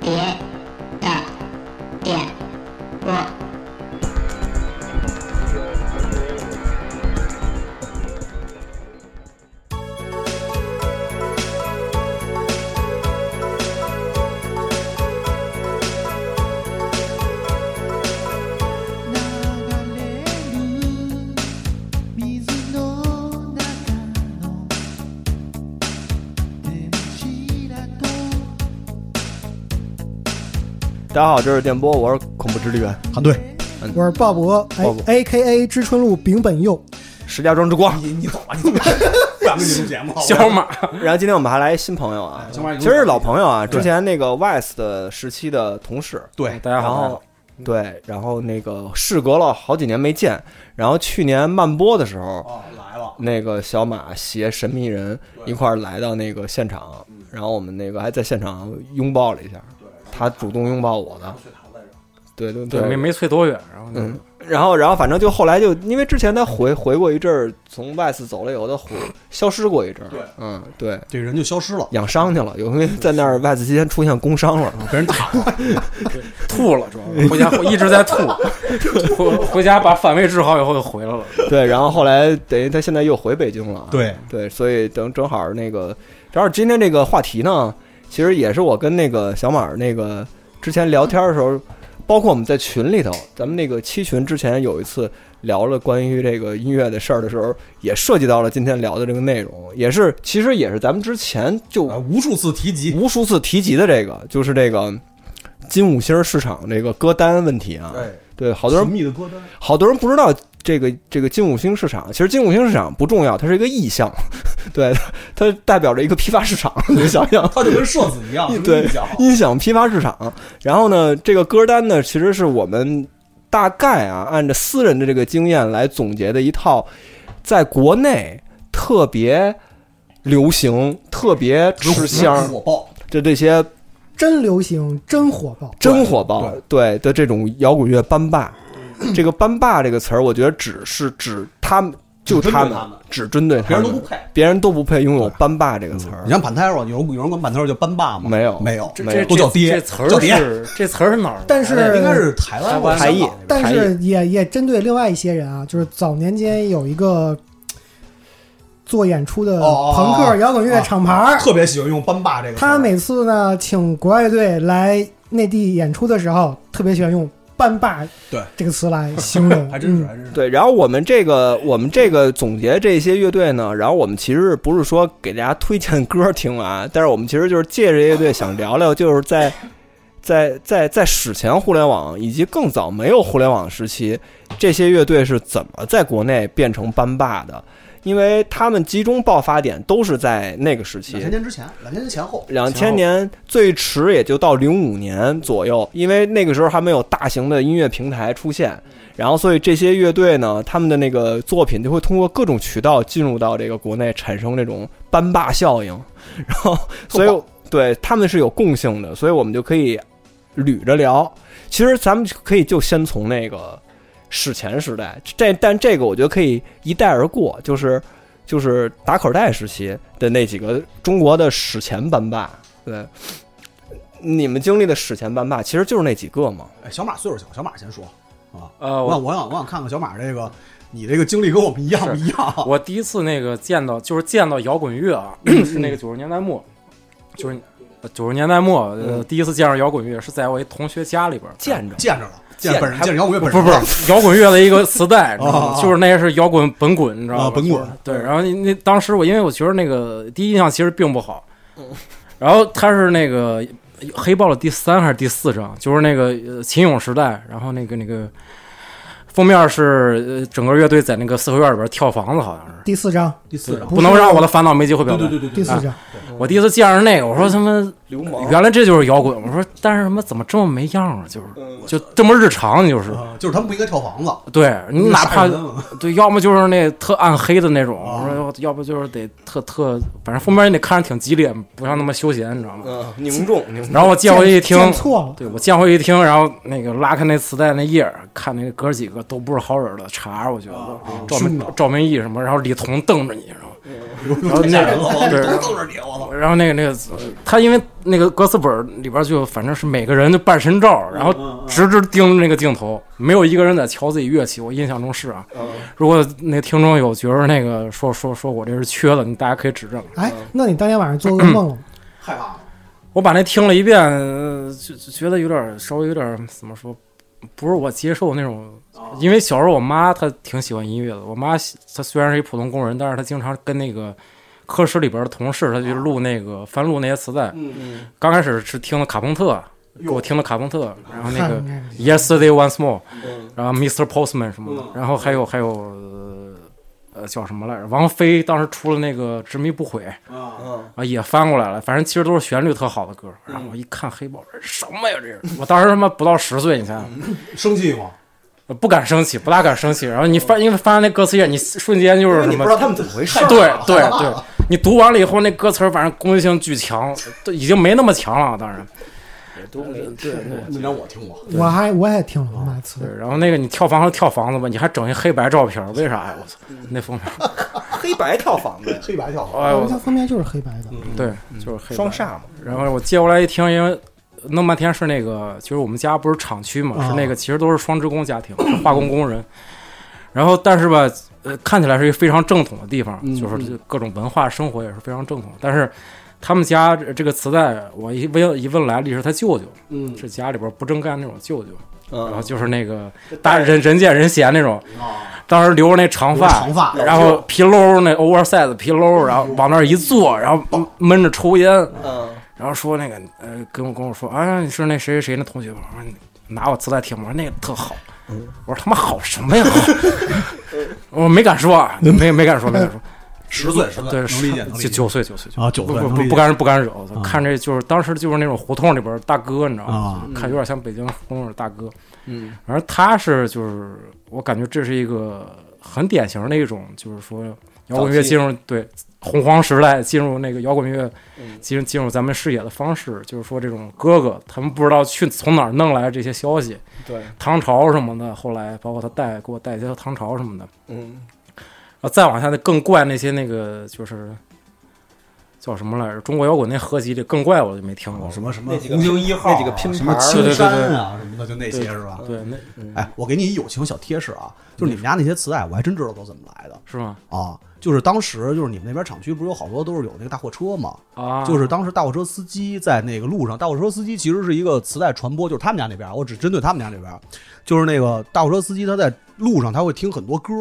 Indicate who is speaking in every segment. Speaker 1: 别的点播。
Speaker 2: 流れる水の中の手柱と
Speaker 3: 大家好，这是电波，我是恐怖直立员，
Speaker 4: 韩队，
Speaker 5: 我是鲍勃哎
Speaker 3: 鲍勃
Speaker 5: ，A K A 知春路丙本佑，
Speaker 3: 石家庄之光。
Speaker 4: 你你走吧，你走吧，不想跟你录节目了。
Speaker 6: 小马，
Speaker 3: 然后今天我们还来新朋友啊
Speaker 4: 哎小马已，经
Speaker 3: 其实是老朋友啊，
Speaker 4: 对
Speaker 3: 之前那个 West 的时期的同事，
Speaker 4: 对，
Speaker 6: 大家
Speaker 3: 然
Speaker 6: 好
Speaker 3: 后，对，然后那个事隔了好几年没见，然后去年漫播的时候，
Speaker 4: 哦，来了，
Speaker 3: 那个小马携神秘人一块儿来到那个现场，然后我们那个还在现场拥抱了一下，他主动拥抱我的，对对
Speaker 6: 对，没没催多远，然后就
Speaker 3: 嗯，然后，然后反正就后来就因为之前他回回过一阵儿，从外斯走了以后，他回消失过一阵儿。
Speaker 4: 对，
Speaker 3: 嗯，对，
Speaker 4: 这人就消失了，
Speaker 3: 养伤去了，有因为在那儿外斯期间出现工伤了。
Speaker 4: 被人打了。
Speaker 6: 吐了，主要是回 家一直在吐，回回家把反胃治好以后就回来了。
Speaker 3: 对，然后后来等于他现在又回北京了。 啊
Speaker 4: 对，
Speaker 3: 对，所以等正好那个，正好今天这个话题呢，其实也是我跟那个小马儿那个之前聊天的时候，包括我们在群里头，咱们那个七群之前有一次聊了关于这个音乐的事儿的时候，也涉及到了今天聊的这个内容，也是其实也是咱们之前就
Speaker 4: 啊，无数次提及，
Speaker 3: 无数次提及的这个，就是这个金五星儿市场这个歌单问题啊，
Speaker 4: 对，
Speaker 3: 对，好多人
Speaker 4: 神秘的歌单，
Speaker 3: 好多人不知道这个这个金五星市场，其实金五星市场不重要，它是一个意象， 对，它代表着一个批发市场， 你想想。
Speaker 4: 他就跟社子一样，什么
Speaker 3: 对
Speaker 4: 印象，
Speaker 3: 啊音响批发市场，然后呢，这个歌单呢，其实是我们大概啊，按照私人的这个经验来总结的一套，在国内特别流行、特别吃香
Speaker 4: 火爆，
Speaker 3: 就这些
Speaker 5: 真流行，真火爆。
Speaker 3: 真火爆，对嗯的这种摇滚乐班霸，这个班霸这个词儿，我觉得只是指他们，就
Speaker 4: 只针
Speaker 3: 他
Speaker 4: 对
Speaker 3: 们
Speaker 4: 他们，
Speaker 3: 只针对
Speaker 4: 别
Speaker 3: 他
Speaker 4: 人都不
Speaker 3: 们，
Speaker 4: 配。
Speaker 3: 别人都不配拥有班霸这个词儿
Speaker 4: 你。像板 t 肉，有人有人管板 t 肉叫班霸吗？
Speaker 3: 没有
Speaker 4: 没有，
Speaker 6: 这
Speaker 3: 没
Speaker 6: 这
Speaker 3: 有
Speaker 4: 都叫爹
Speaker 6: 这词儿
Speaker 4: 叫爹
Speaker 6: 是这词儿是哪儿来的？
Speaker 5: 但是
Speaker 4: 哎应该是台湾或者
Speaker 3: 台
Speaker 4: 香
Speaker 3: 译
Speaker 4: 港那边
Speaker 5: 但是也也针对另外一些人啊，就是早年间有一个做演出的
Speaker 4: 哦
Speaker 5: 朋克摇滚乐
Speaker 4: 啊
Speaker 5: 厂牌儿，
Speaker 4: 特别喜欢用班霸这个词儿。
Speaker 5: 他每次呢请国外队来内地演出的时候，特别喜欢用“班霸”
Speaker 4: 对，
Speaker 5: 这个词来形容
Speaker 4: 还真是
Speaker 5: 嗯
Speaker 4: 还真是。
Speaker 3: 对，然后我们这个我们这个总结这些乐队呢，然后我们其实不是说给大家推荐歌听啊，但是我们其实就是借着乐队想聊聊，就是在在在在史前互联网以及更早没有互联网时期，这些乐队是怎么在国内变成班霸的，因为他们集中爆发点都是在那个时期
Speaker 4: 两。千年之前，两千年前后，
Speaker 3: 两千年最迟也就到零五年左右，因为那个时候还没有大型的音乐平台出现，然后所以这些乐队呢，他们的那个作品就会通过各种渠道进入到这个国内，产生这种班霸效应， 然后所以对他们是有共性的，所以我们就可以捋着聊。其实咱们可以就先从那个史前时代，这但这个我觉得可以一带而过，就是就是打口袋时期的那几个中国的史前班霸，对，你们经历的史前班霸其实就是那几个嘛，
Speaker 4: 哎，小马岁数小，小马先说啊。
Speaker 6: 呃，
Speaker 3: 哦
Speaker 4: 我
Speaker 6: 我
Speaker 4: 想，我想，我想看看小马这个，你这个经历跟我们一样不一样？
Speaker 6: 我第一次那个见到就是见到摇滚乐啊，
Speaker 4: 嗯
Speaker 6: 是那个九十年代末，就是九十年代末、呃
Speaker 3: 嗯
Speaker 6: 第一次见着摇滚乐是在我一同学家里边儿
Speaker 3: 见着
Speaker 4: 见着了，
Speaker 3: 见着
Speaker 4: 见本人，
Speaker 3: 还
Speaker 4: 见着摇滚乐本
Speaker 6: 不
Speaker 4: 人
Speaker 6: 是
Speaker 4: 了，
Speaker 6: 不是摇滚乐的一个 磁带，你知道
Speaker 4: 啊啊
Speaker 6: 吗
Speaker 4: 啊
Speaker 6: 就是那是摇滚本滚，你知道
Speaker 4: 啊
Speaker 6: 吗？
Speaker 4: 本滚
Speaker 6: 就是对，然后那那当时我因为我觉得那个第一印象其实并不好，
Speaker 4: 嗯
Speaker 6: 然后他是那个黑豹的第三还是第四张，就是那个呃秦勇时代，然后那个那个封面是呃整个乐队在那个四合院里边跳房子，好像是。
Speaker 5: 第四章，
Speaker 4: 第四张，
Speaker 5: 不
Speaker 6: 不能让我的烦恼没机会表
Speaker 4: 啊对
Speaker 6: 达。
Speaker 4: 对对对，对啊
Speaker 5: 第四章，
Speaker 6: 我第一次见着那个，我说他妈，
Speaker 3: 流氓
Speaker 6: 原来这就是摇滚。我说，但是他妈怎么这么没样啊？就是
Speaker 4: 嗯
Speaker 6: 就这么日常，就是
Speaker 4: 啊就是他们不应该跳房子，
Speaker 6: 对你哪怕
Speaker 4: 杀人啊
Speaker 6: 对，要么就是那特暗黑的那种，
Speaker 4: 啊
Speaker 6: 我说要不就是得特特，反正封面你得看着挺激烈，不像那么休闲，你知道吗？
Speaker 3: 嗯，凝重，凝重，
Speaker 6: 然后我见回去一听，
Speaker 5: 见错了，
Speaker 6: 对我见回去一听，然后那个拉开那磁带那页儿，看那哥几个都不是好惹的茬儿，我觉得赵
Speaker 4: 凶
Speaker 6: 明
Speaker 4: 的
Speaker 6: 赵明义什么，然后李彤瞪着你，然后然后
Speaker 4: 太吓人了，
Speaker 6: 哦
Speaker 4: 我
Speaker 6: 那个
Speaker 4: 操
Speaker 6: 对
Speaker 4: 都都是你，我操！
Speaker 6: 然后那个那个他因为那个格斯本里边就反正是每个人就半身罩，然后直直盯着那个镜头，没有一个人在敲自己乐器。我印象中是啊，如果那听众有觉得那个说说说我这是缺的，你大家可以指正。
Speaker 5: 哎，
Speaker 4: 嗯
Speaker 5: 那你当天晚上做 噩梦了吗？
Speaker 4: 害怕，
Speaker 6: 我把那听了一遍，呃就就觉得有点儿稍微有点儿怎么说，不是我接受那种。
Speaker 7: 哦
Speaker 6: 因为小时候我妈她挺喜欢音乐的，我妈喜她虽然是一普通工人，但是她经常跟那个科室里边的同事，她去录那个翻录那些磁带。
Speaker 7: 嗯
Speaker 6: 刚开始是听的卡朋特，给我听的卡朋特，然后那个
Speaker 5: 看 看
Speaker 6: Yesterday Once More，
Speaker 7: 嗯
Speaker 6: 然后 Mr. Postman 什么的，然后还有还有呃呃叫什么来着？王菲当时出了那个《执迷不悔》。
Speaker 7: 嗯，
Speaker 6: 啊，也翻过来了，反正其实都是旋律特好的歌。然后我一看黑豹，这什么呀？这是！我当时他妈不到十岁，你想想，
Speaker 4: 生气吗？
Speaker 6: 不敢生气，不大敢生气。然后你翻，因为翻那歌词页，你瞬间就是
Speaker 7: 你不
Speaker 6: 什么
Speaker 7: 知？道他们怎么回事儿，
Speaker 6: 对
Speaker 4: 啊
Speaker 6: 对对，你读完了以后，那歌词儿反正攻击性巨强，都已经没那么强了。啊当然，
Speaker 4: 那张我听过，
Speaker 5: 我还我也听了我妈次
Speaker 6: 对。然后那个你跳房子跳房子吧，你还整一黑白照片儿，为啥呀？我操，那封面，
Speaker 7: 黑白跳房子，
Speaker 4: 黑白跳，
Speaker 6: 哎呦我
Speaker 5: 它
Speaker 6: 操，
Speaker 5: 封面就是黑白
Speaker 4: 嗯
Speaker 5: 的，
Speaker 6: 对，就是黑白
Speaker 7: 双煞嘛，
Speaker 6: 然后我接过来一听，因为弄半天是那个，就是我们家不是厂区嘛，
Speaker 5: 啊
Speaker 6: 是那个其实都是双职工家庭， 是化工工人。然后但是吧，呃，看起来是一个非常正统的地方，
Speaker 7: 嗯
Speaker 6: 就是这各种文化生活也是非常正统。但是他们家这这个磁带，我一问一问来历是他舅舅，
Speaker 7: 嗯
Speaker 6: 是家里边不正干那种舅舅，然后
Speaker 7: 嗯，
Speaker 6: 就是那个大人人见人嫌那种，当时留着那长发，
Speaker 4: 长发
Speaker 6: 然后皮褛那 oversize 皮褛，然后往那儿一坐，然后闷着抽烟，
Speaker 7: 嗯
Speaker 6: 然后说那个呃，跟我跟我说啊，你是那谁谁谁那同学吧？我说你拿我磁带听，我说那个特好。我说他妈好什么呀？好我没敢说，啊，没没敢说，没敢说。
Speaker 4: 十岁十岁，
Speaker 6: 对，
Speaker 4: 能理解，能理解
Speaker 6: 九九岁九岁九
Speaker 4: 啊，九
Speaker 6: 不
Speaker 4: 岁
Speaker 6: 不
Speaker 4: 能理
Speaker 6: 不啊
Speaker 4: 解
Speaker 6: 不敢不敢惹。我操看这就是当时就是那种胡同里边大哥，你知道吗
Speaker 4: 啊？
Speaker 6: 看有点像北京胡同里大哥。
Speaker 7: 嗯
Speaker 6: 而他是就是我感觉这是一个很典型的一种，就是说摇滚乐
Speaker 7: 早期
Speaker 6: 进入对洪荒时代进入那个摇滚乐
Speaker 7: 嗯
Speaker 6: 进入进入咱们视野的方式，就是说这种哥哥他们不知道去从哪儿弄来这些消息，
Speaker 7: 对，
Speaker 6: 唐朝什么的，后来包括他带给我带一些唐朝什么的，
Speaker 7: 嗯
Speaker 6: 然后啊再往下的更怪那些那个就是。叫什么来着？中国摇滚那合集里更怪我就没听过
Speaker 4: 什么什么
Speaker 7: 那几个
Speaker 4: 红星一号啊，
Speaker 7: 那几个拼
Speaker 4: 什么
Speaker 7: 盘儿
Speaker 4: 青
Speaker 6: 对对对
Speaker 4: 山啊什么的，就那些
Speaker 6: 对
Speaker 4: 是吧？
Speaker 6: 对，那
Speaker 4: 哎，我给你一友情小贴士啊，就是你们家那些磁带，我还真知道都怎么来的
Speaker 6: 是吗？
Speaker 4: 啊。就是当时就是你们那边厂区不是有好多都是有那个大货车嘛？
Speaker 6: 啊，
Speaker 4: 就是当时大货车司机在那个路上，大货车司机其实是一个磁带传播，就是他们家那边，我只针对他们家那边，就是那个大货车司机他在路上他会听很多歌。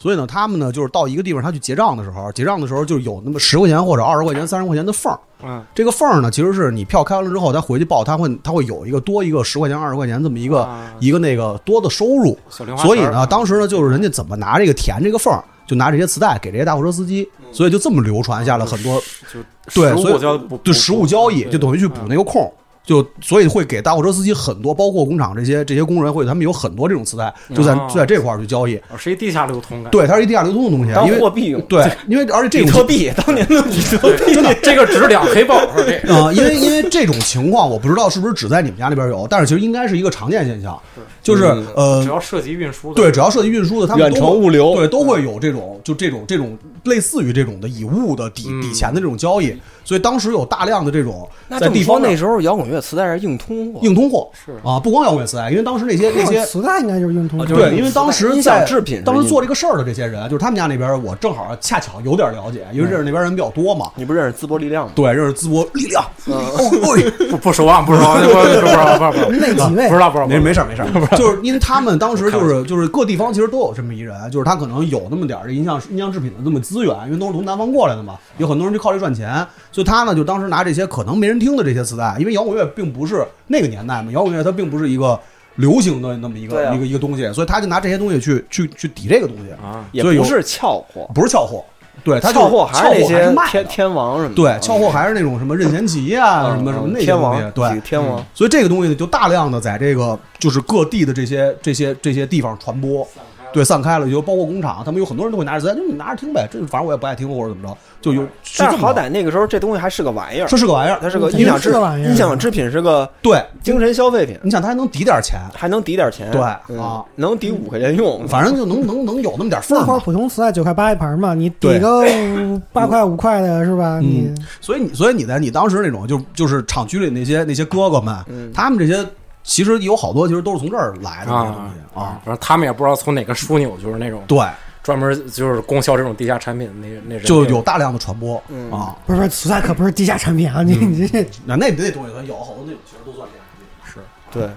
Speaker 4: 所以呢，他们呢就是到一个地方，他去结账的时候，结账的时候就有那么十块钱或者二十块钱、三十块钱的缝儿。
Speaker 6: 嗯，
Speaker 4: 这个缝儿呢，其实是你票开完了之后，他回去报，他会他会有一个多一个十块钱、二十块钱这么一个、
Speaker 6: 啊
Speaker 4: 一个那个多的收入。
Speaker 6: 小零花
Speaker 4: 所以
Speaker 6: 钱儿
Speaker 4: 呢，当时呢，就是人家怎么拿这个填这个缝儿，就拿这些磁带给这些大货车司机，
Speaker 6: 嗯
Speaker 4: 所以就这么流传下了很多
Speaker 6: 就
Speaker 4: 对
Speaker 6: 实
Speaker 4: 所
Speaker 6: 物
Speaker 4: 以
Speaker 6: 交不
Speaker 4: 对实物交易，
Speaker 6: 对嗯
Speaker 4: 就等于去补那个空。就所以会给大货车司机很多，包括工厂这些这些工人会，他们有很多这种磁带，就在
Speaker 6: 哦
Speaker 4: 就在这块儿去交易。
Speaker 6: 哦是一地下流通感。
Speaker 4: 对，它是一地下流通的东西，
Speaker 7: 当
Speaker 4: 因
Speaker 7: 货
Speaker 4: 为
Speaker 7: 币用，
Speaker 4: 对，因为而且这
Speaker 7: 比
Speaker 4: 种
Speaker 7: 特币当年的比 特币，
Speaker 6: 真的，这个只两黑豹，是这个
Speaker 4: 啊、因为因为这种情况，我不知道是不是只在你们家那边有，但是其实应该是一个常见现象，就是
Speaker 7: 嗯
Speaker 4: 呃
Speaker 6: 只，要涉及运输的，
Speaker 4: 对，只要涉及运输的，他们
Speaker 7: 远
Speaker 4: 都
Speaker 7: 程
Speaker 4: 会
Speaker 7: 物流
Speaker 4: 对，都会有这种就这种这种类似于这种的以物的抵
Speaker 6: 嗯
Speaker 4: 抵钱的这种交易，所以当时有大量的这种
Speaker 7: 那
Speaker 4: 在
Speaker 7: 这么
Speaker 4: 地
Speaker 7: 说
Speaker 4: 方上
Speaker 7: 那时候摇滚乐磁带是硬通货，
Speaker 4: 硬通货
Speaker 6: 是
Speaker 4: 啊，不光摇滚磁带，因为当时那些那些
Speaker 5: 磁带应该就是硬通
Speaker 7: 啊
Speaker 5: 货。
Speaker 7: 就是
Speaker 4: 对，因为当时
Speaker 7: 音
Speaker 4: 在
Speaker 7: 响制品是
Speaker 4: 当时
Speaker 7: 硬
Speaker 4: 做这个事儿的这些人，就是他们家那边，我正好恰巧有点了解，因为认识那边人比较多嘛。
Speaker 7: 你不认识淄博力量吗？
Speaker 4: 对，认识淄博力量，
Speaker 7: 嗯
Speaker 4: 哦，哎
Speaker 6: 不不熟啊，不熟啊，不不不不不不不
Speaker 5: 那几位
Speaker 6: 不知道不知道，
Speaker 4: 没没
Speaker 6: 事，
Speaker 4: 事儿没事 儿，就是因为他们当时就是就是各地方其实都有这么一人，就是他可能有那么点儿这音像音像制品的这么资源，因为都是从南方过来的嘛，有很多人就靠这赚钱，所以他呢就当时拿这些可能没人听的这些磁带，因为摇滚乐并不是那个年代嘛，摇滚乐它并不是一个流行的那么一
Speaker 7: 对
Speaker 4: 个、
Speaker 7: 啊
Speaker 4: 一个一个东西，所以他就拿这些东西去去去抵这个东西
Speaker 6: 啊
Speaker 7: 也
Speaker 4: 所以有
Speaker 7: 不是俏货，
Speaker 4: 不是俏货，对，他就是
Speaker 7: 俏货还是那
Speaker 4: 俏货
Speaker 7: 些
Speaker 4: 卖的嗯
Speaker 7: 天天王什么的，
Speaker 4: 对，俏货还是那种什么任贤齐啊，
Speaker 7: 嗯
Speaker 4: 什么什么
Speaker 7: 嗯
Speaker 4: 那些
Speaker 7: 天
Speaker 4: 东西
Speaker 7: 王，
Speaker 4: 对嗯
Speaker 7: 几个，天王，
Speaker 4: 所以这个东西呢，就大量的在这个就是各地的这些这些这些地方传播，对，散开了，就包括工厂，他们有很多人都会拿着磁带，就你拿着听呗，这反正我也不爱听或者怎么着，就有。是
Speaker 3: 但
Speaker 4: 这
Speaker 3: 是
Speaker 4: 么
Speaker 3: 好
Speaker 4: 着
Speaker 3: 歹那个时候这东西还是个玩意儿
Speaker 4: 这，是个玩意儿，
Speaker 3: 它是个
Speaker 5: 嗯
Speaker 3: 音响制
Speaker 5: 是个玩意儿
Speaker 3: 音响制品，是个
Speaker 4: 对，
Speaker 3: 精神消费品，
Speaker 4: 你想他还能抵点钱，
Speaker 3: 还能抵点钱，
Speaker 4: 嗯对
Speaker 3: 嗯
Speaker 4: 啊，嗯
Speaker 3: 能抵五块钱用，
Speaker 4: 反正就能能能有那么点缝
Speaker 5: 那
Speaker 4: 儿
Speaker 5: 会儿
Speaker 4: 嘛。
Speaker 5: 普通磁带九块八一盘嘛，你抵
Speaker 4: 对嗯
Speaker 5: 个五八块五块的是吧？你
Speaker 4: 所以你所以你在你当时那种就就是厂区里那些那些哥哥们，
Speaker 3: 嗯
Speaker 4: 他们这些其实有好多其实都是从这儿来的这些东
Speaker 6: 啊
Speaker 4: 西啊。
Speaker 6: 反正他们也不知道从哪个枢纽，就是那种
Speaker 4: 对，
Speaker 6: 专门就是供销这种地下产品的那那人
Speaker 4: 就有大量的传播
Speaker 3: 嗯
Speaker 4: 啊。
Speaker 5: 不是不是磁带可不是地下产品啊！你你这
Speaker 4: 那那那东西它有好多那种其实都算这样。是，
Speaker 3: 对，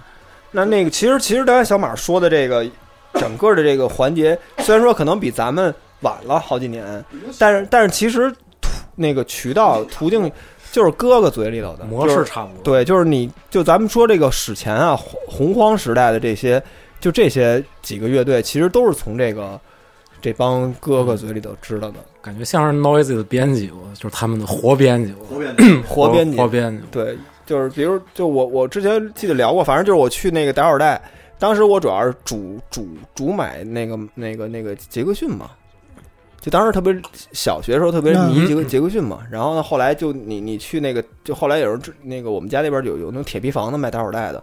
Speaker 3: 那那个其实其实刚才小马说的这个整个的这个环节，虽然说可能比咱们晚了好几年，但是但是其实途那个渠道途径就是哥哥嘴里头的
Speaker 6: 模
Speaker 3: 就
Speaker 6: 式
Speaker 3: 是
Speaker 6: 差不多。
Speaker 3: 对，就是你就咱们说这个史前啊洪洪荒时代的这些，就这些几个乐队，其实都是从这个这帮哥哥嘴里头知道的。
Speaker 6: 感觉像是 Noisy 的编辑，我就是他们的活编辑，我
Speaker 3: 活编辑
Speaker 6: 活编辑，
Speaker 3: 对，就是比如就我我之前记得聊过，反正就是我去那个打火带，当时我主要是主主主买那个那个那个杰克逊嘛，就当时特别小学的时候特别迷
Speaker 6: 嗯
Speaker 3: 杰克杰克逊嘛，然后呢后来就你你去那个就后来有人知那个我们家那边有有那种铁皮房子卖打火带的。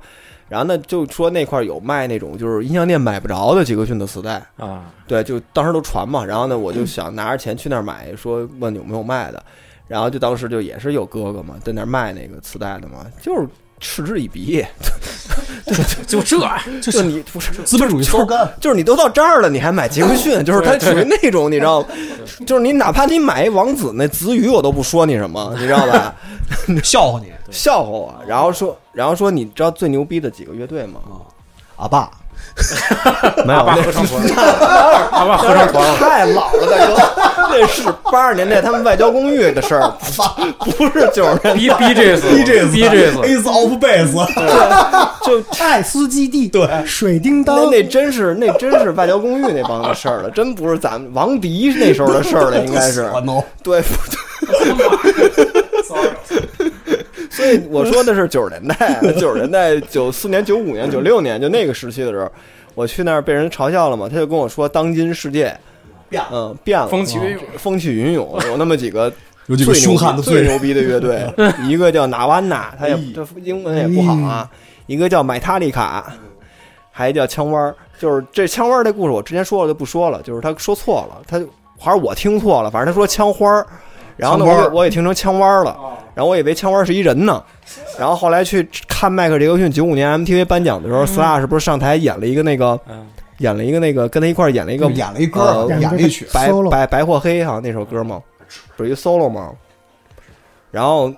Speaker 3: 然后呢，就说那块儿有卖那种就是音像店买不着的杰克逊的磁带，
Speaker 6: 啊，
Speaker 3: 对，就当时都传嘛，然后呢，我就想拿着钱去那儿买，说问有没有卖的，然后就当时就也是有哥哥嘛，在那儿卖那个磁带的嘛，就是嗤之以鼻，
Speaker 6: 就这
Speaker 3: 就是你不是
Speaker 4: 资本主义抽干。
Speaker 3: 就是你都到这儿了，你还买杰克逊，就是它属于那种你知 道吗？就是你哪怕你买一王子那子语，我都不说你什么，你知道 吧？
Speaker 4: 笑话你
Speaker 3: 笑话我，然后说，然后说你知道最牛逼的几个乐队吗？
Speaker 4: 阿爸，
Speaker 3: 啊没
Speaker 6: 阿
Speaker 3: 有，
Speaker 6: 爸
Speaker 3: 那
Speaker 6: 合唱团，阿爸合唱团，
Speaker 3: 太老了，大哥， 那是八十年代他们外交公寓的事儿，不不是九十年代。
Speaker 6: B B J S B J S，
Speaker 4: Ace of Base，
Speaker 3: 就
Speaker 5: 爱斯基地对水叮当
Speaker 3: 那那真是那真是外交公寓那帮的事儿了，真不是咱们王迪那时候的事儿了，应该 是
Speaker 4: no，
Speaker 3: 对。所以我说的是九十年代，九十年代九四年、九五年、九六年就那个时期的时候，我去那儿被人嘲笑了嘛，他就跟我说当今世界
Speaker 4: 变
Speaker 3: 嗯变了，嗯
Speaker 6: 风起云涌
Speaker 3: 风起云涌，有那么几个
Speaker 4: 有几个
Speaker 3: 最牛
Speaker 4: 凶悍的
Speaker 3: 逼最
Speaker 4: 罪人哎
Speaker 3: 牛逼的乐 队，一个叫纳瓦纳，他也他英文也不好啊，一个叫买塔利卡，还叫枪弯儿，就是这枪弯儿这故事我之前说了就不说了，就是他说错了，他还是我听错了，反正他说枪花儿，然后呢
Speaker 4: 枪
Speaker 3: 我
Speaker 4: 花儿
Speaker 3: 也我也听成枪弯儿了，然后我以为枪弯儿是一人呢。然后后来去看迈克尔·杰克逊九五年 MTV 颁奖的时候，Slash 不是上台演了一个那个
Speaker 6: 嗯，
Speaker 3: 演了一个那个跟他一块儿演了一个
Speaker 4: 演了一歌
Speaker 3: 呃，
Speaker 5: 演
Speaker 4: 演了一曲，
Speaker 3: 白
Speaker 5: solo
Speaker 3: 白白或黑哈、那首歌嘛，不是一 solo 嘛。然后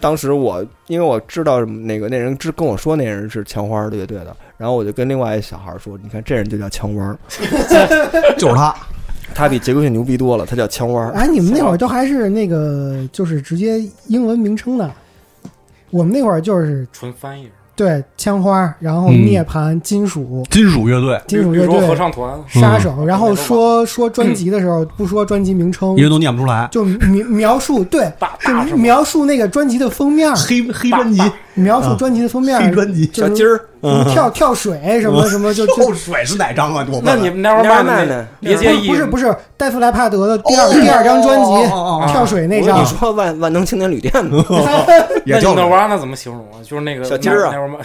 Speaker 3: 当时我因为我知道那个那人之跟我说那人是枪花儿乐队的，然后我就跟另外一小孩儿说，你看这人就叫枪花儿，
Speaker 4: 就是他。
Speaker 3: 他比杰克逊牛逼多了，他叫枪花儿。
Speaker 5: 哎，你们那会儿都还是那个，就是直接英文名称的。我们那会儿就是
Speaker 6: 纯翻译，
Speaker 5: 对枪花，然后
Speaker 4: 嗯
Speaker 5: 涅槃、金属、
Speaker 4: 金属乐队，
Speaker 5: 金属
Speaker 6: 绿
Speaker 5: 乐
Speaker 6: 洲合
Speaker 5: 队、
Speaker 6: 唱嗯团，
Speaker 5: 杀手，然后说说专辑的时候不说专辑名称
Speaker 4: 因，为都念不出来。
Speaker 5: 就描描述对
Speaker 6: 大，大
Speaker 5: 就
Speaker 6: 什么
Speaker 5: 描述那个专辑的封面，
Speaker 4: 黑黑专辑，
Speaker 5: 描述专辑的封面，
Speaker 4: 黑啊专辑嗯
Speaker 5: 就是
Speaker 3: 小鸡儿
Speaker 5: 什 么跳跳水什么什么，就就
Speaker 4: 跳水是哪张啊？我问
Speaker 6: 那
Speaker 4: 问
Speaker 6: 你们 Never
Speaker 3: Nevermind
Speaker 6: Mind
Speaker 3: 呢
Speaker 6: 呢？别介意，
Speaker 5: 不是不是戴夫莱帕德的第二
Speaker 4: 哦
Speaker 5: 第二张专
Speaker 4: 哦哦哦
Speaker 5: 辑跳水那
Speaker 3: 我跟
Speaker 5: 张
Speaker 3: 你，说万万能青年旅店 呢，
Speaker 4: 也
Speaker 6: 那
Speaker 4: 叫
Speaker 6: 你那玩意儿那怎么形容啊？就是那个
Speaker 3: 小鸡儿啊
Speaker 6: Never Mind，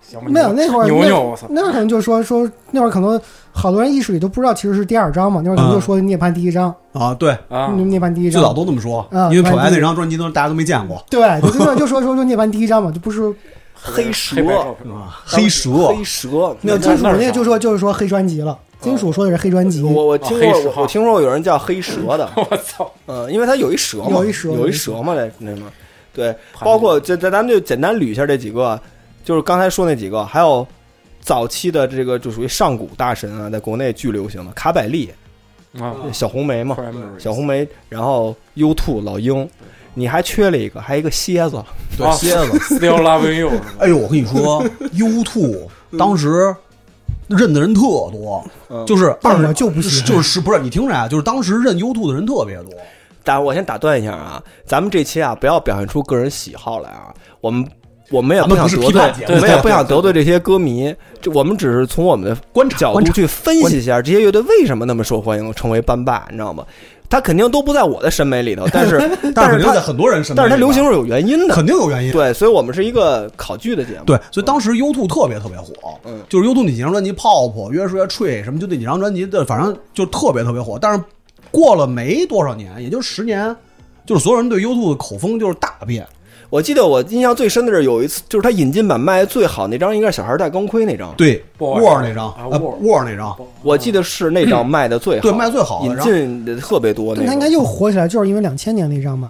Speaker 6: 小
Speaker 5: 没有那会儿
Speaker 6: 牛
Speaker 5: 那
Speaker 6: 牛，我操，
Speaker 5: 那会儿可能就说说那会儿可能好多人意识里都不知道其实是第二章嘛，那会儿可能就说涅槃第一章，
Speaker 4: 啊，对，
Speaker 6: 啊，
Speaker 5: 涅槃第一
Speaker 4: 最
Speaker 5: 章
Speaker 4: 早都这么说，
Speaker 5: 嗯
Speaker 4: 因为本来那张专辑都大家都没见过
Speaker 5: 对， 就就就说说说涅槃第一章嘛，就不是
Speaker 3: 黑蛇
Speaker 6: 黑白照片
Speaker 4: 啊，黑蛇，
Speaker 3: 黑蛇。
Speaker 5: 那金属
Speaker 6: 那是
Speaker 5: 那
Speaker 6: 啥啊
Speaker 5: 就说就是说黑专辑了，金属说的是黑专辑，
Speaker 3: 我我听
Speaker 6: 黑
Speaker 3: 过
Speaker 6: 蛇
Speaker 3: 我我听说过有人叫黑蛇的，
Speaker 6: 我操，
Speaker 3: 嗯，因为它有一蛇嘛，
Speaker 5: 有一蛇
Speaker 3: 有一蛇嘛，在那嘛，对，包括这咱咱们就简单捋一下这几个，就是刚才说那几个，还有早期的这个就属于上古大神啊，在国内巨流行的卡百利、
Speaker 6: 啊
Speaker 3: 小红梅嘛，
Speaker 6: ，Primary
Speaker 3: 小红梅，然后 U two 老鹰，你还缺了一个，还有一个蝎子，
Speaker 4: 对
Speaker 6: 啊
Speaker 4: 蝎子。
Speaker 6: Still Loving You，是吧
Speaker 4: 哎呦，我跟你说，U Two 当时认的人特多，就是
Speaker 5: 但
Speaker 4: 二
Speaker 5: 我就不喜欢
Speaker 4: 就是是不是你听着啊？就是当时认 U Two 的人特别多，
Speaker 3: 但我先打断一下啊，咱们这期啊，不要表现出个人喜好来啊，我们。我们也
Speaker 4: 咱们
Speaker 3: 想
Speaker 4: 不是
Speaker 3: 得
Speaker 4: 批判
Speaker 3: 罪
Speaker 4: 节，目
Speaker 3: 我们也
Speaker 4: 对
Speaker 3: 不想得罪这些歌迷，这我们只是从我们的
Speaker 4: 观察
Speaker 3: 角
Speaker 4: 观
Speaker 3: 度
Speaker 4: 察
Speaker 3: 去分析一下这些乐队为什么那么受欢迎，成为班霸，你知道吗？他肯定都不在我的审美里头， 但是
Speaker 4: 但
Speaker 3: 但
Speaker 4: 是
Speaker 3: 是
Speaker 4: 肯定在
Speaker 3: 他
Speaker 4: 很多人身边，
Speaker 3: 但是他流行是有原因的，
Speaker 4: 肯定有原因。
Speaker 3: 对，所以我们是一个考据的节目，
Speaker 4: 对，所以当时 U Two 特别特别火，
Speaker 3: 嗯
Speaker 4: 就是 U Two 那几张专辑《Pop》《约束约 Tree》什么，就那几张专辑的，反正就特别特别火。但是过了没多少年，也就十年，就是所有人对 U Two 的口风就是大变。
Speaker 3: 我记得我印象最深的是有一次，就是他引进版卖的最好那张，应该是《小孩戴钢盔》那张，
Speaker 4: 对
Speaker 6: 沃尔
Speaker 4: 沃尔那张，
Speaker 6: 啊
Speaker 4: 呃
Speaker 6: 沃尔
Speaker 4: 沃尔那张，
Speaker 3: 我记得是那 张卖的最好，
Speaker 4: 对卖最好的
Speaker 3: 引进的特别多。
Speaker 5: 但他应该
Speaker 3: 个
Speaker 5: 又火起来，就是因为两千年那张嘛，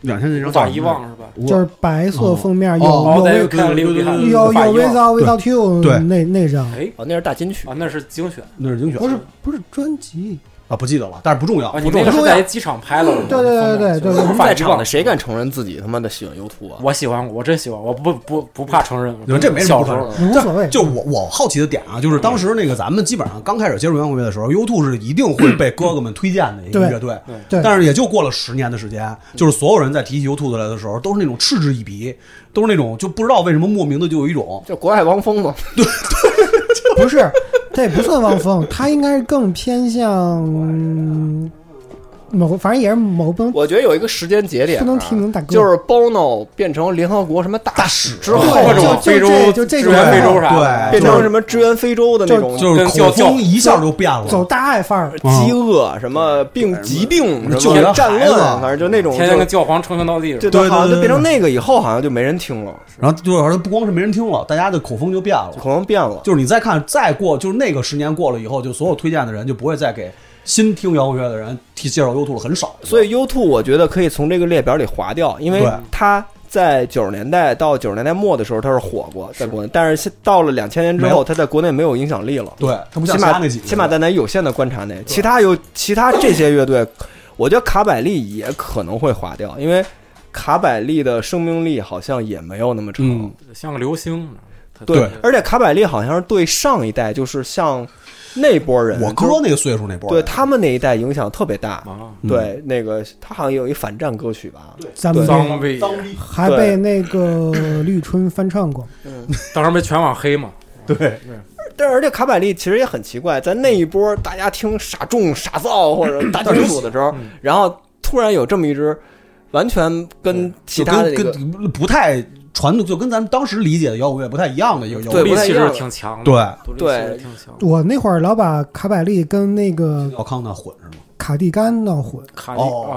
Speaker 4: 两千那张
Speaker 6: 早
Speaker 4: 叫什
Speaker 6: 遗
Speaker 4: 么
Speaker 6: 忘是吧？
Speaker 5: 就是白色封面有
Speaker 4: 哦
Speaker 5: 有
Speaker 6: 哦，再
Speaker 5: 微
Speaker 6: 看 Leave Behind
Speaker 5: 有有
Speaker 6: 法遗忘
Speaker 5: Without Without You
Speaker 4: 对
Speaker 5: 那那张，
Speaker 6: 哎
Speaker 3: 哦，那是大金曲
Speaker 6: 啊，那是精选
Speaker 4: 那是精选，
Speaker 5: 不是不是专辑，
Speaker 4: 啊，不记得了，但是不重要
Speaker 6: 啊，，你那个是在机场拍的，
Speaker 5: 对对对对对
Speaker 6: 我
Speaker 5: 对
Speaker 6: 们
Speaker 3: 在场的谁敢承认自己他妈的喜欢 U2 啊？
Speaker 6: 我喜欢，我真喜欢，我不不不怕承认，
Speaker 4: 你们这没什么
Speaker 6: 小
Speaker 4: 不
Speaker 6: 时
Speaker 4: 可
Speaker 6: 候
Speaker 4: 能。
Speaker 5: 无所谓。
Speaker 4: 就我我好奇的点啊，就是当时那个咱们基本上刚开始接触摇滚乐的时候，U Two 是一定会被哥哥们推荐的一个
Speaker 5: 对
Speaker 4: 乐队，
Speaker 5: 对
Speaker 4: 但是也就过了十年的时间，就是所有人在提起 U Two 的来的时候，都是那种嗤之以鼻，都是那种就不知道为什么莫名的就有一种
Speaker 3: 就国外汪峰嘛，
Speaker 5: 不是，这也不算汪峰，他应该更偏向嗯某，反正也是某不能
Speaker 3: 我觉得有一个时间节点啊，
Speaker 5: 不能提名大哥
Speaker 3: 就是 Bono 变成联合国什么大
Speaker 4: 大
Speaker 3: 使
Speaker 4: 使
Speaker 3: 之后，
Speaker 5: 对
Speaker 6: 或
Speaker 5: 就
Speaker 6: 者往非洲
Speaker 5: 就这就这
Speaker 6: 支
Speaker 5: 种
Speaker 6: 援非洲啥
Speaker 4: 对，
Speaker 6: 的，
Speaker 3: 变成什么
Speaker 4: 么
Speaker 3: 支援非洲的那种，呃
Speaker 4: 就是
Speaker 6: 跟教
Speaker 4: 口风一下就变了，
Speaker 5: 走大爱范儿。
Speaker 3: 饥饿、什么病、疾病、
Speaker 4: 救
Speaker 3: 什
Speaker 4: 援
Speaker 3: 么
Speaker 4: 孩
Speaker 3: 战
Speaker 4: 子
Speaker 3: 乱，反正就那种
Speaker 6: 天天
Speaker 3: 就
Speaker 6: 跟教皇称兄道
Speaker 3: 对
Speaker 6: 弟似的。
Speaker 3: 对，
Speaker 4: 对
Speaker 3: 好像
Speaker 4: 对
Speaker 3: 就
Speaker 4: 对
Speaker 3: 变成那个以后，好像就没人听了，
Speaker 4: 然后就是不光是没人听了，大家的口风就变了，
Speaker 3: 可能变了。
Speaker 4: 就是你再看，再过就是那个十年过了以后，就所有推荐的人就不会再给新听摇滚乐的人提介绍 U Two 了，很少。
Speaker 3: 所以 U2 我觉得可以从这个列表里划掉，因为
Speaker 4: 对
Speaker 3: 它在九十年代到九十年代末的时候它是火过，在国内，但是现到了两千年之
Speaker 4: 没有
Speaker 3: 后，它在国内没有影响力了。
Speaker 4: 对，他不像
Speaker 3: 起
Speaker 4: 其他那
Speaker 3: 码
Speaker 4: 几个，
Speaker 3: 起码在咱有限的观察内，其他有其他这些乐队，我觉得卡百利也可能会划掉，因为卡百利的生命力好像也没有那么长。
Speaker 4: 嗯
Speaker 6: 像个流星。他
Speaker 4: 对
Speaker 3: 而且卡百利好像是对上一代，就是像那波人，
Speaker 4: 我
Speaker 3: 就
Speaker 4: 哥
Speaker 3: 是
Speaker 4: 那个岁数那波
Speaker 3: 对
Speaker 4: 人，
Speaker 3: 他们那一代影响特别大。
Speaker 6: 啊，
Speaker 4: 嗯
Speaker 3: 对，那个他好像有一反战歌曲吧？
Speaker 5: 咱们这
Speaker 6: 脏逼，
Speaker 5: 还被那个绿春翻唱过，
Speaker 6: 当时被全网黑嘛。
Speaker 4: 对
Speaker 3: 但是而且卡百利其实也很奇怪，在那一波大家听傻重、傻造或者大金属的时候，然后突然有这么一支完全跟其
Speaker 4: 就
Speaker 3: 他的
Speaker 4: 跟
Speaker 3: 这个
Speaker 4: 跟不太传统，就跟咱们当时理解的摇滚乐不太一样的一个摇
Speaker 3: 对
Speaker 4: 滚
Speaker 6: 独立
Speaker 3: 不
Speaker 4: 乐。
Speaker 3: 太
Speaker 6: 其
Speaker 3: 一样
Speaker 6: 实
Speaker 3: 了
Speaker 6: 挺强的，
Speaker 4: 对
Speaker 6: 独立其实挺强的。
Speaker 5: 我那会儿老把卡百利跟那个
Speaker 4: 要康那混是吗？
Speaker 5: 卡蒂甘闹混，
Speaker 6: 卡利
Speaker 4: 哦
Speaker 6: 啊，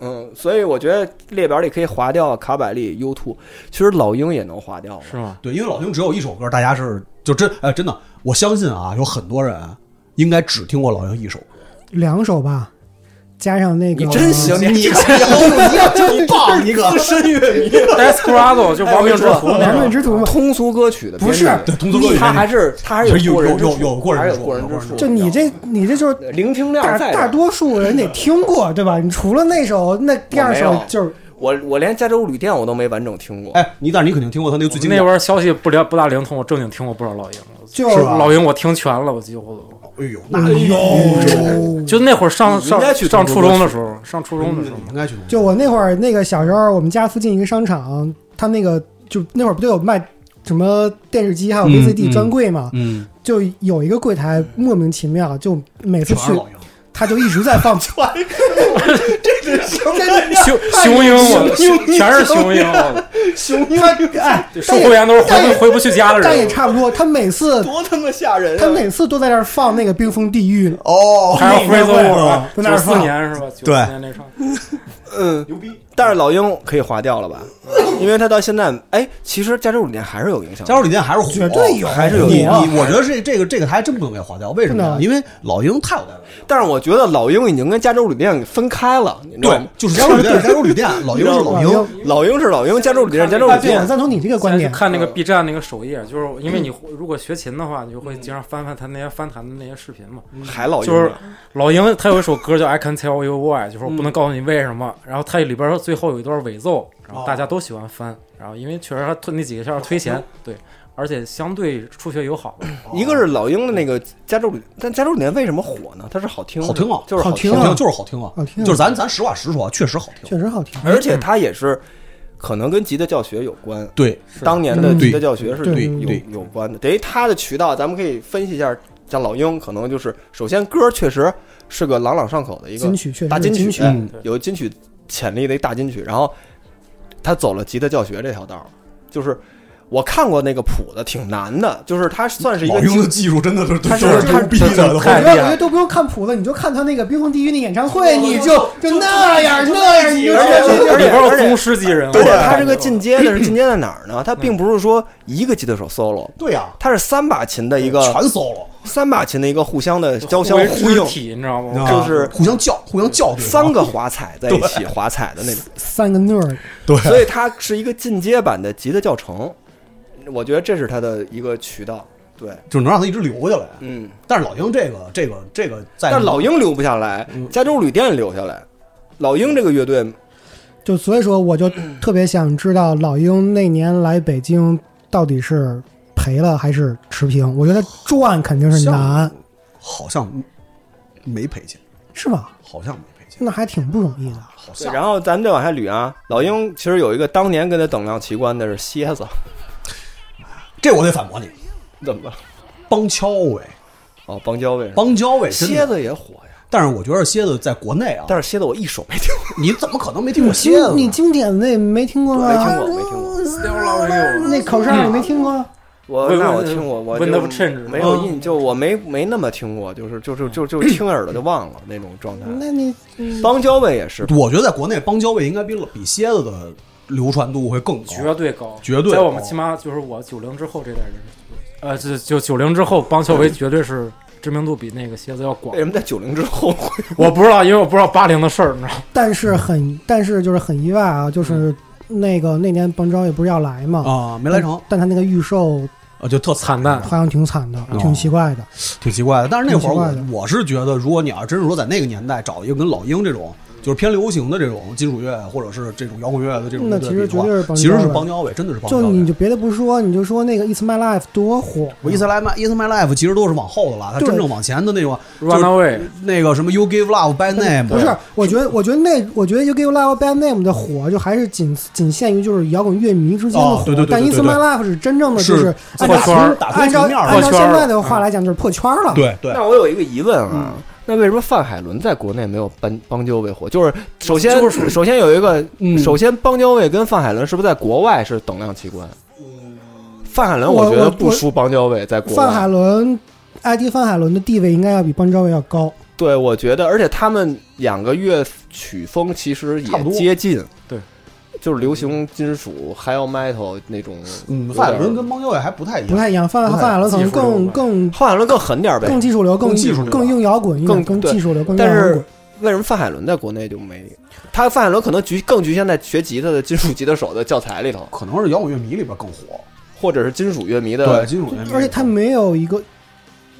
Speaker 3: 嗯，所以我觉得列表里可以划掉卡百利、U Two，其实老鹰也能划掉了。
Speaker 6: 是吗？
Speaker 4: 对，因为老鹰只有一首歌，大家是就真哎真的，我相信啊，有很多人应该只听过老鹰一首歌。
Speaker 5: 两首吧，加上那个
Speaker 3: 你真行，你你
Speaker 4: 你棒一个
Speaker 3: 深乐迷，
Speaker 6: Desperado 就亡命之徒那
Speaker 5: 亡命
Speaker 6: 种，
Speaker 5: 之徒嘛。
Speaker 3: 通俗歌曲的
Speaker 5: 不是
Speaker 3: 编辑
Speaker 4: 对通俗歌曲
Speaker 3: 他
Speaker 4: 编辑
Speaker 3: 还是他还是
Speaker 4: 有
Speaker 3: 过人之
Speaker 4: 有
Speaker 3: 处
Speaker 4: 有有过人
Speaker 3: 还
Speaker 4: 之
Speaker 3: 是有
Speaker 4: 处
Speaker 3: 过人
Speaker 4: 有过人
Speaker 3: 之处。
Speaker 5: 就你这你这就是
Speaker 3: 聆听量
Speaker 5: 大
Speaker 3: 在这
Speaker 5: 大
Speaker 3: 儿，
Speaker 5: 多数人得听过，对吧？你除了那首，那第二
Speaker 3: 我没
Speaker 5: 首
Speaker 3: 有
Speaker 5: 就是
Speaker 3: 我我连加州旅店我都没完整听过。
Speaker 4: 哎，你但是你肯定听过他那个最经典
Speaker 6: 那会儿消息不了不大灵通，我正经听过不少老鹰，
Speaker 5: 就是
Speaker 4: 吧
Speaker 6: 老鹰我听全了，我几乎
Speaker 4: 哎呦，那
Speaker 5: 哎呦，
Speaker 6: 就那会儿上
Speaker 3: 你应
Speaker 6: 上
Speaker 3: 该去
Speaker 6: 上
Speaker 3: 中
Speaker 6: 初
Speaker 3: 国
Speaker 6: 中
Speaker 3: 去
Speaker 6: 的时候，上初中的时候
Speaker 4: 你应该去。
Speaker 5: 就我那会儿那个小时候，我们家附近一个商场，他那个就那会儿不都有卖什么电视机还有
Speaker 4: 嗯
Speaker 5: VCD
Speaker 4: 嗯
Speaker 5: 专柜嘛，
Speaker 4: 嗯，
Speaker 5: 就有一个柜台莫名其妙，就每次
Speaker 4: 全是
Speaker 5: 去
Speaker 4: 老鹰。
Speaker 5: 他就一直在放 穿，这是
Speaker 6: 雄雄鹰，我全是啊雄鹰，
Speaker 5: 熊熊他哎，
Speaker 6: 售货员都是回不回不去家的
Speaker 5: 但也
Speaker 6: 人，
Speaker 5: 差不多，他每次
Speaker 3: 多他妈吓人啊
Speaker 5: 他！每次都在那儿放那个冰封地狱呢，
Speaker 4: 哦
Speaker 6: 还有 Freeze
Speaker 5: 在
Speaker 6: Over，
Speaker 5: 那儿
Speaker 6: 九四
Speaker 5: 放
Speaker 6: 年是吧？九四年那场，
Speaker 3: 嗯，牛逼。但是老鹰可以划掉 了吧？因为他到现在，哎，其实加州旅店还是有影响
Speaker 4: 加
Speaker 3: 的。
Speaker 4: 州旅店还是火，
Speaker 5: 绝对有
Speaker 3: 还是有
Speaker 4: 你
Speaker 3: 火啊
Speaker 4: 你，我觉得这这个这个还真不能给划掉，为什么
Speaker 5: 真
Speaker 4: 呀？
Speaker 5: 的
Speaker 4: 因为老鹰太有代表性了。
Speaker 3: 但是我觉得老鹰已经跟加州旅店分开了，你知道
Speaker 4: 对
Speaker 3: 吗，？
Speaker 4: 就是加州旅店，加州旅店，老鹰是老
Speaker 5: 老
Speaker 4: 鹰
Speaker 5: 鹰。
Speaker 3: 老鹰是老鹰，加州旅店加州
Speaker 5: 啊，
Speaker 3: 旅
Speaker 5: 对，我
Speaker 3: 店。
Speaker 5: 赞同你这个观
Speaker 6: 咱去
Speaker 5: 点。
Speaker 6: 看那个 B 站那个首页，就是因为你如果学琴的话，你就会经常翻翻他那些翻弹的那些视频嘛。
Speaker 3: 还老鹰
Speaker 6: 就
Speaker 3: 呢，
Speaker 6: 是老鹰，他有一首歌叫《I Can Tell You Why》，就是我不能告诉你为什么。然后它里边最后有一段尾奏，然后大家都喜欢翻。然后因为确实他推那几个下推前，对，而且相对初学友好吧。
Speaker 3: 一个是老鹰的那个加州旅，但加州旅店为什么火呢？它是好听，
Speaker 4: 好听啊
Speaker 3: 就是
Speaker 5: 好听
Speaker 4: 好
Speaker 5: 啊
Speaker 4: 听就是好听啊
Speaker 5: 好听啊
Speaker 4: 就是咱咱实话实说啊，确实好听。
Speaker 5: 确实好听，
Speaker 3: 而且它也是可能跟吉他教学有关。
Speaker 4: 对，
Speaker 3: 当年的
Speaker 5: 嗯
Speaker 3: 吉他教学是有
Speaker 5: 对
Speaker 3: 有
Speaker 4: 对
Speaker 3: 有关的，等于他的渠道，咱们可以分析一下。像老鹰，可能就是首先歌确实是个朗朗上口的一个
Speaker 5: 金曲确实
Speaker 3: 大
Speaker 5: 是
Speaker 3: 金曲，
Speaker 5: 曲，
Speaker 3: 哎
Speaker 4: 嗯
Speaker 3: 有金曲潜力的一大金曲。然后他走了吉他教学这条道儿，就是我看过那个谱子，挺难的，就是他算是一
Speaker 4: 老
Speaker 3: 个
Speaker 4: 鹰
Speaker 3: 金
Speaker 4: 的技术真的是
Speaker 3: 他
Speaker 4: 他
Speaker 3: 是
Speaker 4: 牛逼
Speaker 3: 他
Speaker 4: 的，
Speaker 3: 他
Speaker 5: 我
Speaker 3: 太
Speaker 5: 觉
Speaker 3: 厉害
Speaker 5: 得我觉得都不用看谱子，你就看他那个冰封地狱那演唱会，你就就那样那样，你就
Speaker 3: 而且而
Speaker 5: 觉得
Speaker 3: 且
Speaker 6: 里边
Speaker 3: 而
Speaker 6: 有
Speaker 3: 且
Speaker 6: 宗师级人物，啊
Speaker 3: 而且他这个进阶的是进阶在哪儿呢？他并不是说一个吉他手 solo，
Speaker 4: 对呀，
Speaker 3: 他是三把琴啊的一
Speaker 4: 全
Speaker 3: 个
Speaker 4: solo，
Speaker 3: 三把琴的一个互相的交相
Speaker 6: 为
Speaker 3: 呼
Speaker 6: 肢
Speaker 3: 应，
Speaker 6: 体，你知道
Speaker 4: 你知道吧
Speaker 6: 吗？
Speaker 3: 嗯就是
Speaker 4: 啊互相叫，互相叫对方
Speaker 3: 三个华彩在一起华彩的那种，
Speaker 5: 三个 nerd，
Speaker 4: 对，
Speaker 3: 所以它是一个进阶版的吉他教程。我觉得这是它的一个渠道，对，
Speaker 4: 就能让他一直留下来。
Speaker 3: 嗯，
Speaker 4: 但是老鹰这个这个这个在
Speaker 3: 但老鹰留不下来，加州旅店留下来，老鹰这个乐队
Speaker 5: 就所以说我就特别想知道老鹰那年来北京到底是赔了还是持平？我觉得赚肯定是难，
Speaker 4: 好像没赔钱，
Speaker 5: 是吧？
Speaker 4: 好像没赔钱，
Speaker 5: 那还挺不容易的。
Speaker 4: 好
Speaker 3: 对，
Speaker 4: 像
Speaker 3: 然后咱们再往下捋啊，老鹰其实有一个当年跟他等量齐观的是蝎子，
Speaker 4: 这我得反驳你，
Speaker 3: 怎么了？
Speaker 4: 邦乔伟，
Speaker 3: 哦，邦交为什么
Speaker 4: 邦乔伟真的
Speaker 3: 蝎，子也火呀，
Speaker 4: 但是我觉得蝎子在国内啊，
Speaker 3: 但是蝎子我一首没听过，
Speaker 4: 你怎么可能没听过蝎子呢？
Speaker 5: 你经典的也没听过吗？
Speaker 3: 没听过，没听过。
Speaker 5: 那口哨也没听过，
Speaker 3: 我
Speaker 6: 问
Speaker 3: 那
Speaker 6: 问
Speaker 3: 我听过，我
Speaker 6: 问
Speaker 3: 就
Speaker 6: 他不称职
Speaker 3: 没有印，就我没没那么听过，就是就就就就听耳朵就忘了那种状态。
Speaker 5: 那你
Speaker 3: 邦交位也是，
Speaker 4: 我觉得在国内邦交位应该比比蝎子的流传度会更高。
Speaker 6: 绝对高，
Speaker 4: 绝对
Speaker 6: 在我们
Speaker 4: 高
Speaker 6: 起码就是我九零之后这代人，呃，就就九零之后，邦乔维绝对是知名度比那个蝎子要广
Speaker 3: 为。什么在九零之后会？
Speaker 6: 我不知道，因为我不知道八零的事儿，你知道吗？
Speaker 5: 但是很，但是就是很意外啊，就是那个那年邦昭也不是要来嘛，
Speaker 4: 啊，没来成，
Speaker 5: 但他那个预售
Speaker 4: 啊，就特惨，
Speaker 6: 惨淡。
Speaker 5: 好像挺惨的，
Speaker 4: 哦
Speaker 5: 挺奇怪的。
Speaker 4: 挺奇怪的。但是那会
Speaker 5: 挺
Speaker 4: 儿
Speaker 5: 奇怪
Speaker 4: 我我是觉得，如果你要真是说在那个年代找一个跟老鹰这种就是偏流行的这种金属乐或者是这种摇滚乐的这种
Speaker 5: 那
Speaker 4: 乐队
Speaker 5: 其实
Speaker 4: 比的话
Speaker 5: 绝对是邦
Speaker 4: 其实
Speaker 5: 交
Speaker 4: 是
Speaker 5: 伟
Speaker 4: 邦交伟，真的是邦交
Speaker 5: 就你
Speaker 4: 伟。
Speaker 5: 就别的不说，你就说那个《It's My Life》多火，啊
Speaker 4: 我 It's My It's My Life 其实都是往后的了，他
Speaker 5: 对
Speaker 4: 真正往前的那种，就
Speaker 6: Run
Speaker 4: 是
Speaker 6: away，
Speaker 4: 那个什么 You Give Love By Name，
Speaker 5: 不是，我觉得，我觉得那，我觉得《You Give Love a Bad Name》的火，就还是仅仅限于就是摇滚乐迷之间的
Speaker 4: 哦
Speaker 5: 火。
Speaker 4: 对对对
Speaker 5: 但《
Speaker 4: 对
Speaker 5: It's
Speaker 4: 对
Speaker 5: My Life》是真正的，就是按
Speaker 4: 破
Speaker 5: 照
Speaker 4: 圈儿打通
Speaker 5: 按照
Speaker 4: 层面儿了嗯
Speaker 5: 按照
Speaker 6: 破圈儿
Speaker 5: 现
Speaker 6: 了
Speaker 5: 在的话来讲，就是破圈儿了。，
Speaker 4: 对对，
Speaker 3: 那我有一个疑问啊，那为什么范海伦在国内没有邦邦交位火？就是首先首先有一个，首先邦交位跟范海伦是不是在国外是等量齐观？范海伦
Speaker 5: 我
Speaker 3: 觉得
Speaker 5: 我
Speaker 3: 不输邦交位在国
Speaker 5: 范海
Speaker 3: 外，
Speaker 5: 伦，ID 范海伦的地位应该要比邦乔维要高。
Speaker 3: 对我觉得，而且他们两个乐曲风其实
Speaker 4: 差不
Speaker 3: 也
Speaker 4: 多
Speaker 3: 接近，
Speaker 6: 对，
Speaker 3: 就是流行金属还有 metal 那种。
Speaker 4: 嗯，
Speaker 3: 有
Speaker 4: 范海
Speaker 3: 点
Speaker 4: 伦跟邦交伟还不太一
Speaker 5: 不
Speaker 4: 样。
Speaker 5: 太一样，范
Speaker 4: 哎不太
Speaker 5: 范海伦可能
Speaker 6: 技术流
Speaker 5: 更
Speaker 6: 吧
Speaker 5: 更
Speaker 3: 范海伦更狠点儿呗，
Speaker 5: 更技术流，更
Speaker 4: 更技术流
Speaker 5: 更硬摇滚一点，
Speaker 3: 更
Speaker 5: 更
Speaker 3: 对
Speaker 5: 技术流，更硬
Speaker 3: 但
Speaker 5: 摇
Speaker 3: 是
Speaker 5: 滚。
Speaker 3: 为什么范海伦在国内就没？他范海伦可能局更局限在学吉他的金属吉他手的教材里头，
Speaker 4: 可能是摇滚乐迷里边更火，
Speaker 3: 或者是金属乐迷
Speaker 4: 对
Speaker 3: 的。
Speaker 4: 金属乐迷，
Speaker 5: 而且他没有一个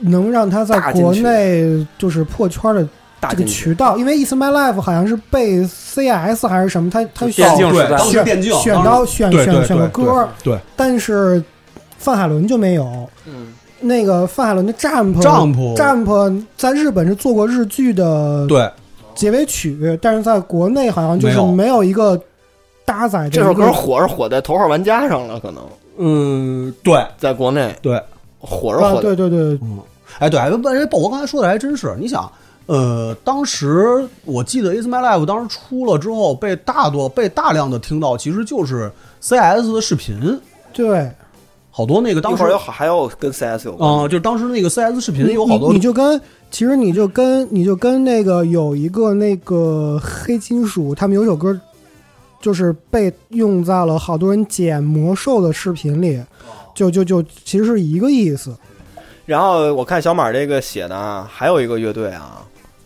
Speaker 5: 能让他在
Speaker 3: 大进
Speaker 5: 国
Speaker 3: 去
Speaker 5: 内就是破圈的
Speaker 3: 大
Speaker 5: 这个
Speaker 3: 金曲。
Speaker 5: 渠道，因为 It's My Life 好像是被 CS 还是什么，他他
Speaker 6: 电
Speaker 5: 选
Speaker 6: 竞时代
Speaker 4: 哦当时
Speaker 5: 选
Speaker 4: 电竞
Speaker 5: 选
Speaker 4: 当时
Speaker 5: 到选
Speaker 4: 对对
Speaker 5: 选选个
Speaker 4: 对
Speaker 5: 歌儿，
Speaker 4: 对
Speaker 5: 但是范海伦就没有。
Speaker 3: 嗯，
Speaker 5: 那个范海伦的 Jump
Speaker 4: Jump
Speaker 5: Jump 在日本是做过日剧的
Speaker 4: 对，
Speaker 5: 结尾曲，但是在国内好像就是
Speaker 4: 没有
Speaker 5: 没有一个搭载的
Speaker 3: 这首
Speaker 5: 一个
Speaker 3: 歌火是火在头号玩家上了，可能
Speaker 4: 嗯，对
Speaker 3: 在国内
Speaker 4: 对，
Speaker 3: 火是
Speaker 5: 啊，
Speaker 3: 火在。
Speaker 5: 对对对，
Speaker 4: 嗯，哎，对，哎不，哎不，我刚才说的还真是，你想，呃，当时我记得《Is My Life》当时出了之后，被大多被大量的听到，其实就是 CS 的视频，
Speaker 5: 对，
Speaker 4: 好多那个当
Speaker 3: 一
Speaker 4: 时
Speaker 3: 会儿有还有跟 CS 有关
Speaker 4: 啊、就是当时那个 CS 视频有
Speaker 5: 你
Speaker 4: 好多
Speaker 5: 你就跟其实你就跟你就跟那个有一个那个黑金属，他们有首歌，就是被用在了好多人剪魔兽的视频
Speaker 4: 哦
Speaker 5: 里，就就就其实是一个意思。
Speaker 6: 哦
Speaker 3: 然后我看小马这个写的啊，还有一个乐队啊，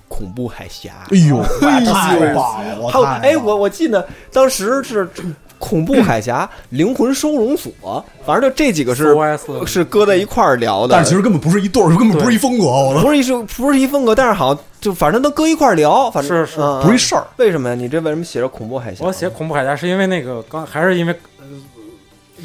Speaker 3: 恐怖海峡。
Speaker 4: 哎呦，太棒了！
Speaker 3: 还有
Speaker 4: 太
Speaker 3: 哎，
Speaker 4: 棒了
Speaker 3: 我我记得当时是恐怖海峡、灵魂收容所，反正就这几个是
Speaker 6: OS
Speaker 3: 是搁在一块儿聊的。
Speaker 4: 但是其实根本不是一对儿，根本不是一风格，我
Speaker 3: 不是一是不是一风格，但是好像就反正能搁一块儿聊，反正
Speaker 6: 是是
Speaker 3: 嗯
Speaker 4: 不是一事儿。
Speaker 3: 为什么呀？你这为什么写着恐怖海峡？
Speaker 6: 我写恐怖海峡是因为那个刚还是因为呃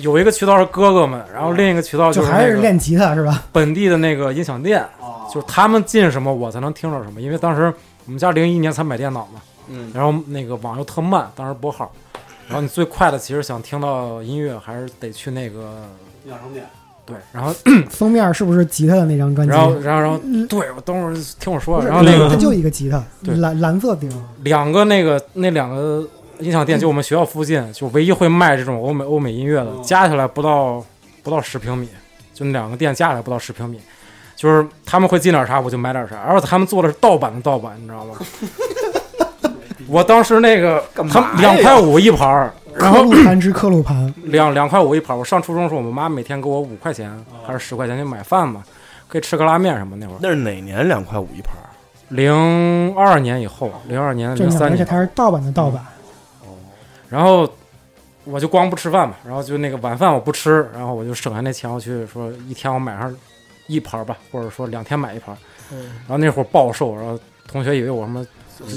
Speaker 6: 有一个渠道是哥哥们，然后另一个渠道
Speaker 5: 就是还
Speaker 6: 那
Speaker 5: 是
Speaker 6: 个
Speaker 5: 练吉他是吧？
Speaker 6: 本地的那个音响店，就是他们进什么我才能听着什么，因为当时我们家零一年才买电脑嘛，
Speaker 3: 嗯
Speaker 6: 然后那个网又特慢，当时拨号，然后你最快的其实想听到音乐，还是得去那个
Speaker 4: 养成点。
Speaker 6: 对，然后
Speaker 5: 封面是不是吉他的那张专辑？
Speaker 6: 然后然后然后对我等会儿听我说，啊
Speaker 5: 不是
Speaker 6: 然后那
Speaker 5: 它
Speaker 6: 个
Speaker 5: 就一个吉他，
Speaker 6: 对
Speaker 5: 蓝蓝色顶，
Speaker 6: 两个那个那两个音
Speaker 3: 嗯
Speaker 6: 响店就我们学校附近，就唯一会卖这种欧美欧美音乐的，
Speaker 3: 哦
Speaker 6: 加起来不到不到十平米，就那两个店加起来不到十平米。就是他们会进点啥，我就买点啥，而且他们做的是盗版的盗版，你知 道吗？我当时那个
Speaker 3: 干嘛
Speaker 6: 他们两
Speaker 3: 呀
Speaker 6: 块五一盘儿，然
Speaker 5: 刻
Speaker 6: 后
Speaker 5: 录盘之刻录盘，
Speaker 6: 两两块五一盘儿。我上初中的时候，我妈每天给我五块钱还是十块钱去买饭嘛，可以吃个拉面什么那会儿。
Speaker 3: 哦那是哪年两块五一盘儿？
Speaker 6: 零二年以后，零二年、
Speaker 5: 正
Speaker 6: 零
Speaker 5: 常，
Speaker 6: 三嗯
Speaker 5: 而且
Speaker 6: 年，
Speaker 5: 它是盗版的盗版。
Speaker 6: 然后我就光不吃饭嘛，然后就那个晚饭我不吃，然后我就省下那钱，我去说一天我买上一盘儿吧，或者说两天买一盘儿。然后那会儿暴瘦，然后同学以为我什么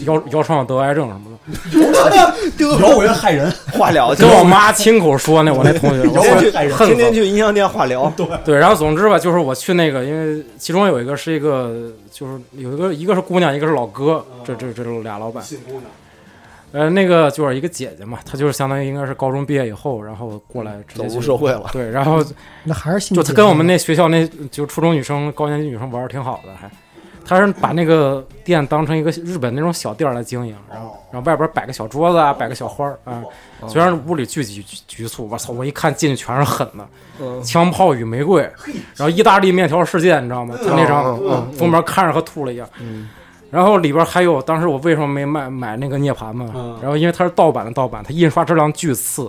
Speaker 6: 腰腰穿得癌症什么的，
Speaker 4: 摇滚乐害人，
Speaker 3: 化疗去
Speaker 6: 跟我妈亲口说呢，我那 同学，我
Speaker 3: 天天去
Speaker 6: 说恨死
Speaker 3: 天
Speaker 6: 了
Speaker 3: 天去音像店化疗，对，
Speaker 6: 对，然后总之吧，就是我去那个，因为其中有一个是一个，就是有一个一个是姑娘，一个是老哥，
Speaker 3: 啊
Speaker 6: 这这这俩老板。呃，那个就是一个姐姐嘛，她就是相当于应该是高中毕业以后，然后过来直
Speaker 3: 走
Speaker 6: 接
Speaker 3: 入
Speaker 6: 去
Speaker 3: 社会了。
Speaker 6: 对，然后
Speaker 5: 那还是信
Speaker 6: 就
Speaker 5: 姐
Speaker 6: 她跟我们那学校那就初中女生、高年级女生玩的挺好的，还，她是把那个店当成一个日本那种小店儿来经营，然
Speaker 3: 哦
Speaker 6: 后然后外边摆个小桌子啊，摆个小花儿啊，虽然屋里巨局局促，我操，我一看进去全是狠的，
Speaker 3: 嗯
Speaker 6: 枪炮与玫瑰，然后意大利面条事件，你知道吗？他那张
Speaker 3: 嗯嗯
Speaker 6: 封面看着和吐了一样。然后里边还有，当时我为什么没买买那个涅槃嘛？
Speaker 4: 嗯
Speaker 6: 然后因为它是盗版的盗版，它印刷质量巨次。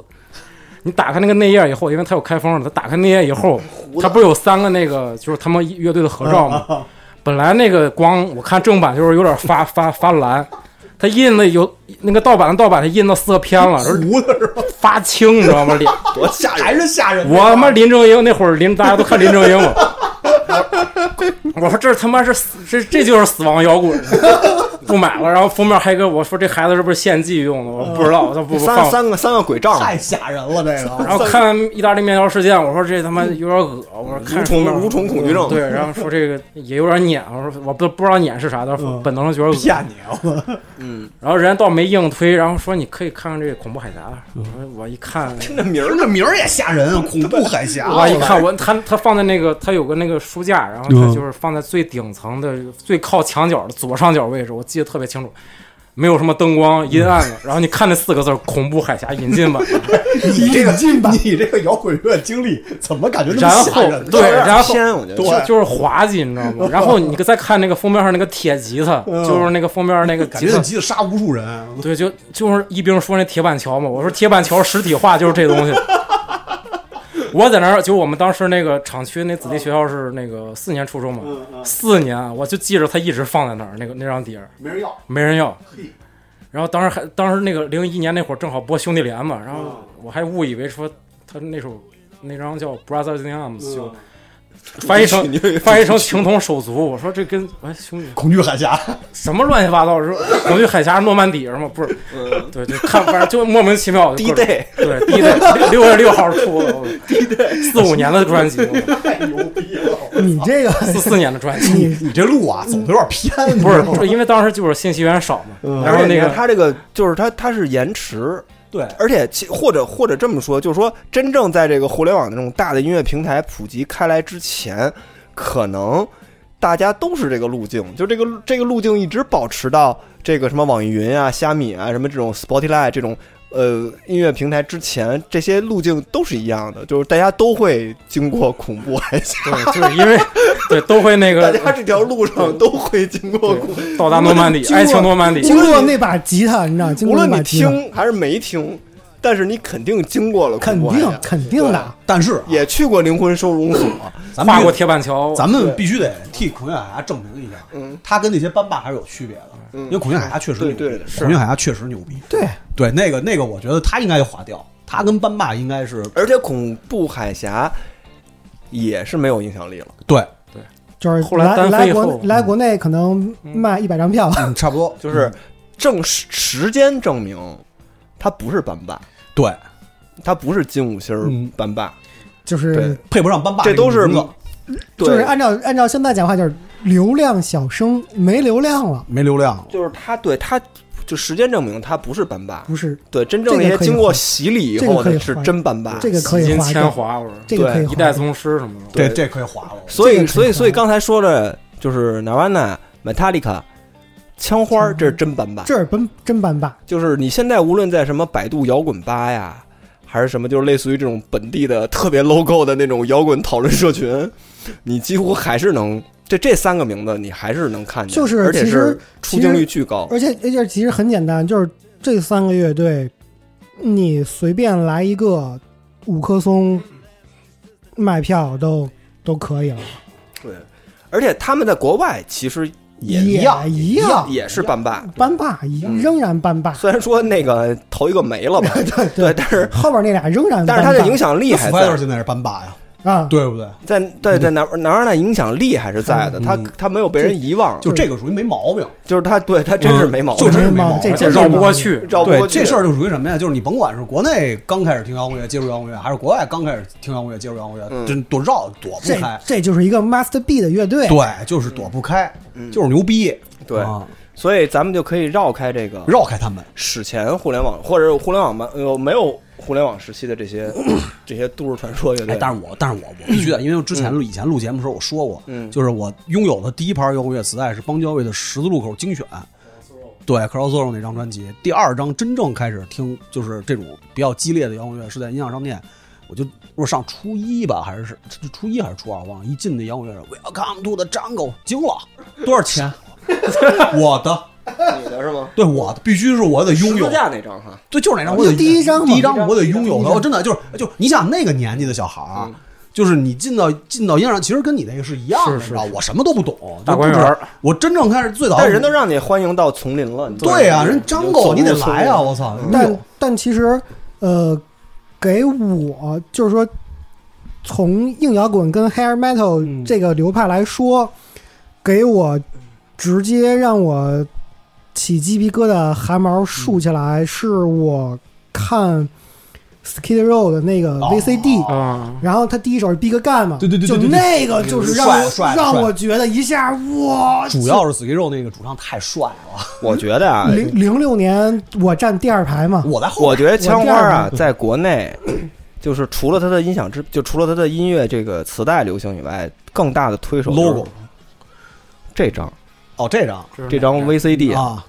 Speaker 6: 你打开那个内页以后，因为它有开封的，它打开内页以后，它不是有三个那个就是他们乐队的合照
Speaker 4: 嗯
Speaker 6: 吗？本来那个光我看正版就是有点发发发蓝，它印的有那个盗版的盗版，它印到四个偏了，然后
Speaker 4: 糊的是吧？
Speaker 6: 发青，你知道吗？脸
Speaker 3: 多吓人！
Speaker 4: 还是吓人。
Speaker 6: 我他妈林正英那会儿林，大家都看林正英嘛。我说这他妈是死这这就是死亡摇滚， 不买了。然后封面还跟我说这孩子是不是献祭用的？我不知道，我说不不
Speaker 3: 三
Speaker 6: 放。
Speaker 3: 三个三个鬼杖，
Speaker 4: 太吓人了，这 个。
Speaker 6: 然后看意大利面条事件，我说这他妈有点恶我说
Speaker 3: 嗯
Speaker 6: 看
Speaker 3: 无
Speaker 6: 封面
Speaker 3: 虫无虫恐惧症。
Speaker 6: 对，，然后说这个也有点撵，我说我不不知道撵是啥，但是本能上觉得恶
Speaker 4: 骗你！啊我
Speaker 3: 嗯，
Speaker 6: 然后人家倒没硬推，然后说你可以看看这个恐怖海峡。
Speaker 3: 嗯
Speaker 6: 我说我一看，
Speaker 3: 听这名儿
Speaker 4: 听这名儿也吓人，恐怖海峡。
Speaker 6: 我一看我他他放在那个他有个那个书架，然后
Speaker 3: 嗯
Speaker 6: 他就是放在最顶层的、最靠墙角的左上角位置，我记得特别清楚，没有什么灯光，阴暗 的。然后你看那四个字儿“恐怖海峡引进版”，
Speaker 4: 你这个你这个摇滚乐经历怎么感觉这
Speaker 6: 然
Speaker 4: 么
Speaker 6: 后
Speaker 4: 吓人？
Speaker 6: 对，
Speaker 3: 有点
Speaker 6: 然后
Speaker 3: 偏我觉得
Speaker 6: 就就是滑稽，你知道吗？然后你再看那个封面上那个铁吉他，就是那个封面那个
Speaker 4: 感
Speaker 6: 吉
Speaker 4: 觉
Speaker 6: 他。
Speaker 4: 急得杀无数人。
Speaker 6: 对，就就是一兵说那铁板桥嘛，我说铁板桥实体化就是这东西。我在那儿，就我们当时那个厂区那子弟学校是那个四年初中嘛，
Speaker 4: 嗯
Speaker 6: 四年我就记着他一直放在那儿，那个那张碟儿
Speaker 4: 没人要，
Speaker 6: 没人要。然后当时还当时那个零一年那会儿正好播兄弟连嘛，然
Speaker 4: 嗯
Speaker 6: 后我还误以为说他那首那张叫《Brothers in Arms》就
Speaker 4: 嗯
Speaker 6: 翻译成
Speaker 3: 你以为
Speaker 6: 翻译成情同手足，我说这跟哎兄弟
Speaker 4: 恐惧海峡。
Speaker 6: 什么乱七八糟，是恐惧海峡、诺曼底什么不是？对，就看反正就莫名其妙。就
Speaker 3: 低
Speaker 6: 各种
Speaker 3: 对，
Speaker 6: 对低队 六月六号出的，低队四五年的专辑，
Speaker 5: 你这个
Speaker 6: 四四年的专 辑，
Speaker 4: 你这路啊，走的有点偏。
Speaker 6: 不是
Speaker 4: 你知道吗
Speaker 6: 就因为当时就是信息源少嘛，然
Speaker 3: 而
Speaker 6: 后
Speaker 3: 且
Speaker 6: 那
Speaker 3: 你看
Speaker 6: 个
Speaker 3: 它这个就是它它是延迟，
Speaker 4: 对，
Speaker 3: 而且其或者或者这么说，就是说真正在这个互联网这种大的音乐平台普及开来之前，可能大家都是这个路径，就这个这个路径一直保持到这个什么网易云啊、虾米啊、什么这种 Spotify 这种呃音乐平台之前，这些路径都是一样的，就是大家都会经过恐怖海峡，
Speaker 6: 对，就是因为 对都会那
Speaker 3: 大
Speaker 6: 个
Speaker 3: 家这条路上都会经过恐怖。
Speaker 6: 到达诺曼底，
Speaker 3: 经过
Speaker 6: 爱情诺曼底，
Speaker 5: 经过那把吉他，你知道，经
Speaker 3: 无
Speaker 5: 过那
Speaker 3: 论
Speaker 5: 把
Speaker 3: 你
Speaker 5: 吉他，
Speaker 3: 听还是没听，但是你肯定经过了恐
Speaker 5: 肯
Speaker 3: 怖海峡，
Speaker 5: 定肯定的。
Speaker 4: 但是啊
Speaker 3: 也去过灵魂收容所。
Speaker 4: 咱们
Speaker 6: 跨过铁板桥，
Speaker 4: 咱们必须得替孔雀海峡证明一下，
Speaker 3: 嗯，
Speaker 4: 它跟那些班霸还是有区别的，因为孔雀海峡确实牛
Speaker 3: 对
Speaker 4: 逼
Speaker 3: 对，
Speaker 4: 孔雀海峡确实牛逼，
Speaker 5: 对，
Speaker 4: 对，那个那个，我觉得它应该划掉，它跟班霸应该是
Speaker 3: 而且恐怖海峡也是没有影响力了，
Speaker 4: 对，
Speaker 5: 就是
Speaker 6: 后来
Speaker 5: 来
Speaker 6: 单飞
Speaker 5: 来
Speaker 6: 以
Speaker 5: 国
Speaker 6: 后
Speaker 5: 来国内可能卖一百张票，
Speaker 4: 嗯，差不多
Speaker 3: 就是证时时间证明，它不是班霸，
Speaker 4: 对，
Speaker 3: 它不是金五星儿
Speaker 4: 嗯
Speaker 3: 班霸，
Speaker 5: 就是
Speaker 3: 对
Speaker 4: 配不上班霸
Speaker 3: 这
Speaker 4: 个
Speaker 3: 都是
Speaker 4: 名字
Speaker 3: 对，
Speaker 5: 就是按照按照现在讲话就是流量小生没流量了，
Speaker 4: 没流量，
Speaker 3: 就是它对它就时间证明他不是班霸，
Speaker 5: 不是
Speaker 3: 对，真正那
Speaker 5: 这
Speaker 3: 些
Speaker 5: 个可以
Speaker 3: 经过
Speaker 5: 换
Speaker 3: 洗礼以
Speaker 5: 这个
Speaker 3: 后
Speaker 5: 可以
Speaker 3: 的是
Speaker 5: 换
Speaker 3: 真班霸。
Speaker 5: 这个可
Speaker 6: 几
Speaker 5: 以
Speaker 6: 经
Speaker 5: 划
Speaker 6: 铅
Speaker 5: 掉，
Speaker 6: 划，我说
Speaker 5: 这个
Speaker 3: 对
Speaker 5: 可以划
Speaker 6: 一代
Speaker 5: 掉
Speaker 6: 宗师什么的，
Speaker 4: 这
Speaker 3: 对
Speaker 4: 这可以划了。
Speaker 3: 所
Speaker 5: 这
Speaker 3: 以，
Speaker 5: 个
Speaker 3: 所以，
Speaker 5: 挺
Speaker 3: 所以
Speaker 5: 好
Speaker 3: 刚才说的就是 Nirvana、Metallica、枪花儿，这是真版本。
Speaker 5: 这是真真班霸，
Speaker 3: 就是你现在无论在什么百度摇滚吧呀，还是什么，就是类似于这种本地的特别 logo 的那种摇滚讨论社群，你几乎还是能这这三个名字，你还是能看见，
Speaker 5: 就是
Speaker 3: 而且是
Speaker 5: 其实
Speaker 3: 出镜率巨高。
Speaker 5: 而且而且其实很简单，就是这三个乐队，你随便来一个五棵松，买票都都可以了，
Speaker 3: 对，而且他们在国外其实也
Speaker 5: 一样一样
Speaker 3: 也是班霸。
Speaker 5: 班霸一
Speaker 3: 嗯
Speaker 5: 仍然班霸，
Speaker 3: 虽然说那个头一个没了吧，对对，但是
Speaker 5: 后边那俩仍然
Speaker 3: 但
Speaker 5: 班霸，
Speaker 3: 是他的影响力
Speaker 4: 那
Speaker 3: 还
Speaker 4: f
Speaker 3: 在
Speaker 4: i 现在是班霸呀，
Speaker 5: 啊，
Speaker 4: 对不对？
Speaker 3: 在对在哪哪儿呢？影响力还是在的，他他没有被人遗忘，
Speaker 4: 就这个属于没毛病，
Speaker 3: 就是他对他真是没毛病，
Speaker 4: 就真是没
Speaker 5: 毛
Speaker 4: 毛
Speaker 5: 病，这
Speaker 4: 病
Speaker 6: 而且
Speaker 5: 真是
Speaker 6: 绕
Speaker 5: 没
Speaker 6: 不
Speaker 5: 毛
Speaker 6: 过
Speaker 5: 病
Speaker 6: 去。
Speaker 3: 绕不
Speaker 4: 对
Speaker 3: 过去
Speaker 4: 这事儿就属于什么呀？就是你甭管是国内刚开始听摇滚乐接触摇滚乐，还是国外刚开始听摇滚乐接触摇滚乐，
Speaker 3: 嗯
Speaker 4: 真躲绕躲不
Speaker 5: 这
Speaker 4: 开。
Speaker 5: 这就是一个 Master B 的乐队，
Speaker 4: 对，就是躲不开，就是牛逼。
Speaker 3: 嗯对
Speaker 4: 啊
Speaker 3: 所以咱们就可以绕开这个
Speaker 4: 绕开他们。
Speaker 3: 史前互联网或者互联网嘛，呃没有互联网时期的这 些这些都市传说乐队。
Speaker 4: 哎，但是我但是我我必须得，因为我之前录以前录节目的时候我说过，
Speaker 3: 嗯
Speaker 4: 就是我拥有的第一盘摇滚乐磁带是邦交卫的《十字路口精选》，对《Crossroad》那张专辑。第二张真正开始听就是这种比较激烈的摇滚乐是在音像商店，我就我上初一吧，还是是是初一还是初二，忘了。一进那摇滚乐，Welcome to the Jungle，惊了，多少钱？我的，
Speaker 3: 你的是吗？
Speaker 4: 对我的必须是我得拥有
Speaker 3: 十
Speaker 4: 啊
Speaker 3: 字，架那张哈，
Speaker 4: 对，就是那张，我得
Speaker 5: 就第一张嘛
Speaker 4: 第一张我得拥
Speaker 5: 第
Speaker 4: 有
Speaker 5: 一
Speaker 4: 它。
Speaker 5: 张
Speaker 4: 我真的就是就你想那个年纪的小孩儿啊，就是你进到进到音乐上，其实跟你那个是一样的，
Speaker 6: 是
Speaker 4: 你
Speaker 6: 是
Speaker 4: 知道，我什么都不懂，
Speaker 6: 大
Speaker 4: 就不
Speaker 6: 观
Speaker 4: 知
Speaker 6: 园
Speaker 4: 道
Speaker 6: 儿
Speaker 4: 我真正开始最早，
Speaker 3: 但人都让你欢迎到丛林了，你
Speaker 4: 对呀，人
Speaker 3: 走
Speaker 4: 张
Speaker 3: 入
Speaker 4: 狗你得
Speaker 3: 丛林
Speaker 4: 来啊，我操！拥有
Speaker 5: 但但其实，呃，给我就是说，从硬摇滚跟 hair
Speaker 4: 嗯
Speaker 5: metal 这个流派来说，给我直接让我起鸡皮疙瘩、汗毛竖起
Speaker 4: 嗯
Speaker 5: 来，是我看 Skid Row 的那个
Speaker 4: 哦
Speaker 5: VCD，、
Speaker 6: 啊，
Speaker 5: 然后他第一首是 Big Gun 嘛，
Speaker 4: 对对对对对
Speaker 5: 就那个就是让
Speaker 4: 帅
Speaker 5: 我
Speaker 4: 帅
Speaker 5: 让
Speaker 4: 帅
Speaker 5: 我觉得一下哇，
Speaker 4: 主要是 s k i r o 那个主唱太帅了，
Speaker 3: 我觉得啊，
Speaker 5: 零零六年我站第二排嘛，
Speaker 4: 我在后
Speaker 3: 我
Speaker 4: 边
Speaker 3: 觉得枪花
Speaker 5: 我
Speaker 3: 啊，
Speaker 5: 第
Speaker 3: 在国内 就是除了它的音响之，就除了它的音乐这个磁带流行以外，更大的推手就是
Speaker 4: logo
Speaker 3: 这张
Speaker 4: 哦这张
Speaker 3: 这张 VCD，
Speaker 4: 啊，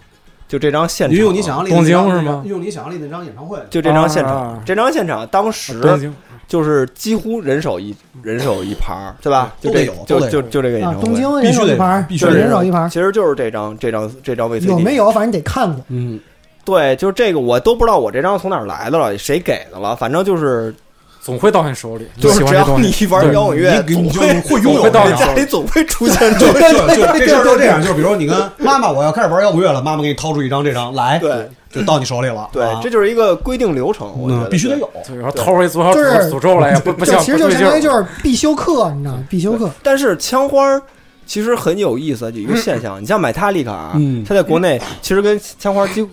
Speaker 3: 就这张现场，
Speaker 4: 用你想象力，
Speaker 6: 东京是吗
Speaker 4: 用你想象力那张演唱会，
Speaker 3: 就这张现场
Speaker 6: 啊，
Speaker 3: 这张现场当时
Speaker 4: 啊
Speaker 6: 东京
Speaker 3: 就是几乎人手一人手一盘儿，对吧？就
Speaker 4: 都
Speaker 3: 这
Speaker 4: 得
Speaker 3: 个
Speaker 4: 有
Speaker 3: 就
Speaker 4: 都得有
Speaker 3: 就就这个演
Speaker 5: 啊
Speaker 3: 唱，会，
Speaker 5: 东京
Speaker 4: 必
Speaker 5: 人
Speaker 4: 须
Speaker 5: 手
Speaker 4: 得
Speaker 5: 一盘儿，
Speaker 4: 必须
Speaker 3: 得
Speaker 5: 人手一盘儿。
Speaker 3: 其实就是这张这张这张 VCD
Speaker 5: 有没？有？反正得看过。
Speaker 4: 嗯，
Speaker 3: 对，就是这个我都不知道我这张从哪儿来的了，谁给的了，反正就是
Speaker 6: 总会到你手里。
Speaker 3: 就
Speaker 6: 喜
Speaker 3: 是
Speaker 6: 欢
Speaker 3: 只
Speaker 6: 这
Speaker 3: 要
Speaker 6: 东
Speaker 3: 你
Speaker 6: 西，
Speaker 3: 玩摇滚乐，
Speaker 4: 你
Speaker 3: 总
Speaker 4: 你就
Speaker 3: 会
Speaker 4: 会拥有
Speaker 6: 会到
Speaker 3: 你
Speaker 6: 手
Speaker 3: 家里总会出现这
Speaker 4: 就
Speaker 3: 种。
Speaker 4: 就就这事儿就这样，就是比如说你跟妈妈，我要开始玩摇滚乐了，妈妈给你掏出一张这张来，
Speaker 3: 对，
Speaker 4: 就到你手里了。啊
Speaker 3: 对，这就是一个规定流程，我觉得
Speaker 4: 嗯，必须得有。。
Speaker 6: 对然后偷回左小
Speaker 5: 就是
Speaker 6: 诅诅咒 来，不不
Speaker 5: 就
Speaker 6: 像
Speaker 5: 其实就
Speaker 6: 不对
Speaker 5: 相当于
Speaker 6: 劲儿。
Speaker 5: 就是必修课，你知道吗？必修课
Speaker 3: 对。但是枪花儿其实很有意思的一个现象，你像 Metallica 啊，
Speaker 4: 嗯
Speaker 3: 它在国内其实跟枪花儿几乎。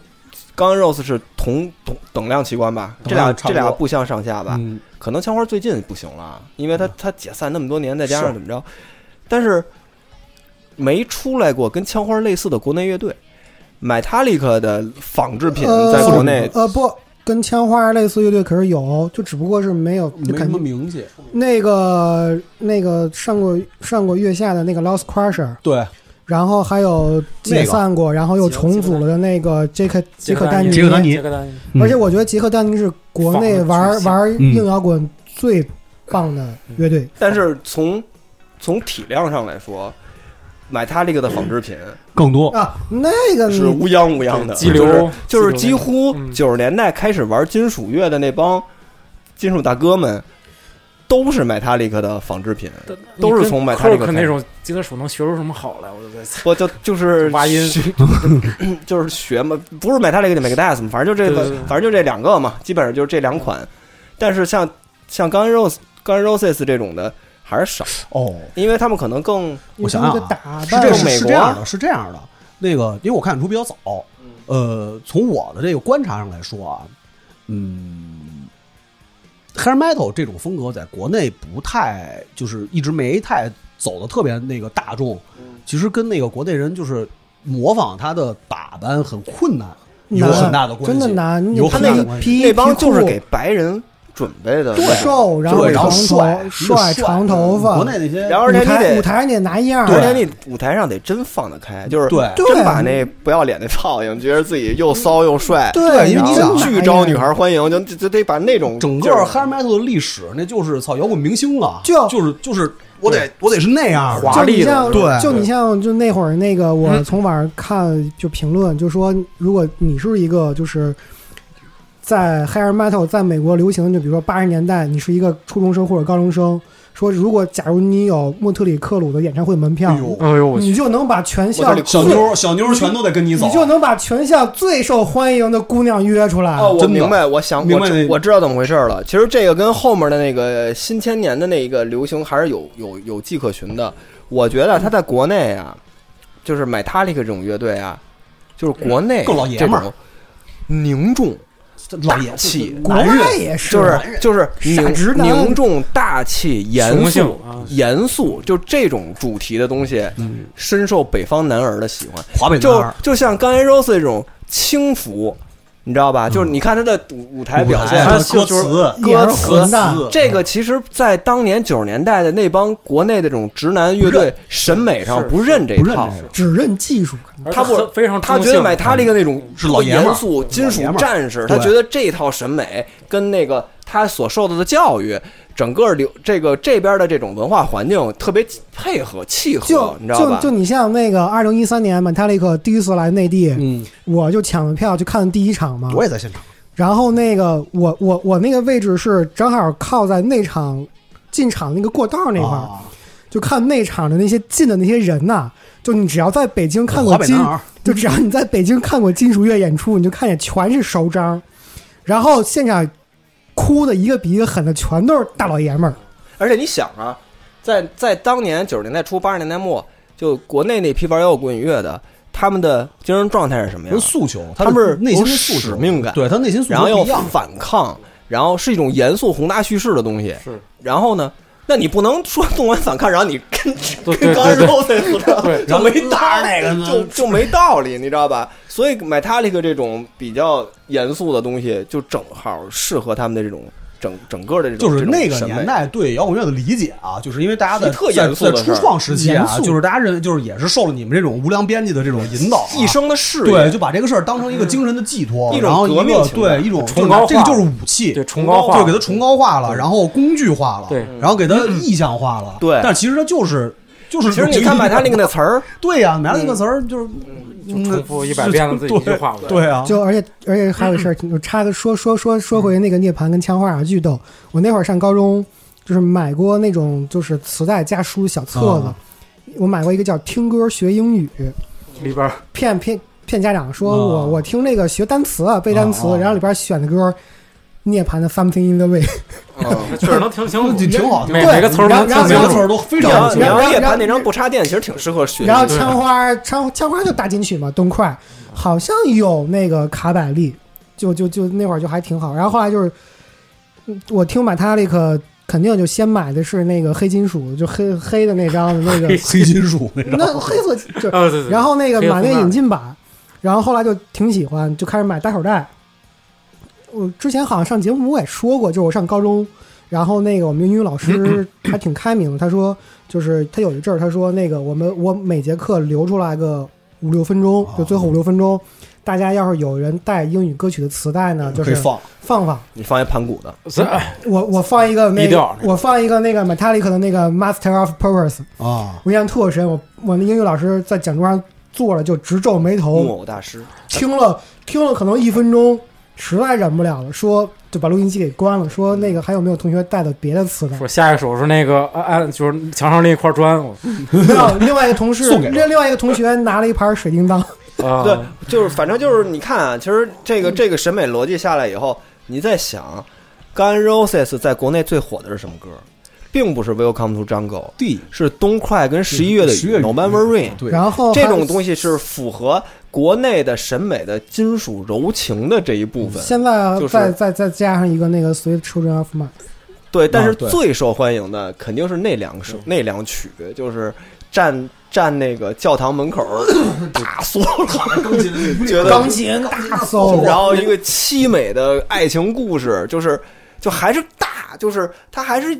Speaker 3: 刚 Rose 是同同等量齐观吧，这
Speaker 4: 等量
Speaker 3: 俩
Speaker 4: 差不
Speaker 3: 这俩
Speaker 4: 多
Speaker 3: 不相上下吧？
Speaker 4: 嗯，
Speaker 3: 可能枪花最近不行了，因为他他解散那么多年，再加上怎么着，但是没出来过跟枪花类似的国内乐队。Metallica 的仿制品
Speaker 5: 呃，
Speaker 3: 在国内，
Speaker 5: 呃不，跟枪花类似乐队可是有，就只不过是没有，就
Speaker 4: 没什
Speaker 5: 肯
Speaker 4: 么
Speaker 5: 定
Speaker 4: 名气。
Speaker 5: 那个那个上过上过月下的那个 Lost Crusher，
Speaker 4: 对，
Speaker 5: 然后还有解散过，然后又重组了的那个杰克杰克丹尼，
Speaker 4: 杰克丹尼
Speaker 6: 杰克丹尼，
Speaker 4: 嗯
Speaker 5: 而且我觉得杰克丹尼是国内
Speaker 6: 仿
Speaker 5: 玩
Speaker 6: 的
Speaker 5: 玩
Speaker 4: 嗯
Speaker 5: 硬摇滚最棒的乐队，
Speaker 3: 但是从从体量上来说，Metallica 的仿制品
Speaker 4: 更多
Speaker 5: 啊，那个
Speaker 3: 是
Speaker 5: 你
Speaker 3: 乌泱乌泱的，啊
Speaker 6: 激流
Speaker 3: 就是就是
Speaker 6: 激
Speaker 3: 几
Speaker 6: 流
Speaker 3: 乎
Speaker 6: 嗯
Speaker 3: 九十年代开始玩金属乐的那帮金属大哥们，都是 Metallica 的仿制品。都是从 Metallica 开始
Speaker 6: 肯那种吉他手能学出什么好来？我就在猜。
Speaker 3: 不就就是
Speaker 6: 挖音
Speaker 3: 学就是学嘛，不是 Metallica 就 Megadeth 嘛，反正就这个
Speaker 6: 对对对，
Speaker 3: 反正就这两个嘛，基本上就是这两款。但是像像 Guns N' Roses、Guns N' Roses 这种的还是少，
Speaker 4: 哦。
Speaker 3: 因为他们可能更
Speaker 5: 你
Speaker 4: 我想
Speaker 5: 他们
Speaker 4: 想
Speaker 5: 的
Speaker 4: 啊
Speaker 5: 打
Speaker 4: 是
Speaker 5: 扮
Speaker 4: 这
Speaker 3: 是美
Speaker 4: 是
Speaker 3: 国
Speaker 4: 这样的，是这样的。那个，因为我看演出比较早，
Speaker 3: 嗯
Speaker 4: 呃，从我的这个观察上来说啊，嗯，hair metal 这种风格在国内不太，就是一直没太走的特别那个
Speaker 3: 嗯
Speaker 4: 大众。其实跟那个国内人就是模仿他的打扮很困难。有
Speaker 5: 难
Speaker 4: 很大的关
Speaker 5: 真
Speaker 4: 系
Speaker 5: 的难。
Speaker 4: 有
Speaker 5: 他
Speaker 4: 很大
Speaker 5: 那
Speaker 4: 的
Speaker 5: 一
Speaker 4: 关系
Speaker 5: 批
Speaker 3: 那帮就是
Speaker 5: 皮裤
Speaker 3: 给白人准备的，
Speaker 5: 瘦，然
Speaker 4: 对，然
Speaker 5: 长
Speaker 4: 后
Speaker 5: 头
Speaker 4: 帅，
Speaker 5: 帅，长头发，
Speaker 4: 国内那些，
Speaker 3: 然后而且
Speaker 5: 舞
Speaker 3: 你
Speaker 5: 台舞
Speaker 3: 得，
Speaker 5: 台上得拿样儿，啊
Speaker 3: 而且你舞台上得真放得开，就是
Speaker 4: 对
Speaker 3: 真把那不要脸的泡影， 觉得自己又骚又帅，
Speaker 5: 对，
Speaker 4: 因为
Speaker 5: 真
Speaker 4: 你想
Speaker 5: 拿
Speaker 3: 巨
Speaker 5: 样
Speaker 3: 招
Speaker 5: 儿
Speaker 3: 女孩欢迎，就就就得把那种
Speaker 4: 整
Speaker 3: 劲
Speaker 4: 个
Speaker 3: 儿
Speaker 4: h a r metal 的历史，那就是操摇滚明星了，
Speaker 5: 就
Speaker 4: 就是就是我得我得是那样的
Speaker 6: 华
Speaker 5: 就
Speaker 6: 丽
Speaker 5: 你
Speaker 6: 的
Speaker 5: 像，
Speaker 4: 对
Speaker 5: 就你像，就那会儿那个，我
Speaker 6: 嗯
Speaker 5: 从网上看就评论，就说如果你是一个就是在 hair metal 在美国流行，就比如说八十年代，你是一个初中生或者高中生，说如果假如你有莫特里克鲁的演唱会门票
Speaker 4: 哎，呦，
Speaker 6: 哎呦我去，
Speaker 5: 你就能把全
Speaker 3: 莫特
Speaker 5: 校
Speaker 3: 里克
Speaker 4: 小
Speaker 5: 最
Speaker 4: 妞儿小妞儿全都得跟你走
Speaker 5: 你，就能把全校最受欢迎的姑娘约出来。
Speaker 3: 哦，我
Speaker 4: 啊真的
Speaker 3: 明白，我想
Speaker 4: 明
Speaker 3: 我
Speaker 4: 白
Speaker 3: 知
Speaker 4: 那
Speaker 3: 我知道怎么回事了。其实这个跟后面的那个新千年的那个流行还是有有有迹可循的。我觉得他在国内啊，就是 Metallica 这种乐队啊，就是国内
Speaker 4: 嗯够老爷们儿
Speaker 3: 这种凝重，
Speaker 4: 这老爷
Speaker 3: 气
Speaker 5: 国
Speaker 4: 男
Speaker 5: 外
Speaker 4: 人
Speaker 5: 也是，
Speaker 3: 就是就是
Speaker 5: 傻
Speaker 3: 凝
Speaker 5: 直男
Speaker 3: 凝重、大气、严
Speaker 6: 雄性
Speaker 3: 肃
Speaker 6: 啊、嗯
Speaker 3: 严肃，就这种主题的东西，深受北方男儿的喜欢。
Speaker 4: 华北男
Speaker 3: 就
Speaker 4: 儿，
Speaker 3: 就像刚才 Rose 这种轻浮，你知道吧？
Speaker 6: 嗯
Speaker 3: 就是你看他的舞舞台表现，
Speaker 4: 还有
Speaker 6: 就
Speaker 4: 啊歌
Speaker 6: 就是
Speaker 4: 词，
Speaker 5: 也是
Speaker 3: 歌词啊
Speaker 5: 混蛋。
Speaker 3: 这个其实，在当年九十年代的那帮国内的这种直男乐队审美上不认这一
Speaker 4: 不认
Speaker 3: 套，
Speaker 4: 这个
Speaker 5: 只认技术，
Speaker 3: 他不
Speaker 6: 而且非常
Speaker 3: 他
Speaker 6: 中
Speaker 3: 觉得
Speaker 6: 性
Speaker 3: 买他那个那种
Speaker 4: 是老爷们儿
Speaker 3: 严肃金属战士，
Speaker 4: 对
Speaker 3: 他觉得这套审美跟那个他所受到的教育，整个流这个这边的这种文化环境特别配合契合
Speaker 5: 就，
Speaker 3: 哦你知道
Speaker 5: 就
Speaker 3: 吧
Speaker 5: 就？你像那个二零一三年 Metallica 第一次来内地，
Speaker 4: 嗯，
Speaker 5: 我就抢了票去看第一场嘛。
Speaker 4: 我也在现场，
Speaker 5: 然后那个我我我那个位置是正好靠在内场进场那个过道那块儿，
Speaker 4: 啊
Speaker 5: 就看内场的那些进的那些人呐、就你只要在北京看过
Speaker 4: 华北
Speaker 5: 金
Speaker 4: 男儿，
Speaker 5: 就只要你在北京看过金属乐演出，你就看见全是熟张，然后现场哭的一个比一个狠的，全都是大老爷们儿。
Speaker 3: 而且你想啊，在在当年九十年代初八十年代末，就国内那批玩摇滚乐的，他们的精神状态是什么样
Speaker 4: 人？诉求，
Speaker 3: 他们
Speaker 4: 的
Speaker 3: 是
Speaker 4: 内心
Speaker 3: 有
Speaker 4: 的诉求
Speaker 3: 使命感
Speaker 4: 对他内心诉
Speaker 3: 然
Speaker 4: 求
Speaker 3: 后
Speaker 4: 不
Speaker 3: 要
Speaker 4: 一 样，
Speaker 3: 反抗，然后是一种严肃宏大叙事的东西。
Speaker 6: 是，
Speaker 3: 然后呢？那你不能说动完反抗，然后你跟
Speaker 6: 对
Speaker 3: 跟
Speaker 6: 对
Speaker 3: 刚才
Speaker 6: 对
Speaker 3: 说那似的，
Speaker 6: 对
Speaker 3: 就没道
Speaker 4: 拉那个
Speaker 3: 理，
Speaker 4: 呢
Speaker 3: 就就没道理，你知道吧？所以 Metallica 这种比较严肃的东西，就正好适合他们的这种整整个的这种
Speaker 4: 就是
Speaker 3: 这
Speaker 4: 那
Speaker 3: 种
Speaker 4: 个
Speaker 3: 审美
Speaker 4: 年代对摇滚乐的理解啊，就是因为大家在
Speaker 3: 是特
Speaker 4: 在
Speaker 3: 严肃
Speaker 4: 在
Speaker 3: 的
Speaker 4: 初
Speaker 3: 事儿
Speaker 4: 创时期
Speaker 5: 严
Speaker 4: 啊，
Speaker 5: 肃
Speaker 4: 就是大家认为就是也是受了你们这种无良编辑的这种引导、啊，
Speaker 3: 一生的事业，
Speaker 4: 对，就把这个事儿当成一个精神的寄托，
Speaker 3: 一种
Speaker 4: 然后一
Speaker 3: 革命
Speaker 4: 个
Speaker 3: 情
Speaker 4: 对
Speaker 3: 感
Speaker 4: 一种
Speaker 6: 崇高化
Speaker 4: 这个就是武器，
Speaker 6: 对崇高化
Speaker 4: 就给它崇高化了，然后工具化了，
Speaker 6: 对，
Speaker 4: 然后给它意象化了，
Speaker 3: 嗯对
Speaker 4: 但其实它就是就是，
Speaker 3: 其实你看 Metallica 那词 儿，
Speaker 4: 对呀，买它那个词儿就是嗯
Speaker 6: 重复一百遍了自己一句话
Speaker 4: 对对啊，
Speaker 5: 就而且而且还有一事儿，我插个说说说说回那个涅槃跟枪花啊，巨逗。我那会儿上高中，就是买过那种就是磁带加书小册
Speaker 4: 啊
Speaker 5: 子，我买过一个叫《听歌学英语》，
Speaker 6: 里边儿
Speaker 5: 骗骗骗家长说
Speaker 4: 啊
Speaker 5: 我、我听那个学单词啊，背单词，
Speaker 4: 啊啊
Speaker 5: 然后里边选的歌。涅槃的《Something in the Way》，
Speaker 3: 嗯
Speaker 6: 确实能听清楚，
Speaker 4: 就挺好听
Speaker 6: 每
Speaker 5: 对
Speaker 6: 每个词儿都能
Speaker 5: 然后
Speaker 6: 听
Speaker 5: 然
Speaker 4: 每
Speaker 6: 清
Speaker 4: 个
Speaker 5: 后
Speaker 4: 词
Speaker 6: 楚。
Speaker 4: 儿都非
Speaker 3: 你
Speaker 4: 常
Speaker 3: 要
Speaker 4: 有
Speaker 3: 你
Speaker 4: 趣
Speaker 5: 然后
Speaker 3: 要夜
Speaker 5: 然后
Speaker 3: 盘那张不插电，其实挺适合学。
Speaker 5: 然后枪花枪枪花就打进去嘛，东快好像有那个卡百利，就就就那会儿就还挺好。然后后来就是，嗯我听 Metallica 肯定就先买的是那个黑金属，就黑黑的那张的那个
Speaker 4: 黑金属那种，
Speaker 5: 那黑色就
Speaker 6: 呃，对对。
Speaker 5: 然后那个
Speaker 6: 黑
Speaker 5: 买那
Speaker 6: 红
Speaker 5: 个
Speaker 6: 的
Speaker 5: 引进版，然后后来就挺喜欢，就开始买单手带。我之前好像上节目我也说过，就是我上高中，然后那个我们英语老师还挺开明的，他说就是他有一阵儿，他说那个我们我每节课留出来个五六分钟，就最后五六分钟，大家要是有人带英语歌曲的磁带呢，就
Speaker 4: 嗯可以
Speaker 5: 是
Speaker 4: 放，
Speaker 5: 放放。
Speaker 3: 你放一盘古的，
Speaker 6: 是哎
Speaker 5: 我我放一个那
Speaker 6: 低调
Speaker 5: 个我放一个那个 Metallica 的那个 Master of Purpose，
Speaker 4: 啊，
Speaker 5: 我印象特深。我我那英语老师在讲桌上坐着就直皱眉
Speaker 4: 哦
Speaker 5: 头，
Speaker 3: 木偶大师，
Speaker 5: 听了听了可能一分钟，实在忍不了了，说就把录音机给关了，说那个还有没有同学带的别的磁带？
Speaker 6: 说下一首是那个按按就是墙上那一块砖，我
Speaker 3: 嗯
Speaker 5: 没有，另外一个同事，
Speaker 4: 送给他
Speaker 5: 另另外一个同学拿了一盘水 叮当，
Speaker 6: 啊，
Speaker 3: 对，就是反正就是你看啊，其实这
Speaker 4: 嗯
Speaker 3: 个这个审美逻辑下来以后，你在想，Guns N' Roses 在国内最火的是什么歌？并不是 Welcome to Jungle，
Speaker 4: 地
Speaker 3: 是东快跟十一月的
Speaker 4: 十月
Speaker 3: 雨
Speaker 4: 雨
Speaker 3: November Rain。
Speaker 4: 对，
Speaker 5: 然
Speaker 6: 哦
Speaker 5: 后
Speaker 3: 这种东
Speaker 5: 西。
Speaker 3: 西是符合国内的审美的金属柔情的这一部分，
Speaker 5: 现在
Speaker 3: 就是
Speaker 5: 再再再加上一个那个《Sweet Children of Mine》，
Speaker 6: 啊
Speaker 3: 对，但是
Speaker 4: 对
Speaker 3: 最受欢迎的肯定是那两首那两曲，就是站站那个教堂门口儿 大缩
Speaker 4: 钢琴的
Speaker 3: 觉得
Speaker 5: 钢琴大搜，
Speaker 3: 然后一个凄美的爱情故事，就是就还是大，就是他还是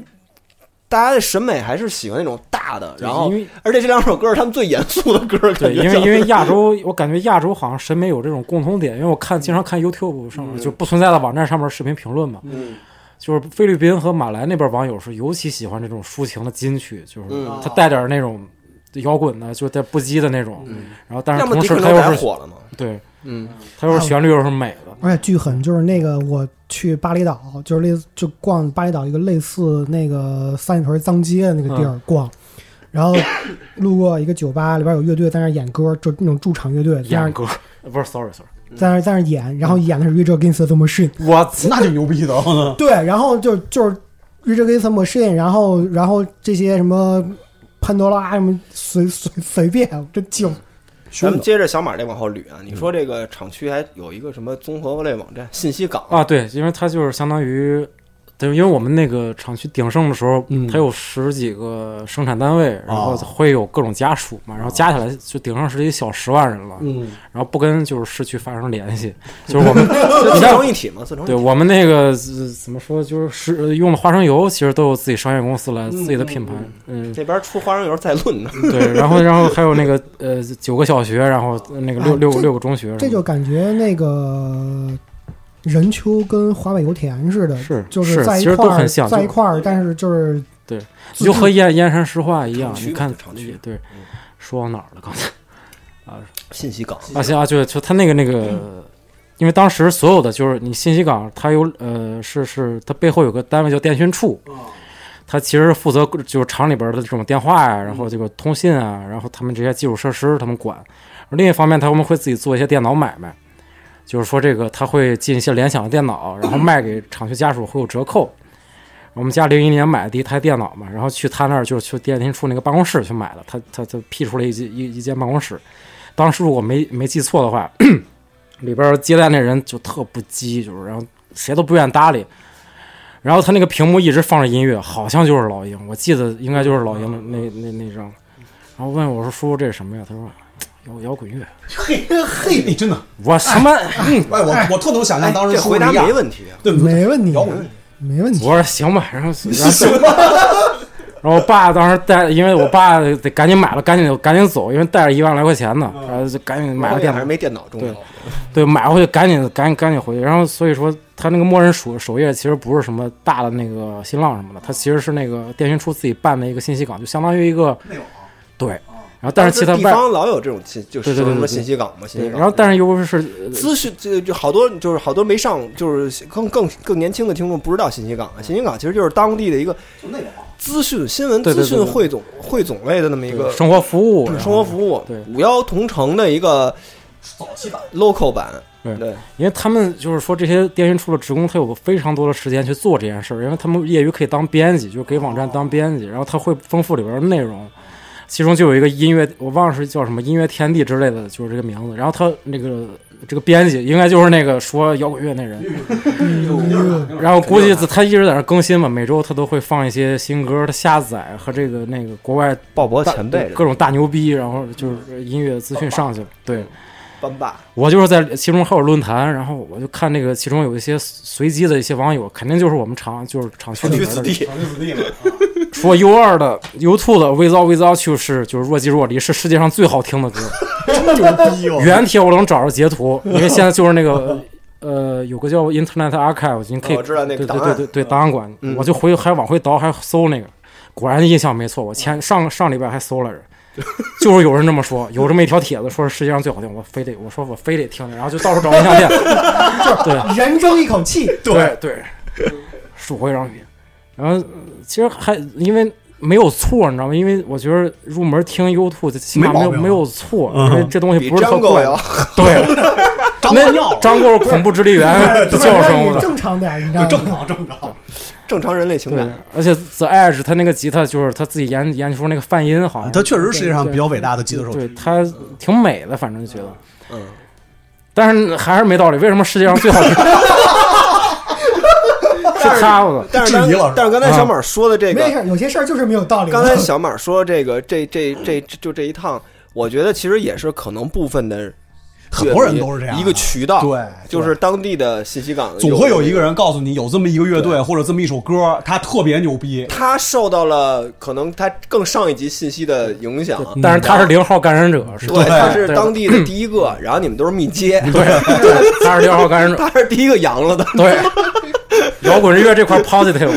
Speaker 3: 大家的审美还是喜欢那种大的，然后
Speaker 6: 因为
Speaker 3: 而且这两首歌是他们最严肃的歌，感
Speaker 6: 对，
Speaker 3: 觉
Speaker 6: 因为
Speaker 3: 像
Speaker 6: 因为亚洲，我感觉亚洲好像审美有这种共同点，因为我看经常看 YouTube 上面、就不存在的网站上面视频评论嘛，
Speaker 3: 嗯
Speaker 6: 就是菲律宾和马来那边网友是尤其喜欢这种抒情的金曲，就是
Speaker 3: 嗯
Speaker 6: 它带点那种摇滚的，就带不羁的那种，然后但是
Speaker 3: 嗯要么
Speaker 6: 同
Speaker 3: 迪
Speaker 6: 时
Speaker 3: 克
Speaker 6: 它
Speaker 3: 牛
Speaker 6: 又
Speaker 3: 仔
Speaker 6: 是
Speaker 3: 火了嘛，
Speaker 6: 对，
Speaker 3: 嗯，
Speaker 6: 它又是旋律又是美的，
Speaker 5: 而且巨狠，就是那个我去巴厘岛，就是类似就逛巴厘岛一个类似那个三里屯脏街的那个地儿逛，
Speaker 3: 嗯
Speaker 5: 然后路过一个酒吧，里边有乐队在那儿演歌，就那种驻场乐队在那
Speaker 6: 演
Speaker 5: 儿
Speaker 6: 歌呃不是，sorry sorry，
Speaker 5: 在那儿在那儿演，然后演的是《Rage Against the Machine》，
Speaker 6: 我操
Speaker 4: 那挺牛逼的。
Speaker 5: 对，然后就就是《Rage Against the Machine》，然后然后这些什么潘多拉什么随随随便，真惊。
Speaker 6: 嗯
Speaker 3: 咱们接着小马这往后捋啊，你说这个厂区还有一个什么综合类网站信息港
Speaker 6: 啊，对，因为它就是相当于，对，因为我们那个厂区鼎盛的时候，
Speaker 3: 嗯
Speaker 6: 它有十几个生产单位，然后
Speaker 4: 哦
Speaker 6: 会有各种家属嘛，然后加起来就鼎盛是一小十万人了，
Speaker 4: 嗯，
Speaker 6: 然后不跟就是市区发生联系，就是我们你
Speaker 3: 四
Speaker 6: 像
Speaker 3: 成一体嘛，四成一
Speaker 6: 对
Speaker 3: 体
Speaker 6: 我们那个、呃怎么说，就是是呃用的花生油，其实都有自己商业公司了，自己的品牌，嗯，
Speaker 3: 这边出花生油再论呢，
Speaker 5: 嗯
Speaker 6: 对，然后然后还有那个呃九个小学，然后那个六
Speaker 5: 啊
Speaker 6: 六
Speaker 5: 这
Speaker 6: 六个中学什么的，
Speaker 5: 这就感觉那个任丘跟华北油田似的，
Speaker 6: 是
Speaker 5: 就是
Speaker 6: 是
Speaker 5: 在一
Speaker 6: 其实
Speaker 5: 块
Speaker 6: 都
Speaker 5: 儿，
Speaker 6: 很像
Speaker 5: 在
Speaker 6: 就
Speaker 5: 一块儿，但是就是
Speaker 6: 对，
Speaker 5: 自
Speaker 6: 就
Speaker 5: 制
Speaker 6: 和燕燕山石化一样，
Speaker 3: 厂区
Speaker 6: 你看
Speaker 3: 嘛厂区嗯
Speaker 6: 对，说到哪儿了？刚才
Speaker 3: 信息港
Speaker 6: 啊，行啊，就就他那个那个，因为当时所有的就是你信息港，它有呃是是它背后有个单位叫电讯处，它其实是负责就是厂里边的这种电话呀、然后这个通信啊，然后他们这些基础设施他们管。另一方面，他们会自己做一些电脑买卖，就是说这个他会进一些联想的电脑，然后卖给厂区家属会有折扣。我们家零一年买的第一台电脑嘛，然后去他那儿就是去电信处那个办公室去买了，他他他辟出了一间一一间办公室，当时如果没没记错的话， 里边接待那人就特不羁，就是然后谁都不愿搭理。然后他那个屏幕一直放着音乐，好像就是老鹰，我记得应该就是老鹰的那那那那张。然后问我说：“叔叔，这是什么呀？”他说：“哎摇摇滚乐。
Speaker 4: 嘿嘿，你真的，”
Speaker 6: 我什么？嗯
Speaker 4: 哎，我我特能想象当时
Speaker 3: 这
Speaker 4: 说
Speaker 3: 回答
Speaker 4: 那样
Speaker 3: 没问题啊，
Speaker 4: 对不对？
Speaker 5: 没问题
Speaker 4: 摇滚，
Speaker 5: 没问题。
Speaker 6: 我说行吧，然后 然后然后我爸当时带，因为我爸得赶紧买了，赶紧赶紧走，因为带着一万来块钱呢，然后就赶紧买了电
Speaker 3: 还
Speaker 6: 脑
Speaker 3: 是。没电脑重要。
Speaker 6: 对，买回去赶紧赶紧赶紧回去。然后所以说，它那个默认首首页其实不是什么大的那个新浪什么的，它其实是那个电讯处自己办的一个信息港，就相当于一个对。然后但是其他
Speaker 3: 啊地
Speaker 6: 外
Speaker 3: 方老有这种信，就是
Speaker 6: 对对对
Speaker 3: 什么
Speaker 6: 对对
Speaker 3: 信息港嘛，信
Speaker 6: 对，
Speaker 3: 息港。
Speaker 6: 然后但是又是
Speaker 3: 资讯就就好多就是好多没上就是更更更年轻的听众不知道信息港啊，信息港其实就是当地的一个资讯新闻
Speaker 6: 对对
Speaker 3: 资
Speaker 6: 对
Speaker 3: 讯
Speaker 6: 对对
Speaker 3: 汇总汇总类的那么一个
Speaker 6: 生活服务，然后
Speaker 3: 生活服务，
Speaker 6: 对
Speaker 3: 五幺同城的一个
Speaker 4: 早期版
Speaker 3: local 版，
Speaker 6: 对
Speaker 3: 对，
Speaker 6: 因为他们就是说这些电讯处的职工，他有非常多的时间去做这件事儿，因为他们业余可以当编辑，就是给网站当编辑，然后他会丰富里边的内容，其中就有一个音乐，我忘了是叫什么音乐天地之类的，就是这个名字。然后他那个这个编辑应该就是那个说摇滚乐那人， 然后估计他一直在那更新嘛，每周他都会放一些新歌的下载和这个那个国外
Speaker 3: 鲍勃
Speaker 6: 大
Speaker 3: 前辈
Speaker 6: 各种大牛逼，然后就是音乐资讯上去，对。
Speaker 3: 班霸，
Speaker 6: 我就是在其中还有论坛，然后我就看那个其中有一些随机的一些网友，肯定就是我们厂就是厂区里
Speaker 3: 去
Speaker 6: 边
Speaker 3: 此
Speaker 6: 的，
Speaker 3: 地，
Speaker 6: 说 U 二的 U two 的 With All With All 就是就是若即若离，是世界上最好听 的歌。原帖我能找着截图，因为现在就是那个呃有个叫 Internet Archive，你可以、
Speaker 3: 哦我知道那个
Speaker 6: 对对
Speaker 3: 档
Speaker 6: 对
Speaker 3: 案
Speaker 6: 对对档案馆，我就回还往回倒还搜那个，果然印象没错，我前上上礼拜还搜来着。就是有人这么说，有这么一条帖子，说是世界上最好听，我非得我说我非得听听，然后就到处找音像店， 对
Speaker 5: 人争一口气，
Speaker 6: 对对，数回张品，然后呃其实还因为没有错，你知道吗？因为我觉得入门听 U two 起码没
Speaker 4: 没
Speaker 6: 有
Speaker 4: 毛病
Speaker 6: 没有错，
Speaker 4: 嗯
Speaker 6: 因为这东西
Speaker 3: 比
Speaker 6: 不是特
Speaker 3: 张狗
Speaker 6: 贵
Speaker 3: 要，
Speaker 6: 对，
Speaker 4: 张
Speaker 6: 那
Speaker 4: 冠尿了，
Speaker 6: 张国是恐怖直立员
Speaker 5: 对
Speaker 6: 叫声，我
Speaker 5: 你
Speaker 6: 的。
Speaker 5: 正常点，你知道吗？
Speaker 4: 正常正常，
Speaker 3: 正常人类情
Speaker 6: 对
Speaker 3: 感。，
Speaker 6: 而且 The Edge 他那个吉他就是他自己研研究出那个泛音，好像
Speaker 4: 啊他确实世界上比较伟大的吉他手之
Speaker 6: 对
Speaker 4: 一。
Speaker 6: 他挺美的，反正就觉得，
Speaker 3: 嗯，
Speaker 6: 但是还是没道理，为什么世界上最好听？
Speaker 3: 但
Speaker 6: 擦我操！
Speaker 3: 但是
Speaker 4: 质疑
Speaker 3: 刚
Speaker 4: 了
Speaker 3: 但是刚才
Speaker 6: 啊
Speaker 3: 小马说的这
Speaker 5: 没
Speaker 3: 个，
Speaker 5: 事，有些事儿就是没有道理的。
Speaker 3: 刚才小马说这个，这这这这就这一趟，我觉得其实也是可能部分的
Speaker 4: 很多人都是这样的
Speaker 3: 一个渠道，
Speaker 4: 对
Speaker 3: 就是当地的信息港，
Speaker 4: 总会有一个人告诉你有这么一个乐队或者这么一首歌，他特别牛逼。
Speaker 3: 他受到了可能他更上一级信息的影响，
Speaker 6: 但是他是零号感染者，是吧
Speaker 3: 对，他是
Speaker 6: 对
Speaker 3: 当地的第一个，然后你们都是密接，
Speaker 6: 对，他是零号感染者，
Speaker 3: 他是第一个阳了的，
Speaker 6: 对。摇滚乐这块 positive，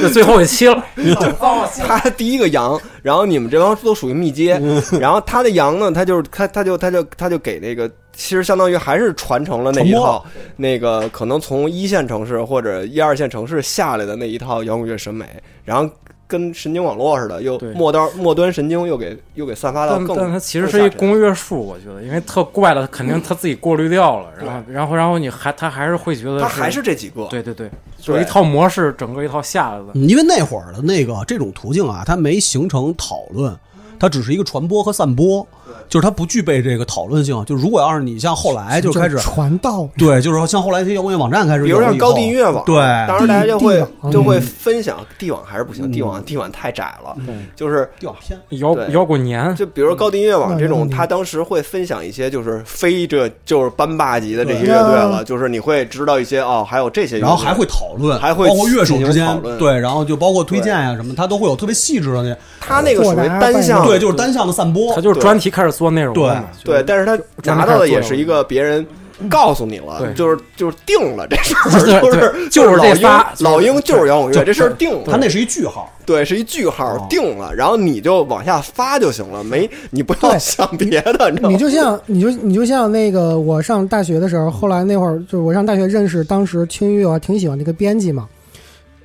Speaker 6: 这最后一期了，
Speaker 3: 他第一个阳，然后你们这帮都属于密接，
Speaker 6: 嗯
Speaker 3: 然后他的阳呢，他就是他他就他就他就给那个，其实相当于还是传承了那一
Speaker 4: 传播
Speaker 3: 套那个可能从一线城市或者一二线城市下来的那一套摇滚乐审美，然后跟神经网络似的，又
Speaker 6: 对
Speaker 3: 末端末端神经又给又给散发到
Speaker 6: 但
Speaker 3: 更，
Speaker 6: 但它其实
Speaker 3: 更
Speaker 6: 是一
Speaker 3: 下沉
Speaker 6: 公约数，我觉得，因为特怪了，肯定他自己过滤掉了，然后然后然后你还他还是会觉得
Speaker 3: 他还是这几个，
Speaker 6: 对对对，就是一套模式，整个一套下来的，
Speaker 4: 嗯因为那会儿的那个这种途径啊，它没形成讨论，
Speaker 3: 嗯
Speaker 4: 它只是一个传播和散播，就是它不具备这个讨论性。就如果要是你像后来就开始，
Speaker 5: 传道，
Speaker 4: 对，就是说像后来一些摇滚乐网站开始
Speaker 3: 比
Speaker 4: 有
Speaker 3: 如
Speaker 4: 了以后，
Speaker 3: 像高地音乐网，啊
Speaker 4: 对，
Speaker 3: 当时大家就
Speaker 5: 地
Speaker 3: 会
Speaker 5: 地
Speaker 6: 嗯
Speaker 5: 网
Speaker 3: 就会分享地网还是不行，地网地网太窄了，
Speaker 6: 嗯
Speaker 3: 就是
Speaker 4: 掉偏。
Speaker 6: 摇
Speaker 3: 对
Speaker 6: 摇滚年，
Speaker 3: 就比如高地音乐网这种，
Speaker 5: 嗯
Speaker 3: 他当时会分享一些就是非这就是班霸级的这些乐
Speaker 5: 对啊
Speaker 3: 队了，就是你会知道一些哦，还有这些乐队，
Speaker 4: 然后还会讨论，
Speaker 3: 还会
Speaker 4: 包括乐手之
Speaker 3: 进行讨
Speaker 4: 间
Speaker 3: 论，
Speaker 4: 对，然后就包括推荐呀、什么，它都会有特别细致的
Speaker 3: 他那个属于单
Speaker 5: 啊
Speaker 3: 向
Speaker 4: 那，对，就是单向的散播
Speaker 6: 他。就是专题开始做内容了嘛，就
Speaker 3: 对，
Speaker 6: 是
Speaker 3: 但是他拿到的也是一个别人。
Speaker 4: 嗯
Speaker 3: 告诉你了，
Speaker 6: 对
Speaker 3: 就是就是定了这 事儿，就
Speaker 6: 对对
Speaker 3: 是
Speaker 6: 就是
Speaker 3: 老
Speaker 6: 这
Speaker 3: 鹰
Speaker 6: 仨
Speaker 3: 老鹰就是摇滚乐
Speaker 4: 就
Speaker 3: 这事儿定了，
Speaker 4: 它那是一句号，
Speaker 3: 对，是一句号
Speaker 4: 哦
Speaker 3: 定了，然后你就往下发就行了，没你不要
Speaker 5: 对
Speaker 3: 想别的，你知道
Speaker 5: 你
Speaker 3: 吗？
Speaker 5: 就像你就你就像那个我上大学的时候，后来那会儿就是我上大学认识当时青玉，我还挺喜欢那个编辑嘛，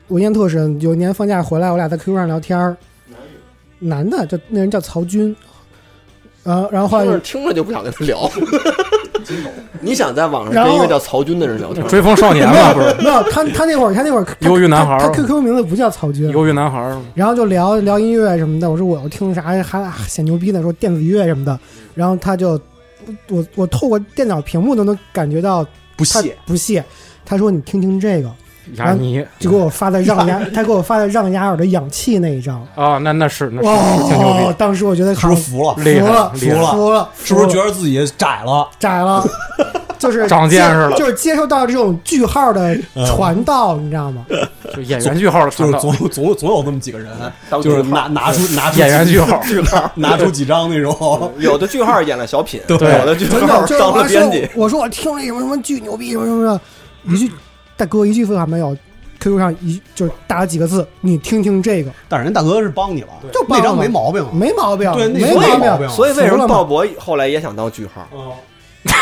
Speaker 5: 我印象特深。有一年放假回来，我俩在 QQ 上聊天儿，男的，就那人叫曹军，呃，然后后来
Speaker 3: 就是听着就不想跟他 聊。 你想在网上
Speaker 5: 然
Speaker 3: 跟
Speaker 5: 后
Speaker 3: 一个叫曹军的人聊天？
Speaker 6: 追风少年嘛，不是
Speaker 5: 没有他他那会儿他那会儿他
Speaker 6: 忧郁男孩儿
Speaker 5: 他他 QQ 名字不叫 曹军，
Speaker 6: 忧郁男孩儿嘛，
Speaker 5: 然后就聊聊音乐什么的。我说我要听啥，还啊显牛逼呢，说电子乐什么的。然后他就，我我透过电脑屏幕都能感觉到
Speaker 4: 不
Speaker 5: 他
Speaker 4: 屑。
Speaker 5: 不屑。他说你听听这个，
Speaker 6: 雅尼
Speaker 5: 啊就给我发的让 雅，他给我发的让雅尔的氧气那一张。
Speaker 6: 啊，那那是那
Speaker 5: 哇、
Speaker 6: 是挺牛
Speaker 5: 当时我觉得
Speaker 4: 是
Speaker 5: 好
Speaker 4: 不是服了？
Speaker 6: 逼，厉
Speaker 5: 服了
Speaker 6: 害，
Speaker 5: 服
Speaker 6: 厉害
Speaker 5: 了，服了，
Speaker 4: 是不是觉
Speaker 5: 得
Speaker 4: 得自己窄了？
Speaker 5: 窄 了？就是
Speaker 6: 长见识了嗯
Speaker 5: 接就是接受到这种句号的传道，你知道吗？
Speaker 6: 就演员句号的
Speaker 4: 就
Speaker 6: 传
Speaker 4: 是
Speaker 6: 导，
Speaker 4: 总总总有那么几个人，
Speaker 3: 当
Speaker 4: 就是
Speaker 3: 句号
Speaker 4: 拿拿出拿出
Speaker 6: 演员
Speaker 4: 几
Speaker 6: 句 号，
Speaker 4: 拿出几张那种。
Speaker 3: 有的句号演了小品，
Speaker 4: 对
Speaker 3: 有的句
Speaker 5: 真
Speaker 3: 号
Speaker 5: 的， 就是
Speaker 3: 当
Speaker 5: 我
Speaker 3: 了
Speaker 5: 还说
Speaker 3: 编辑，，
Speaker 5: 我说我听了什么什么巨牛逼什么什么的，一句大哥一句废话没有，QQ 上一就是打了几个字，你听听这个
Speaker 4: 但是人大哥是帮你了，
Speaker 5: 就帮
Speaker 4: 那
Speaker 5: 了
Speaker 4: 张没毛病啊。
Speaker 5: 没毛病，
Speaker 4: 对那
Speaker 5: 没
Speaker 4: 所以
Speaker 5: 毛
Speaker 4: 毛病
Speaker 3: 所以为什
Speaker 5: 服
Speaker 3: 么
Speaker 5: 了嘛
Speaker 3: 鲍
Speaker 5: 哦
Speaker 3: 勃后来也想当句号？
Speaker 4: 嗯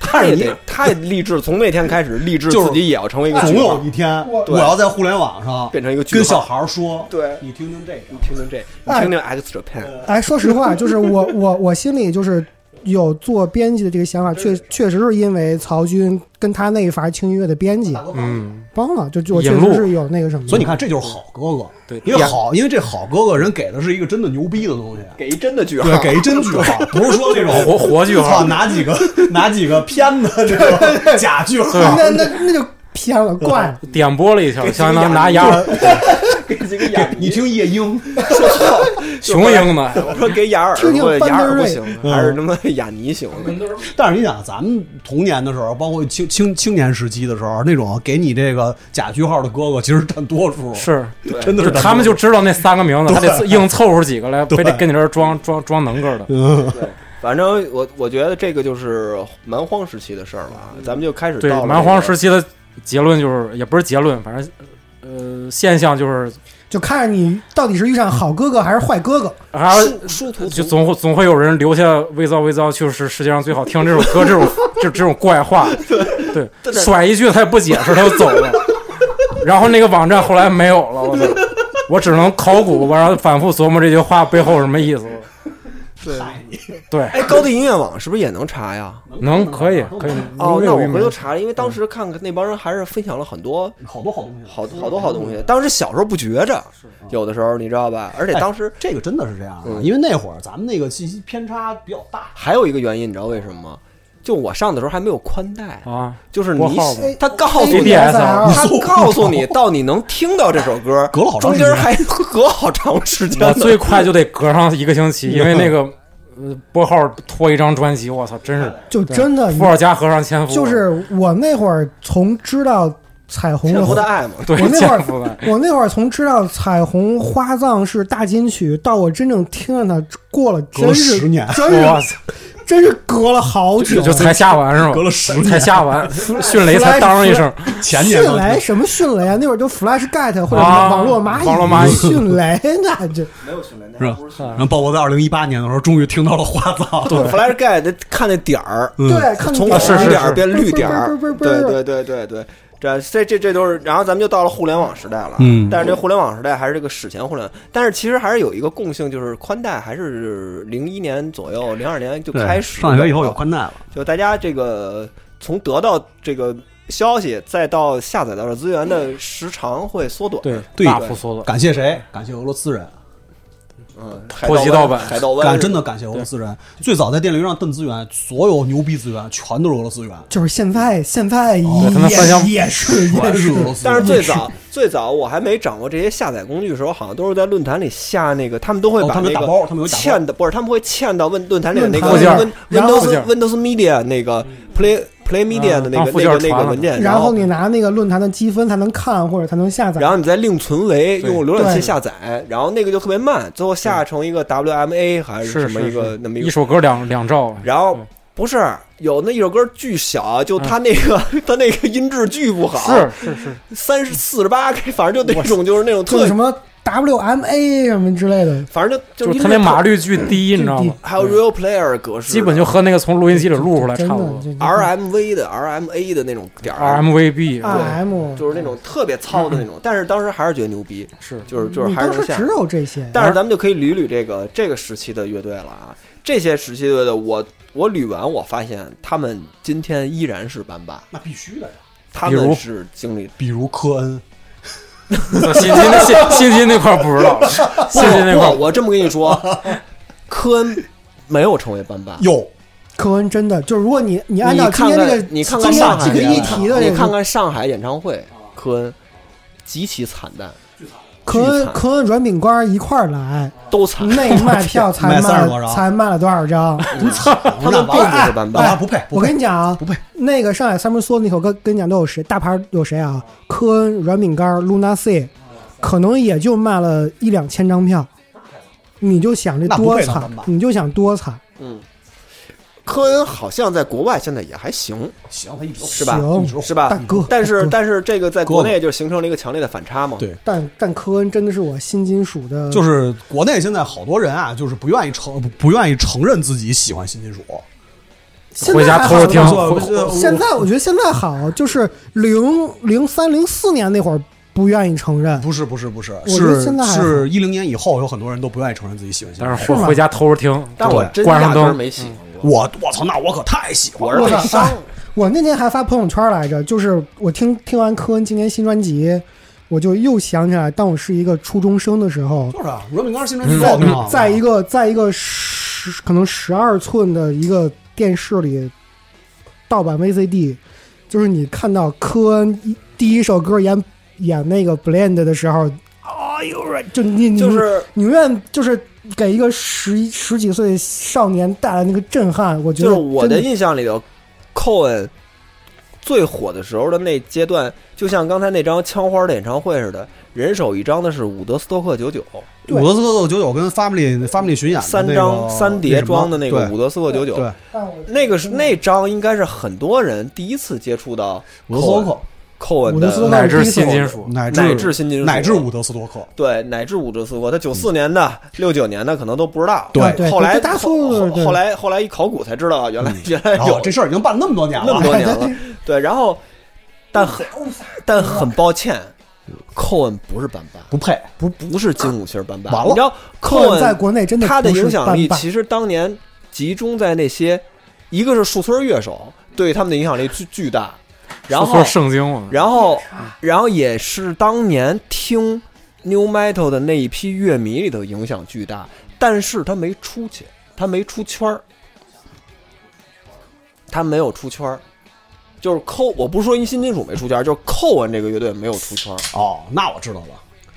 Speaker 3: 他也得，他也励志，从那天开始励志
Speaker 4: 就是
Speaker 3: 自己也要成为一个
Speaker 4: 总
Speaker 3: 句
Speaker 4: 有
Speaker 3: 号，
Speaker 4: 一天，
Speaker 5: 哎我
Speaker 4: 我要在互联网上
Speaker 3: 变成一个句
Speaker 4: 跟小
Speaker 3: 号。
Speaker 4: 孩儿说，
Speaker 3: 对
Speaker 4: 你听听这
Speaker 3: 你
Speaker 4: 个，
Speaker 3: 听听这，你听听 X Japan，
Speaker 5: 哎，说实话，就是我我我心里就是有做编辑的这个想法，确确实是因为曹军跟他那一伐轻音乐的编辑
Speaker 6: 嗯，
Speaker 5: 帮了，就就我
Speaker 6: 引
Speaker 5: 确
Speaker 6: 路
Speaker 5: 实是有那个什么的。
Speaker 4: 所以你看，这就是好哥哥，
Speaker 6: 对
Speaker 4: 因为
Speaker 6: 呀
Speaker 4: 好，因为这好哥哥人给的是一个真的牛逼 的东西，
Speaker 3: 给一真的句号，
Speaker 4: 对，给一真句号，不是说那种
Speaker 6: 活活句号
Speaker 4: 操拿几个拿几个偏的这种假句号，
Speaker 5: 那那那就偏了，怪了。
Speaker 6: 点拨了一下，相当于拿雅尔
Speaker 3: 给几个雅尼
Speaker 4: 你听夜莺，
Speaker 6: 雄鹰的，
Speaker 3: 我说给 雅尔，
Speaker 5: 听听
Speaker 3: 或者雅
Speaker 5: 班
Speaker 3: 尔
Speaker 5: 德
Speaker 3: 不
Speaker 5: 瑞
Speaker 3: 行，还是他 妈雅尼行的。
Speaker 4: 但是你想，咱们童年的时候，包括青青青年时期的时候，那种给你这个假句号的哥哥，其实占多数，
Speaker 6: 是。
Speaker 4: 真的
Speaker 6: 就是
Speaker 4: 占多数
Speaker 6: 是他们就知道那三个名字，他得硬凑出几个来，非得跟你这儿装装装能个的。
Speaker 3: 反正我我觉得这个就是蛮荒时期的事儿了
Speaker 5: 嗯
Speaker 3: 啊，咱们就开始
Speaker 6: 对
Speaker 3: 到，了
Speaker 6: 蛮荒时
Speaker 3: 期。
Speaker 6: 期的结论就是，也不是结论，反正呃现象就是，
Speaker 5: 就看你到底是遇上好哥哥还是坏哥哥。
Speaker 6: 还是
Speaker 3: 殊殊途
Speaker 6: 就
Speaker 3: 同
Speaker 6: 总会总会有人留下“微糟微糟”，就是世界上最好听这首歌，这种这这种怪话，对，甩一句他也不解释，他就走了。然后那个网站后来没有了，我操！我只能考古，我然后反复琢磨这句话背后什么意思。对，
Speaker 3: 哎，高地音乐网是不是也能查呀？
Speaker 6: 能可以
Speaker 4: 嗯
Speaker 6: 可以。
Speaker 3: 哦，
Speaker 6: 因为
Speaker 3: 那
Speaker 6: 有
Speaker 3: 我
Speaker 6: 域
Speaker 3: 回
Speaker 6: 名
Speaker 3: 头查了，因为当时看看那帮人还是分享了很多
Speaker 4: 好多好东西。
Speaker 3: 好好多好
Speaker 4: 嗯
Speaker 3: 东西。当时小时候不觉着，有的时候你知道吧？而且
Speaker 4: 哎
Speaker 3: 当时
Speaker 4: 这个真的是这样的，啊
Speaker 3: 嗯
Speaker 4: 因为那会儿咱们那个信息偏差比较大，
Speaker 3: 还有一个原因，你知道为什么吗？就我上的时候还没有宽带，
Speaker 6: 啊，
Speaker 3: 就是
Speaker 6: 拨
Speaker 3: 你
Speaker 6: 号吗
Speaker 3: 他告
Speaker 5: 哎
Speaker 3: 诉你，
Speaker 6: ADSL
Speaker 3: 他告诉你到你能听到这首歌，
Speaker 4: 隔了好长
Speaker 3: 中间
Speaker 4: 时间。
Speaker 3: 还隔好长时 间
Speaker 6: 我
Speaker 3: 呢。
Speaker 6: 最快就得隔上一个星期，因为那个呃拨号拖一张专辑，我操，真是
Speaker 5: 就真的
Speaker 6: 伏尔加河上千夫，
Speaker 5: 嗯
Speaker 6: 啊
Speaker 5: 就是我那会儿从知道彩虹
Speaker 3: 幸
Speaker 5: 的
Speaker 3: 福的爱嘛，
Speaker 6: 对
Speaker 5: 我那会儿
Speaker 6: 千夫啊的，
Speaker 5: 我那会儿从知道《彩虹花葬》是大金曲，到我真正听见它过了，
Speaker 4: 隔
Speaker 5: 真
Speaker 4: 了
Speaker 5: 是
Speaker 4: 10年
Speaker 5: 真
Speaker 6: 我
Speaker 5: 是
Speaker 6: 操，
Speaker 5: 真是隔了好久。
Speaker 6: 就就才下完是吧？
Speaker 4: 隔了十年
Speaker 6: 才下完， 迅雷才当一声，
Speaker 4: 前
Speaker 5: 迅
Speaker 4: 年嘛
Speaker 5: 雷什么迅雷啊？那会儿就 FlashGet 或者
Speaker 6: 啊
Speaker 5: 网络蚂蚁，
Speaker 6: 网络蚂蚁
Speaker 5: 迅雷那就。
Speaker 4: 是吧？然后鲍勃在二零一八年的时候，终于听到了花葬，
Speaker 6: 对
Speaker 3: Flashgate 看那点儿，
Speaker 4: 嗯
Speaker 5: 对，看
Speaker 3: 从
Speaker 5: 点
Speaker 3: 红
Speaker 5: 儿
Speaker 3: 点儿变绿
Speaker 5: 嘣
Speaker 3: 点儿
Speaker 5: 嘣嘣嘣，
Speaker 3: 对
Speaker 5: 嘣
Speaker 3: 对对对对，这这这这都是，然后咱们就到了互联网时代了，
Speaker 4: 嗯
Speaker 3: 但是这互联网时代还是这个史前互联网，但是其实还是有一个共性，就是宽带还是零一年左右、零二年就开始
Speaker 4: 嗯上学以后有，宽带了，
Speaker 3: 就大家这个从得到这个消息，再到下载到的资源的时长会缩短，
Speaker 6: 对
Speaker 4: 对
Speaker 6: 大幅缩短，
Speaker 4: 感谢谁？感谢俄罗斯人，
Speaker 3: 嗯，
Speaker 6: 偷袭盗
Speaker 3: 盗
Speaker 6: 版
Speaker 3: 海盗湾
Speaker 4: 感真的感谢俄罗斯人。最早在电流上蹬资源，所有牛逼资源全都是俄罗斯源，
Speaker 5: 就是现在，现在
Speaker 6: 对他们翻箱
Speaker 5: 也也是 也
Speaker 4: 全是
Speaker 5: 是
Speaker 4: 俄罗斯
Speaker 3: 但
Speaker 4: 人。
Speaker 3: 是 最早最早我还没掌握这些下载工具的时候，好像都是在论坛里下那个，他们都会
Speaker 4: 哦
Speaker 3: 把
Speaker 4: 他们
Speaker 3: 那
Speaker 4: 有打
Speaker 3: 个
Speaker 4: 包他们有打包
Speaker 3: 嵌的不是，他们会嵌到论论坛里的那个
Speaker 6: 论坛
Speaker 3: Win
Speaker 5: 然后
Speaker 3: Windows
Speaker 6: 然后
Speaker 3: Windows Media 那个
Speaker 6: 嗯
Speaker 3: Play Play Media
Speaker 6: 啊
Speaker 3: 的那
Speaker 6: 当
Speaker 3: 个
Speaker 6: 附
Speaker 3: 那
Speaker 6: 件
Speaker 3: 个那
Speaker 6: 传
Speaker 3: 个
Speaker 6: 了
Speaker 3: 文件，
Speaker 5: 然后
Speaker 3: 后
Speaker 5: 你拿那个论坛的积分才能看或者才能下载。
Speaker 3: 然后你再另存为用浏览器
Speaker 5: 对
Speaker 3: 下载，然后那个就特别慢，最后下成一个 WMA 还
Speaker 6: 是
Speaker 3: 什么
Speaker 6: 是
Speaker 3: 一个
Speaker 6: 是
Speaker 3: 那么一
Speaker 6: 一
Speaker 3: 个，
Speaker 6: 首歌两两兆，
Speaker 3: 然后
Speaker 6: 嗯。
Speaker 3: 不是有那一首歌巨小，啊就它那个、 它那个音质巨不好，
Speaker 6: 是是是，
Speaker 3: 三十四十八 K，反正就那种就是那种
Speaker 5: 就是
Speaker 3: 特
Speaker 5: 什，么 WMA 什么之类的，
Speaker 3: 反正就
Speaker 6: 就是
Speaker 3: 音
Speaker 6: 他
Speaker 3: 质
Speaker 6: 那
Speaker 3: 特
Speaker 6: 码率巨低，你知道
Speaker 5: 巨
Speaker 6: 吗
Speaker 5: 低？
Speaker 3: 还有
Speaker 6: 对
Speaker 3: Real Player 格式的，
Speaker 6: 基本就和那个从录音机里录出来差
Speaker 5: 真
Speaker 6: 不
Speaker 5: 的
Speaker 6: 多。
Speaker 5: 就
Speaker 3: RMV 的 RMA 的那种点儿，
Speaker 6: RMVB
Speaker 5: 啊 RM
Speaker 3: 就是那种特别糙的那种， 但是当时还是觉得牛逼，
Speaker 6: 嗯是 嗯
Speaker 3: 就是就是
Speaker 5: 你
Speaker 3: 还是
Speaker 5: 当
Speaker 3: 能
Speaker 5: 时
Speaker 3: 下
Speaker 5: 只。有这些，
Speaker 3: 但是咱们就可以捋捋这个这个时期的乐队了啊，这些时期的乐队，我我捋完，我发现他们今天依然是班霸，
Speaker 4: 那必须的呀，
Speaker 3: 他
Speaker 6: 比
Speaker 3: 们
Speaker 6: 如
Speaker 3: 是经历
Speaker 4: 比如科恩，
Speaker 6: 新津那新新津那块儿不知道，新津那块
Speaker 3: 不，
Speaker 6: 儿
Speaker 3: 我这么跟你 说，科恩没有成为班霸。
Speaker 4: 有
Speaker 5: 科恩真的就是，如果你你按
Speaker 3: 你
Speaker 5: 照今
Speaker 3: 看
Speaker 5: 天这
Speaker 3: 看
Speaker 5: 个，
Speaker 3: 你看
Speaker 5: 今
Speaker 3: 看
Speaker 5: 天
Speaker 3: 上
Speaker 5: 这
Speaker 3: 海
Speaker 5: 个
Speaker 3: 的
Speaker 5: 议题的这
Speaker 3: 你看
Speaker 5: 个，
Speaker 3: 看上海演唱会，科恩极其惨淡，
Speaker 5: 科
Speaker 3: 巨
Speaker 5: 恩
Speaker 3: 惨
Speaker 5: 科恩软饼干一块儿 来，
Speaker 3: 都惨。
Speaker 5: 那 卖票才
Speaker 4: 卖三
Speaker 5: 卖
Speaker 4: 十多张
Speaker 5: 了才卖了多少张？
Speaker 3: 他们并不是班
Speaker 4: 那他
Speaker 3: 霸，
Speaker 4: 不配，不
Speaker 5: 我
Speaker 4: 配
Speaker 5: 跟你讲啊，那个上海三门梭那首歌，跟你讲都有谁大牌有谁啊？科恩、软饼干、Luna C，可能也就卖了一两千张票，你就想这
Speaker 4: 那不
Speaker 5: 多
Speaker 4: 配
Speaker 5: 惨
Speaker 4: 当吧，
Speaker 5: 你就想多惨，
Speaker 3: 嗯，科恩好像在国外现在也还行，
Speaker 4: 行，他一直都
Speaker 3: 是吧
Speaker 4: 一直
Speaker 5: 行，
Speaker 4: 都
Speaker 3: 是
Speaker 5: 大
Speaker 3: 吧？
Speaker 5: 哥，
Speaker 3: 啊但是
Speaker 5: 大哥
Speaker 3: 但是这个在国内就形成了一个强烈的反差嘛。
Speaker 4: 对
Speaker 5: 但但科恩真的是我新金属的，
Speaker 4: 就是国内现在好多人啊，就是不愿意承不不愿意承认自己喜欢新金属，
Speaker 5: 现在
Speaker 6: 回家
Speaker 5: 还
Speaker 6: 偷
Speaker 5: 好
Speaker 6: 着听
Speaker 5: 吧
Speaker 6: 回
Speaker 5: 现在我觉得现在好，就是零零三零四年那会儿不愿意承认，
Speaker 4: 不是不是不是，
Speaker 5: 觉得
Speaker 4: 是
Speaker 5: 现在还好
Speaker 4: 是一零年以后，有很多人都不愿意承认自己喜欢新
Speaker 6: 但
Speaker 4: 金
Speaker 6: 是
Speaker 4: 属。
Speaker 5: 是
Speaker 6: 回
Speaker 5: 吗
Speaker 6: 回家偷着听，
Speaker 3: 但我
Speaker 6: 对
Speaker 3: 真
Speaker 6: 关上
Speaker 3: 压根儿
Speaker 6: 灯，
Speaker 3: 没喜欢过，
Speaker 4: 我我操，那我可太喜欢
Speaker 3: 我是。
Speaker 4: 了
Speaker 3: 被
Speaker 5: 我操
Speaker 3: 伤了。
Speaker 5: 我那天还发朋友圈来着，就是我听听完科恩今年新专辑，我就又想起来，当我是一个初中生的时候，
Speaker 4: 就是啊，软饼干新专辑
Speaker 6: 嗯
Speaker 4: 造挺好的，啊
Speaker 5: 在一个在一个十可能十二寸的一个电视里，盗版 VCD，就是你看到科恩一第一首歌演演那个 Blend 的时候，啊、呦呦，就你你
Speaker 3: 就是
Speaker 5: 你永远就是给一个十一十几岁少年带来那个震撼，我觉
Speaker 3: 就
Speaker 5: 得
Speaker 3: 是我的
Speaker 5: 真
Speaker 3: 印象里头，寇恩最火的时候的那阶段，就像刚才那张枪花的演唱会似的，人手一张的是伍德斯托克九九，
Speaker 5: 对
Speaker 4: 伍德斯特九九跟 Family Family 巡演的
Speaker 3: 三
Speaker 4: 那个
Speaker 3: 张三碟装的那
Speaker 4: 对
Speaker 3: 个伍德斯托克九九，
Speaker 4: 对，
Speaker 5: 但我
Speaker 3: 那个是那张应该是很多人第一次接触到
Speaker 4: 伍德斯托
Speaker 3: 寇恩
Speaker 5: 伍德斯托
Speaker 3: 的
Speaker 5: 克
Speaker 6: 乃至新金
Speaker 4: 克
Speaker 6: 属，
Speaker 4: 乃至
Speaker 3: 乃至新金属
Speaker 4: 乃至伍德斯托克，
Speaker 3: 对乃至伍德斯托克，他九四年的、六九年的可能都不知道，啊
Speaker 4: 对
Speaker 5: 对
Speaker 3: 后来
Speaker 5: 对大
Speaker 3: 后
Speaker 5: 数
Speaker 3: 后
Speaker 5: 对嗯哦
Speaker 3: 后来后来一考古才知道，原来原来
Speaker 4: 嗯然后
Speaker 3: 有
Speaker 4: 这事儿已经办那么多年了，
Speaker 3: 那么多年了，对，然后但很但很抱歉，寇恩不是班霸，
Speaker 4: 不配，
Speaker 3: 不不是金五星班霸。
Speaker 4: 完了
Speaker 3: 你知道
Speaker 5: 科
Speaker 3: 寇
Speaker 5: 恩在
Speaker 3: 恩
Speaker 5: 国内真的
Speaker 3: 他的
Speaker 5: 不是
Speaker 3: 影响力
Speaker 5: 半半
Speaker 3: 其实当年集中在那些，一个是树村乐手对他们的影响力巨巨大，然
Speaker 6: 说
Speaker 3: 后
Speaker 6: 圣经嘛，
Speaker 3: 然后然后也是当年听 New Metal 的那一批乐迷里头影响巨大，但是他没出去，他没出圈儿。他没有出圈儿，就是扣，我不是说因新金属没出圈儿，就是扣完这个乐队没有出圈儿，
Speaker 4: 哦，那我知道了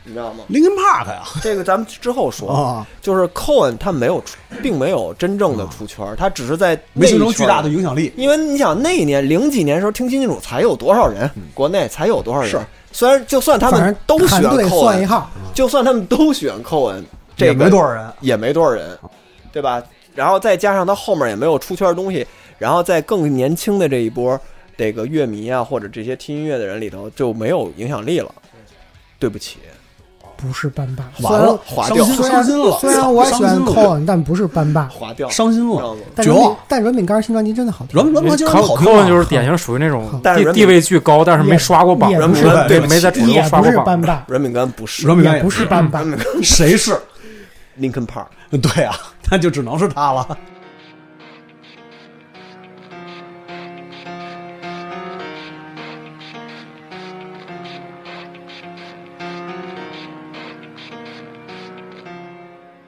Speaker 3: 你知道吗？
Speaker 4: ，Linkin Park 呀，
Speaker 3: 这个咱们之后说，
Speaker 4: 啊，
Speaker 3: 就是扣完他没有出，并没有真正的出圈儿，他只是在那
Speaker 4: 没
Speaker 3: 一
Speaker 4: 形成
Speaker 3: 圈
Speaker 4: 巨
Speaker 3: 儿
Speaker 4: 大的影响力。
Speaker 3: 因为你想那一年零几年的时候听新金属才有多少人，国内才有多少人？
Speaker 4: 嗯是，
Speaker 3: 虽然就算他
Speaker 5: 反
Speaker 3: 们
Speaker 5: 正
Speaker 3: 都喜
Speaker 5: 韩
Speaker 3: 欢
Speaker 5: 队
Speaker 3: 扣
Speaker 5: 算一
Speaker 3: 恩，
Speaker 5: 号，
Speaker 3: 就算他们都喜欢扣恩，这
Speaker 4: 也
Speaker 3: 个
Speaker 4: 没多少人，
Speaker 3: 也没多少人，对吧？然后再加上他后面也没有出圈的东西，然后在更年轻的这一波这个乐迷啊，或者这些听音乐的人里头就没有影响力了。对不起，
Speaker 5: 不是班霸。
Speaker 4: 完了，
Speaker 3: 划
Speaker 4: 伤
Speaker 3: 掉
Speaker 4: 心
Speaker 5: 虽
Speaker 4: 伤
Speaker 5: 然
Speaker 4: 心了。
Speaker 5: 虽然我也喜欢
Speaker 4: 伤心了
Speaker 5: Cohen，但不是班霸。
Speaker 3: 划掉。
Speaker 4: 伤心
Speaker 3: 知道
Speaker 4: 了，
Speaker 3: 吗
Speaker 5: 但
Speaker 4: 绝
Speaker 5: 软
Speaker 4: 望
Speaker 5: 饼但软饼干新专辑真的好听。
Speaker 4: 软软软经常好听
Speaker 6: 科文
Speaker 4: 啊
Speaker 6: 就是典型属于那种
Speaker 3: 但是
Speaker 6: 地
Speaker 3: 人
Speaker 6: 地位巨高，但是没刷过
Speaker 5: 嗯
Speaker 6: 榜
Speaker 5: 也，
Speaker 3: 软饼
Speaker 5: 不是
Speaker 3: 干对不
Speaker 6: 没
Speaker 3: 起
Speaker 6: 在主流
Speaker 5: 也
Speaker 6: 刷
Speaker 5: 不
Speaker 6: 过
Speaker 5: 是班
Speaker 6: 榜。
Speaker 5: 霸，
Speaker 3: 软饼干不是
Speaker 4: 软饼干
Speaker 5: 也不是班
Speaker 3: 嗯
Speaker 5: 霸。
Speaker 4: 谁是？
Speaker 3: Linkin Park，
Speaker 4: 对啊，那就只能是 他了。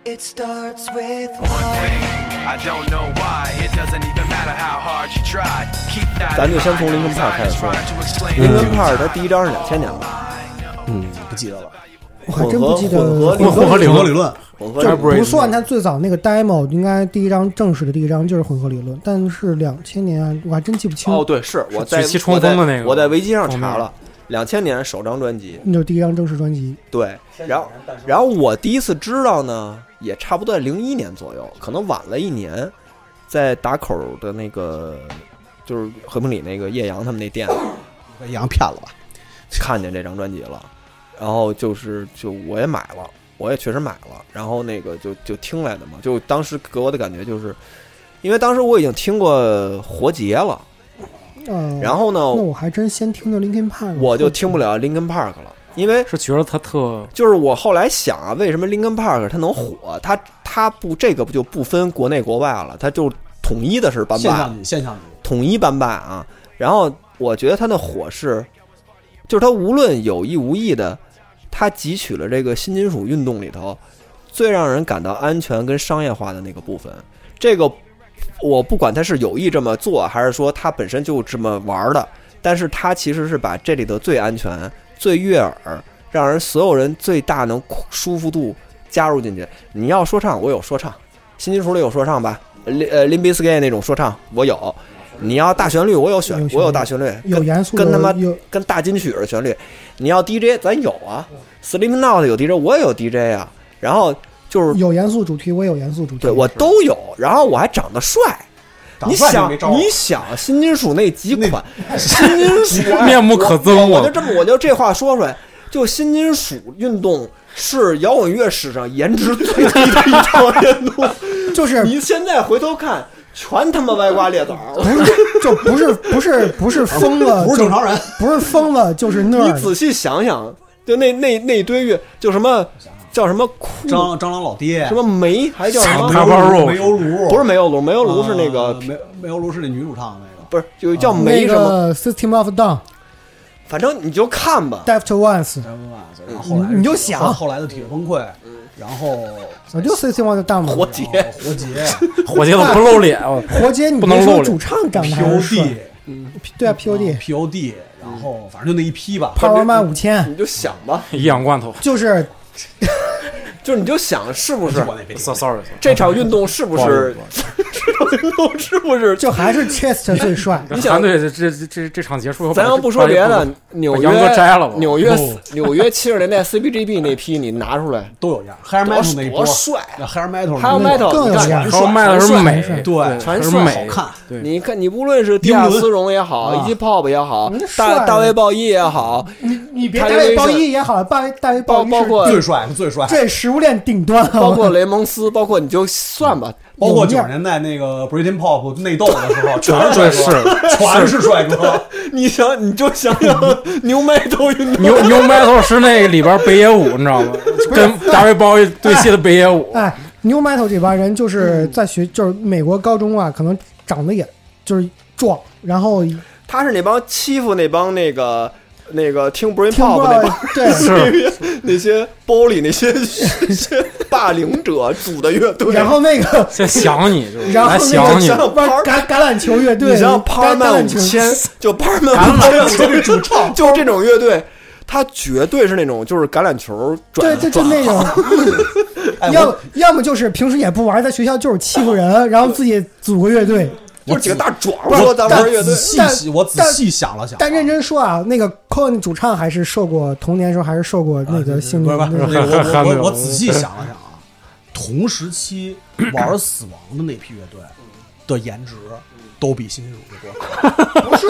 Speaker 8: It starts with
Speaker 2: I don't know why. It doesn't even matter how hard you try. Keep that.
Speaker 3: 咱就先从 Linkin Park 开始说。Linkin Park 它第一张是两千年吧，
Speaker 4: 嗯，不记得了。
Speaker 5: 我还真不记得
Speaker 3: 混合
Speaker 6: 混合理
Speaker 4: 混合
Speaker 6: 论
Speaker 4: 理论，
Speaker 3: 混合
Speaker 5: 就
Speaker 3: 理
Speaker 5: 是
Speaker 3: 论
Speaker 5: 不算他最早那个 demo，应该第一张正式的第一张就是混合理论，但是两千年啊我还真记不清。
Speaker 3: 哦，对，是我在
Speaker 6: 举旗冲锋的那个
Speaker 3: 我在我在维基上
Speaker 6: 封
Speaker 3: 查
Speaker 6: 面
Speaker 3: 了，两千年首张专辑，
Speaker 5: 那就是第一张正式专辑，
Speaker 3: 对，然后然后我第一次知道呢，也差不多在零一年左右，可能晚了一年，在打口的那个就是和平里那个叶阳他们那店
Speaker 4: 被杨骗了吧？
Speaker 3: 看见这张专辑了，然后就是就我也买了，我也确实买了，然后那个就就听来的嘛，就当时给我的感觉就是，因为当时我已经听过活结了，
Speaker 5: 呃，
Speaker 3: 然后呢
Speaker 5: 那，我还真先听的 Linkin Park，
Speaker 3: 我就听不了 Linkin Park 了，因为
Speaker 6: 是觉得他特
Speaker 3: 就是我后来想啊，为什么 Linkin Park 它能火？它它不这个不就不分国内国外了，它就统一的是班
Speaker 4: 现
Speaker 3: 霸，
Speaker 4: 象级，现象级。
Speaker 3: 统一班霸啊。然后我觉得它的火是，就是它无论有意无意的，它汲取了这个新金属运动里头最让人感到安全跟商业化的那个部分。这个我不管它是有意这么做，还是说它本身就这么玩儿的，但是它其实是把这里的最安全、最悦耳，让人所有人最大能舒服度加入进去。你要说唱，我有说唱，新金属里有说唱吧，林呃林比斯盖那种说唱我有。你要大旋律，我有旋
Speaker 5: 有，旋律
Speaker 3: 我有大旋律，
Speaker 5: 有严肃的，
Speaker 3: 跟他妈
Speaker 5: 有
Speaker 3: 跟大金曲的旋律。你要 DJ，咱有啊，Slim Not 有 DJ，我也有 DJ 啊。然后就是
Speaker 5: 有严肃主题，我也有严肃主题。
Speaker 3: 对我都有，然后我还长得帅。
Speaker 4: 长
Speaker 3: 你
Speaker 4: 得帅就
Speaker 3: 想
Speaker 4: 没招儿，
Speaker 3: 你想新金属那几款，新金属哎
Speaker 6: 面目可憎
Speaker 3: 我我
Speaker 6: 啊
Speaker 3: 就这么，我就这话说出来，就新金属运动是摇滚乐史上颜值最低的一场运动。
Speaker 5: 就是
Speaker 3: 你现在回头看，全他妈歪瓜裂枣儿。
Speaker 5: 不是就不是 不是不是疯了，
Speaker 4: 不是正常人，
Speaker 5: 呃就不是疯了就是那
Speaker 3: 你
Speaker 5: 儿。
Speaker 3: 仔细想想，就那那那堆乐，就什么叫什么
Speaker 5: 嗯
Speaker 3: 酷，
Speaker 4: 蟑蟑螂老爹，
Speaker 3: 什么梅，还叫什
Speaker 6: 傻
Speaker 3: 么
Speaker 6: 逼
Speaker 4: 煤油
Speaker 6: 大包肉啊
Speaker 4: 炉，煤油炉
Speaker 3: 不是煤油炉，煤油炉是那
Speaker 4: 呃
Speaker 3: 个
Speaker 4: 煤煤油炉是那女主唱的那个，
Speaker 3: 不是有叫
Speaker 5: 那
Speaker 3: 梅什么，
Speaker 5: 个 System of a Down、
Speaker 3: 反正你就看吧。
Speaker 5: Deft Ones，
Speaker 3: 嗯
Speaker 4: 然后后来
Speaker 5: 你你就想
Speaker 4: 后后来的铁崩溃，然后
Speaker 5: 我就 System of a Down 嘛。
Speaker 3: 活结
Speaker 4: 然后 活结、
Speaker 6: 火箭都不露脸，啊我
Speaker 5: 活结，你
Speaker 6: 不能
Speaker 5: 别说
Speaker 6: 露脸
Speaker 5: 主唱长得还是
Speaker 4: POD
Speaker 5: 帅，对啊，POD
Speaker 3: 嗯
Speaker 4: 啊、POD，然后反正就那一批吧。
Speaker 5: Power Man 五千，
Speaker 3: 你就想吧，
Speaker 6: 一氧罐头。
Speaker 5: 就是
Speaker 3: 就是你就想是不是
Speaker 4: 我那边
Speaker 6: So sorry，
Speaker 3: 这场运动是不
Speaker 6: 不好意
Speaker 3: 是
Speaker 6: 思不好
Speaker 3: 这场运动是不是？
Speaker 5: 就还是 Chest 最帅。
Speaker 3: 你
Speaker 6: 团
Speaker 3: 想，
Speaker 6: 队这这这这场结束以后，
Speaker 3: 咱要不说别的，纽约
Speaker 6: 把杨哥摘了吧哦
Speaker 3: 纽约纽约七十年代 CBGB 那批你拿出来，
Speaker 4: 都有样，Hair
Speaker 3: 多
Speaker 4: Metal 那一波
Speaker 3: 多帅！
Speaker 4: ，Hair Metal
Speaker 3: 还有
Speaker 4: 那一波
Speaker 3: metal，
Speaker 5: 更有
Speaker 3: 你看
Speaker 5: 样
Speaker 6: 然后卖的是美，
Speaker 5: 全
Speaker 4: 对
Speaker 3: 全
Speaker 6: 是
Speaker 3: 帅
Speaker 6: 美，
Speaker 4: 好看
Speaker 6: 对，啊
Speaker 3: 你看，你无论是迪亚斯荣也好，
Speaker 4: 英文
Speaker 3: 以及 Pop 也好
Speaker 5: 嗯，帅
Speaker 3: 大大卫鲍伊也好，
Speaker 5: 你你别
Speaker 3: 他
Speaker 5: 大
Speaker 3: 这
Speaker 5: 卫
Speaker 3: 个
Speaker 5: 鲍
Speaker 3: 是
Speaker 5: 伊也好，大卫大卫鲍伊
Speaker 3: 包包
Speaker 5: 是
Speaker 3: 括
Speaker 4: 最帅最帅，
Speaker 5: 这食物链顶端
Speaker 3: 包
Speaker 5: 啊。
Speaker 3: 括雷蒙斯，包括你就算吧，
Speaker 4: 包括
Speaker 5: 有
Speaker 4: 九
Speaker 5: 面
Speaker 4: 十年代那个 Britain Pop 内斗的时候，全
Speaker 6: 对
Speaker 4: 是
Speaker 6: 是
Speaker 4: 帅哥，全是帅哥。
Speaker 3: 你想你就想想牛麦都运动，
Speaker 6: 牛牛 metal 是那个里边北野武，你知道吗？跟大卫鲍伊对戏的北 野武，
Speaker 5: 哎，New Metal 这帮人就是在学，就是美国高中啊，可能长得也就是壮，然后听
Speaker 3: 他是那帮欺负那帮那个那个听 Brain
Speaker 5: 不
Speaker 3: Pop 那帮
Speaker 5: 到对
Speaker 3: 那些那些包里那些那些霸凌者组的乐队，
Speaker 5: 然后 那个，
Speaker 6: 先想你，就是
Speaker 5: 然后
Speaker 6: 来
Speaker 5: 那
Speaker 6: 想
Speaker 5: 个
Speaker 6: 你
Speaker 5: 小，不是橄橄榄球乐队，
Speaker 3: 你像
Speaker 5: 橄
Speaker 3: Parman
Speaker 5: 橄榄
Speaker 3: 五
Speaker 5: 球
Speaker 3: 千，就 Parman
Speaker 5: 橄
Speaker 3: 五
Speaker 5: 榄球
Speaker 3: 千
Speaker 5: 是主 唱
Speaker 3: 就这种乐队，它绝对是那种就是橄榄球转
Speaker 5: 对，就就 那种，
Speaker 4: 哎
Speaker 5: 要要么就是平时也不玩，在学校就是欺负人，然后自己组个乐队。
Speaker 3: 就几个大壮说咱
Speaker 5: 但
Speaker 3: 玩乐队
Speaker 4: 仔，细
Speaker 5: 但
Speaker 4: 想我仔细想了想，
Speaker 5: 但认真说啊，那个 Cohen 主唱还是受过童年时候还是受过那个性
Speaker 4: 不
Speaker 5: 虐
Speaker 4: 是不
Speaker 5: 那
Speaker 4: 是，那
Speaker 5: 个
Speaker 4: 个我
Speaker 6: 还没
Speaker 4: 我
Speaker 6: 有
Speaker 4: 我我仔细想了想啊，同时期玩死亡的那批乐队的颜值都比新金属乐队
Speaker 5: 嗯
Speaker 4: 高，
Speaker 5: 不是，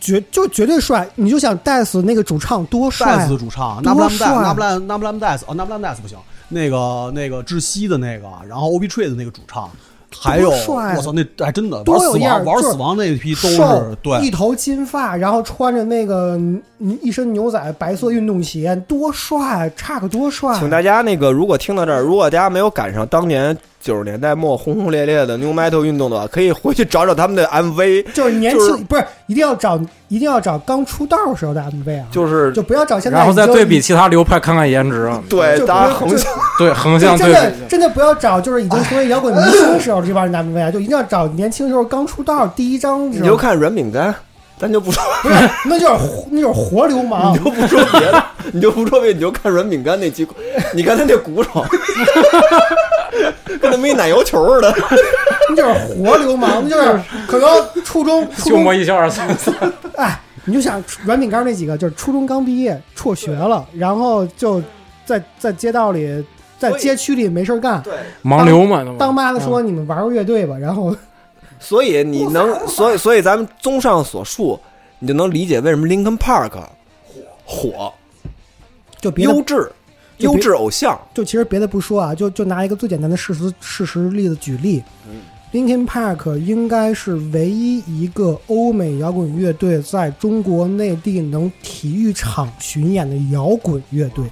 Speaker 5: 绝就绝对帅。你就想戴斯那个主唱多帅
Speaker 4: 戴
Speaker 5: 啊
Speaker 4: 斯，主唱
Speaker 5: 多
Speaker 4: 纳布拉姆戴
Speaker 5: 帅
Speaker 4: 纳布拉纳布拉姆戴斯哦纳布拉姆戴斯不行，那个那个窒息的那个，然后 OB Tree 的那个主唱。还有，
Speaker 5: 多帅啊
Speaker 4: 我操，那还真的
Speaker 5: 多
Speaker 4: 玩
Speaker 5: 有
Speaker 4: 死
Speaker 5: 样儿
Speaker 4: 亡，玩
Speaker 5: 就是
Speaker 4: 死亡那批都
Speaker 5: 瘦
Speaker 4: 是对
Speaker 5: 一头金发，然后穿着那个嗯一身牛仔白色运动鞋，多帅，啊差个多帅。
Speaker 3: 请大家那个，如果听到这儿，如果大家没有赶上当年九十年代末轰轰烈烈的 New Metal 运动的话，可以回去找找他们的 MV，
Speaker 5: 就是年轻，
Speaker 3: 就是
Speaker 5: 不是一定要找一定要找刚出道时候的 MV 啊，就
Speaker 3: 就是
Speaker 5: 不要找现在，
Speaker 6: 然后再对比其他流派看看颜值啊，
Speaker 3: 对
Speaker 5: 就不
Speaker 3: 大
Speaker 5: 要
Speaker 3: 家横向
Speaker 6: 对横
Speaker 5: 就
Speaker 6: 向对
Speaker 5: 真
Speaker 6: 比
Speaker 5: 的。真的不要找就是已经成为摇滚明星时候这帮人的 MV 啊，就一定要找年轻时候刚出道第一张时
Speaker 3: 你就
Speaker 5: 候，
Speaker 3: 看软饼干，咱就不说，
Speaker 5: 不是那就是活那就是活流氓
Speaker 3: 你，就不说别的，你就不说别的，你就看软饼干那几，你看他那鼓手， 跟他没奶油球似的。
Speaker 5: 那就是活流氓，那就是可能初中初
Speaker 6: 就摸
Speaker 5: 中
Speaker 6: 一笑二三四，
Speaker 5: 哎，你就想软饼干那几个，就是初中刚毕业辍学了，然后就在在街道里在街区里没事儿干，
Speaker 6: 盲流嘛，嗯那不
Speaker 5: 当妈的说你们玩个乐队吧，然后。
Speaker 3: 所以你能，所以所以咱们综上所述，你就能理解为什么 Linkin Park 火，
Speaker 5: 就别的
Speaker 3: 优质，
Speaker 5: 就
Speaker 3: 优
Speaker 5: 别
Speaker 3: 质偶像。
Speaker 5: 就其实别的不说啊，就就拿一个最简单的事实事实例子举例、l i n k i n Park 应该是唯一一个欧美摇滚乐队在中国内地能体育场巡演的摇滚乐队。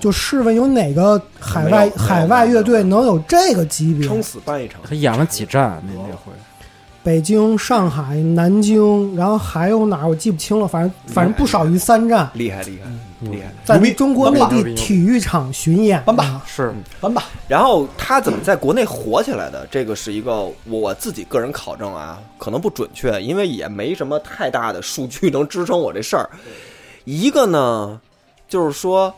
Speaker 5: 就试问有哪个海
Speaker 3: 没
Speaker 5: 外
Speaker 3: 有没有
Speaker 5: 海外乐队能有这个级别？
Speaker 3: 撑死办一场，
Speaker 6: 他演了几站啊那那回，
Speaker 5: 北京、上海、南京，然后还有哪儿我记不清了，反正反正不少于三站，
Speaker 3: 厉害厉害
Speaker 4: 嗯
Speaker 3: 厉害。
Speaker 5: 在
Speaker 4: 牛逼
Speaker 5: 中国内
Speaker 4: 牛逼
Speaker 6: 牛逼
Speaker 5: 地
Speaker 6: 牛逼
Speaker 5: 体育场巡演。
Speaker 4: 搬吧，
Speaker 6: 是
Speaker 5: 嗯
Speaker 4: 搬吧，
Speaker 3: 然后他怎么在国内火起来的？这个是一个我自己个人考证啊，可能不准确，因为也没什么太大的数据能支撑我这事儿。一个呢，就是说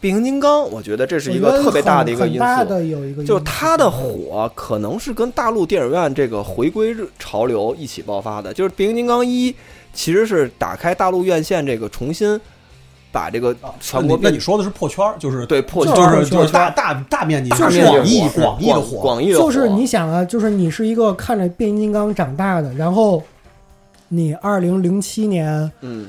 Speaker 3: 变形金刚，我觉得这是一
Speaker 5: 我觉
Speaker 3: 个
Speaker 5: 得
Speaker 3: 特别大的
Speaker 5: 很
Speaker 3: 一个
Speaker 5: 很
Speaker 3: 因
Speaker 5: 大
Speaker 3: 素。
Speaker 5: 的有一个因
Speaker 3: 就
Speaker 5: 素
Speaker 3: 是它的火，可能是跟大陆电影院这个回归日潮流一起爆发的。就是《变形金刚一》其实是打开大陆院线这个重新把这个 全国
Speaker 4: 啊那你
Speaker 3: 面
Speaker 4: 那你说的是破圈儿，就是
Speaker 3: 对破
Speaker 5: 就
Speaker 3: 圈
Speaker 5: 是
Speaker 4: 就
Speaker 5: 破
Speaker 4: 是就
Speaker 5: 圈
Speaker 4: 是大大大面积
Speaker 3: 大面积
Speaker 4: 广义
Speaker 3: 火
Speaker 4: 广义的火，
Speaker 3: 广义的火
Speaker 5: 就是你想啊，就是你是一个看着变形金刚长大的，然后你二零零七年
Speaker 3: 嗯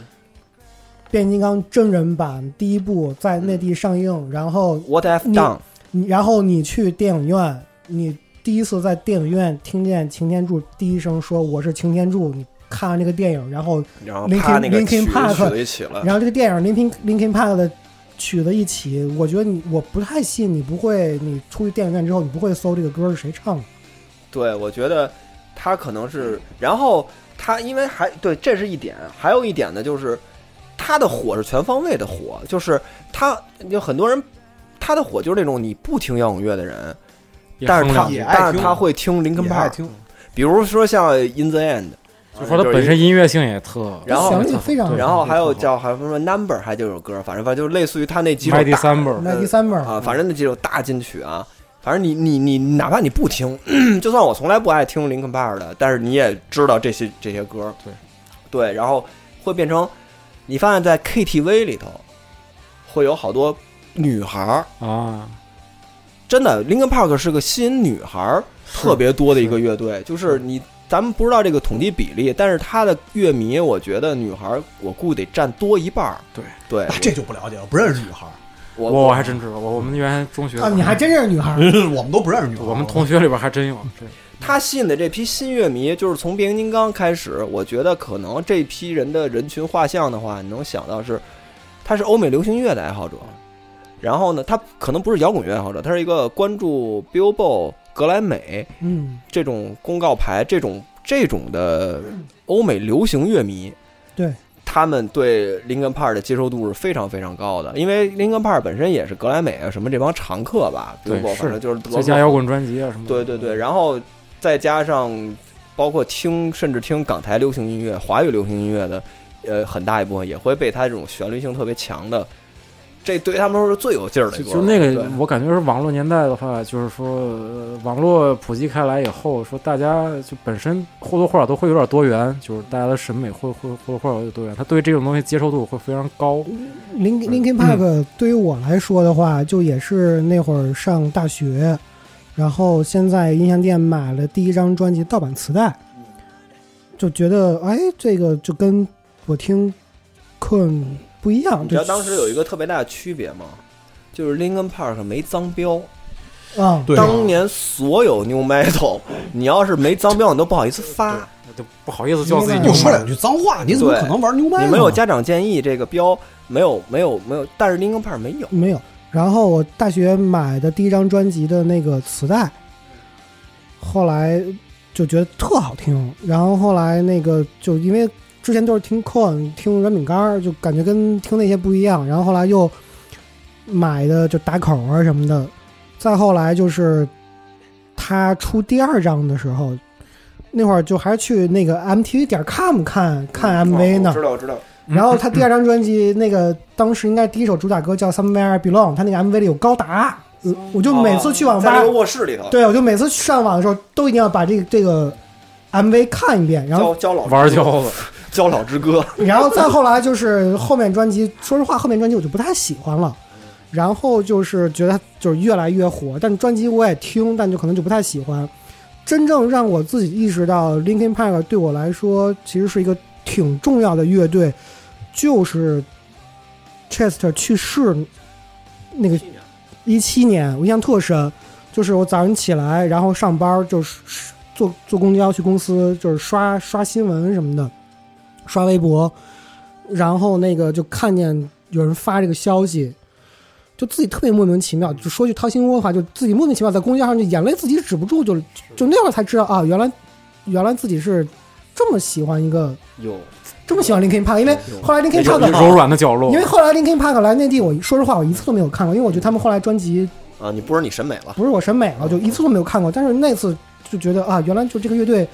Speaker 5: 变形金刚真人版第一部在内
Speaker 3: 嗯
Speaker 5: 地上映，然后
Speaker 3: ，What I've
Speaker 5: 你
Speaker 3: done。
Speaker 5: 你然后你去电影院，你第一次在电影院听见擎天柱第一声说我是擎天柱，你看完这个电影，然后
Speaker 3: 然后啪
Speaker 5: Linkin-
Speaker 3: 那个曲
Speaker 5: Linkin Park
Speaker 3: 曲子一起了，
Speaker 5: 然后这个电影 Linkin Linkin Park 的曲子一起，我觉得你我不太信你不会，你出去电影院之后你不会搜这个歌是谁唱的。
Speaker 3: 对我觉得他可能是，然后他因为还对，这是一点，还有一点呢，就是他的火是全方位的火，就是他有很多人，他的火就是那种你不听摇滚乐的人，
Speaker 6: 也
Speaker 3: 但
Speaker 6: 哼
Speaker 3: 是他
Speaker 6: 两句
Speaker 4: 也爱
Speaker 3: 但是
Speaker 4: 听
Speaker 3: 他会听林肯
Speaker 4: 也
Speaker 3: 帕
Speaker 4: 爱
Speaker 3: 尔，
Speaker 4: 听。
Speaker 3: 比如说像 In the End，
Speaker 6: 就说他本身音乐性也特，
Speaker 3: 然后
Speaker 5: 旋律非常好
Speaker 3: 然后还有叫还有什么 Number，还就有歌，反正反正就是类似于他那几首
Speaker 6: 麦迪
Speaker 3: 大
Speaker 6: 三本，
Speaker 5: 那第三本
Speaker 6: 嗯
Speaker 3: 啊，反正那几首大金曲啊，反正你你你哪怕你不听， 就算我从来不爱听林肯巴尔的，但是你也知道这些这些歌，
Speaker 6: 对
Speaker 3: 对，然后会变成你发现在 KTV 里头会有好多女孩儿，
Speaker 6: 啊，
Speaker 3: 真的林肯 Park 是个吸引女孩儿特别多的一个乐队，就是你。咱们不知道这个统计比例，但是他的乐迷，我觉得女孩儿我估计得占多一半儿。
Speaker 6: 对啊
Speaker 3: 对
Speaker 4: 哎，这就不了解了，不认识女孩儿，
Speaker 3: 我
Speaker 6: 我我还真知道，我我们原来中学
Speaker 5: 啊，你还真认识女孩儿。
Speaker 4: 我们都不认识女孩儿。
Speaker 6: 我们同学里边还真有这个
Speaker 3: 他吸引的这批新乐迷，就是从变形金刚开始，我觉得可能这批人的人群画像的话，你能想到是，他是欧美流行乐的爱好者，然后呢，他可能不是摇滚乐爱好者，他是一个关注 Billboard、格莱美
Speaker 5: 嗯，
Speaker 3: 这种公告牌、这种这种的欧美流行乐迷。
Speaker 5: 对，
Speaker 3: 他们对林根帕尔的接受度是非常非常高的，因为林根帕尔本身也是格莱美啊什么这帮常客吧，
Speaker 6: 对
Speaker 3: Billboard，
Speaker 6: 是
Speaker 3: 反正就是德
Speaker 6: 最
Speaker 3: 国
Speaker 6: 佳摇滚专辑啊什么的。
Speaker 3: 对对对，然后再加上包括听，甚至听港台流行音乐、华语流行音乐的，呃，很大一部分也会被它这种旋律性特别强的，这对他们说是最有劲儿的一
Speaker 6: 就
Speaker 3: 波。
Speaker 6: 就那
Speaker 3: 对
Speaker 6: 个，
Speaker 5: 嗯
Speaker 6: 我感觉是网络年代的话，就是说、呃网络普及开来以后，说大家就本身或多或少都会有点多元，就是大家的审美会会或多或少有多元，他对这种东西接受度会非常高。
Speaker 5: 林 Linkin Park 对于我来说的话，就也是那会儿上大学，然后先在音像店买了第一张专辑盗版磁带，
Speaker 3: 嗯
Speaker 5: 就觉得哎，这个就跟我听 Queen 不一样。
Speaker 3: 你知道
Speaker 5: 就
Speaker 3: 当时有一个特别大的区别吗？就是 Linkin Park 没脏标，
Speaker 5: 啊，
Speaker 4: 对
Speaker 3: 当年所有 New Metal，你要是没脏标，你都不好意思发。
Speaker 6: 就不好意思叫自己
Speaker 5: 明白
Speaker 4: 又
Speaker 5: 我
Speaker 4: 说两句脏话，你怎么
Speaker 3: 对
Speaker 4: 可能玩牛掰呢？
Speaker 3: 你没有家长建议这个标，没有没有没有，但是 Linkin Park 没有。
Speaker 5: 没有。然后我大学买的第一张专辑的那个磁带，后来就觉得特好听。然后后来那个就因为之前都是听 Con 听软饼干儿，就感觉跟听那些不一样。然后后来又买的就打口啊什么的。再后来就是他出第二张的时候，那会儿就还去那个 MTV 点 com 看
Speaker 3: 嗯
Speaker 5: 看 MV 呢。
Speaker 3: 哦道，我知道。
Speaker 5: 然后他第二张专辑那个当时应该第一首主打歌叫《Somewhere Belong》，他那个 MV 里有高达，呃我就每次去网吧，
Speaker 3: 卧室里头，
Speaker 5: 对我就每次上网的时候都一定要把这个这个 MV 看一遍，然后
Speaker 3: 教老
Speaker 6: 玩交子，
Speaker 3: 教老之歌，
Speaker 5: 然后再后来就是后面专辑，说实话后面专辑我就不太喜欢了，然后就是觉得就是越来越火，但专辑我也听，但就可能就不太喜欢。真正让我自己意识到 Linkin Park 对我来说其实是一个挺重要的乐队，就是 Chester 去世那个一七年，我印象特深。就是我早上起来，然后上班就是坐坐公交去公司，就是刷刷新闻什么的，刷微博，然后那个就看见有人发这个消息，就自己特别莫名其妙，就说句掏心窝的话，就自己莫名其妙在公交上就眼泪自己止不住，就就那会儿才知道啊，原来原来自己是这么喜欢一个
Speaker 3: 有
Speaker 5: 这么喜欢 Linkin Park，因为后来 Linkin
Speaker 6: 有
Speaker 5: Park
Speaker 6: 柔软的角落
Speaker 5: 因。为后来 Linkin Park 来内地，我说实话我一次都没有看过，因为我觉得他们后来专辑
Speaker 3: 啊，你不是你审美了，
Speaker 5: 不是我审美了，啊就一次都没有看过。但是那次就觉得啊，原来就这个乐队，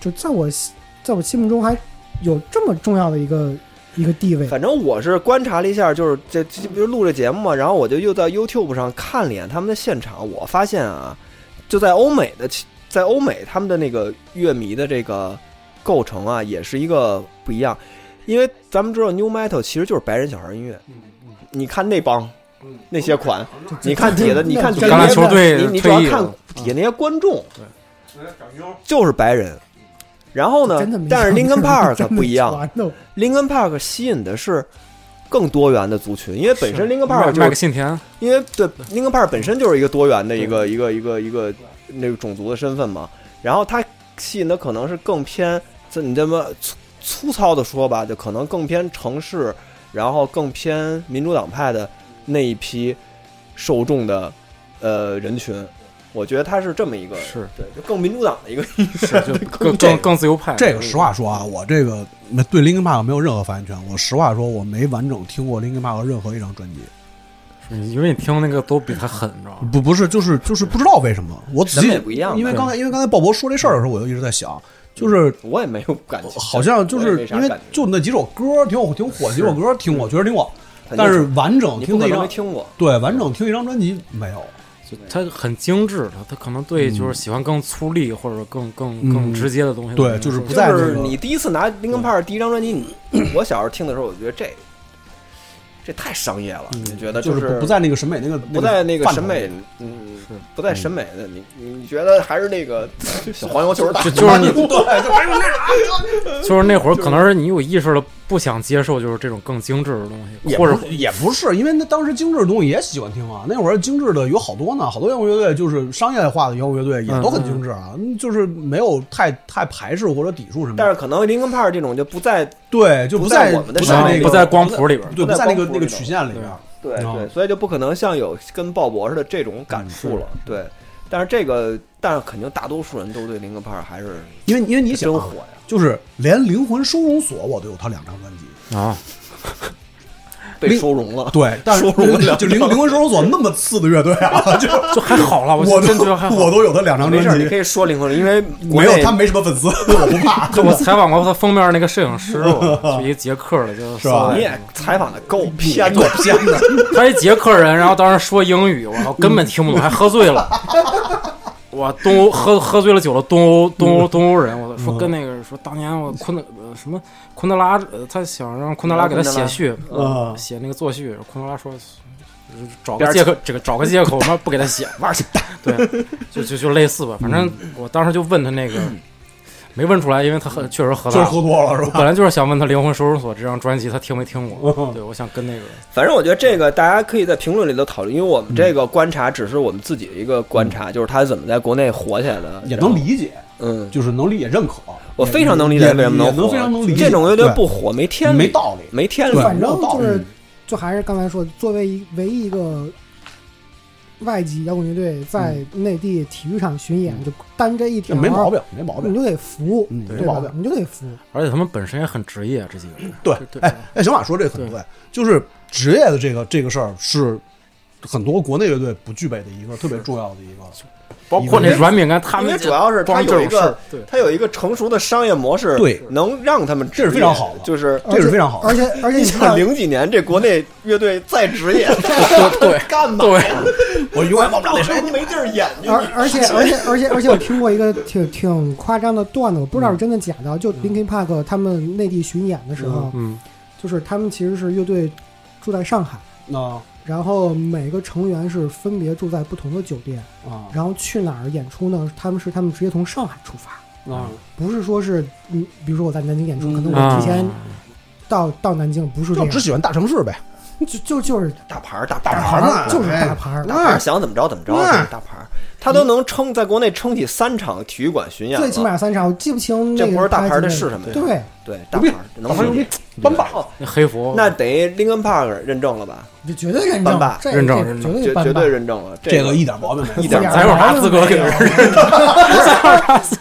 Speaker 5: 就在我心在我心目中还有这么重要的一个一个地位。
Speaker 3: 反正我是观察了一下，就是这这不是录这节目嘛，然后我就又在 YouTube 上看了一眼他们的现场，我发现啊，就在欧美的其在欧美他们的那个乐迷的这个构成啊，也是一个不一样，因为咱们知道 New Metal 其实就是白人小孩音乐，嗯你看那帮。那些款，你看底下，你看底下
Speaker 6: 橄榄
Speaker 3: 那
Speaker 6: 球
Speaker 3: 些
Speaker 6: 队
Speaker 3: 你你只要
Speaker 6: 退役
Speaker 3: 看
Speaker 6: 了嗯
Speaker 3: 底下那些观众，就是白人。然后呢
Speaker 5: 真的没，
Speaker 3: 但是林根帕尔可不一 样，
Speaker 5: 真的传的
Speaker 3: 林根 Park 吸引的是更多元的族群，因为本身林根
Speaker 6: 麦
Speaker 3: Park 就
Speaker 6: 麦克
Speaker 3: 是
Speaker 6: 信田，
Speaker 3: 因为对林根 Park 本身就是一个多元的一个一个一个一个那个种族的身份嘛，然后它吸引的可能是更偏，这你这么粗粗糙的说吧，就可能更偏城市，然后更偏民主党派的那一批受众的呃人群，我觉得它是这么一个
Speaker 6: 是
Speaker 3: 对，就更民主党的一个
Speaker 6: 是就更
Speaker 4: 这个
Speaker 6: 更更自由派。
Speaker 4: 这个实话说啊，我这个没对 Linkin Park 没有任何发言权。我实话说，我没完整听过 Linkin Park 任何一张专辑。
Speaker 6: 是嗯因为你听那个都比他狠，你知道吗？
Speaker 4: 不不是，就是就是不知道为什么，我仔
Speaker 3: 审美
Speaker 4: 细
Speaker 3: 不一样
Speaker 4: 因为
Speaker 6: 对
Speaker 4: 刚才因为刚才鲍勃说这事儿的时候，我就一直在想，就是
Speaker 3: 我也没有感觉，
Speaker 4: 好像就
Speaker 3: 嗯我也
Speaker 4: 是
Speaker 3: 没啥
Speaker 4: 因为
Speaker 3: 感觉
Speaker 4: 就那几首歌挺火挺火，几首歌听我觉得挺火，
Speaker 3: 肯定
Speaker 4: 但是完整
Speaker 3: 你
Speaker 4: 听
Speaker 3: 不
Speaker 4: 那
Speaker 3: 可能
Speaker 4: 张
Speaker 3: 没听过。
Speaker 4: 对完整听一张专辑没有。
Speaker 6: 就他很精致，他他可能对就是喜欢更粗粝或者更更更
Speaker 4: 嗯
Speaker 6: 直接的东西。
Speaker 4: 对就是不在
Speaker 3: 就
Speaker 4: 那
Speaker 3: 是
Speaker 4: 个
Speaker 3: 你第一次拿林根帕尔第一张专辑，你我小时候听的时候，我觉得这这太商业了，你觉得
Speaker 4: 就是不不在那个审美那个
Speaker 3: 不在那个
Speaker 4: 范
Speaker 3: 审
Speaker 4: 畴
Speaker 3: 美
Speaker 4: 里，
Speaker 3: 嗯，不在审美的你，你觉得还是那个小黄油球大，
Speaker 6: 就就是你
Speaker 3: 对，就没有那
Speaker 6: 就是那会儿可能是你有意识了，不想接受就是这种更精致的东西，
Speaker 4: 也
Speaker 6: 或者
Speaker 4: 不是也不是，因为那当时精致的东西也喜欢听啊。那会儿精致的有好多呢，好多摇滚乐队就是商业化的摇滚乐队也都很精致啊，嗯就是没有太太排斥或者抵触什么
Speaker 3: 但
Speaker 4: 的。
Speaker 3: 是可能林根帕尔这种就不在
Speaker 4: 对，就
Speaker 3: 不
Speaker 4: 在
Speaker 3: 在我们的
Speaker 4: 不
Speaker 3: 审
Speaker 4: 在
Speaker 3: 美
Speaker 4: 那
Speaker 3: 里
Speaker 4: 个
Speaker 6: 不在光谱里边。
Speaker 4: 对
Speaker 3: 不在
Speaker 4: 在那个
Speaker 3: 光谱
Speaker 4: 那个
Speaker 3: 里头
Speaker 4: 曲线里边。
Speaker 3: 对
Speaker 4: 嗯
Speaker 3: 对，所以就不可能像有跟鲍勃似的这种感触了，对。但是这个，但是肯定大多数人都对林根帕尔还是
Speaker 4: 因为因为你想
Speaker 3: 真
Speaker 4: 啊，
Speaker 3: 火呀，
Speaker 4: 就是连《灵魂收容所》我都有他两张专辑，
Speaker 6: 啊，
Speaker 3: 被收容了。
Speaker 4: 对，但是
Speaker 3: 收容了
Speaker 4: 就灵灵魂收容所那么次的乐队啊，就
Speaker 6: 就还好了，
Speaker 4: 我
Speaker 6: 真觉得还
Speaker 4: 都
Speaker 6: 好。
Speaker 4: 我都有他两张
Speaker 3: 没事，
Speaker 4: 专
Speaker 3: 你可
Speaker 4: 辑，
Speaker 3: 以说灵魂，因为国
Speaker 4: 没有
Speaker 3: 内
Speaker 4: 他没什么粉 丝，我不怕。
Speaker 6: 就我采访过他封面那个摄影师， 我就一捷克的，就是
Speaker 4: 吧
Speaker 3: 你也采访的够偏的，
Speaker 4: 偏的，
Speaker 6: 他一捷克人，然后当时说英语，我靠，根本听不懂，还喝醉 了。我东欧喝喝醉了酒了，东 欧东欧东欧人，我
Speaker 4: 嗯
Speaker 6: 说跟那个说当年我昆德呃什么昆德拉，呃他想让昆德拉给他写序，
Speaker 4: 嗯
Speaker 6: 写那个作序，昆德拉说找
Speaker 3: 边儿
Speaker 6: 个借口，这个找个借口，他妈不给他写，玩去。对，就就就类似吧，反正我当时就问他那个，没问出来，因为他喝确实喝
Speaker 4: 就是
Speaker 6: 大
Speaker 4: 喝
Speaker 6: 了。
Speaker 4: 多了是
Speaker 6: 我
Speaker 4: 吧？
Speaker 6: 本来就是想问他《灵魂收容所》这张专辑他听没听过，对我想跟那个
Speaker 3: 反正我觉得这个大家可以在评论里头讨论，因为我们这个观察只是我们自己的一个观察，就是他怎么在国内火起来的，
Speaker 4: 嗯也能理解，
Speaker 3: 嗯，
Speaker 4: 就是能理解认可。
Speaker 3: 我非常能理解
Speaker 4: 也
Speaker 3: 为什么
Speaker 4: 也
Speaker 3: 火，
Speaker 4: 能非常能理解
Speaker 3: 这种乐队不火没天理，
Speaker 4: 没道理。
Speaker 3: 没天理
Speaker 4: 对。
Speaker 5: 反正
Speaker 4: 有道
Speaker 5: 就
Speaker 4: 理
Speaker 5: 是，就还是刚才说的，作为一唯一一个外籍摇滚乐队在内地体育场巡演，就单这一
Speaker 4: 这
Speaker 5: 条
Speaker 4: 嗯没毛，病，没毛
Speaker 5: 你
Speaker 4: 病。
Speaker 5: 就得服，
Speaker 4: 嗯没
Speaker 5: 对吧
Speaker 4: 毛？病
Speaker 5: 你就得服。
Speaker 6: 而且他们本身也很职业，啊这几个人。
Speaker 4: 对，
Speaker 6: 对
Speaker 4: 哎哎，小马说这个很对，就是职业的这个这个事儿是很多国内乐队不具备的一个特别重要的一个。
Speaker 6: 包括那软饼干，他
Speaker 3: 因
Speaker 6: 们
Speaker 3: 为主要是他有一个，
Speaker 6: 对，
Speaker 3: 他有一个成熟的商业模式，
Speaker 4: 对
Speaker 3: 能让他们职业
Speaker 4: 这是非常好的
Speaker 3: 就是
Speaker 4: 这是非常好的
Speaker 5: 而且而 且
Speaker 3: 你
Speaker 5: 你知道
Speaker 3: 想零几年这国内乐队再职业，
Speaker 6: 对
Speaker 3: 干嘛？
Speaker 6: 对，
Speaker 4: 我永远忘不了那谁
Speaker 3: 谁没地儿演去
Speaker 5: 而而且而且而且而且我听过一个挺挺夸张的段子，我不知道
Speaker 6: 嗯
Speaker 5: 是真的假的。就 Linkin Park 他们内地巡演的时候，
Speaker 6: 嗯，
Speaker 5: 就是他们其实是乐队住在上海，
Speaker 4: 啊
Speaker 5: 然后每个成员是分别住在不同的酒店，
Speaker 4: 啊
Speaker 5: 然后去哪儿演出呢？他们是他们直接从上海出发，
Speaker 4: 啊！
Speaker 5: 不是说是嗯，比如说我在南京演出，
Speaker 4: 嗯
Speaker 5: 可能
Speaker 6: 啊
Speaker 5: 我提前到到南京，不是这
Speaker 4: 就
Speaker 5: 样，
Speaker 4: 只喜欢大城市呗，
Speaker 5: 就就就是
Speaker 3: 大牌儿，大
Speaker 4: 大
Speaker 3: 牌
Speaker 4: 牌
Speaker 3: 儿
Speaker 4: 儿嘛，
Speaker 5: 就是大
Speaker 4: 哎
Speaker 5: 牌儿。
Speaker 3: 大牌儿想怎么着怎么着，
Speaker 4: 嗯
Speaker 3: 大牌儿他都能撑在国内撑起三场体育馆巡演了，
Speaker 5: 最起码三场，我记不清那
Speaker 3: 这
Speaker 5: 个
Speaker 3: 不是大牌儿
Speaker 5: 的
Speaker 3: 的是什么呀
Speaker 5: 对，
Speaker 3: 对大牌
Speaker 4: 牛逼
Speaker 3: 儿，
Speaker 4: 大
Speaker 3: 能
Speaker 4: 牌儿牛逼，奔吧！
Speaker 3: 哦
Speaker 6: 那黑佛
Speaker 3: 那等于 Linkin Park 认证了吧？
Speaker 5: 就绝对认
Speaker 3: 办
Speaker 5: 证
Speaker 3: 吧，
Speaker 5: 这
Speaker 6: 认证
Speaker 5: 这
Speaker 6: 认证
Speaker 5: 绝对
Speaker 3: 绝
Speaker 5: 办
Speaker 3: 绝
Speaker 5: 吧
Speaker 3: 对认证了，
Speaker 4: 这
Speaker 3: 个
Speaker 4: 个一点毛病没
Speaker 3: 一
Speaker 4: 有，
Speaker 3: 点儿
Speaker 6: 咱有啥资格给人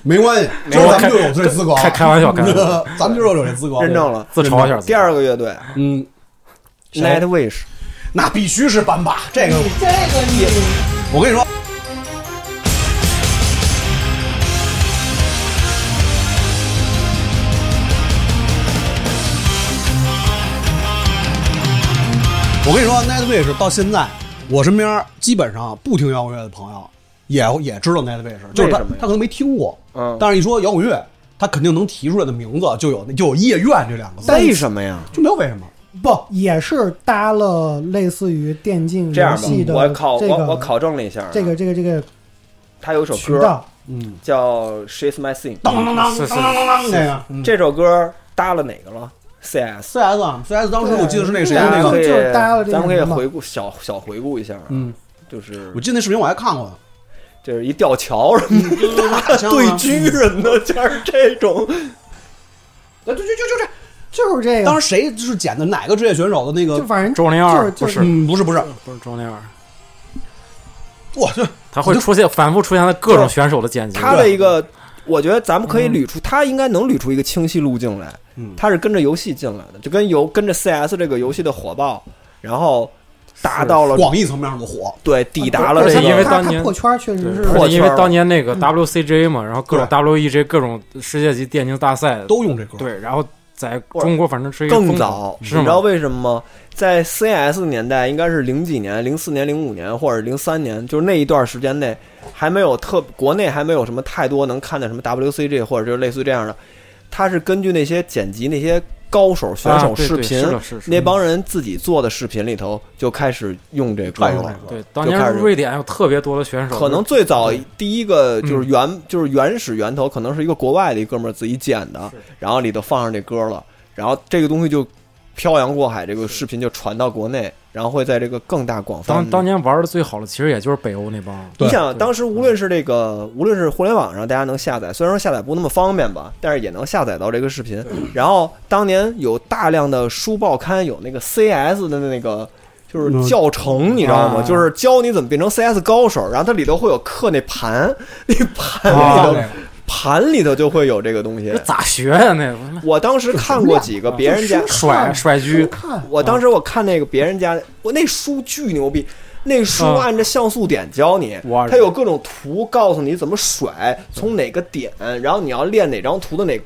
Speaker 4: 没关系，就是咱们就有这资格啊，
Speaker 6: 开开玩笑开玩笑
Speaker 4: 咱们就是有这资格，
Speaker 3: 认证了。
Speaker 6: 自嘲一下？
Speaker 3: 第二个乐队
Speaker 4: 嗯，
Speaker 3: Nightwish，
Speaker 4: 那必须是班霸，这个这个你，我跟你说，我跟你说，Nightwish 到现在，我身边基本上不听摇滚乐的朋友也也知道 Nightwish，就是他
Speaker 3: 为什么呀
Speaker 4: 他可能没听过，
Speaker 3: 嗯，
Speaker 4: 但是一说摇滚乐，他肯定能提出来的名字就有就有夜愿这两个字，
Speaker 3: 为什么呀？
Speaker 4: 就没有为什么。
Speaker 5: 不也是搭了类似于电竞
Speaker 3: 这样
Speaker 5: 游
Speaker 3: 吧
Speaker 5: 戏，的
Speaker 3: 我考
Speaker 5: 这个
Speaker 3: 我我考证了一下啊，
Speaker 5: 这个这个这个
Speaker 3: 他有一首
Speaker 5: 渠
Speaker 3: 歌
Speaker 5: 道，
Speaker 4: 嗯，
Speaker 3: 叫 She's My Thing，
Speaker 4: 当当当
Speaker 6: 是是
Speaker 4: 当当当，那个嗯
Speaker 3: 这首歌搭了哪个了？CS。
Speaker 4: C S 啊，C S 当时我记得是那个谁
Speaker 5: 对
Speaker 4: 的
Speaker 5: 啊
Speaker 3: 大
Speaker 4: 那
Speaker 3: 家可
Speaker 4: 个，
Speaker 3: 以
Speaker 5: 就是搭了这个
Speaker 3: 咱们可以
Speaker 5: 什么
Speaker 3: 回顾小小回顾一下啊，
Speaker 4: 嗯，
Speaker 3: 就是
Speaker 4: 我记得那视频我还看过呢，
Speaker 3: 就是一吊桥什么的，
Speaker 4: 枪啊
Speaker 3: 对 狙什么的，就是这种。
Speaker 4: 就就就就
Speaker 5: 就是这
Speaker 4: 这，
Speaker 5: 个，
Speaker 4: 当时谁就是捡的哪个职业选手的那
Speaker 5: 哎就
Speaker 4: 个，
Speaker 5: 反正
Speaker 6: 周零二
Speaker 5: 就是就是
Speaker 6: 不是
Speaker 4: 嗯，不是不是，
Speaker 6: 不是周零二，
Speaker 4: 我这
Speaker 6: 他会出现反复出现在各种选手的剪辑。
Speaker 3: 他的一个，我觉得咱们可以
Speaker 6: 嗯
Speaker 3: 捋出，他应该能捋出一个清晰路径来。
Speaker 4: 嗯
Speaker 3: 他是跟着游戏进来的，就跟游跟着 CS 这个游戏的火爆，然后达到了
Speaker 4: 广义层面上的火，
Speaker 3: 对抵达了
Speaker 6: 而且
Speaker 3: 这
Speaker 6: 因为
Speaker 3: 个。
Speaker 5: 他
Speaker 6: 当
Speaker 5: 他
Speaker 6: 年
Speaker 5: 破圈确实
Speaker 6: 对
Speaker 5: 是
Speaker 3: 破
Speaker 6: 而且因为
Speaker 3: 圈儿
Speaker 6: 当年那个
Speaker 3: 嗯
Speaker 6: WCJ 嘛，然后各种 WEJ 各种世界级电竞大赛，
Speaker 4: 都用这歌，
Speaker 6: 对，然后在中国反正是一个
Speaker 3: 更
Speaker 6: 风口
Speaker 3: 早，你
Speaker 6: 是
Speaker 3: 知道
Speaker 6: 吗？
Speaker 3: 为什么吗？在 CS 年代，应该是零几年、零四年、零五年或者零三年，就是那一段时间内，还没有特国内还没有什么太多能看的什么 WCG 或者就是类似于这样的。它是根据那些剪辑那些高手选
Speaker 6: 啊
Speaker 3: 手
Speaker 6: 对
Speaker 3: 视
Speaker 6: 对
Speaker 3: 频，
Speaker 6: 是的是是
Speaker 3: 那帮人自己做的视频里头就开始用这歌
Speaker 4: 爱用这
Speaker 3: 了。
Speaker 4: 歌，
Speaker 6: 对，当年瑞典有特别多的选手，
Speaker 3: 可能最早
Speaker 6: 对嗯
Speaker 3: 第一个就是原、就是原始源头，可能是一个国外的一哥们儿自己剪的，然后里头放上这歌了，然后这个东西就漂洋过海，这个视频就传到国内，然后会在这个更大广泛
Speaker 6: 当
Speaker 3: 的。
Speaker 6: 当年玩的最好的，其实也就是北欧 那帮。
Speaker 4: 对嗯
Speaker 3: 你想，当时无论是这个，无论是互联网上大家能下载，虽然说下载不那么方便吧，但是也能下载到这个视频。
Speaker 4: 嗯
Speaker 3: 然后当年有大量的书报刊，有那个 CS 的那个就是
Speaker 4: 嗯
Speaker 3: 教程，你知道吗？
Speaker 6: 啊
Speaker 3: 就是 教你怎么变成 CS 高手，然后它里头会有刻那盘，那盘里头
Speaker 4: 啊
Speaker 3: 盘里头就会有这个东西
Speaker 6: 这。咋学呀、那个
Speaker 3: 我当时看过几
Speaker 4: 啊
Speaker 3: 个别人家，
Speaker 6: 甩甩狙，
Speaker 4: 看
Speaker 3: 我当时我看那个别人家，我那书巨牛逼，那书
Speaker 6: 嗯
Speaker 3: 按着像素点教你
Speaker 6: 哇，
Speaker 3: 它有各种图告诉你怎么甩，从哪个点，然后你要练哪张图的哪个。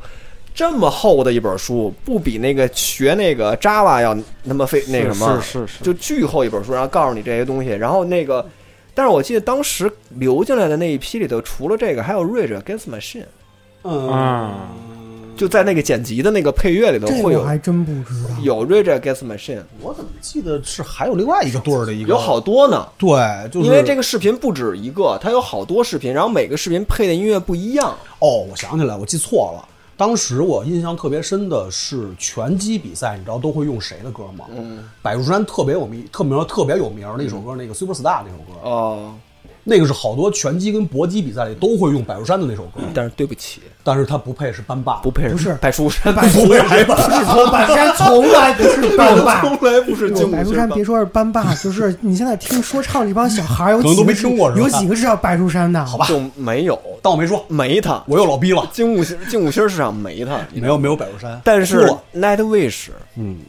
Speaker 3: 这么厚的一本书，不比那个学那个 Java 要他妈费那什么，
Speaker 6: 是是是
Speaker 3: 就巨厚一本书，然后告诉你这些东西，然后那个。但是我记得当时流进来的那一批里头，除了这个，还有《Rage Against Machine 嗯
Speaker 6: 啊》，
Speaker 3: 就在那个剪辑的那个配乐里头
Speaker 5: 这
Speaker 3: 会
Speaker 5: 我
Speaker 3: 有
Speaker 5: 还真不知道。
Speaker 3: 有《Rage Against Machine》，
Speaker 4: 我怎么记得是还有另外一个对儿的一个
Speaker 3: 有好多呢。
Speaker 4: 对，就是
Speaker 3: 因为这
Speaker 4: 个
Speaker 3: 个视频不止一个，它有好多视频，然后每个视频配的音乐不一样。
Speaker 4: 哦，我想起来，我记错了。当时我印象特别深的是拳击比赛，你知道都会用谁的歌吗？嗯，柏树山特别有名，特名特别有名儿的一首歌，那个 Super Star 那首歌，
Speaker 3: 哦，
Speaker 4: 那个是好多拳击跟搏击比赛里都会用柏树山的那首歌，
Speaker 3: 但是对不起，
Speaker 4: 但是它不配是班霸，
Speaker 3: 不配是白书山，
Speaker 4: 不配是班霸，
Speaker 5: 白树山从来不 是班霸，
Speaker 3: 从来不是
Speaker 5: 我
Speaker 3: 金
Speaker 5: 柏
Speaker 3: 武
Speaker 5: 树
Speaker 3: 山
Speaker 5: 山别说是班霸，就是你现在听说唱这帮小孩儿有
Speaker 4: 可
Speaker 5: 几
Speaker 4: 能
Speaker 5: 个
Speaker 4: 都没听过是吧
Speaker 5: 有几个是叫柏树山的？好吧，
Speaker 3: 就没有，
Speaker 4: 但我没说，嗯
Speaker 3: 没他，
Speaker 4: 我又老逼了，
Speaker 3: 金武金武星市场没他，
Speaker 4: 没有没有柏树山，
Speaker 3: 但是
Speaker 4: 错
Speaker 3: Nightwish，嗯。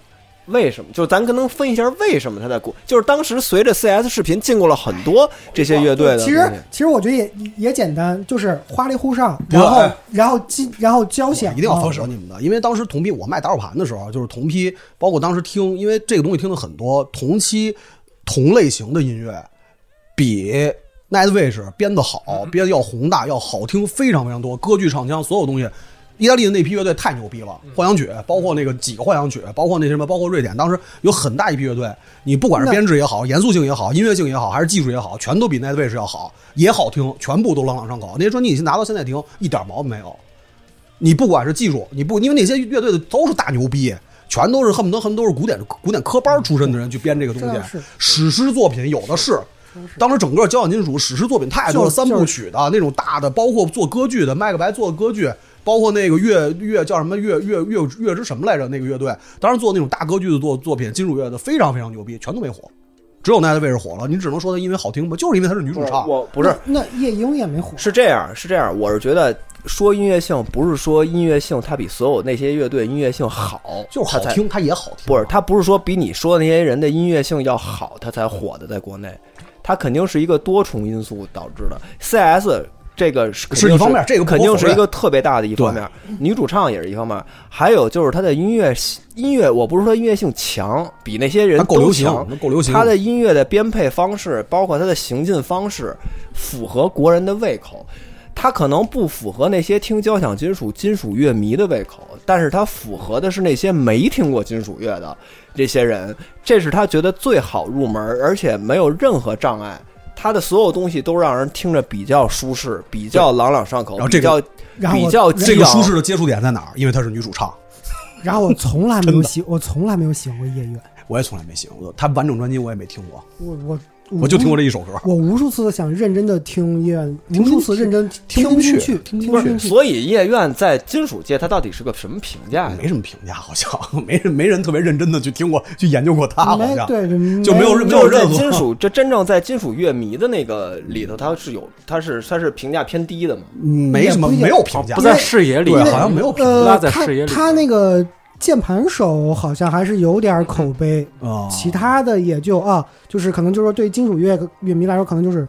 Speaker 3: 为什么？就是咱可能分析一下为什么他在国，就是当时随着 CS 视频进过了很多这些乐队的东西。
Speaker 5: 其实其实我觉得也也简单，就是花里胡哨，
Speaker 4: 对
Speaker 5: 然后然后金然后哦交响，
Speaker 4: 一定要防守你们的，因为当时同批我卖打手盘的时候，啊就是同批，包括当时听，因为这个东西听的很多，同期同类型的音乐比 Nightwish 编的好，编的要宏大，要好听非常非常多，歌剧、唱腔所有东西。意大利的那批乐队太牛逼了，幻想曲，包括那个几个幻想曲，包括那什么，包括瑞典，当时有很大一批乐队，你不管是
Speaker 5: 那
Speaker 4: 编制也好，严肃性也好，音乐性也好，还是技术也好，全都比 Nightwish 要好，也好听，全部都朗朗上口。那些专辑你拿到现在听，一点毛病没有。你不管是技术，你不因为那些乐队的都是大牛逼，全都是恨不得恨不得都是古典古典科班出身的人去编这个东
Speaker 5: 这
Speaker 4: 西
Speaker 5: 倒是，
Speaker 4: 史诗作品有的是。当时整个交响金属史诗作品太多
Speaker 5: 就
Speaker 4: 了，
Speaker 5: 是
Speaker 4: 三部曲的那种大的，包括做歌剧的，麦克白做的歌剧，包括那个乐乐叫什么乐乐乐乐之什么来着那个乐队，当时做那种大歌剧的作作品，金属乐的非常非常牛逼，全都没火，只有奈特卫是火了。你只能说它因为好听吧，就是因为它是女主唱，
Speaker 3: 我不是
Speaker 5: 那夜莺也没火，
Speaker 3: 是这样，是这样，我是觉得说音乐性不是说音乐性它比所有那些乐队音乐性好，
Speaker 4: 就是好
Speaker 3: 它才
Speaker 4: 听，它也好听。
Speaker 3: 不是，他不是说比你说的那些人的音乐性要好，他才火的，在国内，他肯定是一个多重因素导致的。CS 这个是肯定
Speaker 4: 是一方面这个不可
Speaker 3: 肯定
Speaker 4: 否
Speaker 3: 是
Speaker 4: 认
Speaker 3: 一个特别大的一方面，女主唱也是一方面，还有就是他的音乐音乐，我不是说音乐性强，比那些人
Speaker 4: 它够
Speaker 3: 都
Speaker 4: 流行
Speaker 3: 强，
Speaker 4: 够流行
Speaker 3: 他的音乐的编配方式，包括他的行进方式，符合国人的胃口。他可能不符合那些听交响金属金属乐迷的胃口，但是他符合的是那些没听过金属乐的这些人，这是他觉得最好入门，而且没有任何障碍。他的所有东西都让人听着比较舒适，比较朗朗上口，
Speaker 4: 然后这个
Speaker 3: 比
Speaker 5: 然
Speaker 3: 较
Speaker 5: 后我
Speaker 3: 比较
Speaker 4: 这
Speaker 3: 激
Speaker 4: 个
Speaker 3: 昂
Speaker 4: 舒适的接触点在哪儿？因为它是女主唱，
Speaker 5: 然后我从来没
Speaker 4: 真
Speaker 5: 有
Speaker 4: 的
Speaker 5: 喜，我从来没有喜欢过夜愿，
Speaker 4: 我也从来没喜欢过。她完整专辑我也没听过，
Speaker 5: 我我
Speaker 4: 我就听过
Speaker 5: 这。
Speaker 4: 这一首歌。
Speaker 5: 我无数次的想认真的听夜，无数次认真
Speaker 4: 听
Speaker 5: 不
Speaker 4: 不进
Speaker 5: 去，
Speaker 4: 去
Speaker 5: 听
Speaker 4: 听
Speaker 5: 不
Speaker 4: 不
Speaker 5: 进
Speaker 4: 进
Speaker 5: 去。
Speaker 3: 所以夜愿在金属界它到底是个什么评价
Speaker 5: 嗯
Speaker 3: 呀？
Speaker 4: 没什么评价，好像没人没人特别认真的去听过去研究过他，好
Speaker 5: 没
Speaker 4: 像
Speaker 5: 对，
Speaker 4: 就没有
Speaker 5: 没
Speaker 4: 任
Speaker 3: 就是
Speaker 4: 没有
Speaker 3: 在
Speaker 4: 任何
Speaker 3: 金属，这真正在金属乐迷的那个里头，它是有，它是它是评价偏低的嘛？
Speaker 4: 没什么
Speaker 5: 也不一定
Speaker 4: 没有评
Speaker 3: 嗯
Speaker 4: 价，
Speaker 6: 哦不在视野里，
Speaker 4: 对好像没有评价
Speaker 5: 呃，
Speaker 6: 拉在
Speaker 5: 他
Speaker 6: 视野里
Speaker 5: 他那个键盘手好像还是有点口碑，
Speaker 4: 啊，
Speaker 5: 其他的也就啊，就是可能就是说对金属乐乐迷来说，可能就是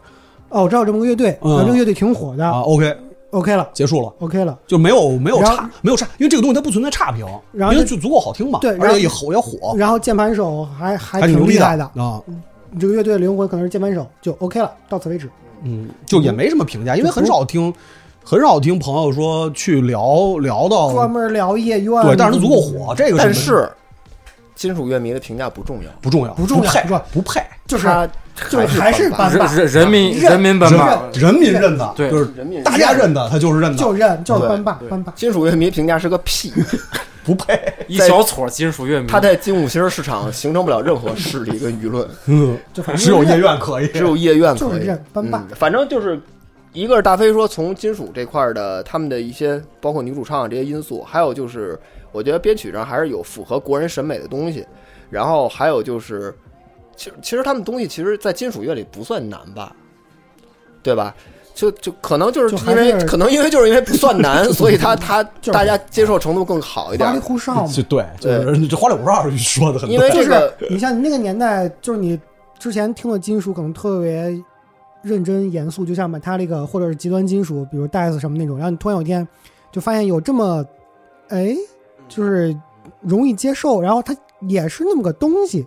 Speaker 5: 哦，我知道有这么个乐队，
Speaker 4: 嗯
Speaker 5: 啊，这个乐队挺火的、
Speaker 4: 啊 OK
Speaker 5: o k 了
Speaker 4: 结束了。
Speaker 5: ，OK 了。
Speaker 4: 就没有没有
Speaker 5: 然后
Speaker 4: 差没有差，因为这个东西它不存在差评，
Speaker 5: 然后
Speaker 4: 因为
Speaker 5: 就
Speaker 4: 就足够好听嘛，
Speaker 5: 对然后
Speaker 4: 而且也火也火，
Speaker 5: 然后键盘手还还
Speaker 4: 哦还挺
Speaker 5: 挺
Speaker 4: 牛逼
Speaker 5: 厉害
Speaker 4: 的
Speaker 5: 的，
Speaker 4: 啊，
Speaker 5: 你这个乐队的灵魂可能是键盘手，就 OK 了，到此为止。
Speaker 4: 嗯，就也没什么评价，因为很少听很少听朋友说去聊聊到
Speaker 5: 专门聊夜愿，
Speaker 4: 哦对，但是它足够火，这个
Speaker 3: 但
Speaker 4: 没
Speaker 3: 是金属乐迷的评价不重要，
Speaker 4: 不重要，
Speaker 5: 不重要
Speaker 4: 配
Speaker 5: 不重要
Speaker 4: 不配，
Speaker 5: 就是
Speaker 3: 它
Speaker 5: 就是
Speaker 3: 还
Speaker 5: 还是
Speaker 3: 是
Speaker 5: 班
Speaker 6: 人
Speaker 5: 霸，
Speaker 6: 人人民人民本
Speaker 4: 人
Speaker 6: 吧，
Speaker 4: 人民认的，
Speaker 6: 对
Speaker 4: 就是
Speaker 3: 人民
Speaker 4: 大家认的，他就是认的，
Speaker 5: 就认就是
Speaker 3: 对
Speaker 5: 班霸班霸。
Speaker 3: 金属乐迷评价是个 屁，
Speaker 4: 不配。
Speaker 6: 一小撮金属乐迷，
Speaker 3: 它在金五星市场形成不了任何势力跟舆论，
Speaker 4: 嗯
Speaker 5: 就反，正
Speaker 4: 只有夜愿可以，
Speaker 3: 只有夜愿可
Speaker 5: 啊就是
Speaker 3: 以
Speaker 5: 认。班霸
Speaker 3: 嗯，反正就是一个是大飞说从金属这块儿的他们的一些包括女主唱这些因素，还有就是我觉得编曲上还是有符合国人审美的东西，然后还有就是，其实其实他们东西其实，在金属乐里不算难吧，对吧？
Speaker 9: 就就可能就是
Speaker 5: 就还
Speaker 9: 因为
Speaker 5: 是
Speaker 9: 可能因为就是因为不算 难，所以他他
Speaker 5: 就是
Speaker 9: 大家接受程度更好一
Speaker 5: 花里
Speaker 9: 点。
Speaker 5: 胡哨嘛
Speaker 4: 就。对，就是这花里胡哨说的很
Speaker 9: 因
Speaker 4: 对
Speaker 9: 为。
Speaker 5: 就
Speaker 9: 这
Speaker 5: 是
Speaker 9: 个
Speaker 5: 你像你那个年代，就是你之前听的金属可能特别认真严肃，就像 Metallica 或者是极端金属，比如 Death 什么那种。然后你突然有一天就发现有这么，哎，就是容易接受，然后它也是那么个东西，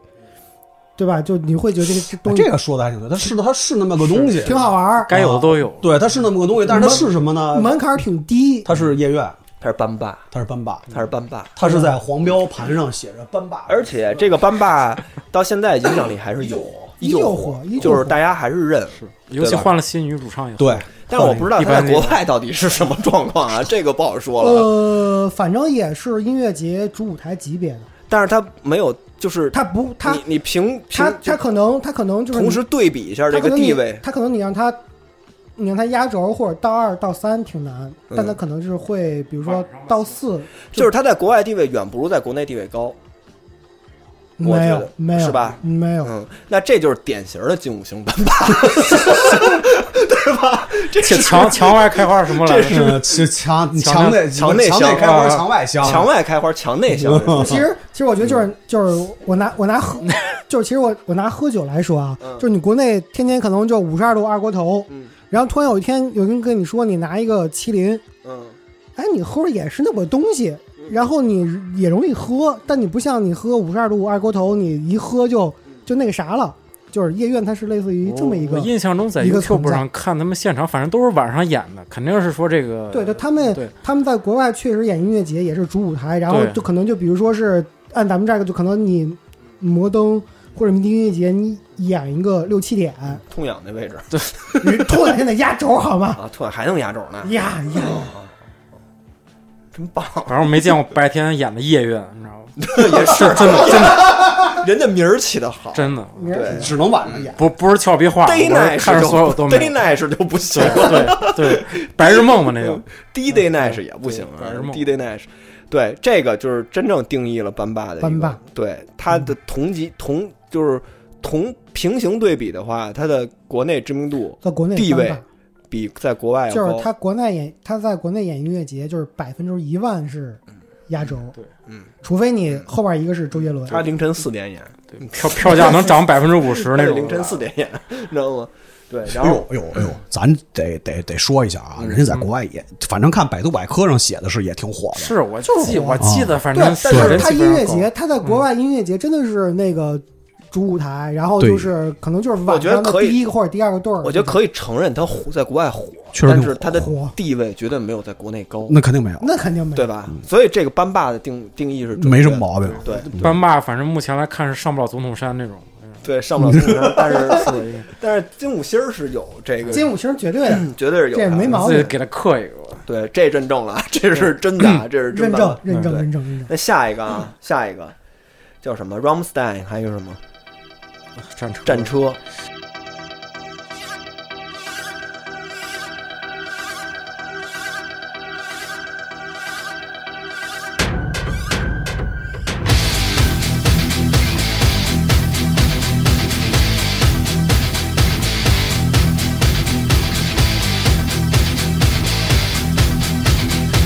Speaker 5: 对吧？就你会觉得这个这东西
Speaker 4: 哎这个说的还挺对，他是的，他是那么个东西，
Speaker 5: 挺好。玩儿，
Speaker 6: 该有的都
Speaker 3: 啊
Speaker 6: 有。
Speaker 4: 对，他是那么个东西，但是他是什么呢？
Speaker 5: 门槛儿挺低。
Speaker 4: 他是夜愿，
Speaker 3: 他是班霸，
Speaker 4: 他是班霸，
Speaker 3: 他是班霸，
Speaker 4: 他是在黄标盘上写着班霸，
Speaker 3: 而且这个班霸 到现在影响力还 是有，依
Speaker 5: 依旧
Speaker 3: 旧
Speaker 5: 火依旧
Speaker 3: 就是
Speaker 5: 火
Speaker 3: 大家还是认。
Speaker 6: 尤其换了新女主唱以后，
Speaker 4: 对，
Speaker 3: 但我不知道
Speaker 6: 一
Speaker 3: 他在
Speaker 6: 般
Speaker 3: 国外到底是什么状况 啊，这个不好说了。
Speaker 5: 呃，反正也是音乐节主舞台级别的，
Speaker 3: 但是他没有，就是
Speaker 5: 他不他
Speaker 3: 你你凭
Speaker 5: 他
Speaker 3: 凭
Speaker 5: 他可能他可能就是你
Speaker 3: 同时对比一下这
Speaker 5: 他可
Speaker 3: 个
Speaker 5: 能你
Speaker 3: 地位，
Speaker 5: 他可能你让他，你让他压轴或者到二到三挺难，
Speaker 3: 嗯
Speaker 5: 但他可能就是会，比如说到四，
Speaker 3: 就是他在国外地位远不如在国内地位高。我
Speaker 5: 没
Speaker 3: 觉
Speaker 5: 有
Speaker 3: 得
Speaker 5: 没有
Speaker 3: 是吧
Speaker 5: 没有，
Speaker 3: 嗯，那这就是典型的精武型班 霸，对吧？这
Speaker 6: 且
Speaker 3: 是
Speaker 6: 墙墙外开花什么来着？
Speaker 4: 是是墙
Speaker 6: 墙
Speaker 4: 内
Speaker 3: 墙内
Speaker 4: 墙
Speaker 3: 香
Speaker 4: 开花，
Speaker 3: 啊
Speaker 4: 墙外香，
Speaker 3: 墙外开花，墙内香。嗯
Speaker 5: 其实其实我觉得就是就是我拿我拿喝，就是其实我我拿喝酒来说啊，就是你国内天天可能就五十二度二锅头，
Speaker 3: 嗯
Speaker 5: 然后突然有一天有人跟你说你拿一个麒麟，
Speaker 3: 嗯，
Speaker 5: 哎，你喝着也是那个东西，然后你也容易喝，但你不像你喝五十二度二锅头，你一喝就就那个啥了。就是夜愿，它是类似于这么一个
Speaker 6: 哦我印象中在
Speaker 5: 一个
Speaker 6: YouTube
Speaker 5: 存在
Speaker 6: 上看他们现场，反正都是晚上演的，肯定是说这个
Speaker 5: 对，就他们
Speaker 6: 对
Speaker 5: 他们在国外确实演音乐节也是主舞台，然后
Speaker 6: 对
Speaker 5: 就可能就比如说是按咱们这个，就可能你摩登或者迷笛音乐节，你演一个六七点，
Speaker 3: 痛痒那位置
Speaker 5: 你突然现在压轴好 吗？
Speaker 3: 啊，痛痒还能压轴呢，
Speaker 5: 压压，
Speaker 3: 真棒！
Speaker 6: 反正我没见过白天演的夜乐，你知道吗？
Speaker 3: 也是
Speaker 6: 真的真的
Speaker 3: 人家名儿起的好。
Speaker 6: 真的，
Speaker 5: 你看
Speaker 4: 只能晚上演。
Speaker 6: 不不是俏皮话，我
Speaker 3: Day
Speaker 6: 是
Speaker 3: night
Speaker 6: 看着所有都没
Speaker 3: day
Speaker 6: 有
Speaker 3: night 是就不行
Speaker 6: 对
Speaker 3: 了
Speaker 6: 对对，白日梦嘛 那个，
Speaker 3: ，D day night 是也不行
Speaker 6: 对
Speaker 3: 啊
Speaker 6: 白日梦
Speaker 3: ，D day night 是对这个就是真正定义了班霸嗯的一个
Speaker 5: 班霸，
Speaker 3: 对他的同级同就是同平行对比的话，他的国内知名度
Speaker 5: 在国内
Speaker 3: 地
Speaker 5: 翻
Speaker 3: 位
Speaker 5: 版
Speaker 3: 比在国外要
Speaker 5: 就
Speaker 3: 哎高，
Speaker 5: 是他国内演他在国内演音乐节，就是百分之一万是压轴，
Speaker 6: 对，
Speaker 3: 嗯，
Speaker 5: 除非你后边一个是周杰伦，
Speaker 3: 他凌晨四点演，
Speaker 6: 对票票价能涨百分之五十那
Speaker 3: 他
Speaker 6: 种，
Speaker 3: 凌晨四点演，你知道吗？对，然
Speaker 4: 哎
Speaker 3: 后
Speaker 4: 呦哎呦哎呦，咱得得得说一下啊，人家在国外也，反正看百度百科上写的是也挺火的。
Speaker 6: 是我
Speaker 5: 就是
Speaker 6: 记
Speaker 5: 火
Speaker 6: 我记得，反
Speaker 5: 对啊
Speaker 6: 正，
Speaker 5: 但
Speaker 6: 水
Speaker 5: 是
Speaker 6: 人
Speaker 5: 他
Speaker 6: 基
Speaker 5: 音
Speaker 6: 本上嗯
Speaker 5: 乐
Speaker 6: 够
Speaker 5: 节，他在国外音乐节真的是那个主舞台，然后
Speaker 4: 对
Speaker 5: 就是可能就是
Speaker 3: 我
Speaker 5: 晚
Speaker 3: 觉得
Speaker 5: 上的
Speaker 3: 可以
Speaker 5: 第一个或者第二个队儿，
Speaker 3: 我觉得可以承认他火在国外火，
Speaker 4: 确实
Speaker 3: 但
Speaker 4: 挺
Speaker 3: 是
Speaker 4: 火
Speaker 3: 他的
Speaker 5: 火
Speaker 3: 地位绝对没有在国内高，
Speaker 4: 那肯定没有，
Speaker 5: 那肯定没有
Speaker 3: 对吧？所以这个班霸的定定义是准
Speaker 4: 没什
Speaker 3: 确
Speaker 4: 么
Speaker 3: 的
Speaker 4: 毛病。
Speaker 3: 对
Speaker 6: 班霸，反正目前来看是上不了总统山那种。
Speaker 3: 对，上不了金山，但是
Speaker 6: 对，
Speaker 3: 但是金五星儿是有这个，嗯
Speaker 5: 金五星绝对的，
Speaker 3: 绝对是有的，
Speaker 5: 这没毛
Speaker 6: 自己
Speaker 5: 病，
Speaker 6: 给他刻一个。
Speaker 3: 对，这认证了，这是真的啊，这是真
Speaker 5: 认
Speaker 3: 的
Speaker 5: 证
Speaker 3: 啊。
Speaker 5: 认证
Speaker 3: 对
Speaker 5: 认证认证。
Speaker 3: 那下一个啊，下一个叫什么？Ramstein 还有什么
Speaker 6: 战车，
Speaker 3: 战，车？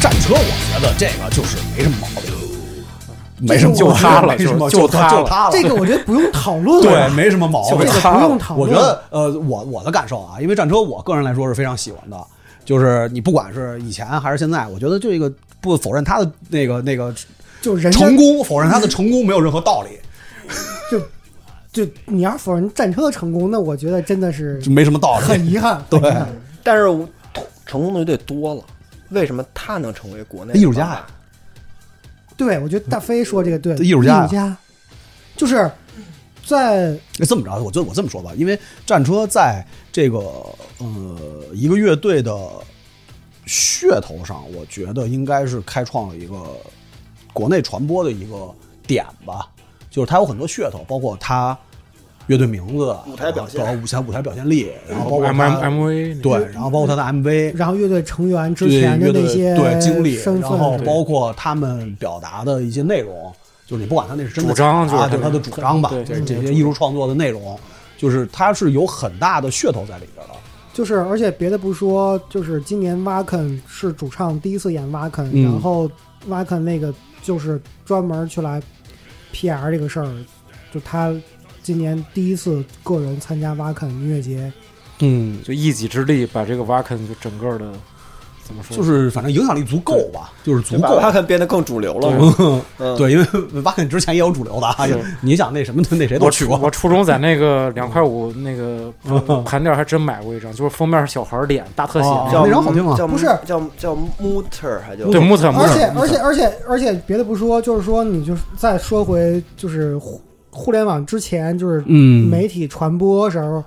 Speaker 4: 战车，我觉得这个就是没什么毛病，没什么
Speaker 6: 就他了
Speaker 4: 没什么，
Speaker 6: 就
Speaker 4: 就
Speaker 6: 就他了
Speaker 4: 就他了。
Speaker 5: 这个我觉得不用讨论了，
Speaker 4: 对，没什么毛
Speaker 5: 这
Speaker 4: 病
Speaker 5: 个。不用讨
Speaker 4: 我
Speaker 5: 论。
Speaker 4: 觉得，呃，我我的感受啊，因为战车，我个人来说是非常喜欢的，就是你不管是以前还是现在，我觉得这个不否认他的那个那个
Speaker 5: 就人家
Speaker 4: 成功，否认他的成功没有任何道理，
Speaker 5: 就就你要否认战车的成功，那我觉得真的是
Speaker 4: 就没什么道理。
Speaker 5: 很遗憾。
Speaker 4: 对
Speaker 5: 很遗憾
Speaker 3: 但是我成功的队多了，为什么他能成为国内
Speaker 4: 艺术家呀
Speaker 5: 对，我觉得大飞说这个对，
Speaker 4: 艺术家呀啊
Speaker 5: 就是在
Speaker 4: 那这么着，我就我这么说吧，因为战车在这个呃一个乐队的噱头上，我觉得应该是开创了一个国内传播的一个点吧，就是它有很多噱头，包括它乐队名字、
Speaker 3: 舞台表现
Speaker 4: 然后舞台舞台表现力，然
Speaker 5: 哦
Speaker 4: 后包括
Speaker 6: M
Speaker 4: 它
Speaker 6: M M V
Speaker 4: 对，然后包括它的 MV，
Speaker 5: 然后乐队成员之
Speaker 4: 对
Speaker 5: 前的
Speaker 4: 乐队
Speaker 5: 那些
Speaker 4: 对经历，
Speaker 5: 身
Speaker 4: 然
Speaker 5: 份，
Speaker 4: 后包括他们表达的一些内容，就是你不管他那是真的
Speaker 6: 主张
Speaker 4: 假的啊，
Speaker 6: 就
Speaker 4: 就
Speaker 6: 是
Speaker 4: 是他的主张吧，
Speaker 6: 对
Speaker 4: 就是这些艺术创作的内容，就是它是有很大的噱头在里边的。
Speaker 5: 就是而且别的不说，就是今年 Wacken 是主唱第一次演 Wacken，、
Speaker 7: 嗯
Speaker 5: 然后 Wacken 那个就是专门去来 PR 这个事儿，就他今年第一次个人参加 Wacken 音乐节，
Speaker 7: 嗯，
Speaker 6: 就一己之力把这个 Wacken 就整个的怎么说，
Speaker 4: 就是反正影响力足够吧，就是足
Speaker 3: 把
Speaker 4: 够。
Speaker 3: 他看变得更主流了。 嗯，
Speaker 4: 对，因为瓦肯之前也有主流的啊，你想那什么那谁都
Speaker 6: 我
Speaker 4: 去
Speaker 6: 初
Speaker 4: 过，
Speaker 6: 我初中在那个两块五那个盘店还真买过一张，就是封面是小孩儿脸大特写
Speaker 4: 哦
Speaker 6: 那
Speaker 4: 叫
Speaker 6: 个，
Speaker 4: 那张好听吗
Speaker 3: 叫
Speaker 5: 不是
Speaker 3: 叫叫 Mutter 还叫
Speaker 6: 对木特木
Speaker 5: 而且
Speaker 6: 特，
Speaker 5: 而且而且而且别的不说，就是说你就是再说回就是互互联网之前，就是
Speaker 7: 嗯
Speaker 5: 媒体传播时候，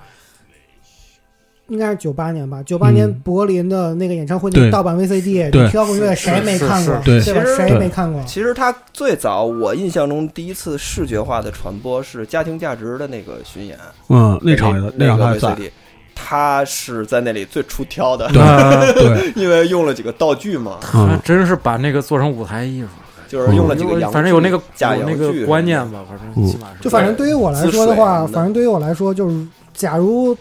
Speaker 5: 应该是九八年吧？九八年
Speaker 7: 嗯
Speaker 5: 柏林的那个演唱会，
Speaker 4: 对
Speaker 5: 那盗版 VCD，
Speaker 4: 对
Speaker 5: 你听摇滚乐谁没看过？
Speaker 4: 是
Speaker 5: 对吧
Speaker 3: 其？实
Speaker 5: 谁没看过？
Speaker 3: 其实它最早我印象中第一次视觉化的传播是家庭价值的那个巡演，
Speaker 4: 嗯，那场
Speaker 3: 那
Speaker 4: 也那场他
Speaker 3: 个
Speaker 4: 也在，
Speaker 3: VCD，他是在那里最出挑的，
Speaker 4: 嗯
Speaker 6: 那
Speaker 4: 对，嗯
Speaker 3: 因为用了几个道具嘛，
Speaker 6: 还呃真是把那个做成舞台艺术，
Speaker 3: 就是用了几个洋具，
Speaker 6: 嗯反正有那个
Speaker 3: 假
Speaker 6: 有
Speaker 3: 洋
Speaker 6: 那
Speaker 3: 具什么
Speaker 6: 个
Speaker 3: 的
Speaker 6: 观念吧，反正起码是
Speaker 5: 就反正对于我来说的
Speaker 3: 对
Speaker 5: 话，
Speaker 3: 自水
Speaker 5: 反正对于我来说，就是假如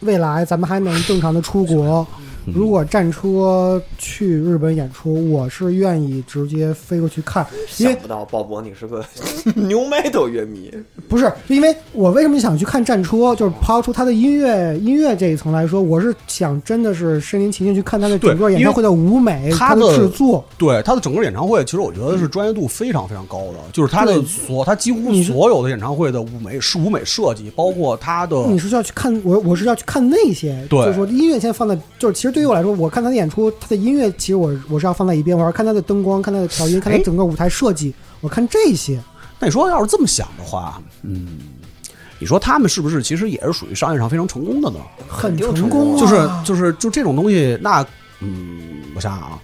Speaker 5: 未来咱们还能正常的出国，如果战车去日本演出，我是愿意直接飞过去看，因
Speaker 3: 想
Speaker 5: 为
Speaker 3: 不到鲍勃你是 个牛 metal 乐迷，
Speaker 5: 不是因为我为什么想去看战车，就是抛出他的音乐音乐这一层来说，我是想真的是身临其境去看他的整个
Speaker 4: 对
Speaker 5: 演唱会的舞美，
Speaker 4: 他
Speaker 5: 他
Speaker 4: 的
Speaker 5: 制作，
Speaker 3: 嗯
Speaker 4: 对他的整个演唱会，其实我觉得是专业度非常非常高的，就是他的
Speaker 5: 对
Speaker 4: 所他几乎所有的演唱会的舞美是舞美设计，包括他的
Speaker 5: 你是要去看我，我是要去看那些，
Speaker 4: 对
Speaker 5: 就是说音乐先放在，就是其实对于我来说，我看他的演出，他的音乐其实我我是要放在一边，我要看他的灯光，看他的调音，看他整个舞台设计，我看这些，
Speaker 4: 那你说要是这么想的话，嗯，你说他们是不是其实也是属于商业上非常成功的呢？
Speaker 5: 很
Speaker 3: 定
Speaker 5: 成
Speaker 3: 功
Speaker 5: 功、啊，
Speaker 4: 就是就是就这种东西，那嗯，我想想啊，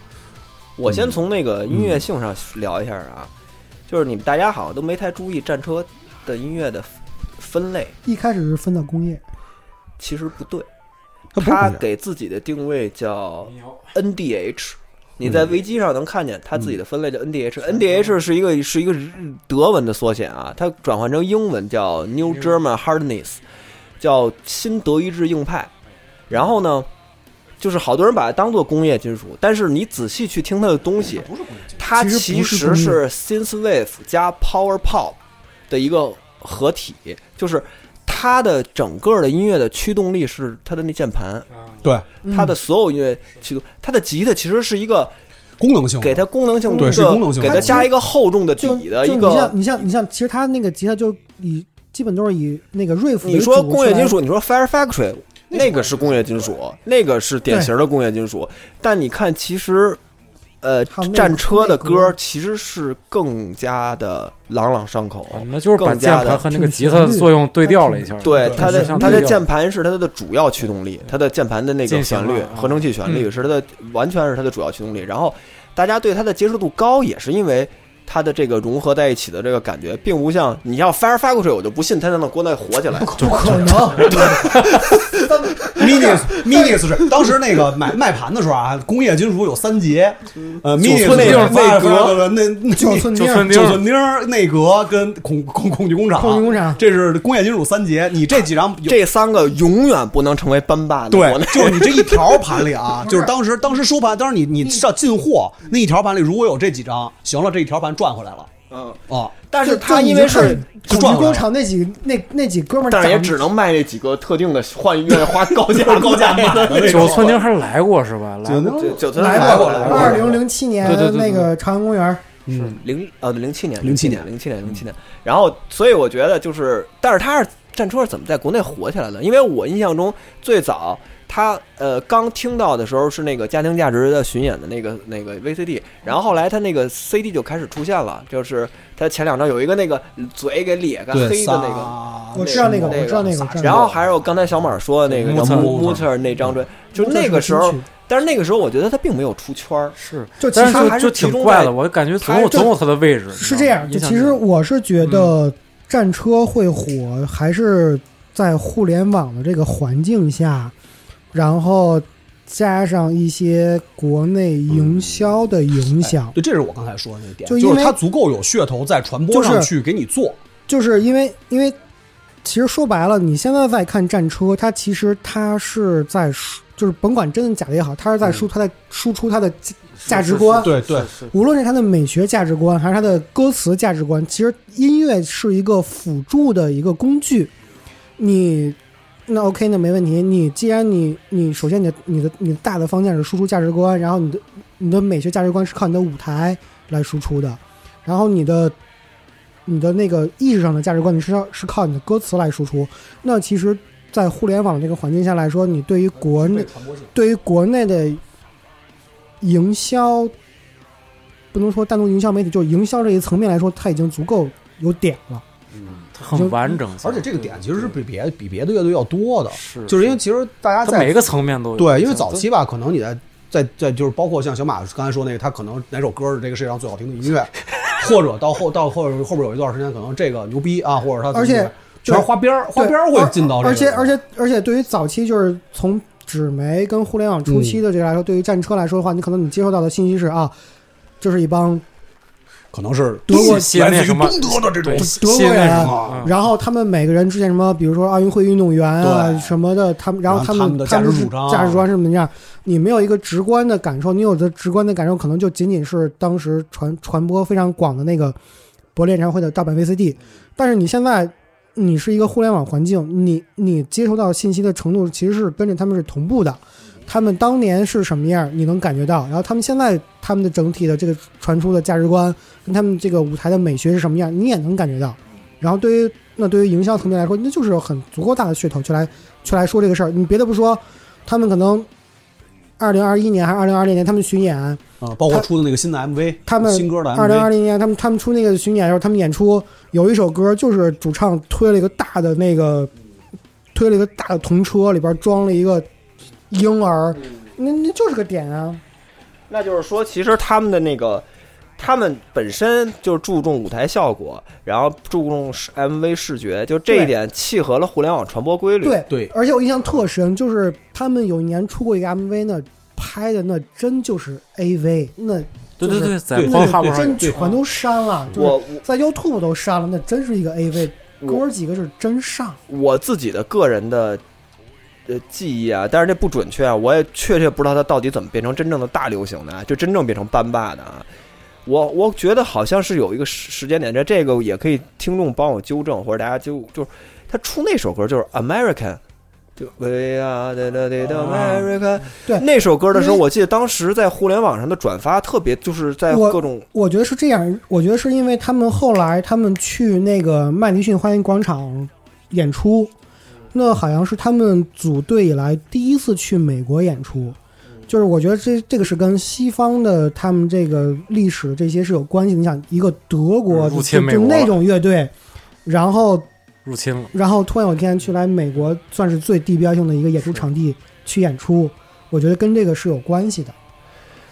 Speaker 3: 我先从那个音乐性上聊一下啊，
Speaker 4: 嗯
Speaker 3: 就是你们大家好像都没太注意战车的音乐的分类，
Speaker 5: 一开始是分到工业，
Speaker 3: 其实不对，
Speaker 4: 他不是
Speaker 3: 他
Speaker 4: 工业
Speaker 3: 给自己的定位叫 NDH。你在
Speaker 4: 嗯
Speaker 3: 维基上能看见他自己的分类叫 NDH，NDH 是一个是一个德文的缩写啊，它转换成英文叫 New German Hardness，叫新德意志硬派。然后呢，就是好多人把它当做工业金属，但是你仔细去听它的东西，它
Speaker 5: 哎其实
Speaker 3: 其
Speaker 5: 不是工
Speaker 3: 实是
Speaker 5: 业
Speaker 3: synth wave 加 power pop 的一个合体，就是它的整个的音乐的驱动力是它的那键盘，
Speaker 4: 对
Speaker 3: 它的所有音乐驱动，它的吉他其实是一个
Speaker 4: 功能性的
Speaker 3: 给它功能性的
Speaker 4: 对
Speaker 3: 一
Speaker 4: 是
Speaker 3: 个
Speaker 4: 功能性的
Speaker 3: 给它加一个厚重的
Speaker 5: 就
Speaker 3: 底的
Speaker 5: 就
Speaker 3: 一
Speaker 5: 你像
Speaker 3: 个。
Speaker 5: 你像你像，其实他那个吉他就以基本都是以那个瑞夫
Speaker 3: 你说工业金属，你说 Fire Factory 那个是工业金属，那个是典型的工业金属，但你看其实。呃
Speaker 5: 还有，那个
Speaker 3: 战车的
Speaker 5: 那个
Speaker 3: 歌其实是更加的朗朗上口，
Speaker 6: 反正就是把
Speaker 3: 更
Speaker 6: 键
Speaker 3: 加的
Speaker 6: 盘和那个吉他的作用对调了一下，
Speaker 3: 对它的
Speaker 6: 指向
Speaker 3: 它
Speaker 6: 对
Speaker 3: 的
Speaker 6: 调
Speaker 3: 键盘是它的主要驱动力，它的键盘的那个
Speaker 6: 进行
Speaker 3: 旋律
Speaker 6: 了啊
Speaker 3: 合成器旋律是它的完全是它的主要驱动力。然后大家对它的接受度高，也是因为它的这个融合在一起的这个感觉，并不像你要 Fire Factory，我就不信它能在国内火 起来。
Speaker 5: 不可能，
Speaker 4: minis minis 是当时那个买卖盘的时候啊，工业金属有三杰，呃，minis
Speaker 6: 寸钉
Speaker 4: 那
Speaker 6: 内
Speaker 4: 格那那
Speaker 5: 九寸钉
Speaker 6: 九寸钉
Speaker 4: 九寸钉儿内格跟恐恐恐惧工厂，
Speaker 5: 恐惧工厂
Speaker 4: 这是工业金属三杰。你这几张有
Speaker 3: 这三个永远不能成为班霸的
Speaker 4: 对
Speaker 3: 国内，
Speaker 4: 就是你这一条盘里啊，就是当时当时收盘，当时你你上进货那一条盘里如果有这几张，行了，这一条盘赚回来了
Speaker 3: 嗯，
Speaker 4: 啊。
Speaker 3: 但是
Speaker 5: 就
Speaker 3: 它
Speaker 5: 就你
Speaker 3: 因为
Speaker 5: 就看
Speaker 3: 是。
Speaker 5: 恐
Speaker 4: 撞
Speaker 5: 惧
Speaker 4: 了
Speaker 5: 工厂那几那那几哥们儿 长
Speaker 3: 但
Speaker 5: 得，
Speaker 3: 是也只能卖那几个特定的换乐花高 价
Speaker 4: 高价买的那
Speaker 6: 九寸钉还来过是吧？来
Speaker 4: 九寸
Speaker 6: 过，
Speaker 4: 钉
Speaker 3: 九九
Speaker 4: 来
Speaker 3: 来
Speaker 4: 过
Speaker 3: 来
Speaker 4: 来
Speaker 3: 过
Speaker 4: 过
Speaker 5: 二零零七年
Speaker 6: 对对对对
Speaker 5: 那个朝阳公园，
Speaker 3: 零呃零七年年
Speaker 4: 07
Speaker 3: 零嗯七年零七年，然后所以我觉得就是，但是他是战车是怎么在国内火起来的？因为我印象中最早他呃刚听到的时候是那个家庭价值的巡演的那个那个 VCD，然后后来他那个 CD 就开始出现了，就是他前两张有一个那个嘴给裂开黑的那个。
Speaker 4: 个
Speaker 5: 我知道那个，
Speaker 3: 那个
Speaker 5: 我知道那个，我知道那个
Speaker 3: 然后还有刚才小马说的那个
Speaker 6: 木
Speaker 3: 叫
Speaker 6: 村
Speaker 3: 穆穆特尔那张专，就那个时候，但嗯是那个时候我觉得他并没有出圈儿，
Speaker 6: 是，
Speaker 5: 就其
Speaker 6: 但
Speaker 5: 实
Speaker 6: 是
Speaker 3: 还
Speaker 6: 就是就
Speaker 3: 集
Speaker 6: 挺
Speaker 3: 中
Speaker 6: 怪
Speaker 3: 在
Speaker 6: 的，我感觉
Speaker 3: 还
Speaker 6: 总有
Speaker 3: 就
Speaker 6: 总有它的位置，
Speaker 5: 是
Speaker 6: 你
Speaker 5: 这
Speaker 6: 知道吗
Speaker 5: 样。
Speaker 6: 印
Speaker 5: 就
Speaker 6: 象
Speaker 5: 其实
Speaker 6: 中
Speaker 5: 我是觉得战车会火，还是在互联网的这个环境下，然后加上一些国内营销的影响，
Speaker 4: 哎对，这是我刚才说的那点，
Speaker 5: 就
Speaker 4: 就
Speaker 5: 因为
Speaker 4: 是它足够有噱头在传播
Speaker 5: 就是
Speaker 4: 上去给你做。
Speaker 5: 就是因为因为其实说白了，你现在在看战车，它其实它是在说就是甭管真的假的也好，他是在输，他在输出他的价价值观。
Speaker 4: 对对，
Speaker 5: 无论是他的美学价值观，还是他的歌词价值观，其实音乐是一个辅助的一个工具。你那 OK，那没问题。你既然你你首先你的你的你的大的方向是输出价值观，然后你的你的美学价值观是靠你的舞台来输出的，然后你的你的那个意识上的价值观，你是要是靠你的歌词来输出。那其实，在互联网这个环境下来说，你对于国内
Speaker 4: 传
Speaker 6: 嗯
Speaker 4: 播性
Speaker 5: 对于国内的营销，不能说单独营销媒体，就营销这一层面来说，它已经足够有点了。
Speaker 6: 它很完整，
Speaker 4: 而且这个点其实是比别比别的乐队要多的，
Speaker 6: 是
Speaker 4: 就是因为其实大家
Speaker 6: 它
Speaker 4: 在
Speaker 6: 每一个层面都有。
Speaker 4: 对，因为早期吧，可能你在在在就是包括像小马刚才说那个，他可能哪首歌是这个世界上最好听的音乐，或者到后到后后边有一段时间可能这个牛逼啊，或者他
Speaker 5: 而且
Speaker 4: 全是花边儿，花边儿会进到这个，
Speaker 5: 而且而且而且，对于早期就是从纸媒跟互联网初期的这个来说，对于战车来说的话，你可能你接受到的信息是啊，就是一帮
Speaker 4: 可能是
Speaker 5: 德国
Speaker 6: 写那什么
Speaker 4: 来自于东德的这种
Speaker 6: 对
Speaker 5: 德
Speaker 6: 谢
Speaker 5: 国
Speaker 6: 那
Speaker 5: 人
Speaker 6: 什
Speaker 4: 啊
Speaker 6: 么，
Speaker 5: 然后他们每个人之前什么，比如说奥运会运动员啊
Speaker 4: 对
Speaker 5: 什么的，他们然后
Speaker 4: 然后他
Speaker 5: 们
Speaker 4: 们的
Speaker 5: 他
Speaker 4: 价值
Speaker 5: 是
Speaker 4: 主张
Speaker 5: 价值主张是怎么样？你没有一个直观的感受，你有的直观的感受可能就仅仅是当时传传播非常广的那个柏林演唱会的盗版 VCD，但是你现在你是一个互联网环境，你你接收到信息的程度其实是跟着他们是同步的。他们当年是什么样，你能感觉到。然后他们现在他们的整体的这个传出的价值观，跟他们这个舞台的美学是什么样，你也能感觉到。然后对于那对于营销层面来说，那就是有很足够大的噱头去来去来说这个事儿。你别的不说，他们可能二零二一年还是二零二零年他们巡演，
Speaker 4: 啊，包括出的那个新的 MV，
Speaker 5: 他们
Speaker 4: 新歌的
Speaker 5: 二零二
Speaker 4: MV，
Speaker 5: 零年他们他们出那个巡演的时候，他们演出有一首歌就是主唱推了一个大的那个推了一个大的童车，里边装了一个婴儿，那那就是个点啊。
Speaker 3: 那就是说，其实他们的那个，他们本身就注重舞台效果，然后注重视 MV 视觉，就这一
Speaker 5: 对
Speaker 3: 点契合了互联网传播规律。
Speaker 5: 对
Speaker 4: 对
Speaker 5: 而且我印象特深，就是他们有一年出过一个 MV 呢，拍的那真就是 AV，那
Speaker 6: 对对对，在
Speaker 4: 对
Speaker 6: 光
Speaker 4: 对
Speaker 6: 哈
Speaker 4: 对
Speaker 6: 上
Speaker 5: 真
Speaker 6: 有
Speaker 5: 全都删了，就是
Speaker 3: 我
Speaker 5: 在 YouTube 都删了，那真是一个 AV，
Speaker 3: 我
Speaker 6: 嗯
Speaker 5: 哥儿几个是真上。
Speaker 3: 我自己的个人的呃记忆啊，但是这不准确啊，我也确切不知道它到底怎么变成真正的大流行的啊，就真正变成班霸的啊。我我觉得好像是有一个时时间点，这这个也可以听众帮我纠正，或者大家就就是他出那首歌就是 American。就 We are the the the America，、
Speaker 5: 啊对
Speaker 3: 那首歌的时候，
Speaker 5: 因为
Speaker 3: 我记得当时在互联网上的转发特别，就是在
Speaker 5: 我
Speaker 3: 各种
Speaker 5: 我觉得是这样，我觉得是因为他们后来他们去那个麦迪逊花园广场演出，
Speaker 6: 嗯
Speaker 5: 那好像是他们组队以来第一次去美国演出，
Speaker 6: 嗯
Speaker 5: 就是我觉得这这个是跟西方的他们这个历史这些是有关系的。你想，一个德国
Speaker 6: 入
Speaker 5: 就
Speaker 6: 侵美
Speaker 5: 就
Speaker 6: 国
Speaker 5: 那种乐队，然后
Speaker 6: 入侵了，
Speaker 5: 然后突然有一天去来美国，算是最地标性的一个演出场地去演出，我觉得跟这个是有关系的。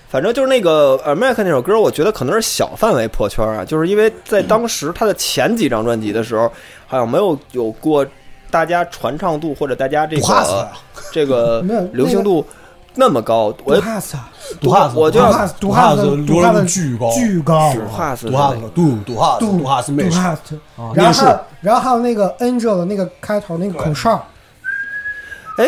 Speaker 3: 反正就是那个《America》那首歌，我觉得可能是小范围破圈啊，就是因为在当时他的前几张专辑的时候，好像没有有过大家传唱度或者大家这
Speaker 4: 杜哈斯
Speaker 3: 个
Speaker 4: 啊，
Speaker 3: 这个
Speaker 5: 没有
Speaker 3: 流行度那么高。我
Speaker 5: 哈斯啊，
Speaker 4: 杜哈斯，
Speaker 3: 我就
Speaker 5: 杜
Speaker 3: 要
Speaker 5: 哈斯，
Speaker 4: 啊杜
Speaker 5: 杜哈
Speaker 4: 哈斯
Speaker 5: 斯，
Speaker 4: 流
Speaker 5: 杜
Speaker 4: 量
Speaker 5: 哈斯
Speaker 4: 巨高，
Speaker 5: 巨高，
Speaker 3: 杜哈斯
Speaker 4: 杜哈斯，杜杜哈斯，杜哈斯妹
Speaker 5: 杜
Speaker 4: 是
Speaker 5: 哈斯。
Speaker 4: 啊，
Speaker 5: 然
Speaker 4: 面
Speaker 5: 后
Speaker 4: 试
Speaker 5: 还有，然后还有那个 Angel 的那个开头那个口哨，
Speaker 3: 哎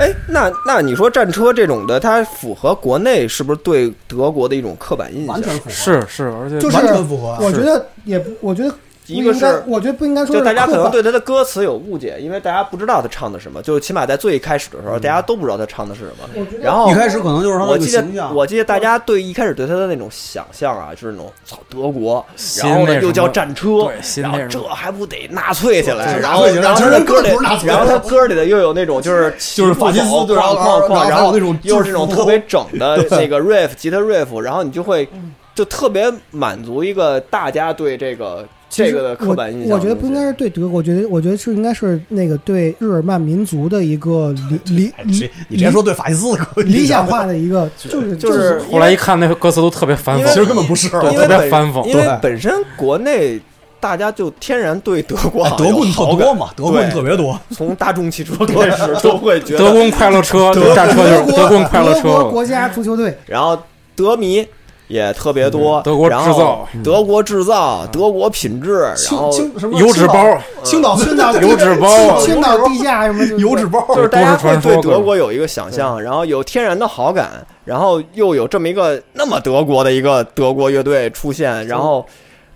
Speaker 3: 哎，那那你说战车这种的，它符合国内是不是对德国的一种刻板印象
Speaker 4: 完？全符合，
Speaker 6: 是是，而且
Speaker 5: 就是
Speaker 4: 完全符合
Speaker 5: 我觉得也不，我觉得不
Speaker 3: 一个
Speaker 5: 应
Speaker 3: 是
Speaker 5: 该，我觉得不应该说
Speaker 3: 就是大家可
Speaker 5: 刻
Speaker 3: 能
Speaker 5: 板
Speaker 3: 对他的歌词有误解，因为大家不知道他唱的什么，就起码在最开始的时候，大家都不知道他唱的是什么。然后
Speaker 4: 一开始可能就是他
Speaker 3: 我
Speaker 4: 那个
Speaker 3: 记得
Speaker 4: 形象，
Speaker 3: 我记得大家对一开始对他的那种想象啊，就是那种操德国，
Speaker 6: 新
Speaker 3: 然后
Speaker 6: 那
Speaker 3: 呢
Speaker 6: 什么
Speaker 3: 又叫战车
Speaker 6: 对，新
Speaker 3: 然后
Speaker 6: 那什
Speaker 3: 这
Speaker 6: 么
Speaker 3: 还不得纳粹起来，
Speaker 4: 对
Speaker 3: 然后
Speaker 4: 纳粹起来
Speaker 3: 然后
Speaker 4: 其
Speaker 3: 他
Speaker 4: 实
Speaker 3: 的歌里
Speaker 4: 根本不是纳，粹
Speaker 3: 然后他歌里的又有那种就是
Speaker 4: 就是法西斯
Speaker 3: 哐
Speaker 4: 对
Speaker 3: 哐哐
Speaker 4: 然后
Speaker 3: 哐，然
Speaker 4: 还有
Speaker 3: 后
Speaker 4: 那种
Speaker 3: 又是那种
Speaker 4: 制服
Speaker 3: 特别整的那个 riff 吉他 riff，然后你就会
Speaker 4: 嗯
Speaker 3: 就特别满足一个大家对这个
Speaker 5: 其
Speaker 3: 这
Speaker 5: 实
Speaker 3: 个的刻板印象。
Speaker 5: 我。我觉得不应该是对德国，我觉得我觉得是应该是那个对日耳曼民族的一个理
Speaker 4: 哎
Speaker 5: 理
Speaker 4: 谁你直接说对法西斯可以
Speaker 5: 理想化的一个，就是
Speaker 3: 就
Speaker 5: 就是
Speaker 6: 后来一看那个歌词都特别反
Speaker 3: 因
Speaker 6: 讽，
Speaker 3: 为
Speaker 4: 其实根本不是，啊
Speaker 6: 对
Speaker 3: 因为
Speaker 6: 特别
Speaker 3: 本
Speaker 6: 反讽
Speaker 3: 因为
Speaker 4: 对
Speaker 3: 本身国内大家就天然对德国
Speaker 4: 哎
Speaker 3: 好像
Speaker 4: 德
Speaker 3: 有
Speaker 4: 棍特
Speaker 3: 好感
Speaker 4: 多嘛，德棍
Speaker 3: 对
Speaker 4: 特别多，
Speaker 3: 从大众汽车开 始都会觉
Speaker 6: 德
Speaker 3: 得，
Speaker 6: 公快乐车
Speaker 5: 德
Speaker 6: 战车就是
Speaker 5: 国
Speaker 6: 德公快乐
Speaker 5: 呃德国
Speaker 6: 车，
Speaker 5: 国家足球队，
Speaker 3: 然后德迷，也特别多。
Speaker 6: 嗯德国
Speaker 3: 然
Speaker 6: 制造
Speaker 3: 后德国制造，德国品质，然后
Speaker 4: 青青什么
Speaker 6: 油纸包，
Speaker 4: 青岛青岛
Speaker 6: 油纸包啊
Speaker 5: 青岛地 下什么就
Speaker 4: 哦油纸包，
Speaker 3: 就是大家会对德
Speaker 6: 都市传说
Speaker 3: 国有一个想象，然后有天然的好感，然后又有这么一个那么德国的一个德国乐队出现，然后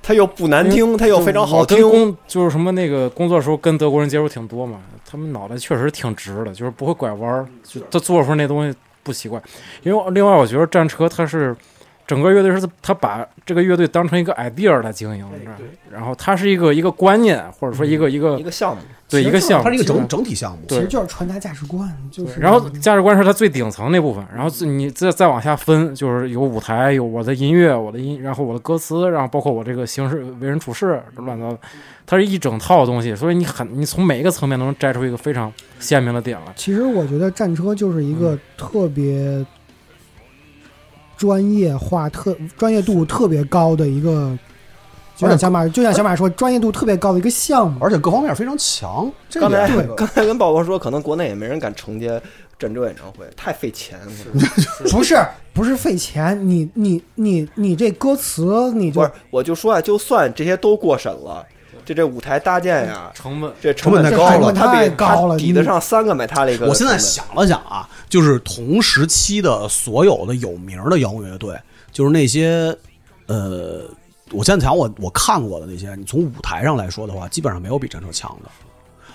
Speaker 3: 它又不难听，它又非常好
Speaker 6: 我跟
Speaker 3: 听。
Speaker 6: 工就是什么那个工作的时候跟德国人接触挺多嘛，他们脑袋确实挺直的，就是不会拐弯儿，就他做出那东西不奇怪。因为另外我觉得战车它是整个乐队是他把这个乐队当成一个 idea 来经
Speaker 4: 哎
Speaker 6: 营，你知道吗然后它是一个一个观念或
Speaker 3: 嗯
Speaker 6: 者说一个一个
Speaker 3: 一个项目，
Speaker 6: 对一个项目，
Speaker 4: 它是一个整整体项目。
Speaker 5: 其实就是传达价值观，就是
Speaker 6: 然后价值观是它最顶层那部分，然后自你再再往下分，就是有舞台，有我的音乐，我的音，然后我的歌词，然后包括我这个行事为人处事，乱糟，它是一整套的东西，所以你很你从每一个层面都能摘出一个非常鲜明的点来。
Speaker 5: 其实我觉得战车就是一
Speaker 6: 嗯
Speaker 5: 个特别专业化、特专业度特别高的一个，就像小马就像小马说，专业度特别高的一个项目。
Speaker 4: 而且各方面非常强，这
Speaker 3: 刚才
Speaker 4: 点
Speaker 5: 对
Speaker 3: 刚才跟鲍勃说，可能国内也没人敢承接郑州演唱会，太费钱了。
Speaker 5: 不是不是费钱，你你你你这歌词你
Speaker 3: 不，
Speaker 5: 就是
Speaker 3: 我就说啊，就算这些都过审了，这这舞台搭建呀，
Speaker 6: 成本
Speaker 3: 这成
Speaker 4: 成本太
Speaker 3: 高
Speaker 5: 高了
Speaker 3: 它比
Speaker 5: 太高
Speaker 3: 它
Speaker 5: 了
Speaker 3: 抵得上三个 Metallica。
Speaker 4: 我现在，想了想啊，就是同时期的所有的有名儿的摇滚乐队，就是那些，呃，我现在想我我看过的那些，你从舞台上来说的话，基本上没有比战车强的。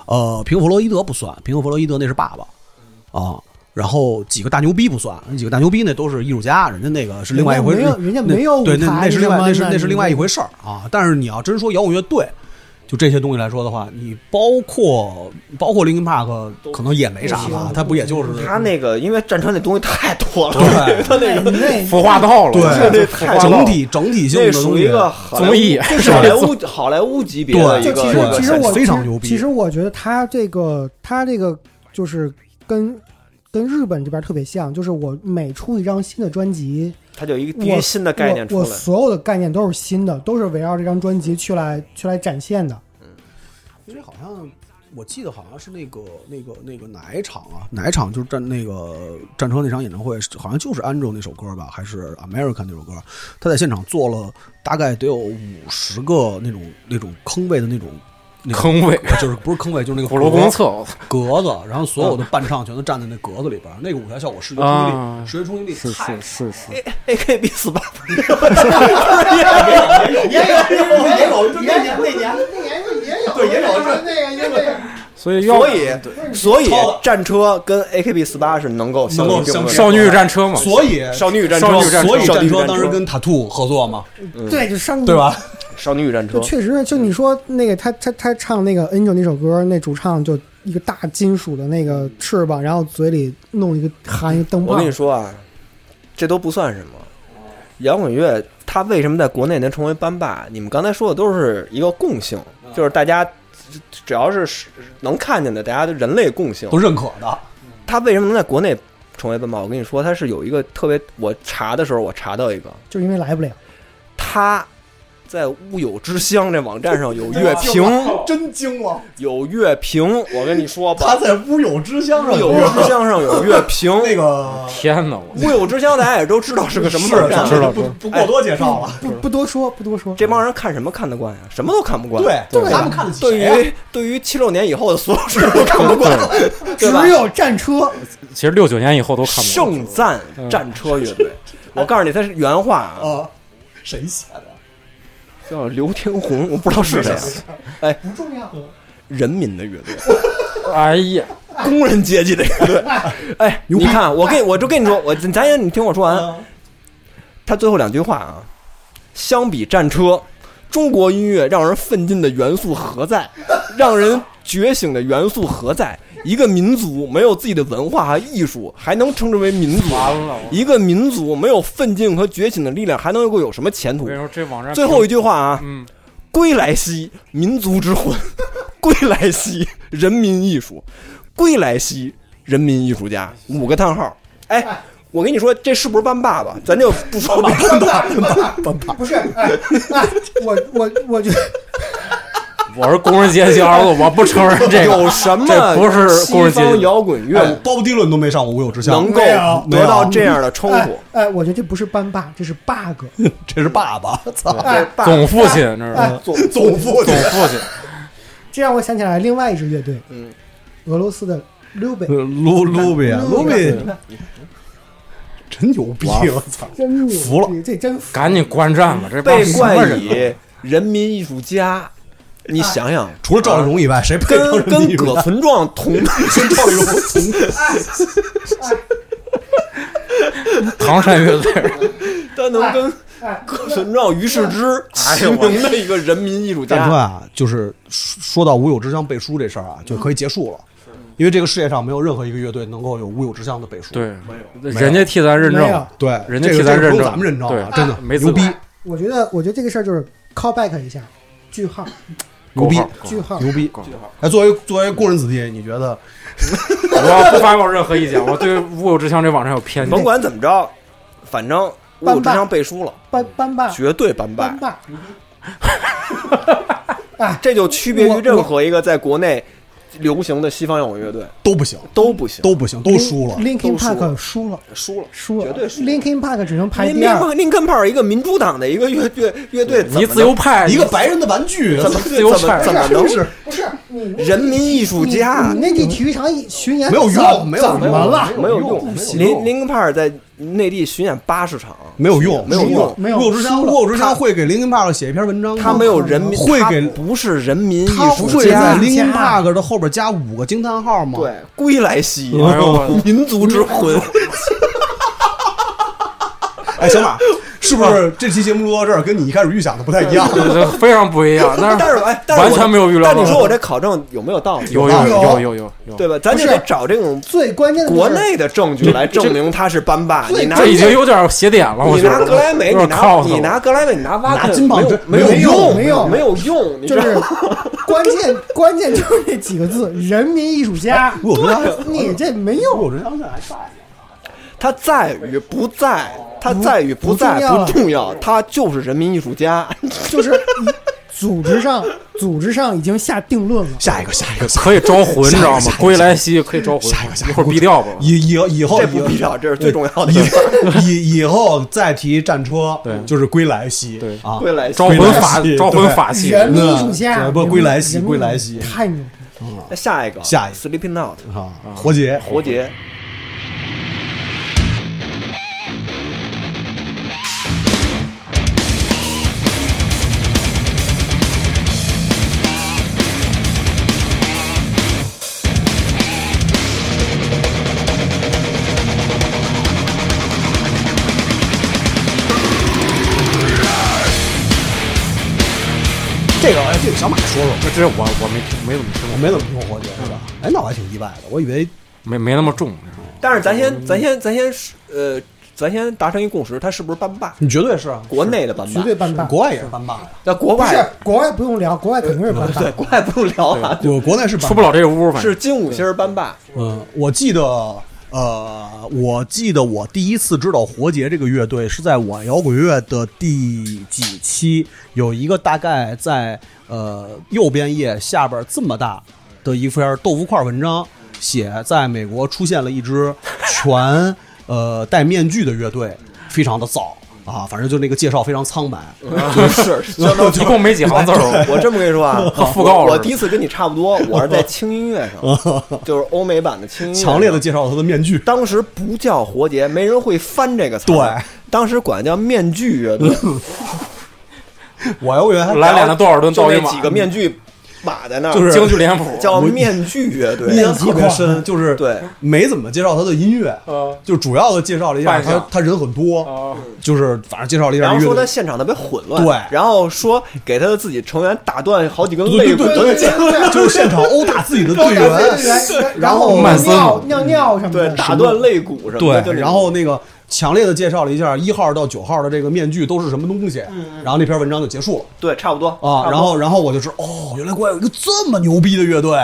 Speaker 4: 呃，平克·弗洛伊德不算，平克·弗洛伊德那是爸爸啊。然后几个大牛逼不算，那几个大牛逼那都是艺术家，人家那个是另外一回事
Speaker 5: 人家没有人家没有
Speaker 4: 那对，那
Speaker 5: 舞台
Speaker 4: 那是另外
Speaker 5: 什么
Speaker 4: 那
Speaker 5: 的
Speaker 4: 是那是
Speaker 5: 你
Speaker 4: 另外一回事儿啊。但是你要真说摇滚乐队，就这些东西来说的话，你包括包括 Linkin Park 可能也没啥吧，它不也就是
Speaker 3: 它那个因为战车那东西太多了，
Speaker 4: 对
Speaker 3: 它那个
Speaker 5: 你那
Speaker 6: 孵化道了，
Speaker 4: 对
Speaker 3: 这太高
Speaker 4: 整
Speaker 3: 了
Speaker 4: 体整体性
Speaker 3: 这
Speaker 4: 的
Speaker 3: 属
Speaker 4: 东
Speaker 3: 于
Speaker 4: 西
Speaker 3: 一。个好莱坞
Speaker 6: 综艺
Speaker 3: 这是好莱坞好莱坞级别的一
Speaker 5: 就
Speaker 3: 个
Speaker 5: 其
Speaker 3: 一
Speaker 5: 实
Speaker 3: 个
Speaker 5: 其实我
Speaker 4: 非常牛逼
Speaker 5: 其实我觉得他这个他这个就是跟跟日本这边特别像，就是我每出一张新的专辑，
Speaker 3: 它就一个一
Speaker 5: 我
Speaker 3: 个新的概念
Speaker 5: 我
Speaker 3: 出
Speaker 5: 我
Speaker 3: 来。
Speaker 5: 所有的概念都是新的，都是围绕这张专辑去来去来展现的。
Speaker 4: 其实好像我记得好像是那个那个那个哪一场啊？哪一场就是战那个战车那场演唱会，好像就是《Angel》那首歌吧，还是《American》那首歌？他在现场做了大概得有五十个那种那种坑位的那种。那种
Speaker 6: 坑位，
Speaker 4: 就是不是坑位，就是那个
Speaker 6: 鼓楼公厕，
Speaker 4: 格子，然后所有的伴唱全都站在那格子里边儿，那个舞台效果视觉冲击
Speaker 6: 啊
Speaker 4: 力，视觉冲击力
Speaker 6: 是
Speaker 4: 太
Speaker 6: 是是是，
Speaker 3: A K B 四八，
Speaker 4: 也有那年那年那年也有，对也有
Speaker 6: 所以要
Speaker 3: 所以所以
Speaker 4: 超了
Speaker 3: 战车跟 A K B 四八是能够相
Speaker 4: 能
Speaker 3: 提
Speaker 4: 够
Speaker 3: 并
Speaker 4: 相
Speaker 3: 论。
Speaker 4: 上
Speaker 6: 少女与战车嘛，
Speaker 4: 所以
Speaker 3: 少女与战车，
Speaker 6: 少女与战车
Speaker 4: 所以
Speaker 3: 少女
Speaker 4: 战
Speaker 3: 与
Speaker 4: 车
Speaker 3: 战
Speaker 4: 当时跟塔兔合作嘛，
Speaker 3: 嗯
Speaker 5: 对，就上
Speaker 4: 对？吧？
Speaker 3: 少女与战车
Speaker 5: 就，确实，就你说那个他他他唱那个 Angel 那首歌，那主唱就一个大金属的那个翅膀，然后嘴里弄一个含一个灯
Speaker 3: 我
Speaker 5: 泡
Speaker 3: 跟你，说啊，这都不算什么。摇滚乐它为什么在国内能成为班霸？你们刚才说的都是一个共性，
Speaker 4: 嗯
Speaker 3: 就是大家只只要是能看见的，大家的人类共性
Speaker 4: 都认可的，
Speaker 3: 它为什么能在国内成为奔跑？我跟你说，它是有一个特别，我查的时候我查到一个，
Speaker 5: 就是因为来不了。
Speaker 3: 它在物有之乡这网站上 有乐评，
Speaker 4: 真惊了！
Speaker 3: 有乐评。我跟你说
Speaker 4: 他
Speaker 3: 吧，
Speaker 4: 在乌有之乡
Speaker 3: 物
Speaker 4: 上
Speaker 3: 有啊之乡上有乐评。
Speaker 4: 那个
Speaker 6: 天哪，我
Speaker 3: 物有之乡大家也都知道是个什么
Speaker 4: 是
Speaker 3: 网站，
Speaker 4: 咱们不不过多介绍了。
Speaker 5: 不不多说，不多说。
Speaker 3: 这帮人看什么看得惯呀？什么都看不惯。
Speaker 4: 对，他们看得起
Speaker 3: 对
Speaker 4: 谁啊呀？
Speaker 3: 于对于七六年以后的所有事都看不惯， 对吧
Speaker 5: 只？有战车，
Speaker 6: 其实六九年以后都看不
Speaker 3: 盛
Speaker 6: 了。
Speaker 3: 赞战车乐队，我告诉你，他是原话啊，
Speaker 4: 啊，谁写的？
Speaker 3: 叫刘天红，我不知道是谁啊。哎，不重要。人民的乐队，
Speaker 6: 哎呀，
Speaker 3: 工人阶级的乐 队。哎，你看，我跟我就跟你说，我咱也你听我说
Speaker 6: 嗯
Speaker 3: 完。他最后两句话啊，相比战车，中国音乐让人奋进的元素何在？ 让人觉醒的元素何在？一个民族没有自己的文化和艺术，还能称之为民族吗？
Speaker 6: 完了我
Speaker 3: 一个民族没有奋进和觉醒的力量，还能够有什么前
Speaker 6: 我
Speaker 3: 途
Speaker 6: 跟？你说这网站
Speaker 3: 最后一句话啊，
Speaker 6: 嗯，
Speaker 3: 归来兮，民族之魂； 归来兮，人民艺术；归来兮，人民艺术家。五个叹号。哎，我跟你说，这是不是班霸吧？咱就不说了。
Speaker 5: 不是，哎，哎我我我觉得，
Speaker 6: 我是工人阶级摇滚，我不承认这个。
Speaker 3: 有什么
Speaker 6: 这不是
Speaker 3: 西
Speaker 6: 工人阶
Speaker 3: 方
Speaker 6: 级，
Speaker 3: 摇滚
Speaker 4: 哎
Speaker 3: 乐
Speaker 4: 鲍勃迪伦都没上过我有之乡
Speaker 3: 能，够
Speaker 5: 没有
Speaker 3: 得到这样的称
Speaker 5: 哎
Speaker 3: 呼？
Speaker 5: 哎，我觉得这不是班霸，这是 bug。
Speaker 4: 这是爸爸，操，
Speaker 5: 哎，
Speaker 6: 总父亲，你知道吗？
Speaker 3: 总
Speaker 4: 总父亲
Speaker 6: 总父亲，
Speaker 5: 这让我想起来另外一支乐队，嗯，俄罗斯的 Lubin，
Speaker 4: 卢卢比卢比真牛逼，我操！
Speaker 5: 真牛
Speaker 4: 服了
Speaker 5: 逼，哎这真服。
Speaker 6: 赶紧观战吧！这帮
Speaker 3: 被
Speaker 6: 什么
Speaker 3: 冠
Speaker 6: 人啊
Speaker 3: 以人民艺术家，你想 想，
Speaker 4: 除了赵丽蓉以外，谁配
Speaker 3: 跟
Speaker 4: 当人
Speaker 3: 跟
Speaker 4: 民主
Speaker 3: 葛
Speaker 4: 呢
Speaker 3: 存壮同
Speaker 4: 跟赵丽蓉同
Speaker 6: 唐山乐队，
Speaker 3: 他能跟
Speaker 5: 哎，
Speaker 3: 葛存壮、于世之齐名的一个人民艺术
Speaker 4: 但说
Speaker 3: 家。
Speaker 4: 啊， 就是说说到无有之乡背书这事儿啊，就可以结束了，因为这个世界上没有任何一个乐队能够有无有之乡的背书。
Speaker 6: 对，人家替咱认
Speaker 5: 没有
Speaker 6: 证，
Speaker 4: 对，
Speaker 6: 人家
Speaker 4: 这
Speaker 6: 替
Speaker 4: 个
Speaker 6: 咱
Speaker 4: 这个
Speaker 6: 认
Speaker 4: 不
Speaker 6: 证，
Speaker 4: 用咱们认证啊，
Speaker 6: 对
Speaker 4: 真的
Speaker 6: 没资
Speaker 4: 牛
Speaker 6: 格
Speaker 4: 逼，
Speaker 5: 我觉得，我觉得这个事儿就是 call back 一下，句号，
Speaker 4: 牛逼
Speaker 6: 够号
Speaker 5: 句号，
Speaker 4: 牛逼！哎，作为作为工人子弟，你觉得
Speaker 6: 我不发表任何意见，我 对《乌有之乡》这网站有偏
Speaker 3: 甭
Speaker 6: 见。
Speaker 3: 管怎么着，反正我有
Speaker 5: 班霸
Speaker 3: 这张背书了，
Speaker 5: 班班霸，
Speaker 3: 绝对班霸
Speaker 5: 班。霸，
Speaker 3: 这就区别于
Speaker 5: 我
Speaker 3: 任何一个在国内流行的西方摇滚乐队
Speaker 4: 都不行，
Speaker 3: 都不行，
Speaker 4: 都不行，都输了。
Speaker 5: Linkin
Speaker 3: 都输了
Speaker 5: Park 输了，
Speaker 3: 输了，
Speaker 5: 输了，
Speaker 3: 绝对输了。
Speaker 5: Linkin Park 只能排
Speaker 3: 林
Speaker 5: 第
Speaker 3: 林
Speaker 5: 二。
Speaker 3: 肯林肯炮一个民主党的一个乐乐乐队，怎么
Speaker 6: 你自由派，
Speaker 4: 一个白人的玩具，
Speaker 3: 怎么
Speaker 6: 自由
Speaker 3: 怎么
Speaker 6: 派
Speaker 3: 怎么能
Speaker 4: 是
Speaker 5: 不是你
Speaker 3: 人民艺术家
Speaker 5: 你？那地体育场巡演
Speaker 4: 没有
Speaker 5: 怎
Speaker 4: 用，没有
Speaker 5: 怎么了？
Speaker 3: 没有
Speaker 4: 用
Speaker 3: 用，
Speaker 4: 没有
Speaker 3: 林林肯炮在内地巡演八十场，
Speaker 4: 没有用，
Speaker 3: 没有用
Speaker 5: 没有
Speaker 4: 吴有之乡，
Speaker 5: 输了
Speaker 4: 吴有之乡会给 Linkin Park 写一篇文章吗，
Speaker 3: 他没有人民，
Speaker 4: 会
Speaker 3: 他
Speaker 4: 给
Speaker 3: 不是人民艺
Speaker 4: 他
Speaker 3: 术
Speaker 4: 会在
Speaker 3: 家，
Speaker 4: Linkin Park 的后边加五个惊叹号吗？
Speaker 3: 对，归来兮，
Speaker 6: 哎呦我
Speaker 3: 民族之 魂，
Speaker 4: 哎，小马， 是不是这期节目录到这儿，跟你一开始预想的不太一样？
Speaker 6: 对对，非常不一样，
Speaker 3: 但
Speaker 6: 但
Speaker 3: 是
Speaker 6: 啊是
Speaker 3: 哎，但是我
Speaker 6: 完全没有预料到
Speaker 3: 但你说我这考证有没有道理？
Speaker 6: 有哦有有有有有，
Speaker 3: 对吧？咱就
Speaker 5: 不是
Speaker 3: 得找这种
Speaker 5: 最关键的就是
Speaker 3: 国内的证据来证明他是班霸。你拿
Speaker 6: 这已经有点邪点了，我
Speaker 3: 你
Speaker 6: 觉
Speaker 3: 拿
Speaker 6: 得
Speaker 3: 格莱美，
Speaker 6: 有
Speaker 3: 你
Speaker 6: 点
Speaker 3: 拿
Speaker 6: cos
Speaker 3: 你拿格莱美，你拿挖
Speaker 4: 拿
Speaker 3: 肯
Speaker 4: 金棒
Speaker 3: 没有
Speaker 4: 针
Speaker 3: 没有
Speaker 4: 没有
Speaker 3: 用，
Speaker 5: 没有
Speaker 3: 没有用，你知
Speaker 5: 就
Speaker 3: 道
Speaker 5: 是
Speaker 3: 吗？
Speaker 5: 关键关键就是这几个字：人民艺术家。
Speaker 4: 哎我觉得
Speaker 5: 你这没用，
Speaker 4: 有人相信还帅。
Speaker 3: 它在与不在，它在与
Speaker 5: 不
Speaker 3: 在
Speaker 5: 重要了
Speaker 3: 不重要，它就是人民艺术家。
Speaker 5: 就是一组织上组织上已经下定论了。
Speaker 4: 下一个，下一个，
Speaker 6: 可以招魂，你知道
Speaker 4: 下
Speaker 6: 吗
Speaker 4: 一个？
Speaker 6: 归来兮可以招魂
Speaker 4: 下一个，下一
Speaker 6: 一
Speaker 4: 个
Speaker 6: 会儿毙掉吧。
Speaker 4: 以以以后
Speaker 3: 这不必要，这是最重要的
Speaker 4: 以
Speaker 3: 一块。
Speaker 4: 以 以后再提战车，
Speaker 6: 对
Speaker 4: 就是归来兮，
Speaker 6: 对
Speaker 4: 啊，
Speaker 3: 归来兮
Speaker 6: 招魂法
Speaker 4: 对，
Speaker 6: 招魂法系，
Speaker 5: 人民艺术家，
Speaker 4: 对不归来兮
Speaker 5: 人民
Speaker 4: 归来兮
Speaker 5: 太牛逼！
Speaker 3: 那下一个，
Speaker 4: 下一个
Speaker 3: Sleeping Out，
Speaker 4: 啊，活结，
Speaker 3: 活结。
Speaker 4: 这个哎这个小马说说，
Speaker 6: 这我我没听没怎么听
Speaker 4: 我
Speaker 6: 过，
Speaker 4: 没怎么听过活结是吧？哎，那我还挺意外的，我以为
Speaker 6: 没没那么重。
Speaker 3: 但是咱先，咱先，咱先，呃，咱先达成一共识，他是不是班霸？
Speaker 4: 你绝对是啊，
Speaker 3: 国内的班
Speaker 5: 绝
Speaker 3: 霸，
Speaker 5: 对班霸。
Speaker 4: 国外也是班霸呀，
Speaker 3: 那国
Speaker 5: 不是
Speaker 3: 外
Speaker 5: 国外不用聊，国外肯定是班霸
Speaker 3: 对。国外不用聊了，
Speaker 4: 我国内是班霸
Speaker 6: 出不了这屋，反正
Speaker 3: 是金五星班霸。
Speaker 4: 嗯，我记得，呃，我记得我第一次知道活结这个乐队是在我摇滚乐的第几期，有一个大概在呃右边页下边这么大的一篇豆腐块文章，写在美国出现了一支全呃戴面具的乐队， 非常的早啊，反正就那个介绍非常苍白，
Speaker 3: 是，相当
Speaker 6: 一共没几行字儿，
Speaker 3: 我这么跟你说 啊，
Speaker 6: 讣告
Speaker 3: 我
Speaker 6: 是
Speaker 3: 我第一次跟你差不多，我是在轻音乐 上，就是欧美版的轻音乐上，
Speaker 4: 强烈的介绍了他的面具。
Speaker 3: 当时不叫活结，没人会翻这个词儿。
Speaker 4: 对
Speaker 3: 当时管叫面具乐队，
Speaker 4: 我摇滚乐还
Speaker 6: 来两个多少吨
Speaker 3: 就
Speaker 6: 噪音
Speaker 3: 那
Speaker 6: 码，
Speaker 3: 几个面具码在那儿，
Speaker 4: 就是
Speaker 6: 京剧脸谱，
Speaker 3: 叫面具乐
Speaker 4: 印
Speaker 3: 队。
Speaker 4: 象特别深，就是
Speaker 3: 对
Speaker 4: 没怎么介绍他的音乐，
Speaker 3: 嗯
Speaker 6: 呃
Speaker 4: 就主要的介绍了一下
Speaker 6: 扮
Speaker 4: 他
Speaker 6: 相，
Speaker 4: 他人很多，
Speaker 6: 啊，
Speaker 4: 就是反正介绍了一
Speaker 3: 哦然
Speaker 4: 下
Speaker 3: 后
Speaker 4: 乐
Speaker 3: 说他
Speaker 4: 队。
Speaker 3: 现场特别混乱，
Speaker 4: 对
Speaker 3: 然后说给他的自己成员打断好几根肋
Speaker 4: 对对
Speaker 3: 骨，
Speaker 4: 对对，就是现场殴打自己的 队员，
Speaker 5: 员
Speaker 4: 然
Speaker 5: 然
Speaker 4: 后
Speaker 5: 后
Speaker 6: 曼森
Speaker 5: 尿尿尿什么
Speaker 3: 对
Speaker 5: 的，
Speaker 3: 打断肋骨什么的。就
Speaker 4: 对，
Speaker 3: 那
Speaker 4: 然后那个强烈的介绍了一下一号到九号的这个面具都是什么东西，然后那篇文章就结束了。
Speaker 3: 对，差不多
Speaker 4: 啊，
Speaker 3: 嗯差不多
Speaker 4: 然后然后我就知道哦，原来国外有一个这么牛逼的乐队。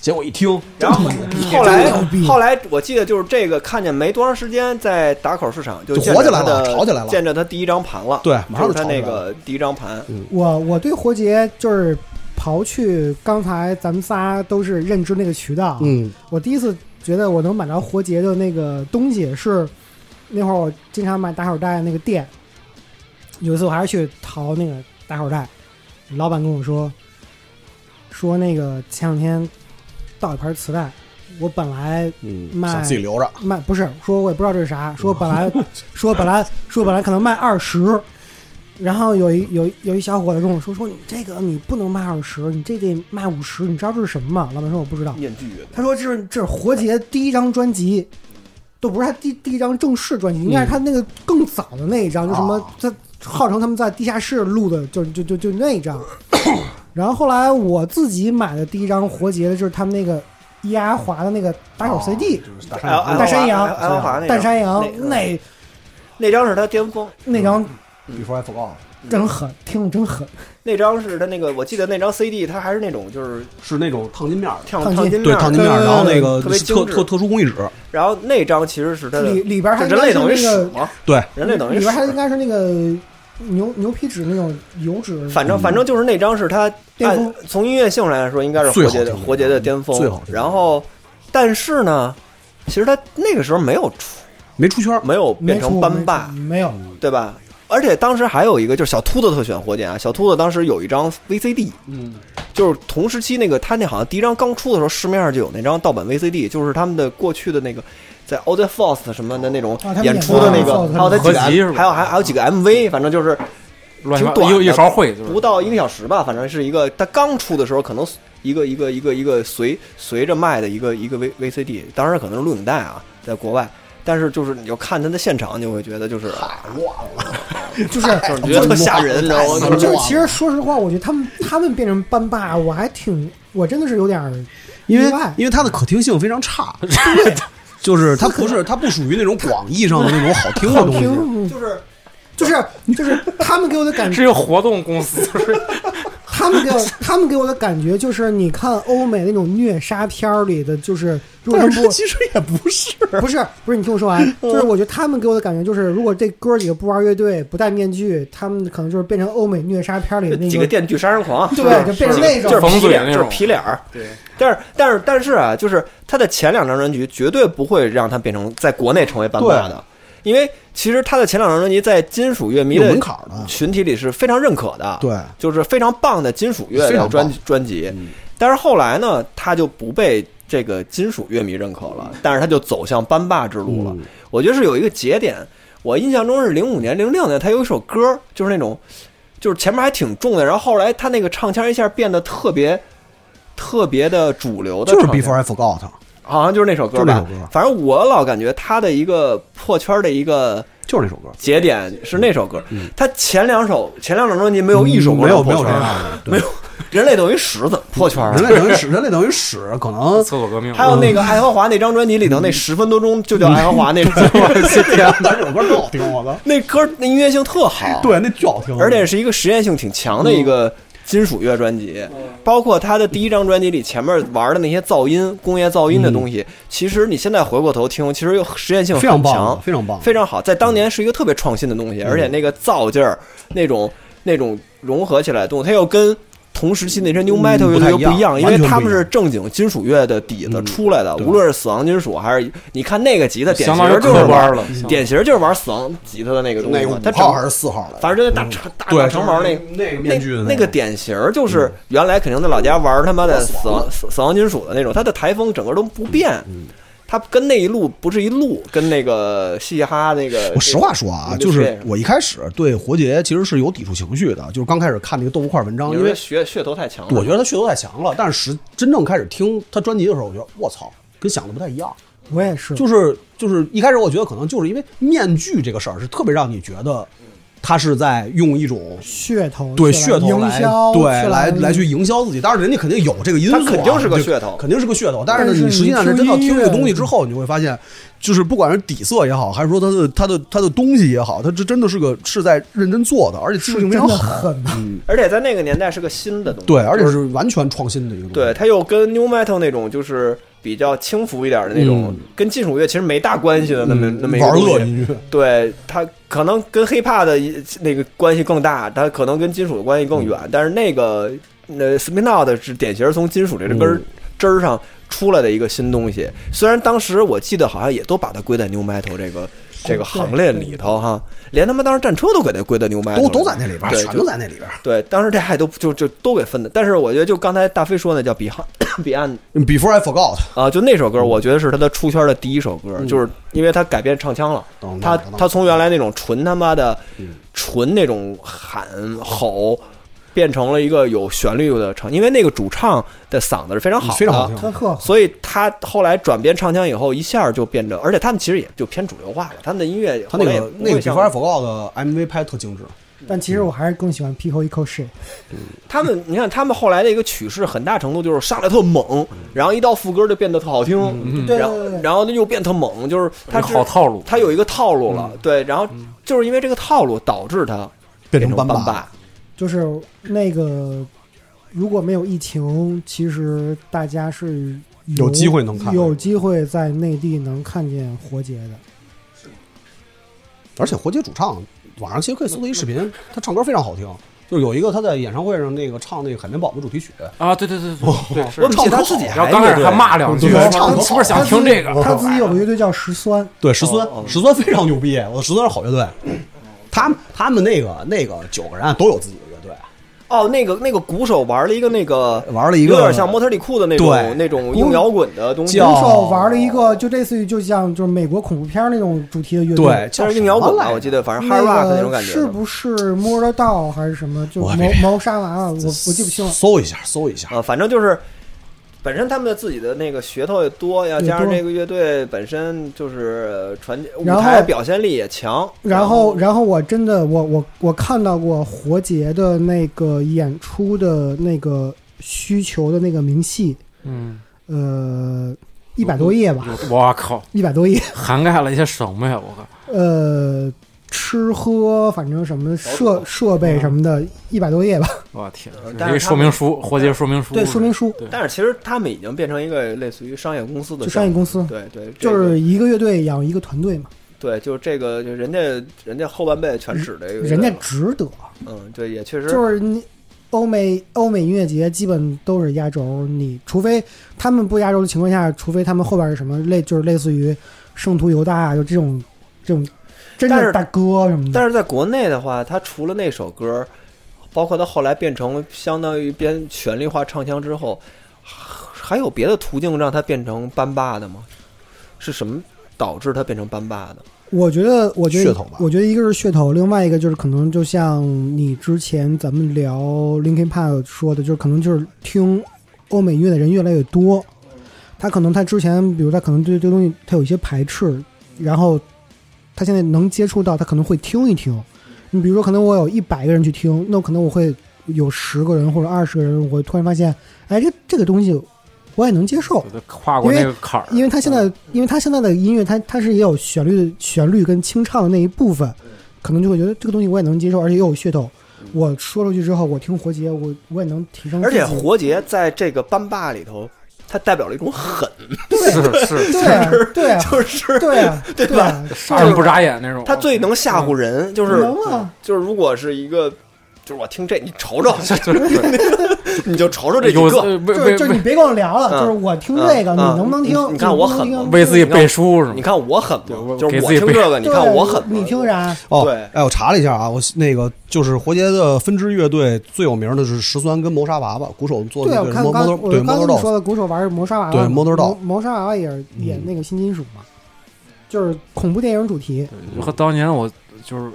Speaker 4: 结果一听，
Speaker 3: 然后后来
Speaker 5: 真牛逼
Speaker 3: 后来我记得就是这个，看见没多长时间，在打口市场就
Speaker 4: 就
Speaker 3: 见
Speaker 4: 火
Speaker 3: 着
Speaker 4: 起来
Speaker 3: 他
Speaker 4: 了
Speaker 3: 的
Speaker 4: 炒起来了
Speaker 3: 见着他第一张盘了，
Speaker 4: 对马上
Speaker 3: 就
Speaker 4: 就是
Speaker 3: 他
Speaker 4: 炒起
Speaker 3: 那
Speaker 4: 来了嗯
Speaker 3: 个第一张盘，
Speaker 5: 我我对活结就是刨去刚才咱们仨都是认知那个渠道，啊
Speaker 4: 嗯，
Speaker 5: 我第一次觉得我能买着活结的那个东西是，那会儿我经常买打口袋那个店，有一次我还是去淘那个打口袋，老板跟我说，说那个前两天盗一盘磁带，我本来
Speaker 3: 嗯，
Speaker 5: 卖
Speaker 4: 想自己留着，
Speaker 5: 卖不是，说我也不知道这是啥，说本来说本来说本来可能卖二十，然后有一有一有一小伙子跟我说说你这个你不能卖二十，你这得卖五十，你知道这是什么吗？老板说我不知道，
Speaker 3: 面具乐队
Speaker 5: 他说这是这是活结第一张专辑，都不是他第第一张正式专
Speaker 3: 嗯
Speaker 5: 辑，应该是他那个更早的那一张，就什么他
Speaker 3: 哦
Speaker 5: 号称他们在地下室录的，就就就就那一 张。然后后来我自己买的第一张活结的就是他们那个咿呀华的那个打手 CD，、
Speaker 4: 就是大
Speaker 3: 哎哎
Speaker 4: 山
Speaker 5: 大山羊
Speaker 3: 哎哎哎哦华那张
Speaker 5: 淡山羊
Speaker 3: 那
Speaker 5: 那
Speaker 3: 那嗯张是他巅峰，
Speaker 5: 那张
Speaker 4: before I forgot，
Speaker 5: 真狠，听着真狠。
Speaker 3: 那张是他那个，我记得那张 CD，他还是那种就是
Speaker 4: 是那种烫金面儿的，
Speaker 3: 烫
Speaker 5: 烫
Speaker 3: 烫金
Speaker 5: 金
Speaker 4: 对
Speaker 3: 面儿
Speaker 4: 烫金面儿，
Speaker 5: 对
Speaker 4: 然后那个
Speaker 3: 特别精
Speaker 4: 特
Speaker 3: 致
Speaker 4: 特特殊工艺纸，
Speaker 3: 然后那张其实是他的，
Speaker 5: 里里边儿还
Speaker 3: 这
Speaker 5: 应
Speaker 3: 人类
Speaker 5: 该是
Speaker 3: 等于
Speaker 5: 那
Speaker 3: 屎
Speaker 5: 个
Speaker 3: 嘛？
Speaker 4: 对，
Speaker 3: 人类等于
Speaker 5: 里
Speaker 3: 屎
Speaker 5: 边。还应该是那个牛牛皮纸那种油纸，
Speaker 3: 反正反正就是那张是他
Speaker 5: 巅峰
Speaker 3: 按从音乐性来说，应该是
Speaker 4: 最
Speaker 3: 活
Speaker 4: 好
Speaker 3: 结的
Speaker 4: 听的
Speaker 3: 活结的巅峰。
Speaker 4: 最好听的
Speaker 3: 然后，但是呢，其实他那个时候没有出，
Speaker 4: 没出圈儿，
Speaker 3: 没有变
Speaker 5: 没出
Speaker 3: 成班霸，
Speaker 5: 没有
Speaker 3: 对吧？而且当时还有一个就是小秃子特喜欢活结啊，小秃子当时有一张 VCD，
Speaker 4: 嗯，
Speaker 3: 就是同时期那个他那好像第一张刚出的时候，市面上就有那张盗版 VCD，就是他们的过去的那个在 o l d f o s 什么的那种
Speaker 5: 他们
Speaker 3: 演
Speaker 5: 演
Speaker 3: 出的
Speaker 5: 的
Speaker 3: 那个，
Speaker 5: Outlaw
Speaker 3: 还有他几个
Speaker 6: 合集是
Speaker 3: M-
Speaker 6: 吧
Speaker 3: 还有还还有几个 MV，反正就是
Speaker 6: 乱七
Speaker 3: 挺
Speaker 6: 八
Speaker 3: 短
Speaker 6: 一
Speaker 3: 的
Speaker 6: 一勺烩就是
Speaker 3: 不到一个小时吧，反正是一个他刚出的时候，可能一个一个一个一个随随着卖的一个一个 V VCD，当然可能是录影带啊，在国外。但是就是你就看他的现场，你就会觉得就是
Speaker 5: 就是。
Speaker 3: 就是觉得特吓人，你知道吗？
Speaker 5: 哦就是其实说实话，我觉得他们他们变成班霸，我还挺，我真的是有点儿
Speaker 4: 因为
Speaker 5: 意外
Speaker 4: 因为它的可听性非 常差，就是它不是它不属于那种广义上的那种好听的
Speaker 5: 好
Speaker 4: 东西，
Speaker 5: 听，就是就是就是他们给我的感觉
Speaker 6: 是一个活动公司， 是
Speaker 5: 他们给我，他们给我的感觉就是，你看欧美那种虐杀片儿里的，就是如果他
Speaker 4: 但
Speaker 5: 们
Speaker 4: 是它其实也不是，
Speaker 5: 不不是不是，你听我说
Speaker 4: 嗯
Speaker 5: 完， 就是我觉得他们给我的感觉就是，如果这哥几个不玩乐队，不戴面具，他们可能就是变成欧美虐杀片儿里的那
Speaker 3: 几个
Speaker 5: 个
Speaker 3: 电锯杀人狂，
Speaker 5: 对，就变成那种
Speaker 3: 就是
Speaker 6: 缝
Speaker 3: 皮
Speaker 6: 嘴
Speaker 3: 脸，
Speaker 6: 那
Speaker 3: 就是
Speaker 6: 种
Speaker 3: 皮脸儿。对，但是但是但是啊，就是他的前两张专辑绝对不会让他变成在国内成为班霸的，因为其实他的前两张专辑在金属乐迷
Speaker 4: 有
Speaker 3: 的
Speaker 4: 门槛儿的
Speaker 3: 群体里是非常认可的，
Speaker 4: 对，
Speaker 3: 就是非常棒的金属乐
Speaker 4: 非
Speaker 3: 的
Speaker 4: 常
Speaker 3: 专
Speaker 4: 棒
Speaker 3: 专辑。
Speaker 6: 嗯
Speaker 3: 但是后来呢，他就不被这个金属乐迷认可了，但是他就走向班霸之路了。
Speaker 4: 嗯
Speaker 3: 我觉得是有一个节点，我印象中是零五年、零六年，他有一首歌，就是那种，就是前面还挺重的，然后后来他那个唱腔一下变得特别。特别的主流的
Speaker 4: 就是
Speaker 3: 唱腔
Speaker 4: Before I Forgot，
Speaker 3: 好像就是那首歌
Speaker 4: 就
Speaker 3: 吧，
Speaker 4: 那首歌
Speaker 3: 反正我老感觉他的一个破圈的一个
Speaker 4: 就是那首歌，
Speaker 3: 节点是那首歌。他前两首前两张专辑没有一首歌
Speaker 4: 嗯没有
Speaker 3: 能破
Speaker 4: 没有这
Speaker 3: 圈
Speaker 4: 样的，对
Speaker 3: 没有，人类等于屎怎么破圈啊
Speaker 4: 人？类等于屎，人类等于屎，可 能
Speaker 6: 厕所革
Speaker 3: 嗯
Speaker 6: 命。嗯
Speaker 3: 还有那个爱荷华那张专辑里头那十分多钟就叫爱荷华那张，
Speaker 4: 但是这首歌特好听，我操，
Speaker 3: 那歌那音乐性特好，，
Speaker 4: 嗯 对，那巨好听，
Speaker 3: 而且是一个实验性挺强的一
Speaker 4: 嗯
Speaker 3: 个金属乐专辑，包括他的第一张专辑里前面玩的那些噪音、工业噪音的东西，其实你现在回过头听，其实又实验性
Speaker 4: 嗯非常
Speaker 3: 很强
Speaker 4: 棒，，非常棒，嗯
Speaker 3: 非常好，在当年是一个特别创新的东西，而且那个造劲儿，那种那种融合起来的东西，它又跟同时期那些 new metal 乐队又
Speaker 4: 嗯不太一样
Speaker 3: 样，因为
Speaker 4: 完全不一样嗯
Speaker 3: 他们是正经金属乐的底子出来的，
Speaker 4: 对
Speaker 3: 无论是死亡金属还是你看那个吉他，典
Speaker 6: 相
Speaker 3: 型
Speaker 6: 当于
Speaker 3: 就是玩
Speaker 6: 科班了，
Speaker 3: 典型就是玩死亡吉他的那个东西
Speaker 4: 那个
Speaker 3: 嘛，它
Speaker 4: 五
Speaker 3: 整
Speaker 4: 号还是四号来着，
Speaker 3: 反正就那大长大
Speaker 4: 嗯对
Speaker 3: 大长毛
Speaker 4: 就是
Speaker 3: 那
Speaker 4: 那个面具的
Speaker 3: 那
Speaker 4: 那个嗯
Speaker 3: 个典型儿就是原来肯定在老家玩他妈的死亡死死亡金属的那种，它的台风整个都不变，
Speaker 4: 嗯
Speaker 3: 它跟那一路不是一路，跟那个嘻哈那个。
Speaker 4: 我实话说啊，
Speaker 3: 那
Speaker 4: 就
Speaker 3: 个
Speaker 4: 是
Speaker 3: 这个
Speaker 4: 我一开始对活结其实是有抵触情绪的，就是刚开始看那个豆腐块文章，
Speaker 3: 你
Speaker 4: 因
Speaker 3: 说
Speaker 4: 为
Speaker 3: 噱噱头太强了，
Speaker 4: 我觉得他噱头太强了。但是实真正开始听他专辑的时候，我觉得我操，跟想的不太一样。
Speaker 5: 我也是，
Speaker 4: 就是就是一开始我觉得可能就是因为面具这个事儿是特别让你觉得他是在用一种
Speaker 5: 噱头，
Speaker 4: 对
Speaker 5: 去了
Speaker 4: 噱头
Speaker 5: 营
Speaker 4: 来
Speaker 5: 销，
Speaker 4: 对
Speaker 5: 去了
Speaker 4: 来来去营销自己，当然人家肯定有这个因素、啊，
Speaker 3: 它肯定是个噱头
Speaker 4: 就肯定是个噱头。但是呢，
Speaker 5: 但是
Speaker 4: 你实际上
Speaker 5: 你
Speaker 4: 是
Speaker 5: 听
Speaker 4: 真的
Speaker 5: 音
Speaker 4: 听这个
Speaker 5: 乐
Speaker 4: 东西之后，你就会发现，就是不管是底色也好，还是说它的它的它的东西也好，它这真的是个是在认真做的，而且技术
Speaker 5: 是真
Speaker 4: 性非常
Speaker 5: 的
Speaker 4: 好，
Speaker 5: 狠，
Speaker 3: 而且在那个年代是个新的东西，
Speaker 4: 对，而且是完全创新的一个东西。
Speaker 3: 对，它又跟 new metal 那种就是比较轻浮一点的那种，
Speaker 4: 嗯
Speaker 3: 跟金属乐其实没大关系的那么、那么一个
Speaker 4: 玩
Speaker 3: 东西
Speaker 4: 乐音乐，
Speaker 3: 对它可
Speaker 4: 嗯
Speaker 3: 能跟 hiphop 的一那个关系更大，它可能跟金属的关系更远，但是那个呃 Spinout 是典型从金属这根
Speaker 4: 嗯
Speaker 3: 根儿枝儿上出来的一个新东西。虽然当时我记得好像也都把它归在 New Metal 这个这
Speaker 4: 哦
Speaker 3: 个行列里头哈，连他们当时战车都给它归在 New Metal，
Speaker 4: 都都
Speaker 3: 里
Speaker 4: 在那里边儿，
Speaker 3: 对
Speaker 4: 全
Speaker 3: 就
Speaker 4: 都在那里边儿。
Speaker 3: 对，当时这还都就就都给分的，但是我觉得就刚才大飞说那叫彼岸彼岸
Speaker 4: 嗯 Before I forgot，
Speaker 3: 啊，就那首
Speaker 4: 嗯
Speaker 3: 歌，我觉得是他的出圈的第一首歌，就是因为他改变唱腔了
Speaker 4: 懂，
Speaker 3: 他
Speaker 4: 懂懂
Speaker 3: 他从原来那种纯他妈的
Speaker 4: 嗯
Speaker 3: 纯那种喊吼，变成了一个有旋律的唱，因为那个主唱的嗓子是非常好，
Speaker 4: 嗯非常好听。
Speaker 5: 他呵，
Speaker 3: 所以他后来转变唱腔以后，一下就变得，而且他们其实也就偏主流化了，他们的音乐
Speaker 4: 他
Speaker 3: 后
Speaker 4: 那
Speaker 3: 来也
Speaker 4: 个
Speaker 3: 不
Speaker 4: 那个
Speaker 3: 会
Speaker 4: Before
Speaker 3: 像
Speaker 4: I forgot 的 MV 拍得特精致，
Speaker 3: 嗯
Speaker 5: 但其实我还是更喜欢 Pico e c o Shit。
Speaker 3: 他们，你看他们后来的一个曲式，很大程度就是上来特猛，然后一到副歌就变得特好听，
Speaker 5: 对
Speaker 3: 然后
Speaker 5: 对对对
Speaker 3: 然后又变特猛，就是他
Speaker 6: 好套路
Speaker 3: 他有一个套路了，对，然后就是因为这个套路导致他
Speaker 4: 变
Speaker 3: 成
Speaker 4: 成班
Speaker 3: 霸，
Speaker 4: 霸。
Speaker 5: 就是那个如果没有疫情，其实大家是有
Speaker 4: 有机会能看
Speaker 5: 有机会在内地能看见活结的。
Speaker 4: 而且活结主唱，网上其实可以搜到一视频，他唱歌非常好听。就是有一个他在演唱会上那个唱那个《海绵宝宝》主题曲，
Speaker 6: 啊，对对对对对，是
Speaker 3: 我怎么记得他哦
Speaker 4: 唱
Speaker 3: 自
Speaker 4: 得
Speaker 3: 己
Speaker 4: 好
Speaker 6: 然
Speaker 3: 还
Speaker 6: 后刚开始还骂两句，
Speaker 4: 对啊
Speaker 6: 说是不是想听这个？哎
Speaker 5: 他自己有个乐队叫十酸，
Speaker 4: 对石尊
Speaker 3: 哦，
Speaker 4: 石尊非常牛逼，我石尊是好乐队，他们他们那个那个九个人都有自己的乐队，
Speaker 3: 哦，那个那个鼓手玩了一个那个
Speaker 4: 玩了一
Speaker 3: 有
Speaker 4: 个
Speaker 3: 点像模特里库的那种
Speaker 4: 对
Speaker 3: 那种硬摇滚的东西，
Speaker 4: 叫
Speaker 5: 鼓手玩了一个就类似于就像就是美国恐怖片那种主题的乐队。
Speaker 4: 对，叫
Speaker 3: 就是硬摇滚
Speaker 4: 什么
Speaker 3: 吧，
Speaker 4: 来着
Speaker 3: 我记得反正 hard
Speaker 5: 那
Speaker 3: rock 那种
Speaker 5: 个
Speaker 3: 感觉
Speaker 5: 是
Speaker 3: 的。
Speaker 5: 不是摸得到还是什么？就
Speaker 4: 我
Speaker 5: 谋
Speaker 4: 还没
Speaker 5: 谋杀娃娃，我我记不清了。
Speaker 4: 搜一下，搜一下。
Speaker 3: 啊，反正就是本身他们的自己的那个噱头也多，要
Speaker 5: 也
Speaker 3: 加上
Speaker 5: 多
Speaker 3: 这个乐队本身就是呃传舞
Speaker 5: 然
Speaker 3: 台
Speaker 5: 后
Speaker 3: 表现力也强，
Speaker 5: 然后，然后我真的，我我我看到过活结的那个演出的那个需求的那个明细，
Speaker 6: 嗯，
Speaker 5: 呃，一百多页吧，
Speaker 6: 我靠，
Speaker 5: 一百多页，
Speaker 6: 涵盖了一些什么呀？我靠，
Speaker 5: 呃，吃喝反正什么设设
Speaker 3: 啊
Speaker 5: 备什么的，一百多 页吧，
Speaker 6: 我天，
Speaker 3: 但是
Speaker 6: 这
Speaker 3: 他
Speaker 6: 一说
Speaker 3: 们
Speaker 6: 明书，活结说明书，
Speaker 5: 对，说明书，
Speaker 6: 对
Speaker 3: 但是其实他们已经变成一个类似于商业公司的
Speaker 5: 就商业
Speaker 3: 项目
Speaker 5: 公司，
Speaker 3: 对对，这
Speaker 5: 就
Speaker 3: 个
Speaker 5: 是一个乐队养一个团队嘛，
Speaker 3: 对，就是这个，就人家人家后半辈子全指这个乐队了，
Speaker 5: 人家值得，啊
Speaker 3: 嗯，对，也确实
Speaker 5: 就是你。欧美欧美音乐节基本都是压轴，你除非他们不压轴的情况下，除非他们后边是什么类，就是类似于圣徒犹大啊，就这种这种真
Speaker 3: 但是
Speaker 5: 正大哥什么的。
Speaker 3: 但是在国内的话，他除了那首歌，包括他后来变成了相当于编旋律化唱腔之后，还还有别的途径让他变成班霸的吗？是什么导致他变成班霸的？
Speaker 5: 我觉得，我觉得
Speaker 4: 噱头吧
Speaker 5: 我觉得一个是噱头，另外一个就是可能就像你之前咱们聊 Linkin Park 说的，就是可能就是听欧美音乐的人越来越多，他可能他之前，比如他可能对这个东西他有一些排斥，然后他现在能接触到，他可能会听一听。你比如说，可能我有一百个人去听，那可能我会有十个人或者二十个人，我会突然发现，哎，这这个东西我也能接受
Speaker 6: 对。对跨过那个坎儿，
Speaker 5: 因为他现
Speaker 3: 嗯
Speaker 5: 在，因为他现在的音乐，它它是也有旋律的旋律跟清唱的那一部分，可能就会觉得这个东西我也能接受，而且又有噱头。我说出去之后，我听活结，我我也能提升
Speaker 3: 嗯
Speaker 5: 自
Speaker 3: 而
Speaker 5: 己。
Speaker 3: 且活结在这个班霸里头，他代表了一种狠，
Speaker 6: 是是
Speaker 5: 对啊对啊
Speaker 3: 就是
Speaker 5: 对啊
Speaker 3: 对
Speaker 5: 对
Speaker 3: 吧
Speaker 5: 啊，
Speaker 6: 杀人不眨眼那种，啊
Speaker 3: 他最 能吓唬人，就是
Speaker 5: 能啊，
Speaker 3: 就是如果是一个。就是我听这，你瞅瞅， 你就瞅瞅这几
Speaker 6: 有
Speaker 3: 个，
Speaker 6: 呃
Speaker 5: 就
Speaker 6: 为
Speaker 5: 是就是你
Speaker 6: 为
Speaker 5: 别跟我聊了，
Speaker 3: 嗯
Speaker 5: 就是我听这个，
Speaker 3: 嗯
Speaker 5: 你
Speaker 3: 嗯
Speaker 5: 能不能听？
Speaker 3: 你你看我狠
Speaker 5: 你能
Speaker 3: 吗
Speaker 5: 不能听
Speaker 6: 为自己背书是
Speaker 3: 你
Speaker 6: 吗？
Speaker 3: 看我狠
Speaker 6: 对
Speaker 3: 吗
Speaker 6: 我？
Speaker 3: 就是
Speaker 6: 给
Speaker 3: 我
Speaker 6: 自己
Speaker 3: 听
Speaker 6: 背
Speaker 3: 这个，你
Speaker 5: 对啊
Speaker 3: 看我狠吗？
Speaker 5: 你听啥？
Speaker 4: 哦，
Speaker 3: 呃对
Speaker 4: 哎，我查了一下啊，我那个就是活结的分支乐队最有名的是十三跟谋杀娃娃，鼓手做
Speaker 5: 对
Speaker 4: 的
Speaker 5: 啊，
Speaker 4: 那
Speaker 5: 我
Speaker 4: 个
Speaker 5: 看我刚
Speaker 4: 摩摩托
Speaker 5: 我
Speaker 4: 对
Speaker 5: 刚跟
Speaker 4: 摩托
Speaker 5: 你
Speaker 4: 豆
Speaker 5: 说的鼓手玩谋杀娃娃，
Speaker 4: 对摩嗯托豆
Speaker 5: 谋谋杀娃娃也是演那个新金属嘛，就是恐怖电影主题。
Speaker 6: 和当年我就是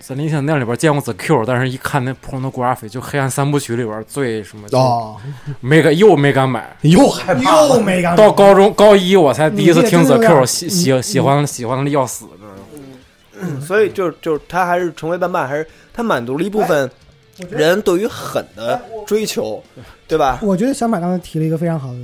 Speaker 6: 在林肯那里边见过 The Q，但是一看那 pornography 就黑暗三部曲里边最什么，
Speaker 5: 哦
Speaker 4: 啊，
Speaker 6: 没敢又没敢买。
Speaker 4: 又害怕了
Speaker 5: 又没干
Speaker 6: 到高中高一我才第一次听
Speaker 5: 嗯你这
Speaker 6: The
Speaker 5: 真有点
Speaker 6: Q，喜喜喜欢喜欢的要死，知道吗
Speaker 3: 所以就是就是他还是成为班霸，还是他满足了一部分人对于狠的追求，对吧？
Speaker 5: 我觉得小马刚才提了一个非常好的，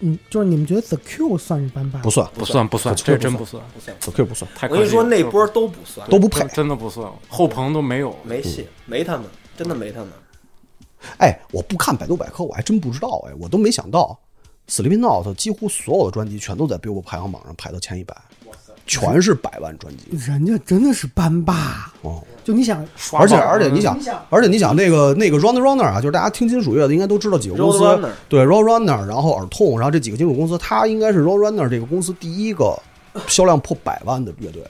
Speaker 5: 嗯，就是你们觉得 The Q 算是班霸？
Speaker 4: 不，算
Speaker 6: 不算不
Speaker 4: 不算
Speaker 6: 算，这真不算，
Speaker 4: ，The Q 不算，
Speaker 6: 太
Speaker 3: 我
Speaker 6: 可
Speaker 3: 跟你说，
Speaker 6: 惜了
Speaker 3: 那波都不算，
Speaker 4: 都不配
Speaker 6: 真。真的不算，后棚都没有。
Speaker 3: 没戏，没他们，真的没他们。
Speaker 4: 哎，我不看百度百科，我还真不知道哎，我都没想到。Sleeping Out 几乎所有的专辑全都在 Billboard 排行榜上排到前一百，全是百万专辑。
Speaker 5: 人家真的是班霸
Speaker 4: 哦，
Speaker 5: 就你想，
Speaker 6: 刷
Speaker 4: 而且
Speaker 6: 爆了
Speaker 4: 而且你想，而且你想那个那个 Round Runner 啊，就是大家听金属乐的应该都知道几个公司
Speaker 3: Road Runner，
Speaker 4: 对 Round Runner，然后耳痛，然后这几个金属公司，它应该是 Round Runner 这个公司第一个销量破百万的乐队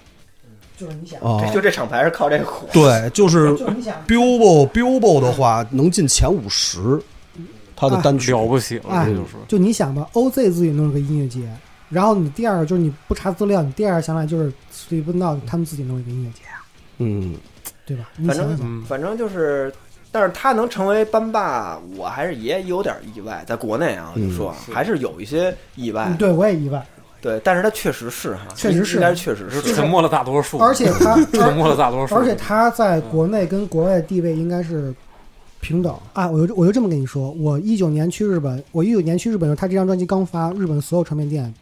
Speaker 5: 就是你想，
Speaker 4: 啊。
Speaker 3: 哎就这厂牌是靠这个火。
Speaker 4: 对，就是
Speaker 5: 就是你
Speaker 4: 哦
Speaker 5: 想，
Speaker 4: Billboard Billboard 的话能进前五十，它的单曲
Speaker 6: 了不起了，
Speaker 5: 哎
Speaker 6: 这就是，
Speaker 5: 就你想吧，OZ 自己弄了个音乐节，然后你第二个就是你不查资料，你第二个想法就是随便闹他们自己弄一个音乐节啊，
Speaker 4: 嗯，
Speaker 5: 对吧？你
Speaker 3: 反
Speaker 5: 想
Speaker 3: 正
Speaker 6: 嗯
Speaker 5: 想，
Speaker 3: 反正就是，但是他能成为班霸，我还是也有点意外。在国内啊，我就说、还是有一些意外
Speaker 5: 嗯，对我也意外，
Speaker 3: 对但是他确实是哈，
Speaker 5: 确实是
Speaker 3: 应该确实是。
Speaker 6: 沉默了大多数，
Speaker 5: 而且他，
Speaker 6: 沉默了大多数，
Speaker 5: 而且他
Speaker 3: 嗯
Speaker 5: 在国内跟国外的地位应该是平等啊！我就我就这么跟你说，我一九年去日本，我一九年去日本的时候，他这张专辑刚发，日本所有唱片店，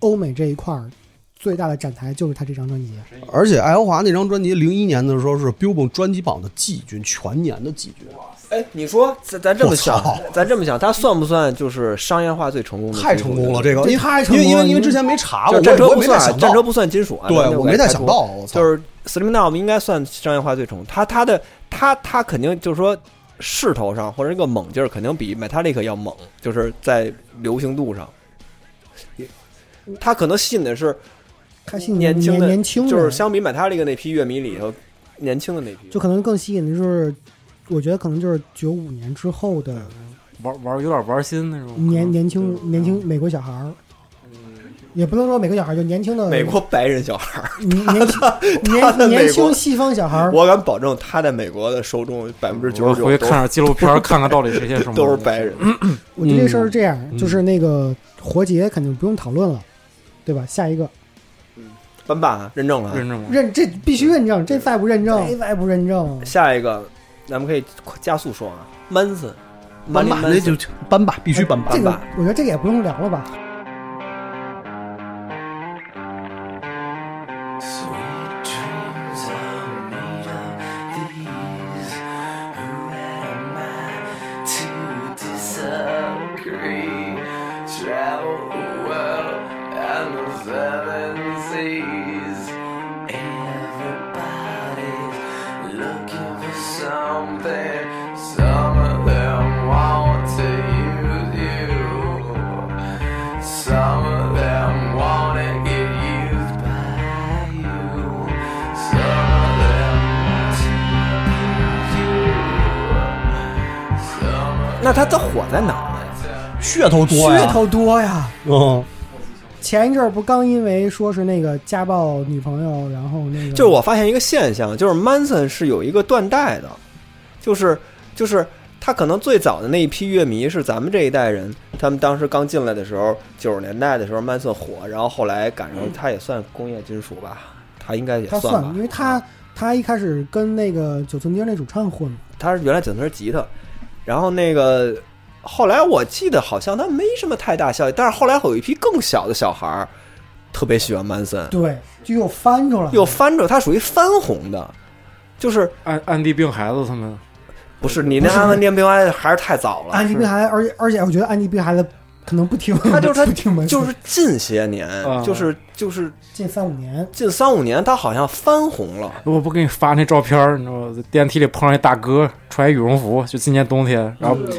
Speaker 5: 欧美这一块儿最大的展台就是他这张专辑。
Speaker 4: 而且爱荷华那张专辑零一年的时候是 Billboard 专辑榜的季军，全年的季军。
Speaker 3: 哎，你说咱咱这么想
Speaker 4: 我操，
Speaker 3: 咱这么想，他算不算就是商业化最成功的？
Speaker 4: 太成功了，，这个
Speaker 5: 这
Speaker 4: 因为
Speaker 5: 太成
Speaker 4: 因为
Speaker 5: 功
Speaker 4: 因
Speaker 5: 了
Speaker 4: 为因为
Speaker 5: 你
Speaker 4: 之前没查过，
Speaker 3: 就战
Speaker 4: 啊我也
Speaker 3: 车
Speaker 4: 我也
Speaker 3: 不
Speaker 4: 没太
Speaker 3: 算，
Speaker 4: 想
Speaker 3: 战车
Speaker 4: 到，
Speaker 3: 不算金属啊。
Speaker 4: 对
Speaker 3: 那
Speaker 4: 我
Speaker 3: 改
Speaker 4: 没太
Speaker 3: 开
Speaker 4: 想
Speaker 3: 脱
Speaker 4: 到，我操
Speaker 3: 就是 Slim Now 应该算商业化最成功，他他的他他肯定就是说势头上或者这个猛劲儿肯定比 Metallica 要猛，就是在流行度上，他可能吸引的是
Speaker 5: 他吸
Speaker 3: 嗯
Speaker 5: 引
Speaker 3: 年轻
Speaker 5: 年
Speaker 3: 的
Speaker 5: 年轻人，
Speaker 3: 就是相比 Metallica 那批乐迷里头年轻的那批，
Speaker 5: 就可能更吸引的就是，我觉得可能就是九五年之后的
Speaker 6: 玩玩有点玩心那
Speaker 3: 嗯
Speaker 6: 种，
Speaker 5: 年年轻年
Speaker 6: 啊
Speaker 5: 轻美国小孩儿。也不能说美国小孩儿，就年轻的
Speaker 3: 美国白人小孩儿，
Speaker 5: 年年
Speaker 3: 他的
Speaker 5: 年
Speaker 3: 美
Speaker 5: 年
Speaker 3: 国
Speaker 5: 轻西方小孩 儿，
Speaker 3: 我敢保证他在美国的受众百分之九
Speaker 6: 我
Speaker 3: 十
Speaker 6: 回去
Speaker 3: 九
Speaker 6: 看点纪录片，看看到底谁先什么，嗯
Speaker 3: 都是白人，
Speaker 5: 我觉得这事
Speaker 3: 嗯
Speaker 5: 儿是这样，就是那个活结肯定不用讨论了，对吧？下一个
Speaker 3: 班霸认证了啊。
Speaker 6: 认真吗？
Speaker 5: 认这必须认证，这再不认证，这再不认证，
Speaker 3: 下一个，咱们可以加速说啊，Manson，
Speaker 4: 斑马哦那就斑马必须斑马
Speaker 5: 这。个
Speaker 3: 吧
Speaker 5: 我觉得这个也不用聊了吧。
Speaker 2: Travel the world and the seven seas. Everybody's looking for something. Some of them want to use you. Some of them want to get used by you. Some of them want to use you. Some of
Speaker 3: 那他的火在哪
Speaker 4: 嗯
Speaker 3: 儿呢？
Speaker 4: 噱头多呀，
Speaker 5: 噱头多呀！
Speaker 4: 嗯，
Speaker 5: 前一阵儿不刚因为说是那个家暴女朋友，然后那个
Speaker 3: 就是我发现一个现象，就是 Manson 是有一个断代的，就是就是他可能最早的那一批乐迷是咱们这一代人，他们当时刚进来的时候，九十年代的时候 Manson 火，然后后来赶
Speaker 4: 嗯
Speaker 3: 上他也算工业金属吧，他应该也
Speaker 5: 他
Speaker 3: 算吧，嗯
Speaker 5: 因为他他一开始跟那个九寸钉那主唱混嘛，
Speaker 3: 他是原来剪的是吉他，然后那个后来我记得好像他没什么太大效益，但是后来有一批更小的小孩儿特别喜欢 Manson，
Speaker 5: 对，就又翻出来了，
Speaker 3: 又翻着，他属于翻红的，就是
Speaker 6: 暗暗地病孩子他们，
Speaker 3: 不是你那安安电冰还还是太早了，
Speaker 5: 安妮碧孩，而且而且我觉得安妮碧孩子可能不听，
Speaker 3: 他就是
Speaker 5: 不听
Speaker 3: 他
Speaker 5: 门，
Speaker 3: 就是近些年，
Speaker 6: 嗯
Speaker 3: 就是就是
Speaker 5: 近三五年。
Speaker 3: 近三五年，他好像翻红了。
Speaker 6: 我不给你发那照片儿，你知道吗？在电梯里碰上一大哥，穿一羽绒服，就今年冬天，然后
Speaker 5: 嗯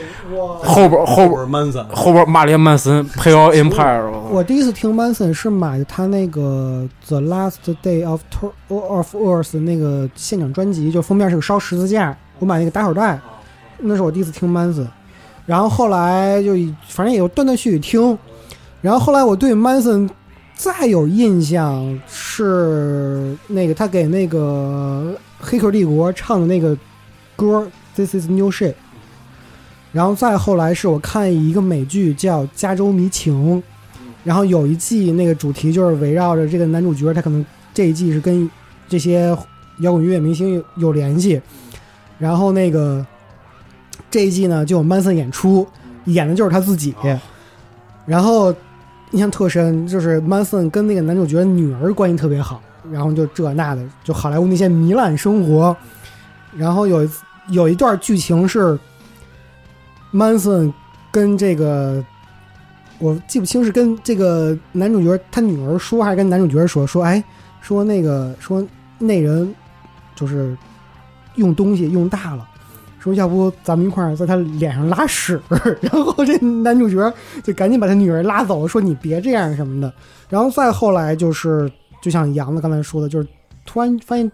Speaker 6: 后边后边
Speaker 4: 曼森
Speaker 6: 后边骂连曼森 p a y o Empire，我
Speaker 5: 我第一次听 Manson 是买的他那个《The Last Day of Tour of Earth》那个现场专辑，就封面是个烧十字架，我买那个打口袋，那是我第一次听 Manson。然后后来就以反正也有断断续续听，然后后来我对 Manson 再有印象是那个他给那个《黑客帝国》唱的那个歌《This Is New Shit》。然后再后来是我看一个美剧叫《加州迷情》，然后有一季那个主题就是围绕着这个男主角，他可能这一季是跟这些摇滚乐明星有有联系，然后那个这一季呢就有 Manson 演出，演的就是他自己，然后印象特深就是 Manson 跟那个男主角的女儿关系特别好，然后就这那的，就好莱坞那些糜烂生活，然后有一次有一段剧情是 Manson 跟这个我记不清是跟这个男主角他女儿说，还是跟男主角说，说哎，说那个说那人就是用东西用大了。说要不咱们一块儿在他脸上拉屎，然后这男主角就赶紧把他女儿拉走，说你别这样什么的。然后再后来就是，就像杨子刚才说的，就是突然发现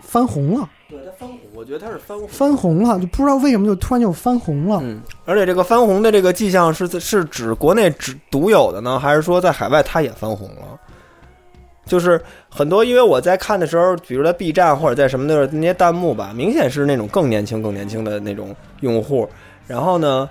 Speaker 5: 翻红了，
Speaker 3: 对他翻红，我觉得他是翻红。
Speaker 5: 翻红了，就不知道为什么就突然就翻红了。
Speaker 3: 嗯，而且这个翻红的这个迹象是是指国内只独有的呢，还是说在海外它也翻红了？就是很多，因为我在看的时候，比如在 B 站或者在什么的那些弹幕吧，明显是那种更年轻、更年轻的那种用户。然后呢，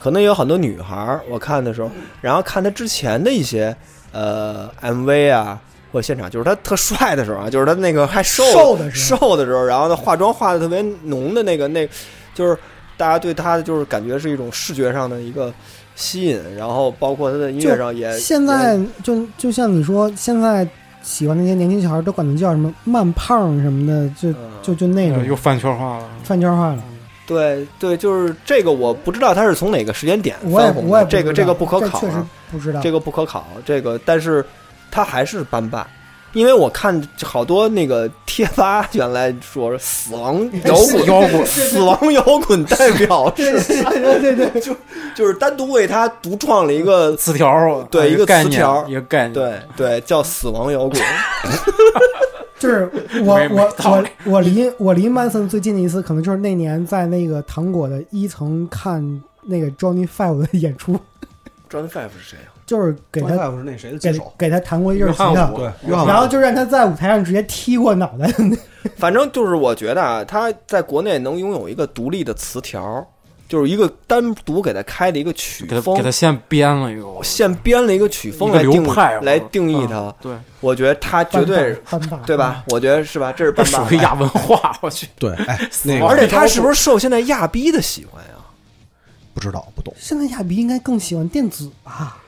Speaker 3: 可能也有很多女孩儿，我看的时
Speaker 5: 嗯
Speaker 3: 候，然后看他之前的一些呃 MV 啊。或者现场就是他特帅的时候啊，就是他那个还瘦
Speaker 5: 瘦的时
Speaker 3: 瘦的时候，然后呢化妆化的特别浓的那个那，就是大家对他的就是感觉是一种视觉上的一个吸引，然后包括他的音乐上也
Speaker 5: 现
Speaker 3: 呃
Speaker 5: 在就就像你说，现在喜欢那些年轻小孩都管他叫什么慢胖什么的，就
Speaker 3: 嗯
Speaker 5: 就就那
Speaker 6: 哎又
Speaker 5: 种
Speaker 6: 饭圈化了。
Speaker 5: 饭圈化了。
Speaker 3: 对对，就是这个我不知道他是从哪个时间点
Speaker 5: 我也
Speaker 3: 翻红
Speaker 5: 我也
Speaker 3: 的，
Speaker 5: 不
Speaker 3: 这个
Speaker 5: 知
Speaker 3: 这
Speaker 5: 道
Speaker 3: 个不可考、
Speaker 5: 确实
Speaker 3: 啊，
Speaker 5: 不知道。
Speaker 3: 这个不可考，啊这个但是他还是班霸。因为我看好多那个贴吧， 原来说是死亡摇滚，
Speaker 6: 摇 滚
Speaker 3: 死亡摇滚代表是，
Speaker 5: 对对 对，
Speaker 3: 就就是单独为他独创了一个
Speaker 6: 词条儿
Speaker 3: 对
Speaker 6: 啊
Speaker 3: 一个
Speaker 6: 概
Speaker 3: 词
Speaker 6: 念
Speaker 3: 条儿
Speaker 6: 一个概念。
Speaker 3: 对对，叫死亡摇滚。
Speaker 5: 就是我
Speaker 6: 没没
Speaker 5: 我我
Speaker 6: 道理
Speaker 5: 我离我离曼森最近的一次，可能就是那年在那个糖果的一层看那个 Johnny Five 的演出，
Speaker 3: John Five 是谁啊？
Speaker 5: 就是给他
Speaker 4: 夫是那谁的
Speaker 5: 给给他弹过一阵吉
Speaker 6: 约
Speaker 5: 他
Speaker 6: 翰，伍
Speaker 4: 对，
Speaker 5: 然后就让他在舞台上直接踢过脑袋。
Speaker 3: 反正就是我觉得啊，他在国内能拥有一个独立的词条，就是一个单独给他开的一个曲
Speaker 6: 给他
Speaker 3: 风
Speaker 6: 给，他现编了一个，我
Speaker 3: 现编了一个曲风
Speaker 6: 一个
Speaker 3: 来定
Speaker 6: 流派
Speaker 3: 来定义他。
Speaker 6: 啊对，
Speaker 3: 我觉得他绝对
Speaker 5: 翻版
Speaker 3: 对吧？？我觉得是吧？这是
Speaker 6: 这
Speaker 3: 奔
Speaker 6: 属
Speaker 3: 霸
Speaker 6: 于亚文化，我去。
Speaker 4: 对，哎，那
Speaker 3: 而
Speaker 4: 个
Speaker 3: 且他是不是受现在亚逼的喜欢呀、
Speaker 4: 不知道不懂，
Speaker 5: 现在亚比应该更喜欢电子吧？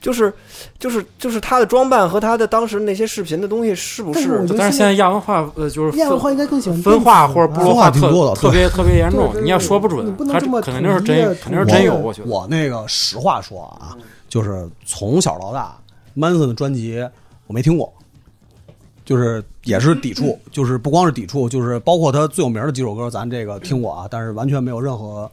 Speaker 3: 就是就是就是他的装扮和他的当时那些视频的东西是不
Speaker 5: 但是我
Speaker 3: 是
Speaker 5: 觉得
Speaker 6: 但是现在亚文化呃就是分
Speaker 5: 亚文化应该更喜欢啊
Speaker 6: 分化或者部
Speaker 5: 不
Speaker 6: 落
Speaker 4: 分
Speaker 6: 化
Speaker 4: 化挺多
Speaker 6: 特
Speaker 4: 的
Speaker 6: 特别特别严重
Speaker 5: 对对，对
Speaker 6: 你也说不
Speaker 5: 你
Speaker 6: 准
Speaker 5: 不，能
Speaker 6: 他
Speaker 5: 这么
Speaker 6: 肯定是
Speaker 5: 统一
Speaker 6: 真
Speaker 5: 地
Speaker 6: 肯定是真有，
Speaker 5: 统一地
Speaker 6: 我觉得。
Speaker 4: 我那个实话说啊，
Speaker 3: 嗯
Speaker 4: 就是从小到大，Manson 的专辑我没听过，就是也是抵触，
Speaker 3: 嗯
Speaker 4: 就是不光是抵触，就是包括他最有名的几首歌，咱这个听过啊，但是完全没有任何。
Speaker 3: 嗯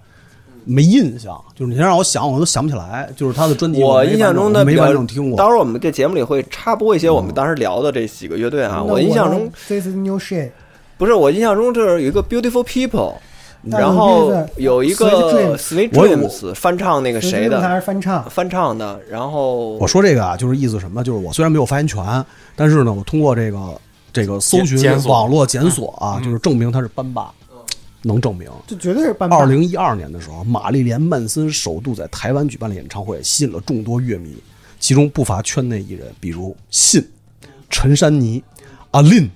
Speaker 4: 没印象，就是你让我想，我都想不起来。就是他的专辑，我
Speaker 3: 印象中的
Speaker 4: 没
Speaker 3: 比较
Speaker 4: 完整听过。
Speaker 3: 当然，我们这节目里会插播一些我们当时聊的这几个乐队
Speaker 5: 嗯
Speaker 3: 啊。我印象中
Speaker 5: This is New Shit，
Speaker 3: 不是，我印象中这儿有一个 Beautiful People，
Speaker 5: 那
Speaker 3: 然后有一
Speaker 5: Sweet
Speaker 3: 个 Sweet
Speaker 4: 我有
Speaker 3: Dreams 翻唱那个谁
Speaker 5: 他
Speaker 3: 的
Speaker 5: 是翻唱，
Speaker 3: 翻唱的，然后
Speaker 4: 我说这个啊，就是意思什么？就是我虽然没有发言权，但是呢，我通过这个这个搜寻
Speaker 6: 检索
Speaker 4: 网络
Speaker 3: 嗯
Speaker 4: 检索啊，就是证明他是班霸，能证明。
Speaker 5: 这绝对是翻版。
Speaker 4: 二零一二年的时候，玛丽莲·曼森首度在台湾举办了演唱会，吸引了众多乐迷，其中不乏圈内艺人，比如信、陈珊妮、阿林、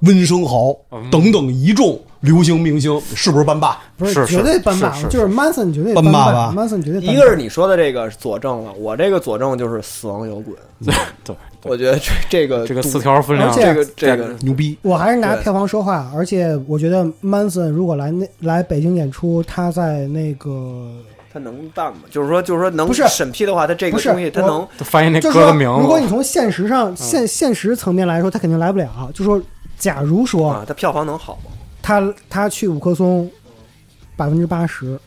Speaker 4: 温升豪等等一众流行明星，是不是班霸？
Speaker 5: 不
Speaker 6: 是
Speaker 5: 绝对
Speaker 6: 是
Speaker 5: 班霸
Speaker 6: 是，是
Speaker 5: 就是 Manson 绝对
Speaker 4: 班霸
Speaker 5: 霸
Speaker 4: 吧
Speaker 5: ，Manson 绝对
Speaker 3: 一
Speaker 5: 班
Speaker 3: 个
Speaker 5: 霸
Speaker 3: 是你说的这个佐证了，我这个佐证就是死亡摇滚。
Speaker 6: 对，
Speaker 5: 呃
Speaker 6: 对
Speaker 3: 我觉得这这个
Speaker 6: 这个
Speaker 3: 赌
Speaker 6: 词条分量
Speaker 5: 而且
Speaker 3: 这个这个
Speaker 4: 牛逼！
Speaker 5: 我还是拿
Speaker 3: 对
Speaker 5: 票房说话，而且我觉得 Manson 如果来那来北京演出，他在那个
Speaker 3: 他能办吗？就是说就是说能
Speaker 5: 不是
Speaker 3: 审批的话，他这个
Speaker 5: 不是
Speaker 3: 东西他
Speaker 5: 我
Speaker 3: 能
Speaker 6: 他翻译那
Speaker 5: 就是
Speaker 6: 歌
Speaker 5: 说
Speaker 6: 的，名嗯
Speaker 5: 如果你
Speaker 6: 字，
Speaker 5: 从现实上现现实层面来说，他肯定来不了。就说假如说
Speaker 3: 啊，他票房能好吗？
Speaker 5: 他他去五棵松，百分之八十，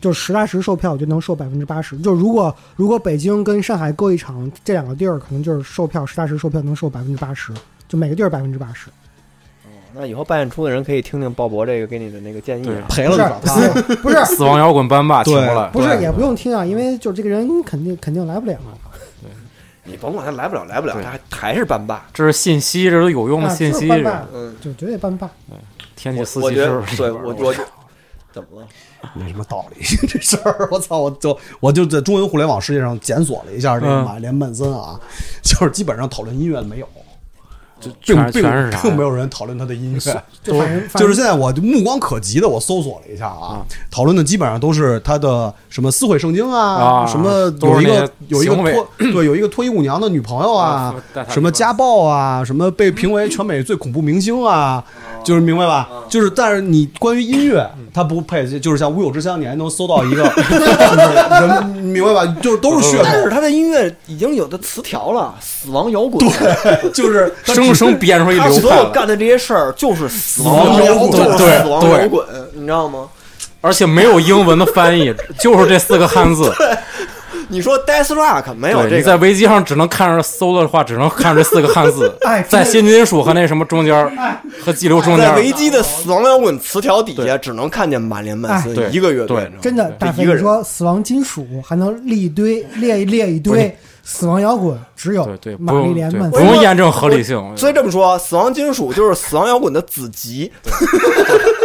Speaker 5: 就实打实售票，我觉得能售百分之八十。就如果如果北京跟上海各一场，这两个地儿可能就是售票实打实售票能售百分之八十，就每个地儿百分之八十。
Speaker 3: 那以后办演出的人可以听听鲍勃这个给你的那个建议啊。
Speaker 4: 赔
Speaker 5: 不
Speaker 4: 了
Speaker 5: 是
Speaker 4: 吧？他
Speaker 5: 不是
Speaker 6: 死亡摇滚班霸请
Speaker 4: 对
Speaker 6: 过来，
Speaker 5: 不是
Speaker 4: 对
Speaker 5: 也不用听啊，因为就是这个人肯定肯定来不了。
Speaker 3: 你甭管他来不了来不了，
Speaker 6: 对
Speaker 3: 他还还是班霸。
Speaker 6: 这是信息，这都有用的
Speaker 5: 啊
Speaker 6: 信
Speaker 5: 就是
Speaker 6: 息。
Speaker 5: 班霸，
Speaker 3: 嗯，
Speaker 5: 就绝对班霸。
Speaker 6: 天气
Speaker 3: 我
Speaker 6: 四
Speaker 3: 我
Speaker 6: 骑
Speaker 3: 觉
Speaker 6: 士
Speaker 3: 得
Speaker 6: 里
Speaker 3: 对
Speaker 6: 边儿
Speaker 3: 我我就怎么了？
Speaker 4: 没什么道理， 这事儿我操，我就我就在中文互联网世界上检索了一下这个
Speaker 6: 嗯
Speaker 4: 玛丽莲·曼森啊，就是基本上讨论音乐的没有，就并
Speaker 6: 全
Speaker 4: 并
Speaker 6: 全是啥呀
Speaker 4: 并没有人讨论他的音乐，
Speaker 5: 就反正
Speaker 4: 就是现在我目光可及的，我搜索了一下啊，讨论的基本上都是他的什么撕毁圣经啊，
Speaker 6: 啊
Speaker 4: 什么
Speaker 6: 都
Speaker 4: 有一
Speaker 6: 是那
Speaker 4: 个
Speaker 6: 些
Speaker 4: 有一个
Speaker 6: 行为
Speaker 4: 脱对有一个脱衣舞娘的女朋友啊
Speaker 6: 啊带，他
Speaker 4: 什么
Speaker 6: 去吧
Speaker 4: 家暴啊，什么被评为全美最恐怖明星啊，
Speaker 6: 哦
Speaker 4: 就是明白吧？
Speaker 6: 嗯
Speaker 4: 就是，但是你关于音乐，它不配，就是像《乌有之乡》，你还能搜到一 个就是人，明白吧？就是都是噱
Speaker 3: 但是
Speaker 4: 头，
Speaker 3: 他的音乐已经有的词条了，死亡摇滚，
Speaker 4: 就是它只
Speaker 6: 生生编出一
Speaker 3: 他
Speaker 6: 流
Speaker 3: 所
Speaker 6: 派
Speaker 3: 有
Speaker 6: 来，
Speaker 3: 干的这些事儿就是死
Speaker 4: 死亡摇
Speaker 3: 摇
Speaker 4: 滚
Speaker 3: 就是
Speaker 6: 对
Speaker 3: 死亡
Speaker 6: 对
Speaker 3: 摇滚，你知道吗？
Speaker 6: 而且没有英文的翻译，就是这四个汉字。
Speaker 3: 你说 death rock 没有
Speaker 6: 对，
Speaker 3: 哎这
Speaker 6: 你在
Speaker 3: 个，
Speaker 6: 维基上只能看着搜的话，只能看着这四个汉 字
Speaker 4: 哎，
Speaker 6: 在新金属和那什么中间儿，和激流中间
Speaker 3: 哎在
Speaker 6: 儿。
Speaker 3: 维基的死亡摇滚词条底下只能看见马林曼斯
Speaker 6: 哎对
Speaker 3: 一个乐队你知
Speaker 6: 对，
Speaker 3: 道吗
Speaker 5: 真的，大
Speaker 3: 就
Speaker 5: 飞
Speaker 3: 一个
Speaker 5: 你
Speaker 3: 人。
Speaker 5: 说死亡金属还能列一堆，列一列一
Speaker 6: 不
Speaker 5: 堆死亡摇滚，只有
Speaker 6: 对对，
Speaker 5: 玛
Speaker 6: 不
Speaker 5: 丽
Speaker 6: 用
Speaker 5: 莲
Speaker 6: 对
Speaker 5: 曼
Speaker 6: 不
Speaker 5: 斯。
Speaker 6: 用验证合理性。
Speaker 3: 所以这么说，死亡金属就是死亡摇滚的子集。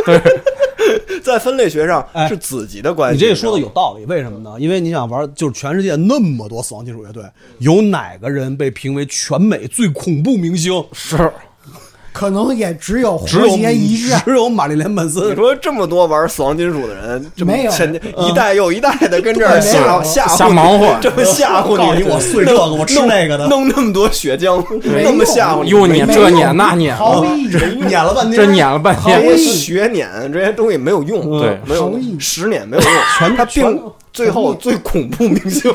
Speaker 3: 对， 在分类学上
Speaker 4: 哎
Speaker 3: 是子集的关系。
Speaker 4: 你这说的有道理，为什么呢？因为你想玩，就是全世界那么多死亡金属乐队，有哪个人被评为全美最恐怖明星？
Speaker 6: 是
Speaker 5: 可能也只有
Speaker 4: 只
Speaker 5: 活
Speaker 4: 有
Speaker 5: 结一日。
Speaker 4: 只有玛丽莲·曼
Speaker 3: 你
Speaker 4: 森。
Speaker 3: 说这么多玩死亡金属的人，这么
Speaker 5: 没有
Speaker 3: 前
Speaker 4: 嗯
Speaker 3: 一代又一代的跟这儿
Speaker 5: 对
Speaker 3: 吓
Speaker 5: 没有
Speaker 3: 吓
Speaker 6: 瞎
Speaker 3: 唬你
Speaker 6: 忙活
Speaker 3: 这么吓唬
Speaker 4: 告诉
Speaker 3: 你，
Speaker 4: 你我 碎这个我吃那个的
Speaker 3: 弄弄那么多血浆，那么吓唬你，
Speaker 6: 又撵这撵那撵，
Speaker 5: 毫无意义，
Speaker 4: 撵了半天，
Speaker 6: 这撵了半
Speaker 3: 这
Speaker 6: 天
Speaker 3: 些。学撵这些东西没有用，
Speaker 6: 对
Speaker 3: 没有
Speaker 5: 毫无意义
Speaker 3: 用，十撵没有 用，全他并最后最恐怖明星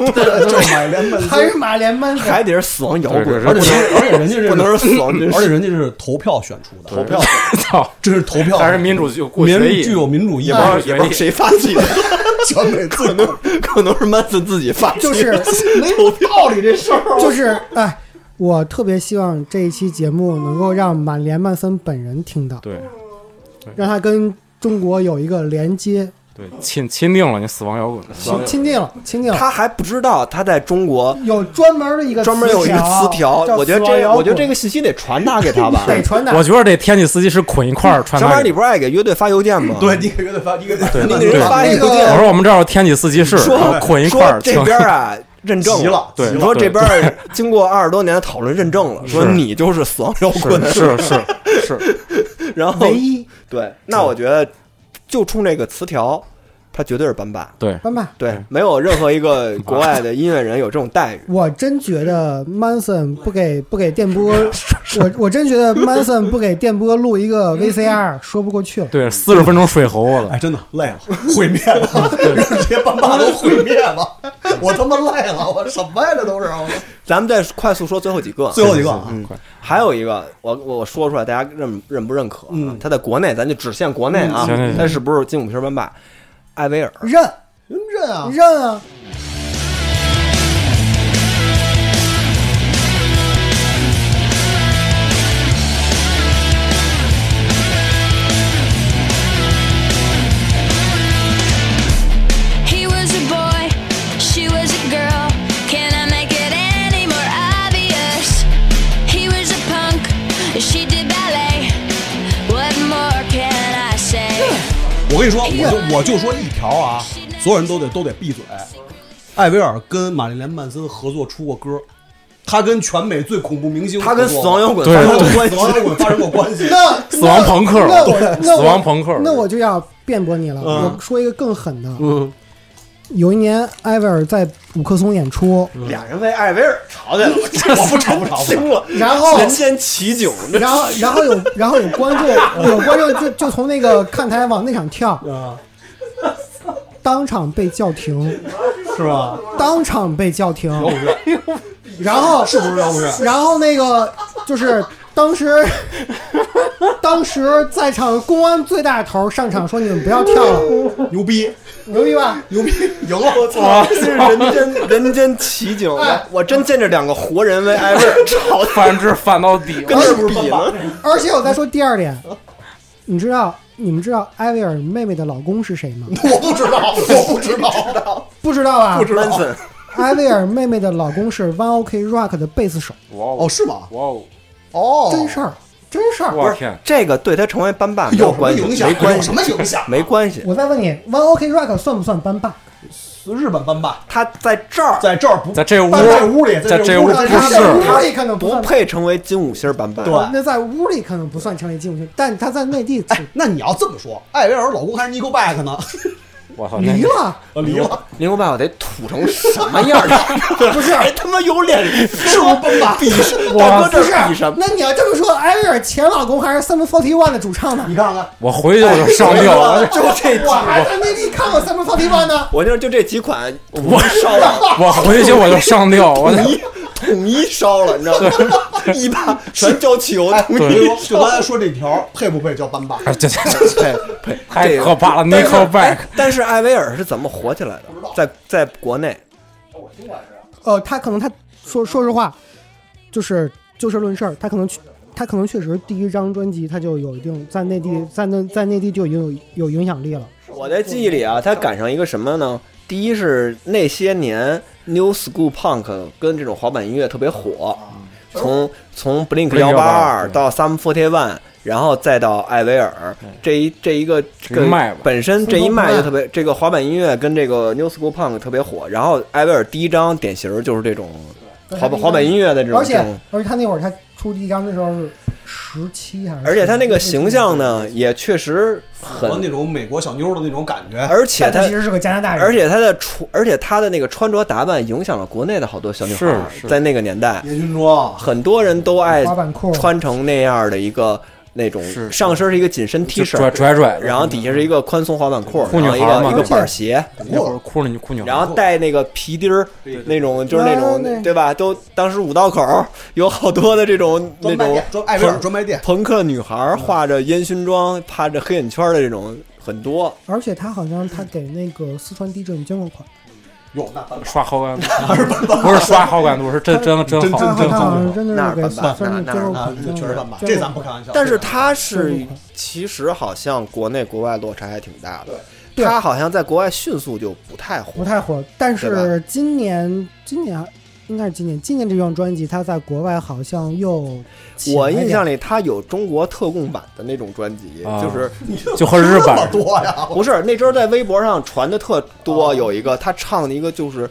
Speaker 4: 就是玛丽莲·曼
Speaker 5: 还
Speaker 4: 森。
Speaker 5: 是玛丽莲曼斯。
Speaker 3: 还得是死亡摇
Speaker 6: 对
Speaker 3: 滚，
Speaker 6: 对
Speaker 4: 而且而且人家是
Speaker 3: 不能是死亡金属
Speaker 4: 而且人家是投票选出的，投票，
Speaker 6: 操，
Speaker 4: 这是投票，
Speaker 6: 还是民主具过
Speaker 4: 民
Speaker 6: 决议
Speaker 4: 具有民主意
Speaker 3: 也
Speaker 4: 识
Speaker 3: 不知，道
Speaker 6: 哎
Speaker 3: 也不知道谁发起的，
Speaker 4: 全美
Speaker 3: 可
Speaker 4: 最
Speaker 3: 能可能是曼森自己发起
Speaker 5: 就
Speaker 3: 的，
Speaker 4: 啊
Speaker 5: 是
Speaker 3: 没有道理这事儿。
Speaker 5: 就是哎，我特别希望这一期节目能够让玛丽莲曼森本人听到，
Speaker 6: 对
Speaker 5: 让他跟中国有一个连接，
Speaker 6: 对，钦钦定了你死亡摇滚。
Speaker 5: 亲亲近了，亲近了。
Speaker 3: 他还不知道他在中国
Speaker 5: 有专门的一个
Speaker 3: 专门有一个呃词条，
Speaker 5: 叫
Speaker 3: 我觉得
Speaker 5: 死亡
Speaker 3: 这
Speaker 5: 摇
Speaker 3: 我觉得这
Speaker 5: 滚
Speaker 3: 个信息得传达给他吧。
Speaker 5: 得传达。
Speaker 6: 我觉得这天气司机是捆一块儿传
Speaker 3: 上
Speaker 6: 达
Speaker 3: 班
Speaker 6: 给
Speaker 3: 你
Speaker 6: 我。
Speaker 3: 不是爱给乐队发邮件吗？
Speaker 4: 对，你给乐队发，你给对
Speaker 3: 你给人发一邮
Speaker 6: 我
Speaker 3: 件，
Speaker 6: 说我们这儿有天气司机室，
Speaker 3: 说
Speaker 6: 然后捆一块
Speaker 3: 说
Speaker 6: 儿。
Speaker 3: 这边 啊认证
Speaker 4: 急了
Speaker 6: 对
Speaker 3: 你说
Speaker 6: 对
Speaker 3: 这边儿 经过二十多年的讨论认证了，说你就是死亡摇滚，
Speaker 6: 是 是是是，
Speaker 3: 然后
Speaker 5: 唯一
Speaker 3: 对，那我觉得就冲这个词条，他绝对是班霸。
Speaker 6: 对
Speaker 5: 班霸，
Speaker 6: 嗯
Speaker 3: 对，没有任何一个国外的音乐人有这种待遇。
Speaker 5: 我真觉得 Manson 不给不给 电波，我我真觉得 Manson 不给电波录一 个 VCR 说不过去了。
Speaker 6: 对，四十分钟水猴我了
Speaker 4: 哎，。真的累了，毁灭了，这些班霸都毁灭了，我他妈累了，我什么呀？这都是我
Speaker 3: 咱们再快速说最后几个，
Speaker 4: 最后一个啊，
Speaker 6: 嗯，快
Speaker 3: 还有一个，我我说出来，大家认认不认可？啊
Speaker 4: 嗯
Speaker 3: 他在国内，咱就只限国内啊
Speaker 6: 嗯行行，行
Speaker 3: 他是不是金五星班霸？艾薇儿，
Speaker 5: 认
Speaker 4: 认真啊，
Speaker 5: 认啊，
Speaker 10: He was a boy, she was a girl. Can I make it any more obvious? He was a punk, she did ballet. What more can I say?
Speaker 4: 我跟你说，我就我就说一条啊，所有人都得都得闭嘴。艾薇儿跟玛丽莲·曼森合作出过歌，她跟全美最恐怖明星
Speaker 3: 他
Speaker 4: 合
Speaker 3: 跟
Speaker 4: 作过，
Speaker 3: 死亡摇滚
Speaker 6: 对
Speaker 3: 发生过
Speaker 4: 对
Speaker 3: 关
Speaker 4: 死亡摇
Speaker 3: 系。
Speaker 4: 滚发生过关系。
Speaker 5: 那
Speaker 6: 死亡朋克
Speaker 5: 那我
Speaker 6: 对
Speaker 5: 那我
Speaker 6: 死亡朋克
Speaker 5: 那我就要辩驳你了。
Speaker 4: 嗯
Speaker 5: 我说一个更狠的，
Speaker 4: 嗯，
Speaker 5: 有一年埃维尔在五棵松演出，
Speaker 4: 嗯
Speaker 3: 俩人为艾薇儿吵起来了，
Speaker 4: 我不吵不吵不哦吵。
Speaker 3: 惊了，
Speaker 5: 然后
Speaker 3: 神仙奇景，这
Speaker 5: 然后然后有然后有观众有观众就就从那个看台往那场跳，
Speaker 4: 啊，
Speaker 5: 当场被叫停，
Speaker 4: 是吧？
Speaker 5: 当场被叫停。 然后
Speaker 4: 是不是要不是？
Speaker 5: 然后那个就是当时，当时在场公安最大头上场说：“你们不要跳了，
Speaker 4: 牛逼，
Speaker 5: 牛逼吧
Speaker 4: 牛逼，赢了！哦哎
Speaker 3: 我操，这是人间人间奇景，我我真见着两个活人为艾薇儿吵，
Speaker 6: 反制反到底
Speaker 3: 跟这儿比呢。！”
Speaker 5: 而且我再说第二点，你知道你们知道艾薇儿妹妹的老公是谁吗？
Speaker 4: 我不知 道，我不知道。
Speaker 5: 不知道吧？
Speaker 3: 曼森，
Speaker 5: 艾薇儿妹妹的老公是 One OK Rock 的贝斯手，
Speaker 6: 哇
Speaker 4: 哦，是吗？
Speaker 6: 哦！
Speaker 4: 哦，
Speaker 5: 真事儿，真事儿。
Speaker 6: 我天，
Speaker 3: 这个对他成为班霸没
Speaker 4: 有什么
Speaker 3: 关系，
Speaker 4: 影响？
Speaker 3: 没关
Speaker 4: 有
Speaker 3: 系
Speaker 4: 什，么影响？
Speaker 3: 没关系。
Speaker 5: 我再问你，One OK Rock 算不算班霸？
Speaker 4: 日本班霸
Speaker 3: 他在这儿
Speaker 4: 在这儿不
Speaker 6: 在这屋
Speaker 4: 搬在屋里，
Speaker 6: 在这
Speaker 4: 屋
Speaker 6: 屋
Speaker 4: 里
Speaker 6: 不
Speaker 5: 他在
Speaker 6: 是
Speaker 5: 屋里可能不
Speaker 3: 不
Speaker 5: 算，
Speaker 3: 配成为金五星班霸。
Speaker 4: 对
Speaker 5: 那在屋里可能不算成为进步但他在内地
Speaker 4: 哎，那你要这么说，艾薇儿老公还是 n i c o b a c k 呢？
Speaker 6: 我操，那
Speaker 5: 离
Speaker 6: 个
Speaker 5: 了，
Speaker 4: 我 离了，
Speaker 3: 林国爸爸得吐成什么样儿 的？不是，还哎他妈有脸
Speaker 5: 是我崩 吧？
Speaker 3: 比什大
Speaker 5: 我
Speaker 3: 哥
Speaker 5: 不
Speaker 3: 这
Speaker 5: 是
Speaker 3: 儿比什，么？
Speaker 5: 那你要这么说，艾薇儿前老公还是 Summer Forty One 的主唱呢
Speaker 4: 你？看看，
Speaker 6: 我回去我啊就上吊 了，
Speaker 3: 就这几
Speaker 5: 我还
Speaker 3: 款，
Speaker 5: 还没你看过 Summer Forty One 呢。
Speaker 3: 我那就这几款我烧了，
Speaker 6: 我回去我就上吊，我
Speaker 3: 统一统一烧了，你知道 吗？一把全浇汽油， 统
Speaker 4: 所以
Speaker 3: 一
Speaker 4: 说就刚才说这条配不配叫班霸？
Speaker 6: 哎这这这
Speaker 3: 对呸，
Speaker 6: 太
Speaker 3: 这个
Speaker 6: 可怕了
Speaker 3: 但是
Speaker 6: ，Nickelback
Speaker 3: 哎但是艾薇儿是怎么火起来的？在在国内，
Speaker 5: 呃，他可能他说说实话，就是就事论事儿，他可能去。他可能确实第一张专辑他就有一定在内地在内在内地就已经有有影响力了。
Speaker 3: 我在记忆里啊，它赶上一个什么呢？第一是那些年 New School Punk 跟这种滑板音乐特别火，
Speaker 5: 嗯
Speaker 3: 从从 Blink 幺八二
Speaker 6: Blink-182
Speaker 3: 到 Sum Forty One，然后再到艾薇儿，这一这一个这
Speaker 6: 一
Speaker 3: 个
Speaker 6: 脉吧
Speaker 3: 本身这一脉就特别，这个滑板音乐跟这个 New School Punk 特别火，然后艾薇儿第一张典型儿就是这种滑板滑板音乐的这种
Speaker 5: 嗯而
Speaker 3: 这
Speaker 5: 且
Speaker 3: 种
Speaker 5: 而且他那会儿他出第一张的时候是十七还是17？
Speaker 3: 而且他那个形象呢，也确实很
Speaker 4: 和，那种美国小妞的那种感觉。
Speaker 3: 而且
Speaker 5: 但他
Speaker 3: 他
Speaker 5: 其实是个加拿大
Speaker 6: 哎
Speaker 5: 人，
Speaker 3: 而且他的穿，而且他的那个穿着打扮影响了国内的好多小女孩儿
Speaker 6: 是，是
Speaker 3: 在那个年代，
Speaker 4: 烟熏妆，
Speaker 3: 很多人都爱
Speaker 5: 滑板裤
Speaker 3: 穿成那样的一个那种
Speaker 6: 是
Speaker 3: 上身是一个紧身 T
Speaker 6: 就
Speaker 3: 恤，
Speaker 6: 拽拽拽的，嗯
Speaker 3: 然后底下是一个宽松滑板裤，
Speaker 6: 妇
Speaker 3: 然
Speaker 6: 女
Speaker 3: 后一
Speaker 6: 孩儿
Speaker 3: 个
Speaker 6: 嘛
Speaker 3: 一个
Speaker 5: 而且
Speaker 3: 板鞋，
Speaker 6: 那会儿哭了你哭女孩
Speaker 3: 然后带那个皮钉儿，那种就是那
Speaker 6: 哦
Speaker 5: 啊对
Speaker 3: 种对吧？都当时五道口儿有好多的这种那
Speaker 4: 专卖
Speaker 3: 种
Speaker 4: 店，专
Speaker 6: 哎
Speaker 4: 艾薇儿专卖店，
Speaker 3: 朋克女孩儿画着烟熏妆、趴着黑眼圈儿的这种很多。
Speaker 5: 而且他好像他给那个四川地震捐过款，
Speaker 4: 哟，那班霸
Speaker 6: 刷好感 度，不是刷好感度，是真真真好
Speaker 5: 他
Speaker 4: 真真
Speaker 5: 他好像
Speaker 4: 真
Speaker 5: 真的
Speaker 3: 那
Speaker 5: 是
Speaker 3: 儿
Speaker 5: 给
Speaker 3: 办
Speaker 5: 四
Speaker 3: 吧
Speaker 5: 川
Speaker 3: 那
Speaker 5: 捐过
Speaker 4: 啊
Speaker 5: 款，，
Speaker 4: 这确实班霸，
Speaker 5: 捐
Speaker 4: 这
Speaker 5: 过
Speaker 4: 咱不
Speaker 5: 款
Speaker 4: 开玩笑。
Speaker 3: 但是
Speaker 4: 这咱
Speaker 3: 他
Speaker 5: 这
Speaker 3: 是
Speaker 5: 种
Speaker 3: 其实好像国内国外落差还挺大的，
Speaker 5: 对啊
Speaker 3: 他好像在国外迅速就不太火，
Speaker 5: 不太火，但
Speaker 3: 对
Speaker 5: 是今年今年啊应该是今年今年这张专辑他在国外好像又起
Speaker 3: 我
Speaker 5: 来点
Speaker 3: 印象里，他有中国特供版的那种专辑，
Speaker 6: 啊
Speaker 3: 就是
Speaker 6: 就和日
Speaker 4: 这么
Speaker 6: 版
Speaker 4: 多呀，
Speaker 3: 不是那阵儿在微博上传的特
Speaker 5: 啊
Speaker 3: 多，有一个他唱的一个就是，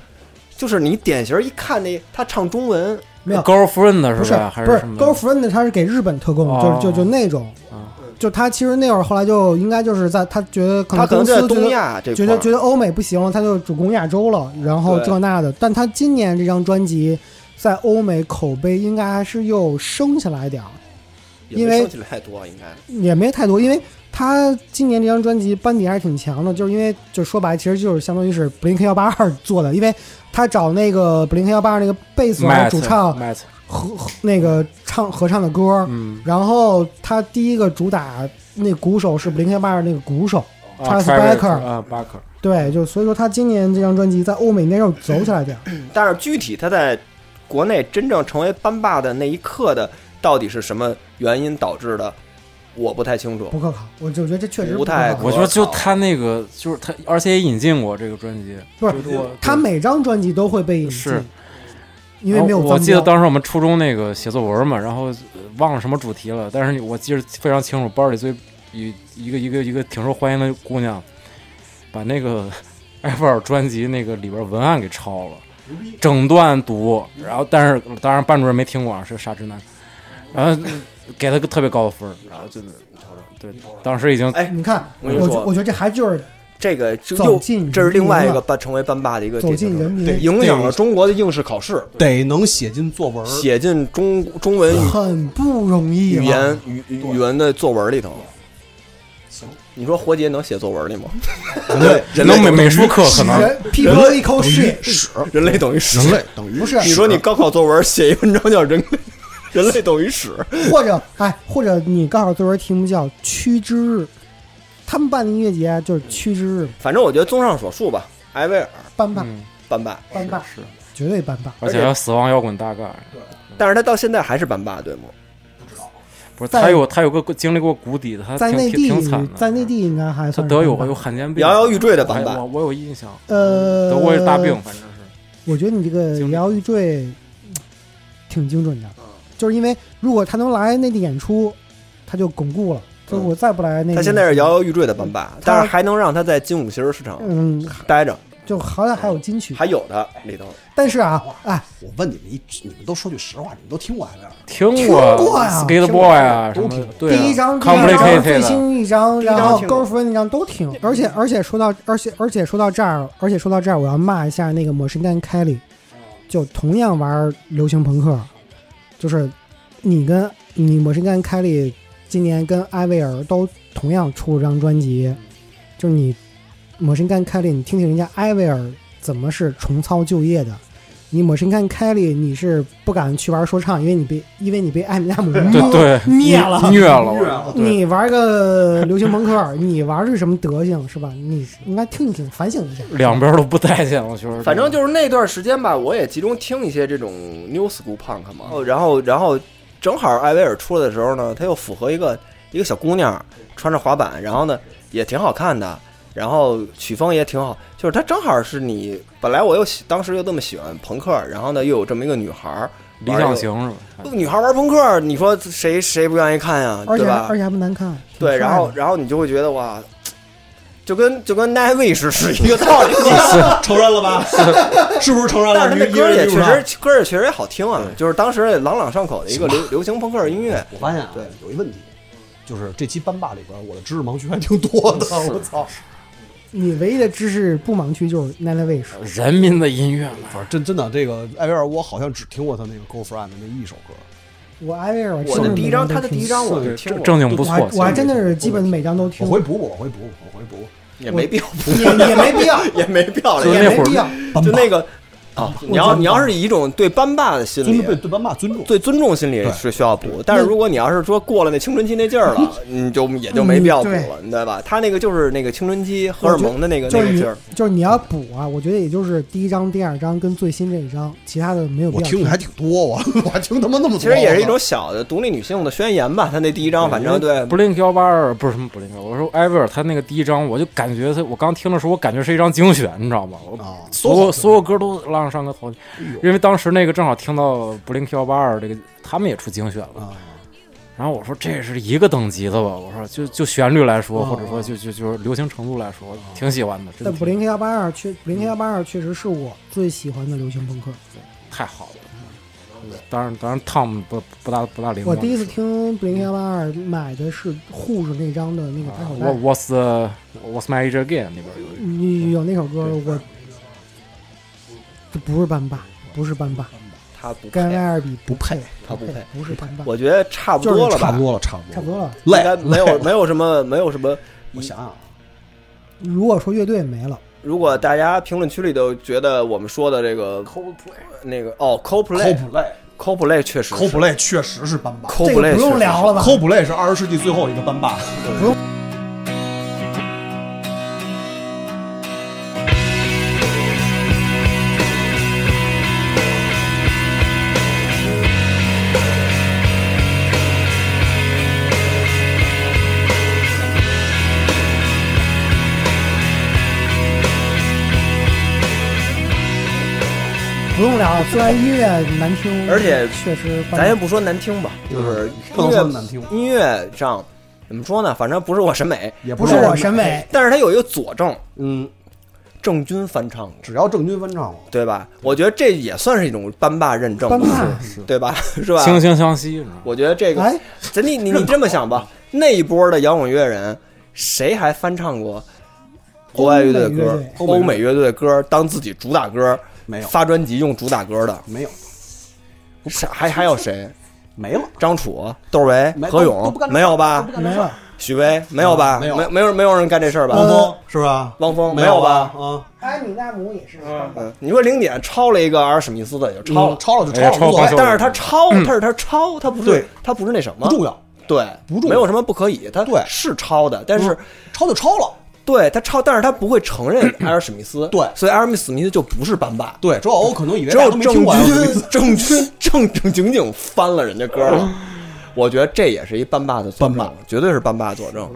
Speaker 3: 就是你典型一看那他唱中文，
Speaker 5: 没有
Speaker 6: girlfriend
Speaker 5: 不
Speaker 6: 是吧？还
Speaker 5: 不是
Speaker 6: 什么
Speaker 5: girlfriend，他是给日本特供，
Speaker 6: 哦
Speaker 5: 就是就就那种
Speaker 6: 啊，
Speaker 5: 就他其实那会儿后来就应该就是在他觉得可
Speaker 3: 他
Speaker 5: 能
Speaker 3: 可
Speaker 5: 公
Speaker 3: 能在
Speaker 5: 司觉
Speaker 3: 东
Speaker 5: 得
Speaker 3: 亚这
Speaker 5: 觉
Speaker 3: 块
Speaker 5: 得
Speaker 3: 儿
Speaker 5: 觉得欧美不行了，他就主攻亚洲了，然后
Speaker 3: 对
Speaker 5: 这那的。但他今年这张专辑在欧美口碑应该还是又升起来点儿，
Speaker 3: 也
Speaker 5: 因
Speaker 3: 没
Speaker 5: 为
Speaker 3: 升起来太多，应该
Speaker 5: 也没太多，因为他今年这张专辑班底还是挺强的，就是因为就说白，其实就是相当于是 Blink 幺八二做的，因为他找那个 Blink 幺八二那个贝斯手还
Speaker 6: Matt
Speaker 5: 是主唱
Speaker 6: Matt，
Speaker 5: 合合那个唱合唱的歌儿，
Speaker 6: 嗯，
Speaker 5: 然后他第一个主打那鼓手是 Blink 幺八二那个鼓手，
Speaker 6: 啊
Speaker 5: Travis
Speaker 6: Travis，
Speaker 5: Barker
Speaker 6: 啊 Barker，
Speaker 5: 对，就所以说他今年这张专辑在欧美那时候走起来点儿，
Speaker 3: 但是具体他在国内真正成为班霸的那一刻的到底是什么原因导致的，我不太清楚
Speaker 5: 不。可靠。我就觉得这确实
Speaker 3: 不
Speaker 5: 不可
Speaker 3: 太
Speaker 5: 靠
Speaker 6: 我觉得就他那个就是他，而且也引进过这个专辑，
Speaker 5: 不是
Speaker 6: 就是我
Speaker 5: 他每张专辑都会被引进
Speaker 6: 是，
Speaker 5: 因为没有
Speaker 6: 然后哦我
Speaker 5: 脏
Speaker 6: 记得
Speaker 5: 标。
Speaker 6: 当时我们初中那个写作文嘛，然后呃忘了什么主题了，但是我记得非常清楚，班里最一一个一个一个挺受欢迎的姑娘，把那个 艾薇儿专辑那个里边文案给抄了，整段读，然后但是当然班主任没听过啊，是个傻直男，然后给了个特别高的分儿，然后就对，当时已经
Speaker 3: 哎
Speaker 5: 你看，
Speaker 3: 我
Speaker 5: 我
Speaker 3: 跟你
Speaker 5: 觉
Speaker 3: 说
Speaker 5: 我觉得这还就是
Speaker 3: 这个就
Speaker 5: 走进
Speaker 3: 又这是另外一
Speaker 5: 人民
Speaker 3: 个
Speaker 5: 了
Speaker 3: 班成为班霸的一个
Speaker 5: 走
Speaker 3: 典
Speaker 5: 进
Speaker 3: 型
Speaker 5: 人
Speaker 3: 人物，
Speaker 5: 民，
Speaker 3: 影响了中国的应试考试，
Speaker 4: 得能写进作文。
Speaker 3: 写进中中文
Speaker 6: 嗯
Speaker 3: 语
Speaker 5: 很不容易
Speaker 3: 语
Speaker 5: 了
Speaker 3: 言语语语文的作文里头。
Speaker 4: 行，
Speaker 3: 你说活结能写作文里吗？
Speaker 4: 人类
Speaker 6: 人都美美术课可能
Speaker 5: 人 people e c o shit，
Speaker 4: 屎，
Speaker 3: 人类等于屎。
Speaker 4: 人类等于
Speaker 5: 不是
Speaker 3: 你说你高考作文写一文章叫人类，人类等于屎。
Speaker 5: 或者哎，或者你告诉作文题目叫《曲之日》，他们办的音乐节就是《曲之日》，
Speaker 3: 反正我觉得综上所述吧，艾薇儿
Speaker 5: 班霸
Speaker 6: 嗯
Speaker 3: 班霸，
Speaker 5: 班霸
Speaker 6: 是，
Speaker 5: 绝对班霸。
Speaker 6: 而且还有死亡摇滚大盖儿，
Speaker 4: 嗯
Speaker 3: 但是他到现在还是班霸，对吗？
Speaker 6: 不是
Speaker 5: 在
Speaker 6: 他有他有个经历过谷底的，他
Speaker 5: 在
Speaker 6: 挺
Speaker 5: 内地
Speaker 6: 挺挺惨的，，
Speaker 5: 在内地应该还
Speaker 6: 他
Speaker 5: 算是
Speaker 6: 得有
Speaker 5: 班
Speaker 6: 哎
Speaker 5: 霸
Speaker 6: 有罕
Speaker 5: 嗯
Speaker 6: 见病，
Speaker 3: 摇摇欲坠的
Speaker 6: 我还
Speaker 3: 班
Speaker 6: 哎我
Speaker 3: 霸，
Speaker 6: 我有印象，
Speaker 5: 呃
Speaker 6: 德国是大病，反正是
Speaker 5: 我觉得你这个
Speaker 6: 精
Speaker 5: 疗愈坠挺精准的，就是因为如果他能来内地演出，他就巩固了。所以我再不来内地，
Speaker 3: 他现在是摇摇欲坠的班霸，但是还能让他在金五星市场
Speaker 5: 嗯，
Speaker 3: 待着。
Speaker 5: 就好歹还有金曲。
Speaker 3: 还有的里头，
Speaker 5: 但是啊，哎，
Speaker 4: 我问你们一句，你们都说句实话，你们都听过 M L
Speaker 6: 听
Speaker 5: 听过呀
Speaker 6: Skate Boy 啊，什
Speaker 4: 都
Speaker 6: 么
Speaker 4: 听
Speaker 6: 对啊
Speaker 5: 第一张、第二张、最
Speaker 6: Complicated，
Speaker 5: 新一张，
Speaker 3: 张
Speaker 5: 然后
Speaker 3: 听过
Speaker 5: Girlfriend 那张都听。而且而且说到，而且而且说到这儿，而且说到这儿，我要骂一下那个魔神蛋凯里，
Speaker 6: 哦
Speaker 5: 就同样玩流行朋克，就是你跟你魔神蛋凯里今年跟艾薇儿都同样出了张专辑，
Speaker 6: 嗯
Speaker 5: 就是你魔神干凯利，你听听人家艾薇儿怎么是重操旧业的。你魔神干凯利，你是不敢去玩说唱，因为你被因为你被艾米纳姆
Speaker 6: 对对，
Speaker 5: 灭了，
Speaker 6: 虐
Speaker 4: 啊
Speaker 3: 啊
Speaker 6: 了，对
Speaker 5: 你玩个流行朋克，你玩是什么德行是吧？你应该听一听，反省 一下。
Speaker 6: 两边都不待见，我觉得。
Speaker 3: 反正就是那段时间吧，我也集中听一些这种 new school punk 嘛。哦然后，然后正好艾薇儿出来的时候呢，她又符合一个一个小姑娘穿着滑板，然后呢也挺好看的，然后曲风也挺好，就是她正好是你本来我又喜，当时又这么喜欢朋克，然后呢又有这么一个女孩儿
Speaker 6: 理想，型是吧
Speaker 3: 玩一？个女孩玩朋克，你说谁谁不愿意看呀？
Speaker 5: 而且
Speaker 3: 对吧
Speaker 5: 而？且还不难看。挺
Speaker 3: 对，
Speaker 5: 帅的
Speaker 3: 然后然后你就会觉得哇，就跟就跟 n i v i s 是一个道 理。
Speaker 4: 承认了吧？ 是不是承认
Speaker 3: 但是
Speaker 4: 了？
Speaker 3: 那
Speaker 4: 一
Speaker 3: 歌儿也
Speaker 4: 一
Speaker 3: 确
Speaker 4: 人一人
Speaker 3: 实，歌儿也确实也好听啊，就是当时也朗朗上口的一个流流行朋克音乐。
Speaker 4: 我发现啊，有一问题，就是这期班霸里边，我的知识盲区还挺多的。我操，
Speaker 5: 你唯一的知识不盲区就是 n i n e Wish，
Speaker 6: 人民的音乐嘛，
Speaker 4: 不是真真的，这个艾薇儿，我好像只听过他那个《Girlfriend》的那一首歌。
Speaker 5: 我艾薇儿，我
Speaker 3: 我
Speaker 5: 真
Speaker 3: 的
Speaker 5: 是
Speaker 3: 第一张，他的第一张我
Speaker 4: 是
Speaker 3: 就听
Speaker 6: 正
Speaker 3: 过，
Speaker 6: 正经
Speaker 5: 每
Speaker 6: 不
Speaker 5: 张都
Speaker 6: 错
Speaker 5: 听。我还我还真的是基本每张都听
Speaker 4: 我，回补，我回补，我回补。
Speaker 3: 也没必要，
Speaker 5: 也也没必 要。
Speaker 3: 也没必要了，
Speaker 6: 就
Speaker 3: 也
Speaker 6: 那
Speaker 3: 没
Speaker 6: 会
Speaker 3: 必要。
Speaker 6: 儿，
Speaker 3: 就那个啊，你要你要是以一种对班霸的心
Speaker 4: 尊重对
Speaker 3: 理。
Speaker 4: 对班霸尊重，
Speaker 3: 对尊重心理
Speaker 4: 对
Speaker 3: 是需要补，但是如果你要是说过了那青春期那劲儿了，你就也就没必要补了，你知道吧？他那个就是那个青春期荷尔蒙的那个
Speaker 5: 就
Speaker 3: 那
Speaker 5: 是
Speaker 3: 个
Speaker 5: 你
Speaker 3: 劲儿，
Speaker 5: 就是你要补啊，我觉得也就是第一张、第二张跟最新这一张，其他的没有必
Speaker 4: 我
Speaker 5: 要
Speaker 4: 听的还挺多，我 我还听他妈那么多。
Speaker 3: 其实也是一种小的独立女性的宣言吧。他那第一张啊反正对，
Speaker 6: Blink 幺八二不是什么 Blink，我说艾薇儿他那个第一张，我就感觉他，我刚听的时候，我感觉是一张精选，你知道吗？我
Speaker 4: 啊，
Speaker 6: 所有所
Speaker 4: 有
Speaker 6: 有歌都拉上上个头，因为当时那个正好听到 Blink 幺八二这个，他们也出精选了。
Speaker 4: 啊，
Speaker 6: 然后我说这是一个等级的吧？我说就就旋律来说，
Speaker 4: 哦
Speaker 6: 或者说就就就是流行程度来说，挺喜欢的。真
Speaker 5: 但
Speaker 6: 的
Speaker 5: 布林克幺八二确，布林克幺八二确实是我最喜欢的流行朋克。
Speaker 6: 太好了。当然，当然，Tom 不不大不大灵光。
Speaker 5: 我第一次听布林克幺八二买的是护士那张的那个打口
Speaker 6: 我
Speaker 5: 袋，
Speaker 6: What's the- What's My Age Again 里边有一
Speaker 5: 你有那首歌
Speaker 6: 对
Speaker 5: 我，这不是班霸，不是班霸，
Speaker 3: 他不配
Speaker 5: 跟，艾尔比不配，
Speaker 3: 他不配，
Speaker 5: 不是班霸，
Speaker 3: 我觉得差不多了吧，
Speaker 4: 差不多了，差不多，
Speaker 5: 差不多。了。
Speaker 3: 应该
Speaker 4: 累，
Speaker 3: 没有没有什么没有什么。
Speaker 4: 我想想啊，
Speaker 5: 如果说乐队没了，
Speaker 3: 如果大家评论区里头觉得我们说的这个 Coldplay 那个哦 Coldplay
Speaker 4: Coldplay
Speaker 3: Coldplay 确实
Speaker 4: Coldplay 确实是班霸
Speaker 5: 这
Speaker 3: Coldplay
Speaker 5: 个不用聊了吧？
Speaker 4: ，Coldplay 是二十世纪最后一个班霸。
Speaker 5: 不用聊了，虽然音乐难听，
Speaker 3: 而且
Speaker 5: 确实班霸，
Speaker 3: 咱先不说难听吧， 就是
Speaker 4: 不
Speaker 3: 音
Speaker 4: 能
Speaker 3: 乐
Speaker 4: 说难听
Speaker 3: 音乐上怎么说呢？反正不是我审美，
Speaker 4: 也
Speaker 5: 不是我审美，
Speaker 3: 但是它有一个佐证，
Speaker 4: 嗯，
Speaker 3: 郑钧翻唱的，
Speaker 4: 只要郑钧翻唱了，
Speaker 3: 对吧？我觉得这也算是一种班霸认证，
Speaker 5: 班霸。
Speaker 3: 对吧？是吧？
Speaker 6: 惺惺相惜，你知道吗
Speaker 3: 我觉得这个
Speaker 5: 哎，
Speaker 3: 咱你你你这么想吧，那一波的摇滚乐人，谁还翻唱过国外乐队的歌、欧
Speaker 4: 欧
Speaker 3: 美
Speaker 4: 美
Speaker 3: 乐队的歌当自己主打歌？
Speaker 4: 没有
Speaker 3: 发专辑用主打歌的，
Speaker 4: 没有
Speaker 3: 是还还有谁？
Speaker 4: 没了，
Speaker 3: 张楚、窦唯
Speaker 4: 没、
Speaker 3: 何
Speaker 4: 都都
Speaker 3: 勇
Speaker 4: 不干这
Speaker 3: 没有吧？
Speaker 5: 没了，
Speaker 3: 许巍没有吧？
Speaker 4: 没有
Speaker 3: 没没有没有人干这事儿吧？
Speaker 4: 汪峰是吧？
Speaker 3: 汪峰
Speaker 4: 没
Speaker 3: 有
Speaker 4: 吧
Speaker 3: 吧？？
Speaker 4: 啊，
Speaker 5: 艾米纳姆也是班霸。
Speaker 3: 嗯，你说零点抄了一个阿尔史密斯的，也就嗯抄
Speaker 4: 超
Speaker 3: 了，
Speaker 4: 嗯超了就
Speaker 6: 哎呀
Speaker 4: 超了，无所
Speaker 6: 超
Speaker 4: 谓
Speaker 6: 了
Speaker 3: 但是他抄，他是他抄，他不是
Speaker 4: 对
Speaker 3: 他不是那什么
Speaker 4: 不，重要，
Speaker 3: 对，
Speaker 4: 不重
Speaker 3: 没
Speaker 4: 要
Speaker 3: 有什么不可以，他
Speaker 4: 对嗯
Speaker 3: 是抄的，但是
Speaker 4: 超就超了。
Speaker 3: 对他抄，但是他不会承 认埃尔史密斯，
Speaker 4: 对
Speaker 3: 所以埃尔史密斯就不是班霸，
Speaker 4: 对，周晓鸥可能以为
Speaker 3: 只
Speaker 4: 大家
Speaker 3: 有
Speaker 4: 都没
Speaker 3: 郑
Speaker 4: 听过呀，啊
Speaker 3: 钧郑钧正正经经翻了人家歌了，我觉得这也是一班霸的佐证
Speaker 4: 嗯班霸，
Speaker 3: 绝对是班霸佐 证。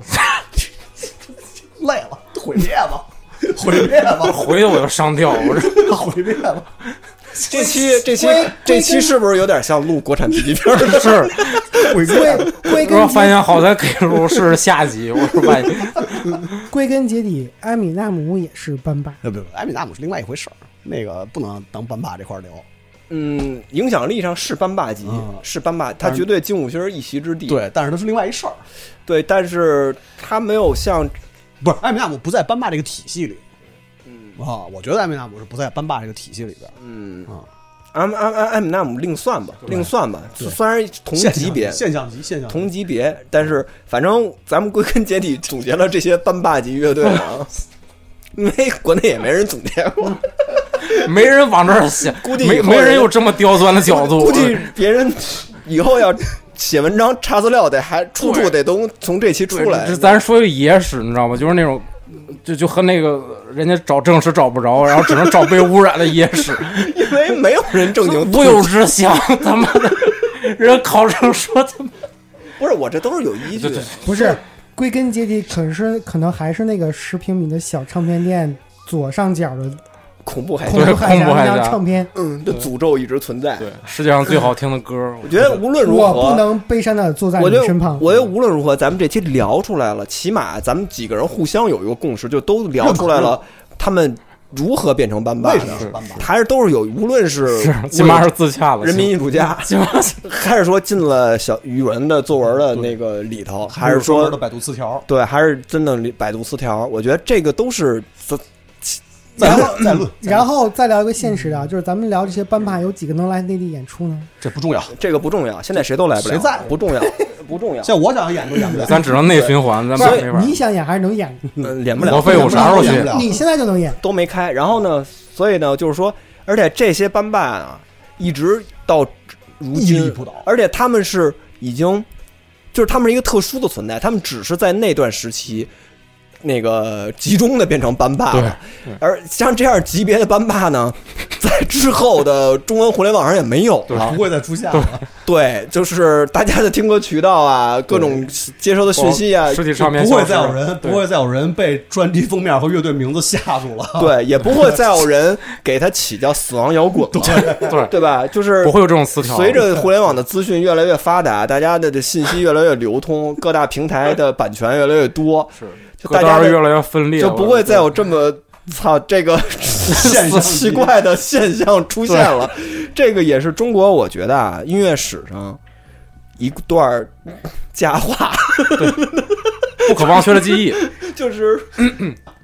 Speaker 4: 累了，毁灭吧， 毁灭吧，
Speaker 6: 回去我就上吊，我说
Speaker 4: 毁灭 吧。
Speaker 3: 这期这期这期是不是有点像录国产 B 级片儿？
Speaker 6: 是
Speaker 4: 鬼 哥
Speaker 5: 归归
Speaker 6: 我
Speaker 5: 根
Speaker 6: 发
Speaker 5: 结
Speaker 6: 现好咱 K 叔是下集，我说发现
Speaker 5: 归根结底，埃米纳姆也是班霸。
Speaker 4: 呃，不不，艾米纳姆是另外一回事儿，那个不能当班霸这块儿聊。
Speaker 3: 嗯，影响力上是班霸级，
Speaker 4: 嗯
Speaker 3: 是班霸，他
Speaker 4: 但是
Speaker 3: 绝对金五星一席之地。
Speaker 4: 对，但是它是另外一事儿，
Speaker 3: 对，但是他没有像
Speaker 4: 不是艾米纳姆不在班霸这个体系里。嗯啊，我觉得艾米纳姆是不在班霸这个体系里边儿。
Speaker 3: 嗯
Speaker 4: 啊，
Speaker 3: 安安安安姆纳姆另算吧，另算吧，
Speaker 4: 对
Speaker 3: 虽然同
Speaker 4: 现
Speaker 3: 级
Speaker 4: 象
Speaker 3: 别。
Speaker 4: 现象级，现象级
Speaker 3: 同级别，但是反正咱们归根结底总结了这些班霸级乐队啊，因为国内也没人总结过，
Speaker 6: 没人往这儿想，
Speaker 3: 估计以
Speaker 6: 没
Speaker 3: 后
Speaker 6: 没人
Speaker 3: 人
Speaker 6: 有这么刁钻的角度。
Speaker 3: 估计别人以后要写文章查资料得还出处得都从这期
Speaker 6: 对
Speaker 3: 出来
Speaker 6: 这。咱说一个野史，你知道吗？就是那种。就就和那个人家找正史找不着，然后只能找被污染的野 史，
Speaker 3: 因为没有人 正经
Speaker 6: 无有之乡，他妈的，人考证说他妈
Speaker 3: 不是我这都是有依据的。
Speaker 5: 不是，归根结底，可是可能还是那个十平米的小唱片店左上角的
Speaker 3: 恐怖海
Speaker 5: 恐
Speaker 3: 峡，
Speaker 5: 怖海
Speaker 6: 恐怖海
Speaker 5: 那
Speaker 6: 峡
Speaker 5: 张唱片。
Speaker 3: 嗯，这诅咒一直存在。
Speaker 6: 对，世界上最好听的歌儿，
Speaker 3: 我觉得无论如
Speaker 5: 我不
Speaker 3: 何，
Speaker 5: 能悲伤的坐在
Speaker 3: 我
Speaker 5: 你
Speaker 3: 觉
Speaker 5: 身
Speaker 3: 得
Speaker 5: 旁。
Speaker 3: 我觉得无论如何，咱们这期聊出来了，起码咱们几个人互相有一个共识，就都聊出来了，他们如何变成班霸
Speaker 4: 为什么
Speaker 3: 的，
Speaker 4: 是班霸？
Speaker 3: 还是都是有，无论是
Speaker 6: 是起码是自洽了。
Speaker 3: 人民艺术家，
Speaker 6: 起码是
Speaker 3: 还是说进了小语文的作文的那个里头，还是
Speaker 4: 专门
Speaker 3: 说
Speaker 4: 的百度词条？
Speaker 3: 对，还是真的百度词条？我觉得这个都是咱
Speaker 4: 再论再论，
Speaker 5: 然后 再聊一个现实的啊，就是咱们聊这些班霸有几个能来内地演出呢？
Speaker 4: 这 不重要。
Speaker 3: 这个不重要，现在谁都来不了，
Speaker 4: 谁在
Speaker 3: 不重 要，不重要。
Speaker 4: 像我想演都演不了，
Speaker 6: 咱只能内循环，咱
Speaker 5: 不
Speaker 6: 们没
Speaker 5: 是
Speaker 6: 法。
Speaker 5: 你想演还是能演？
Speaker 3: 嗯，连不了。
Speaker 6: 罗非我啥时候去
Speaker 4: 演不了
Speaker 5: 你现在就能演。
Speaker 3: 都没开。然后呢，所以呢，就是说，而且这些班霸啊，一直到如
Speaker 4: 屹立
Speaker 3: 今
Speaker 4: 不倒。
Speaker 3: 而且他们是已经，就是他们是一个特殊的存在，他们只是在那段时期。那个集中的变成班霸了，
Speaker 6: 对对
Speaker 3: 而像这样级别的班霸呢， 在之后的中文互联网上也没有了
Speaker 4: 不。会再出现了。
Speaker 3: 对，就是大家的听歌渠道啊，各种接收的讯息啊，
Speaker 6: 实体唱片
Speaker 4: 不
Speaker 6: 消
Speaker 4: 会
Speaker 6: 失
Speaker 4: 再有
Speaker 6: 了
Speaker 4: 人，
Speaker 6: 对
Speaker 4: 不会再有人被专辑封面和乐队名字吓住了。
Speaker 3: 对，也不会再有人给它起叫死亡摇滚了，
Speaker 6: 对
Speaker 3: 对吧？就是
Speaker 6: 不会有这种词条。
Speaker 3: 随着互联网的资讯越来越发达，大家的这信息越来越流通，各大平台的版权越来越多，
Speaker 6: 是
Speaker 3: 就
Speaker 6: 各
Speaker 3: 大家
Speaker 6: 道越
Speaker 3: 的
Speaker 6: 来越分裂，
Speaker 3: 就不会再
Speaker 6: 我
Speaker 3: 有这么操这个
Speaker 4: 现 象
Speaker 3: 奇怪的现象出现了。这个也是中国，我觉得啊，音乐史上一段 佳话，
Speaker 6: 不可忘却的记 忆。
Speaker 3: 就是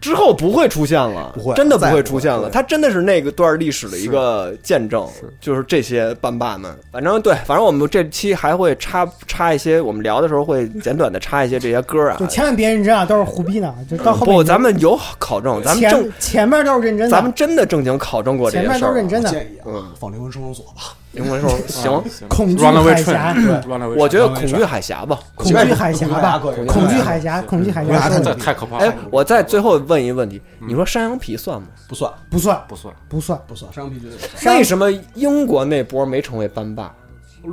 Speaker 3: 之后不会出现了，
Speaker 4: 不会
Speaker 3: 真的不
Speaker 4: 再
Speaker 3: 会
Speaker 4: 不
Speaker 3: 出现
Speaker 4: 会
Speaker 3: 了。它真的是那个段历史的一个见证，就是这些班霸们。反正对，反正我们这期还会插插一些，我们聊的时候会简短的插一些这些歌啊
Speaker 5: 就。千万别认真啊，都是胡逼呢。就到后
Speaker 3: 嗯
Speaker 5: 面
Speaker 3: 不，咱们有考证，咱们正
Speaker 5: 前前面都是认真的，
Speaker 3: 咱们真的正经考证过这
Speaker 5: 前
Speaker 3: 些
Speaker 5: 面
Speaker 3: 事
Speaker 5: 都
Speaker 3: 儿
Speaker 5: 是认
Speaker 3: 啊。
Speaker 5: 真的。
Speaker 4: 我
Speaker 5: 嗯
Speaker 4: 建议啊，放灵魂收容所吧。
Speaker 3: 灵 魂兽行，
Speaker 5: 恐惧
Speaker 6: Run away
Speaker 5: 海峡
Speaker 6: train，乱
Speaker 3: 嗯
Speaker 6: 了
Speaker 3: 我觉得恐惧海峡吧。
Speaker 5: 恐惧海峡吧，
Speaker 4: 恐惧海峡
Speaker 5: 恐惧海峡，恐惧海
Speaker 4: 恐惧
Speaker 5: 峡
Speaker 4: 海峡
Speaker 5: 说
Speaker 6: 这
Speaker 5: 的
Speaker 6: 太可怕
Speaker 3: 哎
Speaker 6: 了，，
Speaker 3: 我再最后问一个问题，
Speaker 5: 嗯
Speaker 3: 你说山羊皮算吗？
Speaker 4: 不算，
Speaker 5: 不算，
Speaker 6: 不算
Speaker 5: 不算。
Speaker 4: 不算，山羊皮绝对不算。
Speaker 5: 山
Speaker 3: 为什么英国那波没成为班霸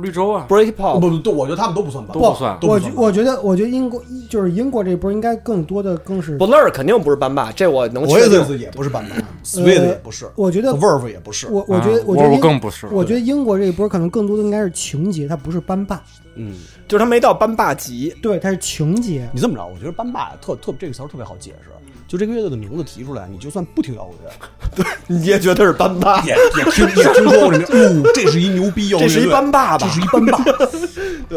Speaker 6: 绿洲啊，
Speaker 3: ？Breakpop
Speaker 4: 不不，都我觉得他们都不算吧，
Speaker 6: 都不算
Speaker 4: 都
Speaker 5: 我
Speaker 4: 不
Speaker 5: 觉
Speaker 4: 算吧
Speaker 5: 我觉得，我觉得英国就是英国这一波应该更多的更是，
Speaker 3: 不乐肯定不是班霸，这我能
Speaker 4: 我
Speaker 3: 确
Speaker 4: 也
Speaker 3: 定。
Speaker 4: 思也不是版本 s w e d 也不是，
Speaker 5: 呃我觉得
Speaker 4: v e r v 也不是。
Speaker 5: 我我觉得
Speaker 6: 啊
Speaker 3: 嗯
Speaker 5: 我觉得
Speaker 6: 我
Speaker 5: 英
Speaker 6: 更不是
Speaker 5: 我觉得英国这一波可能更多的应该是情节，它不是班霸，
Speaker 3: 嗯，就是他没到班霸 级，
Speaker 5: 对，它是情节。
Speaker 4: 你这么着，我觉得班霸呀特特这个词儿特别好解释，就这个乐队的名字提出来，你就算不听摇滚 乐，
Speaker 3: 你也觉得是班霸，
Speaker 4: 也也听也听说过这名，哦，啊这是一牛逼摇滚
Speaker 3: 这
Speaker 4: 乐
Speaker 3: 是一
Speaker 4: 队
Speaker 3: 班霸吧
Speaker 4: 这？是一班霸，
Speaker 5: 就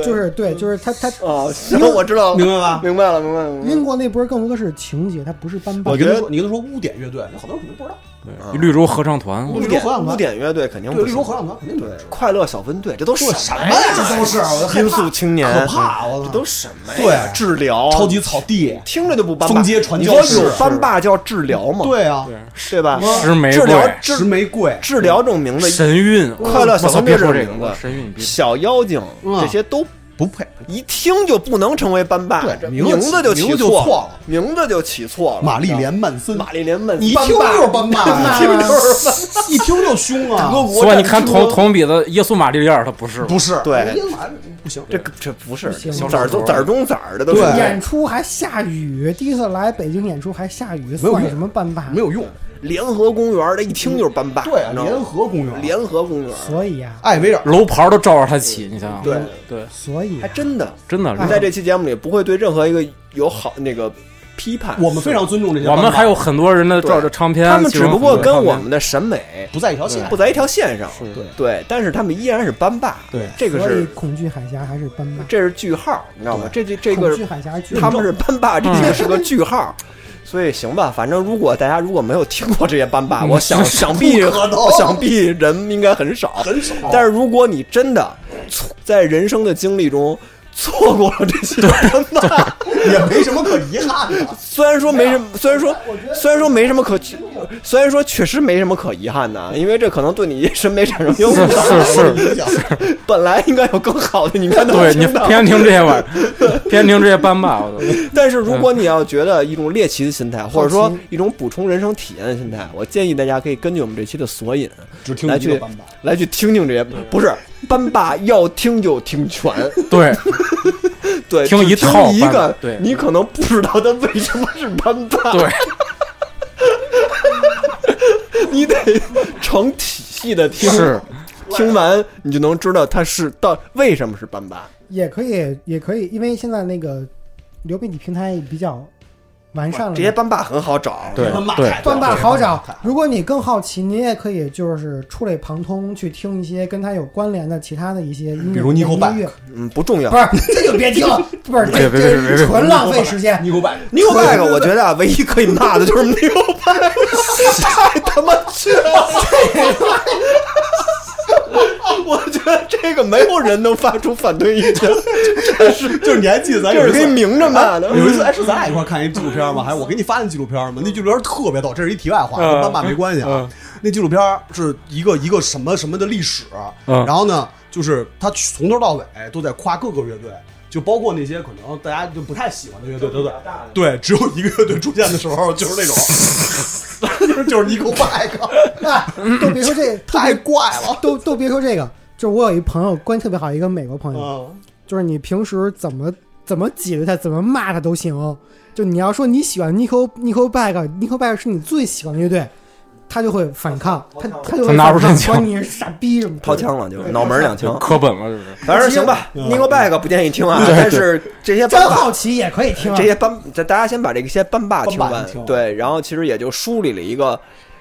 Speaker 5: 是
Speaker 4: 嗯
Speaker 5: 对，就是他他
Speaker 3: 哦，行，我知道了，
Speaker 4: 明白吧
Speaker 3: 明白了，明白了。
Speaker 4: 嗯
Speaker 3: 明白
Speaker 5: 英
Speaker 3: 了
Speaker 5: 国那波更多的是情节，它不是班霸
Speaker 4: 我
Speaker 3: 觉
Speaker 4: 跟
Speaker 3: 得
Speaker 4: 他说，你跟他说污点乐队，那好多人可能不知道。
Speaker 6: 对绿洲合唱团，
Speaker 4: 绿
Speaker 3: 污
Speaker 4: 洲合
Speaker 3: 点
Speaker 4: 唱团
Speaker 3: 污点乐队肯定
Speaker 4: 对，
Speaker 3: 不
Speaker 4: 绿
Speaker 3: 是
Speaker 4: 洲合唱团肯定没人知道。
Speaker 3: 快乐小分队，这都什
Speaker 4: 什么呀？这都是啊我
Speaker 3: 音速青年，
Speaker 4: 可怕！啊我
Speaker 3: 这
Speaker 4: 操，
Speaker 3: 都什么呀？哦
Speaker 4: 对啊
Speaker 3: 治疗
Speaker 4: 超级草地。
Speaker 3: 听着就不班霸。
Speaker 4: 封街传教
Speaker 3: 你
Speaker 4: 士
Speaker 3: 说有班霸叫治疗吗？
Speaker 4: 对啊，
Speaker 3: 对吧？
Speaker 6: 石玫
Speaker 3: 治疗
Speaker 6: 瑰，
Speaker 4: 石
Speaker 3: 治
Speaker 4: 玫瑰，
Speaker 3: 治疗这种名字，
Speaker 6: 神韵，
Speaker 3: 快乐小
Speaker 6: 我操
Speaker 3: 分
Speaker 6: 别
Speaker 3: 队
Speaker 6: 说
Speaker 3: 种
Speaker 6: 这个
Speaker 3: 名
Speaker 6: 我
Speaker 3: 字，
Speaker 6: 神韵，别
Speaker 3: 小妖精
Speaker 4: 嗯
Speaker 3: 这些都
Speaker 4: 不配。
Speaker 3: 一听就不能成为班霸，
Speaker 4: 对
Speaker 3: 这
Speaker 4: 名字
Speaker 3: 名字就
Speaker 4: 起
Speaker 3: 起
Speaker 4: 名字就错
Speaker 3: 错
Speaker 4: 了，
Speaker 3: 名字就起错了。
Speaker 4: 玛丽莲曼森，
Speaker 3: 玛丽莲梦，
Speaker 4: 一
Speaker 3: 班
Speaker 4: 听
Speaker 3: 霸
Speaker 4: 就是班霸呀，
Speaker 3: 一听就是班
Speaker 4: 一听就凶啊！
Speaker 3: 霸。
Speaker 6: 所以你看同同比的耶稣玛丽亚，他不是，
Speaker 4: 不是，
Speaker 3: 对
Speaker 4: 英文不行，
Speaker 3: 这这不是
Speaker 5: 行
Speaker 3: 崽儿中崽儿中崽儿的都
Speaker 4: 对
Speaker 3: 是。
Speaker 5: 演出还下雨，第一次来北京演出还下雨，
Speaker 4: 没有
Speaker 5: 算
Speaker 4: 用
Speaker 5: 什么班霸？
Speaker 4: 没有用。
Speaker 3: 联合公园儿，这一听就是班霸，
Speaker 4: 对啊，
Speaker 3: 你知道吗
Speaker 4: 联合公园，
Speaker 3: 联合公园儿，
Speaker 5: 所以啊呀、
Speaker 4: 艾维尔，
Speaker 6: 楼牌都照着他起，你想想，
Speaker 3: 对，
Speaker 6: 对，
Speaker 5: 所以、
Speaker 3: 还
Speaker 5: 啊、
Speaker 3: 真的，
Speaker 6: 真
Speaker 4: 哎
Speaker 6: 的，
Speaker 3: 在这期节目里不会对任何一个有好那个批判，
Speaker 4: 我们非常尊重这些
Speaker 6: 我
Speaker 4: 班霸，
Speaker 6: 们还有很多人的
Speaker 3: 对
Speaker 6: 照着唱片，
Speaker 3: 他们
Speaker 6: 其
Speaker 3: 只
Speaker 6: 中
Speaker 3: 不过
Speaker 6: 很多
Speaker 3: 跟我
Speaker 6: 唱
Speaker 3: 们的审美
Speaker 4: 不在一条线
Speaker 3: 不，在一条线上，
Speaker 4: 对
Speaker 3: 对，但是他们依然是班霸，
Speaker 4: 对
Speaker 3: 这个
Speaker 5: 所以
Speaker 3: 是
Speaker 5: 恐惧海峡还是斑马，
Speaker 3: 这是句号，你知道吗？这这这
Speaker 5: 嗯恐
Speaker 3: 个
Speaker 5: 惧海峡嗯巨
Speaker 3: 他们是班霸，这个是个句号。 所以行吧，反正如果大家如果没有听过这些班霸，我想想必
Speaker 4: 不可能
Speaker 3: 想必人应该很少，
Speaker 4: 很少
Speaker 3: 但是如果你真的错在人生的经历中错过了这些班霸，
Speaker 4: 也没什么可遗憾的。
Speaker 3: 虽然说没什么，虽然说虽然说没什么可，虽然说确实没什么可遗憾的，因为这可能对你审美产生影响。
Speaker 6: 是是
Speaker 4: 影响
Speaker 3: 本来应该有更好的，你应该能
Speaker 6: 对 你
Speaker 3: 听到。
Speaker 6: 偏听这些玩 意儿，偏听这些班霸，我都
Speaker 3: 但是如果
Speaker 6: 嗯
Speaker 3: 你要觉得一种猎奇的心态，或者说一种补充人生体验的心态，我建议大家可以根据我们这期的索引，
Speaker 4: 只听
Speaker 3: 来
Speaker 4: 一个
Speaker 3: 去
Speaker 4: 班霸，
Speaker 3: 来去听听这些，
Speaker 6: 嗯
Speaker 3: 不是班霸要听就听 全，
Speaker 6: 对，
Speaker 3: 对，
Speaker 6: 听
Speaker 3: 只
Speaker 6: 一套
Speaker 3: 一
Speaker 6: 班霸
Speaker 3: 个，
Speaker 6: 对
Speaker 3: 你可能不知道他为什么是班霸，
Speaker 6: 对，
Speaker 3: 你得成体系的听，
Speaker 6: 是
Speaker 3: 听完你就能知道他是到为什么是班霸，
Speaker 5: 也可以，也可以，因为现在那个流媒体平台比较完善了，
Speaker 3: 这些班霸很好找，
Speaker 6: 对
Speaker 4: 班霸
Speaker 6: 对
Speaker 4: 太多
Speaker 5: 断
Speaker 4: 了
Speaker 5: 霸好找
Speaker 4: 对。
Speaker 5: 如果你更好奇，你也可以就是触类旁通，去听一些跟它有关联的其他的一些音乐，
Speaker 4: 比如
Speaker 5: 音
Speaker 4: Nickelback
Speaker 5: 乐。
Speaker 3: 嗯，不重要
Speaker 5: 不。是，这就别听了，不是，
Speaker 6: 别
Speaker 5: 这
Speaker 6: 别别别别
Speaker 5: 这是纯浪费时间。
Speaker 4: 尼古拜，
Speaker 3: 牛掰个，我觉得啊，唯一可以骂的就是牛掰， 太他妈缺了！我觉得这个没有人能发出反对意见，这是
Speaker 4: 就是年纪，咱
Speaker 3: 这
Speaker 4: 有
Speaker 3: 是
Speaker 4: 一
Speaker 3: 可以
Speaker 4: 次。
Speaker 3: 明着骂的。
Speaker 4: 有一次，哎，是咱俩一块儿看一纪录片吗？还是我给你发那纪录片吗？那纪录片特别逗，这是一题外话，跟
Speaker 6: 嗯
Speaker 4: 班霸没关系啊
Speaker 6: 嗯。
Speaker 4: 那纪录片是一个一个什么什么的历史，
Speaker 6: 嗯
Speaker 4: 然后呢，就是他从头到尾都在夸各个乐队，就包括那些可能大家就不太喜欢的乐队，对不对？对，只有一个乐队出现的时候就是那种， 就是就是尼古拜克，
Speaker 5: 哎， 都别说这，
Speaker 4: 太怪了。
Speaker 5: 都都别说这个。就是我有一朋友关系特别好，一个美国朋友，
Speaker 3: 哦
Speaker 4: 嗯，
Speaker 5: 就是你平时怎么怎么挤兑他，怎么骂他都行。就你要说你喜欢 Nico Nico Back，Nico Back 是你最喜欢的乐队，他就会反抗，他他就
Speaker 6: 他
Speaker 5: 会
Speaker 6: 拿出
Speaker 5: 反抗
Speaker 6: 真枪
Speaker 5: 说你是傻逼什么的。
Speaker 3: 掏枪了就脑门儿两 枪，
Speaker 6: 磕本了，这是。
Speaker 3: 反正行吧。
Speaker 4: 嗯
Speaker 3: n i c o b a c k 不建议听啊，但是这些
Speaker 5: 真
Speaker 3: 班霸
Speaker 5: 好奇也可以听啊
Speaker 3: 这。些班，大大家先把这些班霸听
Speaker 4: 班
Speaker 3: 完
Speaker 4: 霸听，完
Speaker 3: 对，然后其实也就梳理了一个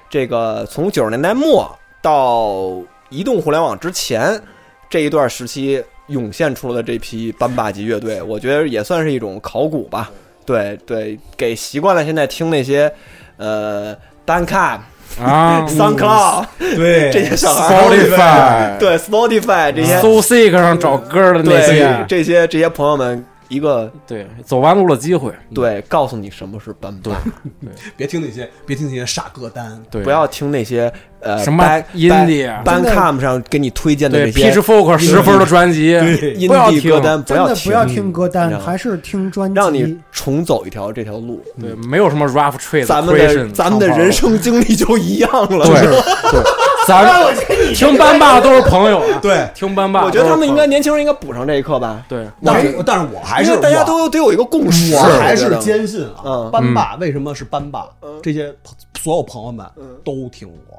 Speaker 3: 这个从九十年代末到移动互联网之前这一段时期涌现出了这批班霸级乐队，我觉得也算是一种考古吧。
Speaker 4: 嗯
Speaker 3: 对对，给习惯了现在听那些呃 b a n c a
Speaker 6: 啊
Speaker 3: p SoundCloud
Speaker 4: 对
Speaker 3: 这些小孩儿，
Speaker 6: Spotify、
Speaker 3: 对 Spotify 这
Speaker 4: 嗯
Speaker 3: 些，
Speaker 6: So Sick 上找歌的那
Speaker 3: 对
Speaker 6: 些，
Speaker 3: 这些这些朋友们一个
Speaker 6: 对，走弯路的机会，
Speaker 4: 嗯
Speaker 3: 对，告诉你什么是班霸。
Speaker 4: 别听那些，别听那些傻歌单，
Speaker 6: 对，啊
Speaker 3: 不要听那些呃
Speaker 6: 什么 indie 啊
Speaker 3: Bandcamp 上给你推荐的
Speaker 6: 对
Speaker 3: 这
Speaker 6: p i t c
Speaker 3: 些
Speaker 6: f o r k 十分的专辑，
Speaker 4: 对
Speaker 6: 不要
Speaker 3: indie
Speaker 6: 听
Speaker 3: 歌单，
Speaker 5: 真的
Speaker 3: 听，
Speaker 5: 不要听歌
Speaker 3: 你
Speaker 5: 单，
Speaker 3: 知道吗
Speaker 5: 还是听专辑。
Speaker 3: 让你重走一条这条路。
Speaker 6: 对，没有什么 rap tree，
Speaker 3: 咱们的咱们的人生经历就一样了。
Speaker 6: 对，对，咱听班霸都是朋友，，啊
Speaker 4: 对。
Speaker 6: 听班霸，
Speaker 3: 我觉得他们应该年轻人应该补上这一课吧，
Speaker 6: 对，
Speaker 4: 但是，但是我还
Speaker 3: 因
Speaker 4: 是
Speaker 3: 为大家
Speaker 4: 我
Speaker 3: 都得有一个共识。
Speaker 4: 我还
Speaker 3: 觉
Speaker 4: 是
Speaker 3: 得
Speaker 4: 坚信啊
Speaker 3: 嗯，
Speaker 4: 班霸为什么是班霸？这些朋所有朋友们
Speaker 3: 嗯
Speaker 4: 都听我，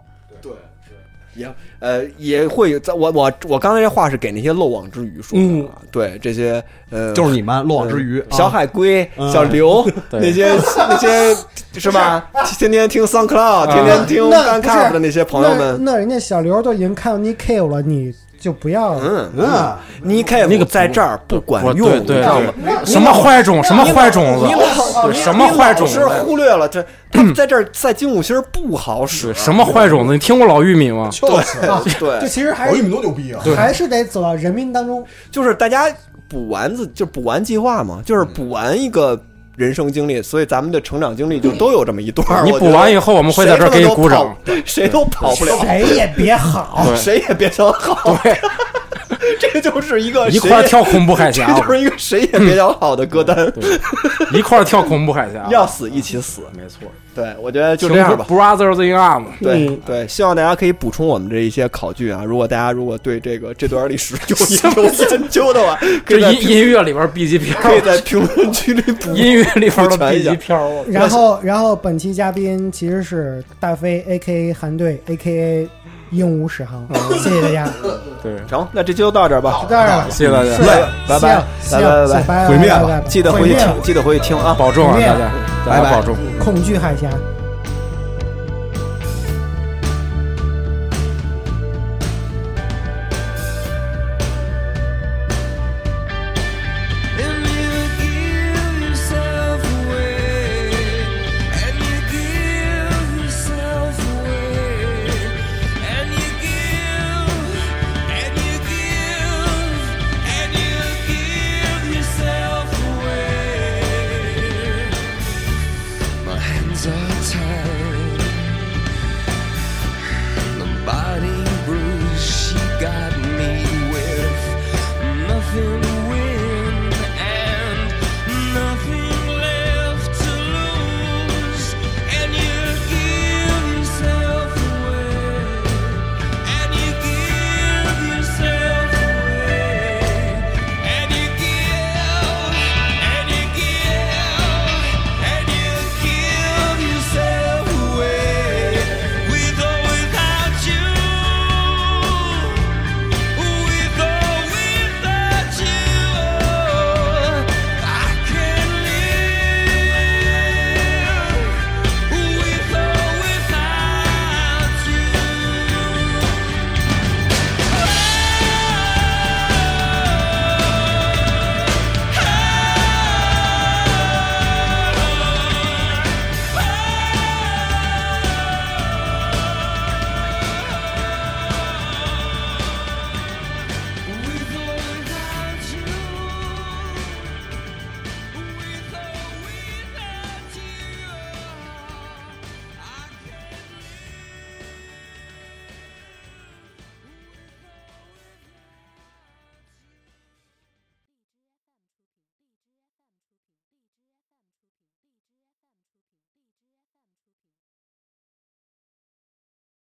Speaker 3: 也呃也会有，在我我我刚才这话是给那些漏网之鱼说的啊，对这些呃
Speaker 4: 就是你们漏网之鱼。啊
Speaker 3: 小海龟、
Speaker 4: 嗯
Speaker 3: 小刘
Speaker 6: 啊 对
Speaker 3: 那些那 些是吧？天天听 SoundCloud，天天
Speaker 6: 嗯
Speaker 3: 听
Speaker 5: 那
Speaker 3: b
Speaker 5: 不
Speaker 3: a n
Speaker 5: 是
Speaker 3: 的那些朋友们，
Speaker 5: 那那人家小刘都已经看到你 K 了，你就不要了。
Speaker 3: 嗯，
Speaker 4: 嗯，
Speaker 3: 你 K
Speaker 6: 那个
Speaker 3: 在这儿不管
Speaker 6: 我
Speaker 3: 用，
Speaker 6: 对
Speaker 3: 你
Speaker 6: 对
Speaker 3: 知道吗？
Speaker 6: 对，什么坏种，什么坏种子
Speaker 3: 你，老
Speaker 6: 对什么坏种
Speaker 3: 是
Speaker 6: 子，
Speaker 3: 忽略了 这，他们在这儿在金五星不好使，
Speaker 6: 对，什么坏种子，你听过老玉米吗？
Speaker 4: 就是
Speaker 5: 啊
Speaker 3: 对
Speaker 5: 就其实还
Speaker 4: 老玉
Speaker 5: 是
Speaker 4: 米多牛逼啊！
Speaker 5: 还是得走到人民当中。
Speaker 3: 就是大家补完自就补完计划嘛，就是补完一个人生经历，所以咱们的成长经历就都有这么一段儿。
Speaker 6: 嗯你
Speaker 3: 我觉
Speaker 6: 补
Speaker 3: 得
Speaker 6: 完以后，我们会在这儿给你 鼓掌。
Speaker 3: 谁他妈都跑，谁都跑不了，
Speaker 5: 谁也别好，
Speaker 6: 对
Speaker 3: 谁也别想好。
Speaker 6: 对，
Speaker 3: 这个就是一个
Speaker 6: 一块儿
Speaker 3: 谁
Speaker 6: 跳恐怖海
Speaker 3: 也，
Speaker 6: 峡
Speaker 3: 这，就是一个谁也别想好的歌单，
Speaker 6: 一块儿跳恐怖海峡，
Speaker 3: 要死一起死。
Speaker 6: 没错，
Speaker 3: 对，我觉得就这样吧。
Speaker 6: Brothers in Arms，
Speaker 3: 对对，希望大家可以补充我们这一些考据啊。如果大家如果对这个这段历史有有研究的话，可以
Speaker 6: 这
Speaker 3: 在
Speaker 6: 音音乐里边 B 级飘，
Speaker 3: 可以在评论区里补。
Speaker 6: 音乐里边
Speaker 3: 补
Speaker 6: 的
Speaker 3: 全
Speaker 6: B
Speaker 3: 一下
Speaker 6: 级飘，
Speaker 5: 然后，然后本期嘉宾其实是大飞 A K A 韩队 A K A 鹦鹉史航，谢谢大家，
Speaker 4: 嗯
Speaker 6: 对，
Speaker 3: 成，那这期就到这儿吧。
Speaker 5: 到这儿了
Speaker 6: 谢谢大家，
Speaker 3: 拜拜拜拜拜拜
Speaker 5: 拜，
Speaker 4: 毁灭了
Speaker 5: 吧
Speaker 3: 记得回去
Speaker 5: 毁灭了
Speaker 3: 听，记得回去听啊。
Speaker 6: 保重啊，大家，大
Speaker 3: 拜
Speaker 6: 家
Speaker 3: 拜
Speaker 6: 保重。
Speaker 5: 恐惧海峡。